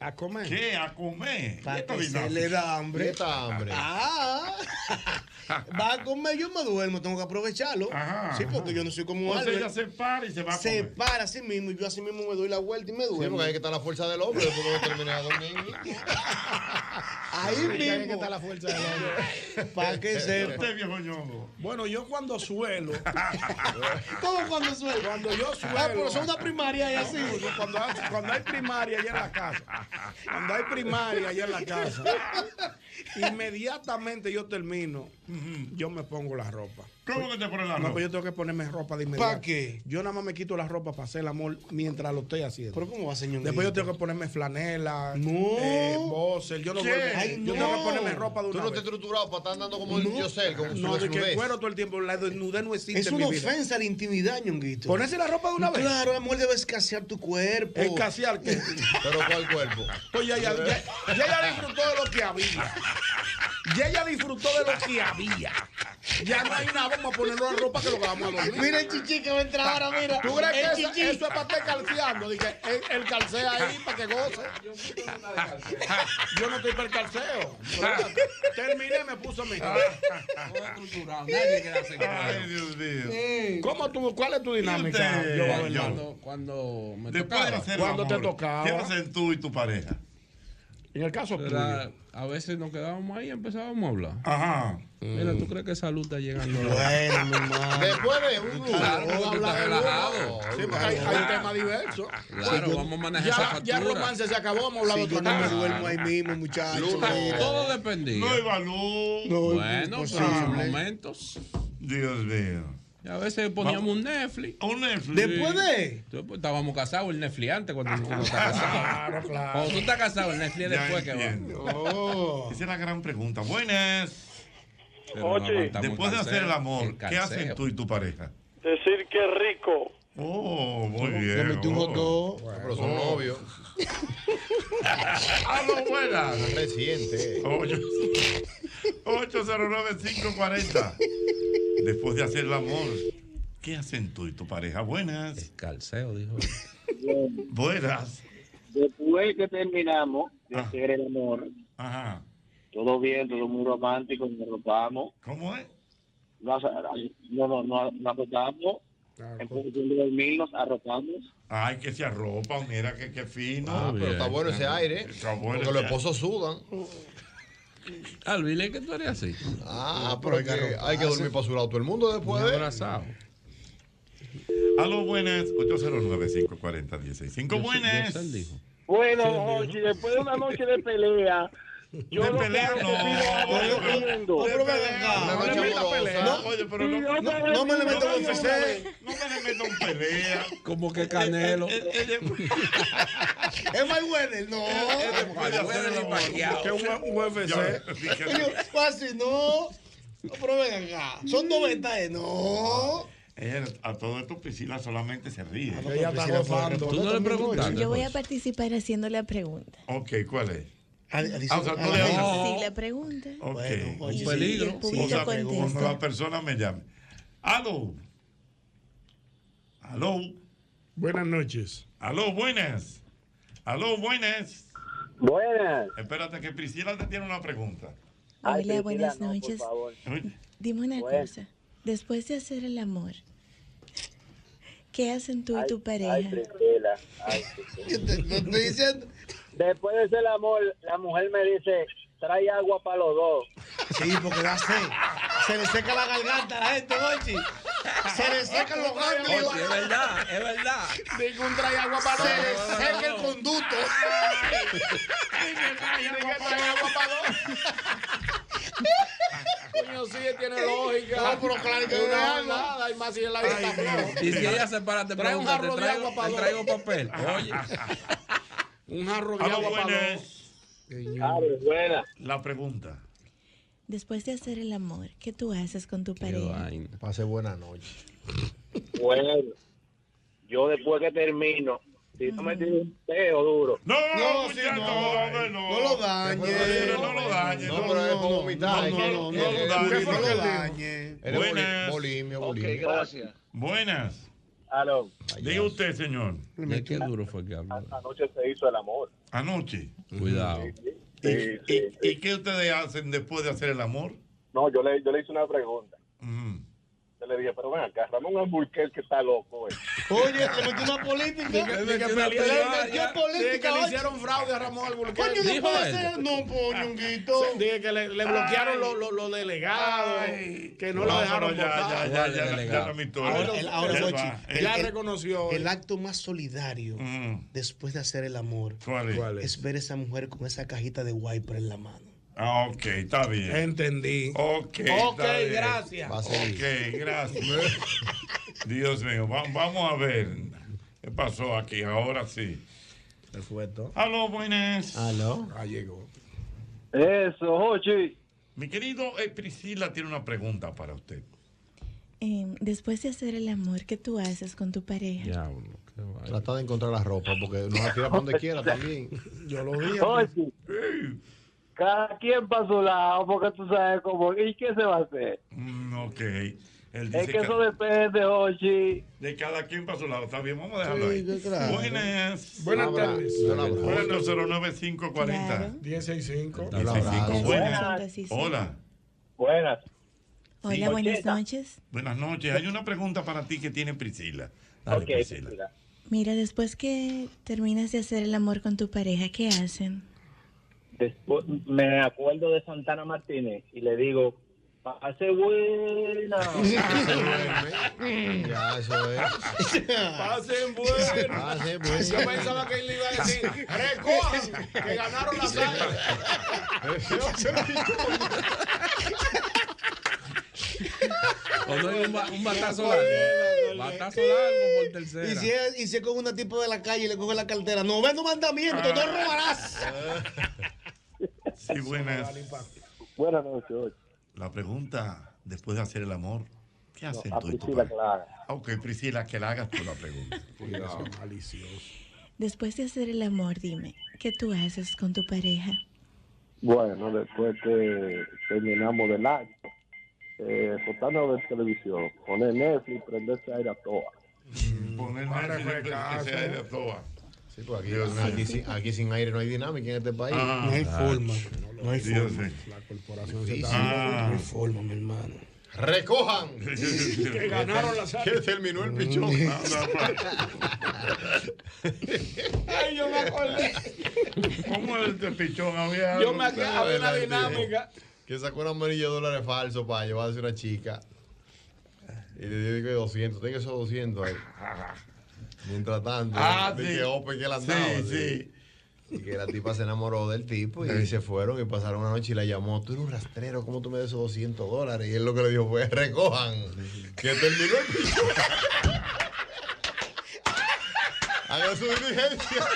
S3: A comer.
S2: ¿Qué? A comer.
S3: Pa'
S2: Esta
S3: que se
S2: dinámica.
S26: le da hambre.
S2: Esta hambre.
S3: [LAUGHS]
S26: Ah, va a comer, yo me duermo, tengo que aprovecharlo.
S2: Ajá,
S26: sí, porque yo no soy como
S2: Entonces
S26: Albert.
S2: ella se para y se va a
S26: Se
S2: comer.
S26: para así mismo y yo así mismo me doy la vuelta y me duermo.
S5: porque ahí que está la fuerza del hombre después que uno termina de dormir.
S2: [LAUGHS]
S26: Ahí mismo.
S3: está la fuerza del [LAUGHS]
S26: Para que sepa.
S2: Usted, Este viejo ñongo.
S3: Bueno, yo cuando [LAUGHS] suelo.
S26: ¿Cómo cuando suelo?
S3: Cuando yo suelo.
S26: Ah, pero son una primaria y así.
S3: Cuando, cuando hay primaria allá en la casa. Cuando hay primaria allá en la
S2: [LAUGHS]
S3: casa. Inmediatamente yo termino, yo me pongo la ropa.
S2: ¿Cómo que te pones la
S3: No,
S2: ropa?
S3: pues yo tengo que ponerme ropa de inmediato.
S26: ¿Pa' qué?
S3: Yo nada más me quito la ropa para hacer el amor mientras lo estoy haciendo.
S26: ¿Pero cómo va, señor?
S3: Después yo tengo que ponerme flanela,
S26: No.
S3: eh, boxer, yo no
S5: ¿Qué?
S3: vuelvo.
S5: Ay, no.
S3: yo tengo que ponerme ropa de
S5: Tú
S3: una
S5: no
S3: vez.
S5: estás estructurado para estar andando como el Yosel con su
S3: No, de que
S5: desnudez.
S3: cuero todo el tiempo, la desnudez no existe
S26: Es
S3: en
S26: una
S3: mi vida.
S26: ofensa a la intimidad, ñonguito.
S3: Ponerse la ropa de una vez.
S26: Claro, la mujer debe escasear tu cuerpo.
S3: Escasear
S10: [LAUGHS]
S3: qué.
S5: Pero ¿cuál cuerpo?
S3: Pues ya, ya, ya- ya ella disfrutó de lo que había. Ya ella disfrutó de lo que había. Ya no hay nada, vamos a ponernos la ropa que lo que vamos a dormir.
S26: Mira el chichi que va a entrar ahora, mira.
S3: ¿Tú
S26: El
S3: crees que esa-
S26: chichi.
S3: eso es para estar calceando? Dije, el, el calcea ahí para que goce. Yo no estoy para el calceo. Terminé, me puso mi. ah,
S2: Ay, Dios mío.
S3: ¿Cómo tú, ¿Cuál es tu dinámica?
S2: usted,
S3: Yo, Bernardo?
S2: John?
S10: Ah, Cuando me
S2: Eh, Después de
S10: tocaba.
S2: hacer el
S10: Cuando te
S2: amor,
S10: tocaba.
S2: ¿Qué hacen tú y tu pareja?
S3: En el caso
S10: Era-
S3: tuyo.
S10: A veces nos quedábamos ahí y empesábamos a hablar.
S2: Ajá.
S10: Mira, ¿tú crees que esa luz está llegando?
S26: Bueno, mi hermano.
S5: Después de un
S10: Claro, porque tú estás relajado.
S3: Sí, porque hay, hay temas diversos.
S10: Claro, vamos a manejar
S3: ya,
S10: esa
S3: Ya
S10: factura.
S3: el romance se acabó, vamos a hablar
S10: Sí,
S3: de
S10: yo
S3: otra
S10: no me
S3: cosa.
S10: duermo ahí
S26: mismo, muchachos.
S10: Ah, Todo dependía.
S2: No hay valor.
S10: bueno, pero en los momentos.
S2: Dios mío.
S10: Y a veces poníamos
S2: Vamos.
S10: un Netflix.
S2: Un Netflix.
S10: ¿Después de? estábamos casados, el Netflix antes cuando tú no estás casado.
S3: Claro, claro. Oh.
S10: Cuando tú estás casado, el Netflix es
S2: Ya
S10: después que va.
S2: entiendo. Esa es la gran pregunta. Buenas.
S10: Pero no Oye. aguantamos
S2: Después de
S10: el
S2: hacer el
S10: calceo,
S2: amor,
S10: el
S2: ¿qué
S10: calceo.
S2: hacen tú y tu pareja?
S11: Decir que rico.
S2: Oh, muy bien.
S5: Le metí un
S2: oh.
S5: hot dog. Pero son
S2: Oh. [LAUGHS]
S5: novios.
S2: ¡Ah, no, buenas!
S5: Reciente.
S2: Ocho- 809-540. Después de hacer el amor, ¿qué hacen tú y tu pareja? Buenas. El
S10: calceo, dijo.
S6: Eh,
S2: Buenas.
S11: Después que terminamos de hacer el amor,
S2: Ajá.
S11: todo bien, todo muy romántico, nos ropamos.
S2: ¿Cómo es?
S11: Nos, no, no, no, nos arropamos. En posición de dormir, nos arropamos.
S2: Ay, que se arropa, mira que, que fino.
S5: Ah, pero está bueno ese aire.
S3: Ah,
S2: Está bueno
S5: Porque los
S2: ese
S5: esposos sudan.
S10: Alvile, que tú eres así.
S5: Ah, pero hay que, hay que dormir para su lado todo el mundo después de.
S10: Abrazado.
S2: A los buenas, 809-540-165. Buenas.
S11: Bueno, Jorge, después de una noche de pelea, yo
S2: De
S11: lo que
S2: pelea,
S11: hago es
S2: no,
S11: que
S2: oye,
S11: pido-
S2: pero-
S11: pidiendo.
S2: de
S11: Pero
S2: pelea,
S11: venga,
S2: no le
S11: yo-
S2: meta pelea.
S11: No,
S2: Oye, pero no-
S11: yo-
S2: no-
S11: yo-
S2: no me le
S11: yo-
S2: meta
S11: yo-
S2: UFC.
S11: yo- yo-
S2: No me le meto en pelea. Eh,
S10: Como que
S26: [LAUGHS]
S10: Canelo.
S26: Es Mayweather,
S3: [LAUGHS]
S26: no.
S3: Que un UFC.
S26: Coño, Fácil, no. No, pero ven acá. Son 90, eh,
S3: Ah.
S26: no.
S2: Ella, a todo esto Priscila solamente se ríe.
S3: Ella está gozando.
S2: Tú no le preguntaste.
S21: Yo voy a participar haciendo la pregunta.
S2: Ok, ¿cuál es?
S21: adic-
S2: Ah, o sea, tú le
S21: adic-
S2: hablas.
S21: Sí, la pregunta.
S2: Ok.
S21: Bueno, oye,
S2: un
S21: sí,
S2: peligro.
S21: el público
S2: O sea,
S21: contesta.
S2: cuando la persona me llame. Aló. Aló.
S3: Buenas noches.
S2: Aló, buenas. Aló, buenas.
S11: Buenas.
S2: Espérate que Priscila te tiene una pregunta.
S11: Ay,
S21: Hola,
S11: Priscila,
S21: buenas
S11: no, por
S21: noches.
S11: favor.
S21: Dime una
S11: Bueno.
S21: cosa. Después de hacer el amor, ¿qué hacen tú y tu
S11: Ay,
S21: pareja?
S11: Priscila. Ay,
S2: [LAUGHS]
S11: Priscila. Después de ese el amor, la mujer me dice, trae agua para los dos.
S26: Sí, porque da sed. Se le seca la garganta a la gente, Ochi. Se le secan los ganglios.
S10: Oye, es verdad, es verdad.
S26: Digo, un trae agua para Se le seca el conducto.
S3: Coño, sí, tiene lógica.
S26: No, pero claro que
S3: Una
S26: no hay
S3: verdad,
S26: agua.
S3: hay más si en la vida está floja.
S10: Y si ella se para, te
S3: Trae un
S10: pregunta, te
S3: jarro de
S10: traigo,
S3: agua pa'
S10: te
S3: dos.
S10: traigo papel.
S2: [LAUGHS]
S10: Oye.
S3: Un jarro de
S2: Aló,
S3: agua para
S2: buenas. La pregunta.
S21: Después de hacer el amor, ¿qué tú haces con tu pareja?
S5: Pase buena noche.
S11: Bueno, yo después que termino, si no me tiene un peo duro.
S2: No,
S11: no,
S2: muchacho, no, hombre, no.
S26: No lo dañes.
S2: No lo dañes.
S5: No, pero es por vomitar.
S2: No, no, no, no lo
S5: Eres
S2: dañes.
S5: bulimio,
S2: No lo
S5: eres boli-
S2: dañes. Buenas.
S5: Bulimio, bulimio.
S2: Buenas.
S7: Aló.
S2: Diga usted, señor.
S10: ¿De qué duro fue que habló?
S7: Anoche se hizo el amor.
S2: Anoche.
S10: Cuidado.
S2: ¿Y, y- y qué ustedes hacen después de hacer el amor?
S7: No, yo le, yo le hice una pregunta. Yo le dije, pero ven acá, Ramón Hamburgués que está loco. eh.
S26: Oye, le metió una política.
S7: Le metió
S26: Le
S7: una pelea.
S26: metió
S3: Dije que
S26: política.
S3: le
S26: oye.
S3: hicieron fraude a Ramón Alburquerque.
S26: Coño, no puede ser. No,
S3: Se- Dije que le, le bloquearon los los- los delegados, que no lo
S2: Vámonos,
S3: dejaron
S2: ya,
S3: votar.
S2: ya, ya, ya, ya, ya, mi torre.
S26: Ahora, el, ahora,
S2: Ya
S26: Jochi,
S2: va.
S26: el-
S2: Ya
S26: el-
S2: reconoció.
S26: El acto más solidario después de hacer el amor
S2: es? ¿Cuál es?
S26: ver esa mujer con esa cajita de wiper en la mano.
S2: Ah, ok, está bien.
S3: Entendí.
S2: Ok,
S26: Ok,
S2: está bien.
S26: gracias. Va a
S2: Ok,
S26: seguir.
S2: gracias. Dios mío, va- vamos a ver qué pasó aquí. Ahora sí.
S3: El fueto.
S2: Aló, buenas.
S3: Aló. Ah, llegó.
S2: Eso, Jochi. Mi querido eh, Priscila tiene una pregunta para usted.
S21: Em, después de hacer el amor, ¿qué tú haces con tu pareja?
S5: Trata de encontrar la ropa porque nos la tira para donde quiera también.
S3: [LAUGHS] Yo lo vi.
S11: Oye, cada quien para su lado, porque tú sabes cómo. ¿Y qué se va a hacer?
S2: Mm, ok. Él dice
S11: Es que
S2: que-
S11: eso depende, Ochi.
S2: de cada quien para su lado. Está bien, vamos a dejarlo ahí.
S11: claro.
S2: Buenas.
S11: Buenas Un abrazo, tardes. un abrazo.
S2: 809-540.
S3: 165.
S2: Un abrazo. Buenas.
S21: Buenas.
S2: Hola.
S7: Buenas.
S21: Hola, buenas noches.
S2: Buenas noches. Hay una pregunta para ti que tiene Priscila. Dale, Priscila.
S21: Mira, después que terminas de hacer el amor con tu pareja, ¿qué hacen?
S11: Después me acuerdo de Santana Martínez y le digo, pase
S2: [LAUGHS]
S11: buena. [LAUGHS]
S5: Ya, eso es.
S3: Pasen buenas.
S5: Pasen buenas.
S3: Yo pensaba que él le iba a decir, recojan, que ganaron la playa.
S10: Cuando hay un, ba- un batazo largo. Batazo largo por tercera.
S26: Y si, es, y si es con una tipo de la calle y le coge la cartera, no ven tu mandamiento,
S10: Ah.
S26: no robarás.
S2: Sí, buenas.
S7: Buenas noches, Ochi.
S2: La pregunta, después de hacer el amor, ¿qué hacen
S7: No, a
S2: tú y tu
S7: Priscila
S2: pareja?
S7: que la haga.
S2: Ah, Ok, Priscila, que la hagas tú la pregunta. Cuidado, malicioso.
S21: Después de hacer el amor, dime, ¿qué tú haces con tu pareja?
S7: Bueno, después que terminamos del acto, eh, botarnos de televisión, poner Netflix, prenderse aire a toa.
S2: Poner
S5: aire
S2: que sea aire a toa.
S5: Sí, pues [LAUGHS] aquí,
S2: Dios mío.
S5: aquí sin, aquí sin aire no hay dinámica en este país.
S2: Ah, No hay tacho. forma,
S5: No hay
S2: Dios
S5: forma.
S2: mío. Ah.
S5: La corporación
S26: se está- No hay
S3: Ah.
S26: forma, mi hermano.
S2: [LAUGHS]
S5: Recojan.
S26: Que ganaron las
S5: Que terminó el pichón.
S2: Mm.
S3: Ay, yo me acordé.
S2: ¿Cómo el de pichón había?
S3: Yo me acordé, había una dinámica.
S5: Que sacó una amarilla de dólares falso para llevarse una chica. Y le dio que 200. Tenga esos 200
S2: [LAUGHS]
S5: ahí. Mientras tanto,
S2: Ah,
S5: de
S2: sí.
S5: Pues que oh, Open que la
S2: Sí,
S5: andaba.
S2: sí.
S5: así. Y que la tipa se enamoró del tipo y
S2: Sí.
S5: se fueron y pasaron una noche y la llamó. Tú eres un rastrero, ¿cómo tú me das esos 200 dólares? Y él lo que le dijo fue: recojan. Que terminó el pichón. [LAUGHS] Haga su diligencia.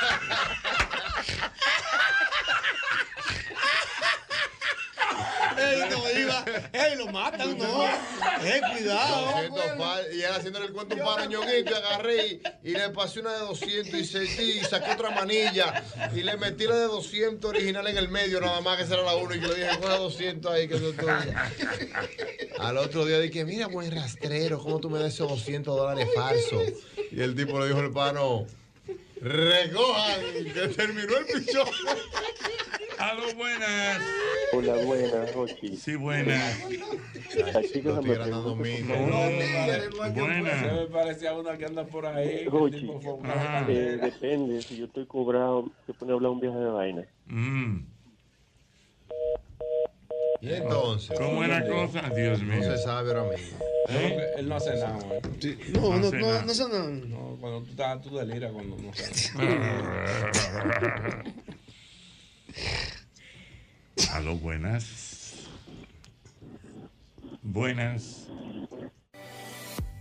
S26: Ey, no iba. Ey, lo matan, no.
S11: Eh,
S26: Ey, cuidado.
S5: 200 pa- y él haciéndole el cuento para ñonguito, y agarré y, y le pasé una de 200 y, sentí, y saqué otra manilla y le metí la de 200 original en el medio, nada más que esa era la 1 y que le dije, coge 200 ahí que eso es tuya. Al otro día dije, mira, buen rastrero, ¿cómo tú me das esos 200 dólares falsos? Y el tipo le dijo al pano, recojan, que terminó el pichón.
S2: A lo buenas.
S7: Hola, buenas, Ochi.
S2: Sí, buenas.
S7: Así que se me pregunta
S10: No,
S7: cómo-
S10: me pare-
S2: Buena.
S10: Se me parecía una que anda por ahí. que el
S7: Jochi,
S10: tipo fue
S26: Ah.
S10: un-
S7: eh, depende, si yo estoy cobrado, se pone a hablar un viaje de vaina.
S5: Y entonces.
S2: ¿Cómo es la cosa? Dios mío. ¿Eh?
S5: No se sabe ahora mismo.
S10: Él no hace nada. güey.
S26: No, no,
S10: ¿Eh? hace
S26: no,
S10: nada.
S26: no son nada.
S10: No, cuando tú, estás, tú deliras cuando no sabes.
S26: Ah.
S2: [LAUGHS] Aló, buenas. Buenas.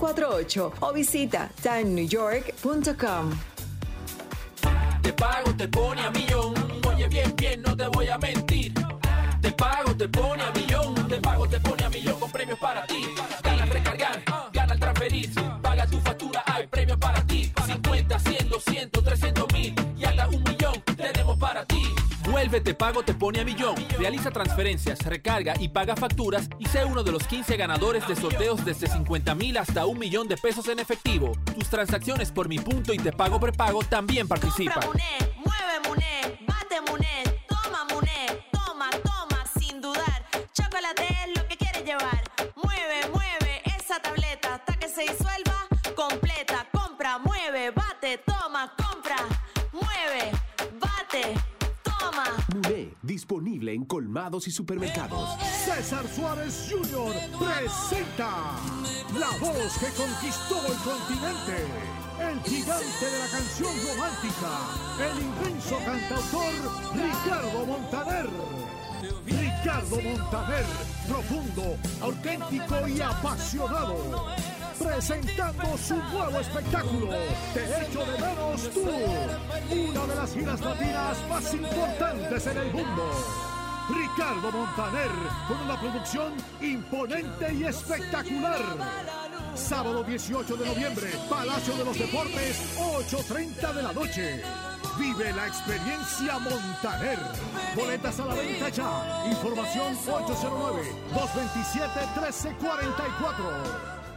S27: 348 o visita timenewyork.com.
S11: Te pago, te pone a millón. Oye, bien, bien, no te voy a mentir. Te pago, te pone a millón. Te pago, te pone a millón con premios para ti. Gana al recargar, gana al transferir. Paga tu factura, hay premios para ti. 50, 100, 200, 300 mil y hasta un millón tenemos para ti. Vuelve, te pago, te pone a millón. Realiza transferencias, recarga y paga facturas y sé uno de los 15 ganadores de sorteos desde 50 mil hasta un millón de pesos en efectivo. Tus transacciones por mi punto y te pago prepago también participan.
S28: Mueve Muné, bate Muné, toma Muné, toma, toma, sin dudar. Chocolate es lo que quieres llevar. Mueve, mueve esa tableta hasta que se disuelva completa. Compra, mueve, bate, toma, compra, mueve, bate, toma.
S2: Muné, disponible en colmados y supermercados. César Suárez Jr. presenta la voz que conquistó el continente. El gigante de la canción romántica, el inmenso cantautor Ricardo Montaner. Ricardo Montaner, profundo, auténtico y apasionado. Presentando su nuevo espectáculo, Te echo de menos tú, una de las giras latinas más importantes en el mundo. Ricardo Montaner con una producción imponente y espectacular. Sábado 18 de noviembre, Palacio de los Deportes, 8.30 de la noche. Vive la experiencia Montaner. Boletas a la venta ya. Información 809-227-1344.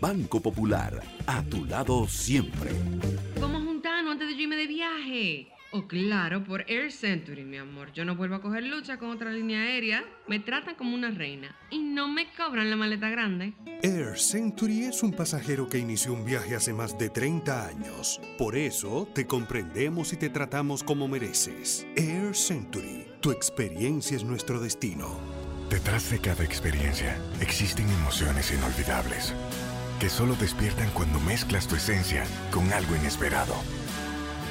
S18: Banco Popular, a tu lado siempre.
S23: Vamos juntarnos antes de yo irme de viaje. Oh, claro, por Air Century, mi amor. Yo no vuelvo a coger lucha con otra línea aérea. Me tratan como una reina y no me cobran la maleta grande.
S29: Air Century es un pasajero que inició un viaje hace más de 30 años. Por eso te comprendemos y te tratamos como mereces. Air Century, tu experiencia es nuestro destino.
S30: Detrás de cada experiencia existen emociones inolvidables que solo despiertan cuando mezclas tu esencia con algo inesperado.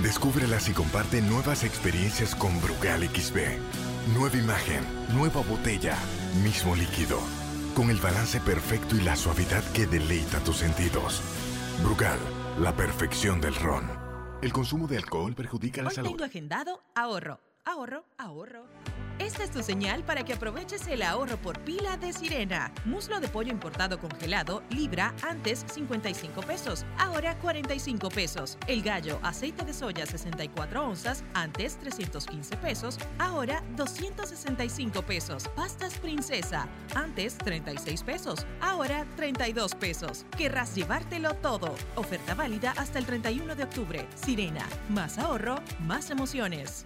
S30: Descúbrelas y comparte nuevas experiencias con Brugal XB. Nueva imagen, nueva botella, mismo líquido, con el balance perfecto y la suavidad que deleita tus sentidos. Brugal, la perfección del ron. El consumo de alcohol perjudica la
S31: Hoy
S30: salud.
S31: tengo agendado ahorro, ahorro, ahorro. Esta es tu señal para que aproveches el ahorro por pila de sirena. Muslo de pollo importado congelado, libra, antes 55 pesos, ahora 45 pesos. El gallo, aceite de soya 64 onzas, antes 315 pesos, ahora 265 pesos. Pastas princesa, antes 36 pesos, ahora 32 pesos. Querrás llevártelo todo. Oferta válida hasta el 31 de octubre. Sirena, más ahorro, más emociones.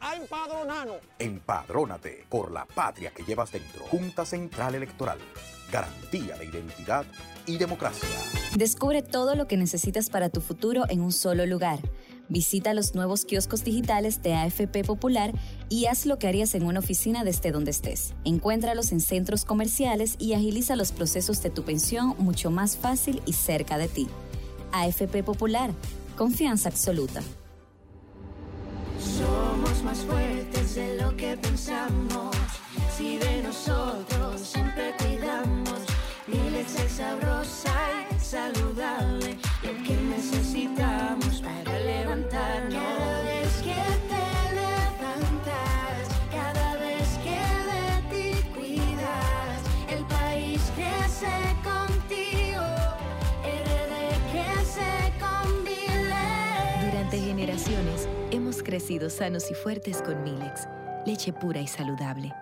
S5: a empadronarnos.
S32: Empadrónate por la patria que llevas dentro. Junta Central Electoral. Garantía de identidad y democracia.
S33: [LAUGHS] Descubre todo lo que necesitas para tu futuro en un solo lugar. Visita los nuevos kioscos digitales de AFP Popular y haz lo que harías en una oficina desde donde estés. Encuéntralos en centros comerciales y agiliza los procesos de tu pensión mucho más fácil y cerca de ti. AFP Popular, confianza absoluta.
S12: Somos más fuertes de lo que pensamos. Si de nosotros siempre cuidamos. Miles es sabrosa y saludable. Lo que necesitamos para levantarnos. Cada vez que te levantas, cada vez que de ti cuidas, el país crece contigo
S16: Durante generaciones hemos crecido sanos y fuertes con Milex, leche pura y saludable.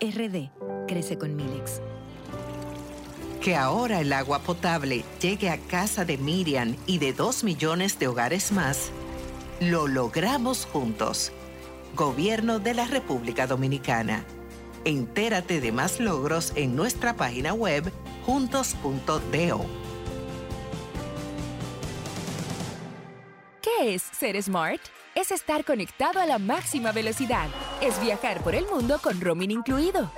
S16: RD crece con Milex.
S34: Que ahora el agua potable llegue a casa de Miriam y de dos millones de hogares más, lo logramos juntos. Gobierno de la República Dominicana. Entérate de más logros en nuestra página web juntos.do.
S35: ¿Qué es ser smart? Es estar conectado a la máxima velocidad. Es viajar por el mundo con roaming incluido.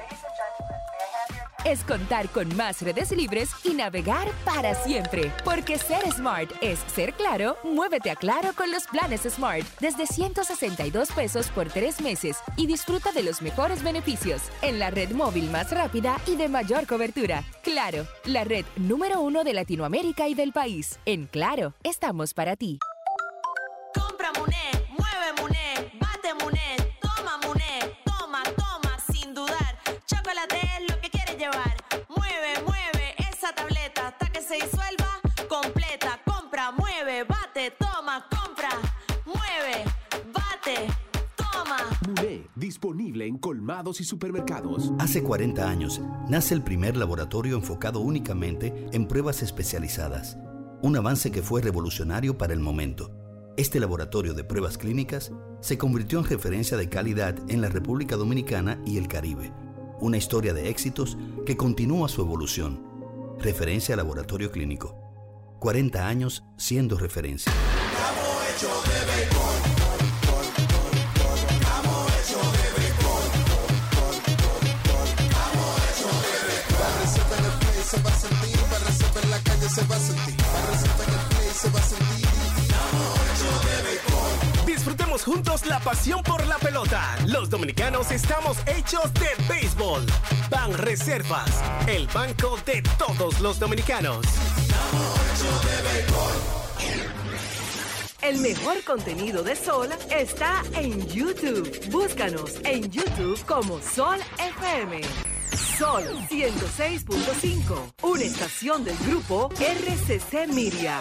S35: Es contar con más redes libres y navegar para siempre. Porque ser smart es ser claro, muévete a claro con los planes smart desde 162 pesos por tres meses y disfruta de los mejores beneficios en la red móvil más rápida y de mayor cobertura. Claro, la red número uno de Latinoamérica y del país. En claro, estamos para ti.
S28: Compra Muné, mueve Muné, bate Muné, toma Muné, toma, toma, sin dudar. Chocolate es lo que quieres llevar. Mueve, mueve esa tableta hasta que se disuelva completa. Compra, mueve, bate, toma, compra, mueve, bate, toma.
S35: Muné,
S36: disponible en colmados y supermercados.
S9: Hace 40 años nace el primer laboratorio enfocado únicamente en pruebas especializadas, un avance que fue revolucionario para el momento. Este laboratorio de pruebas clínicas se convirtió en referencia de calidad en la República Dominicana y el Caribe, una historia de éxitos que continúa su evolución. Referencia al laboratorio clínico. 40 años siendo referencia.
S11: Para reservar el play se va a sentir, para reservar la calle se va a sentir, para reservar el play se va a sentir. Disfrutemos juntos la pasión por la pelota. Los dominicanos estamos hechos de béisbol. Ban Reservas, el banco de todos los dominicanos.
S23: El mejor contenido de Sol está en YouTube. Búscanos en YouTube como Sol FM. Sol 106.5, una estación del grupo RCC Miria.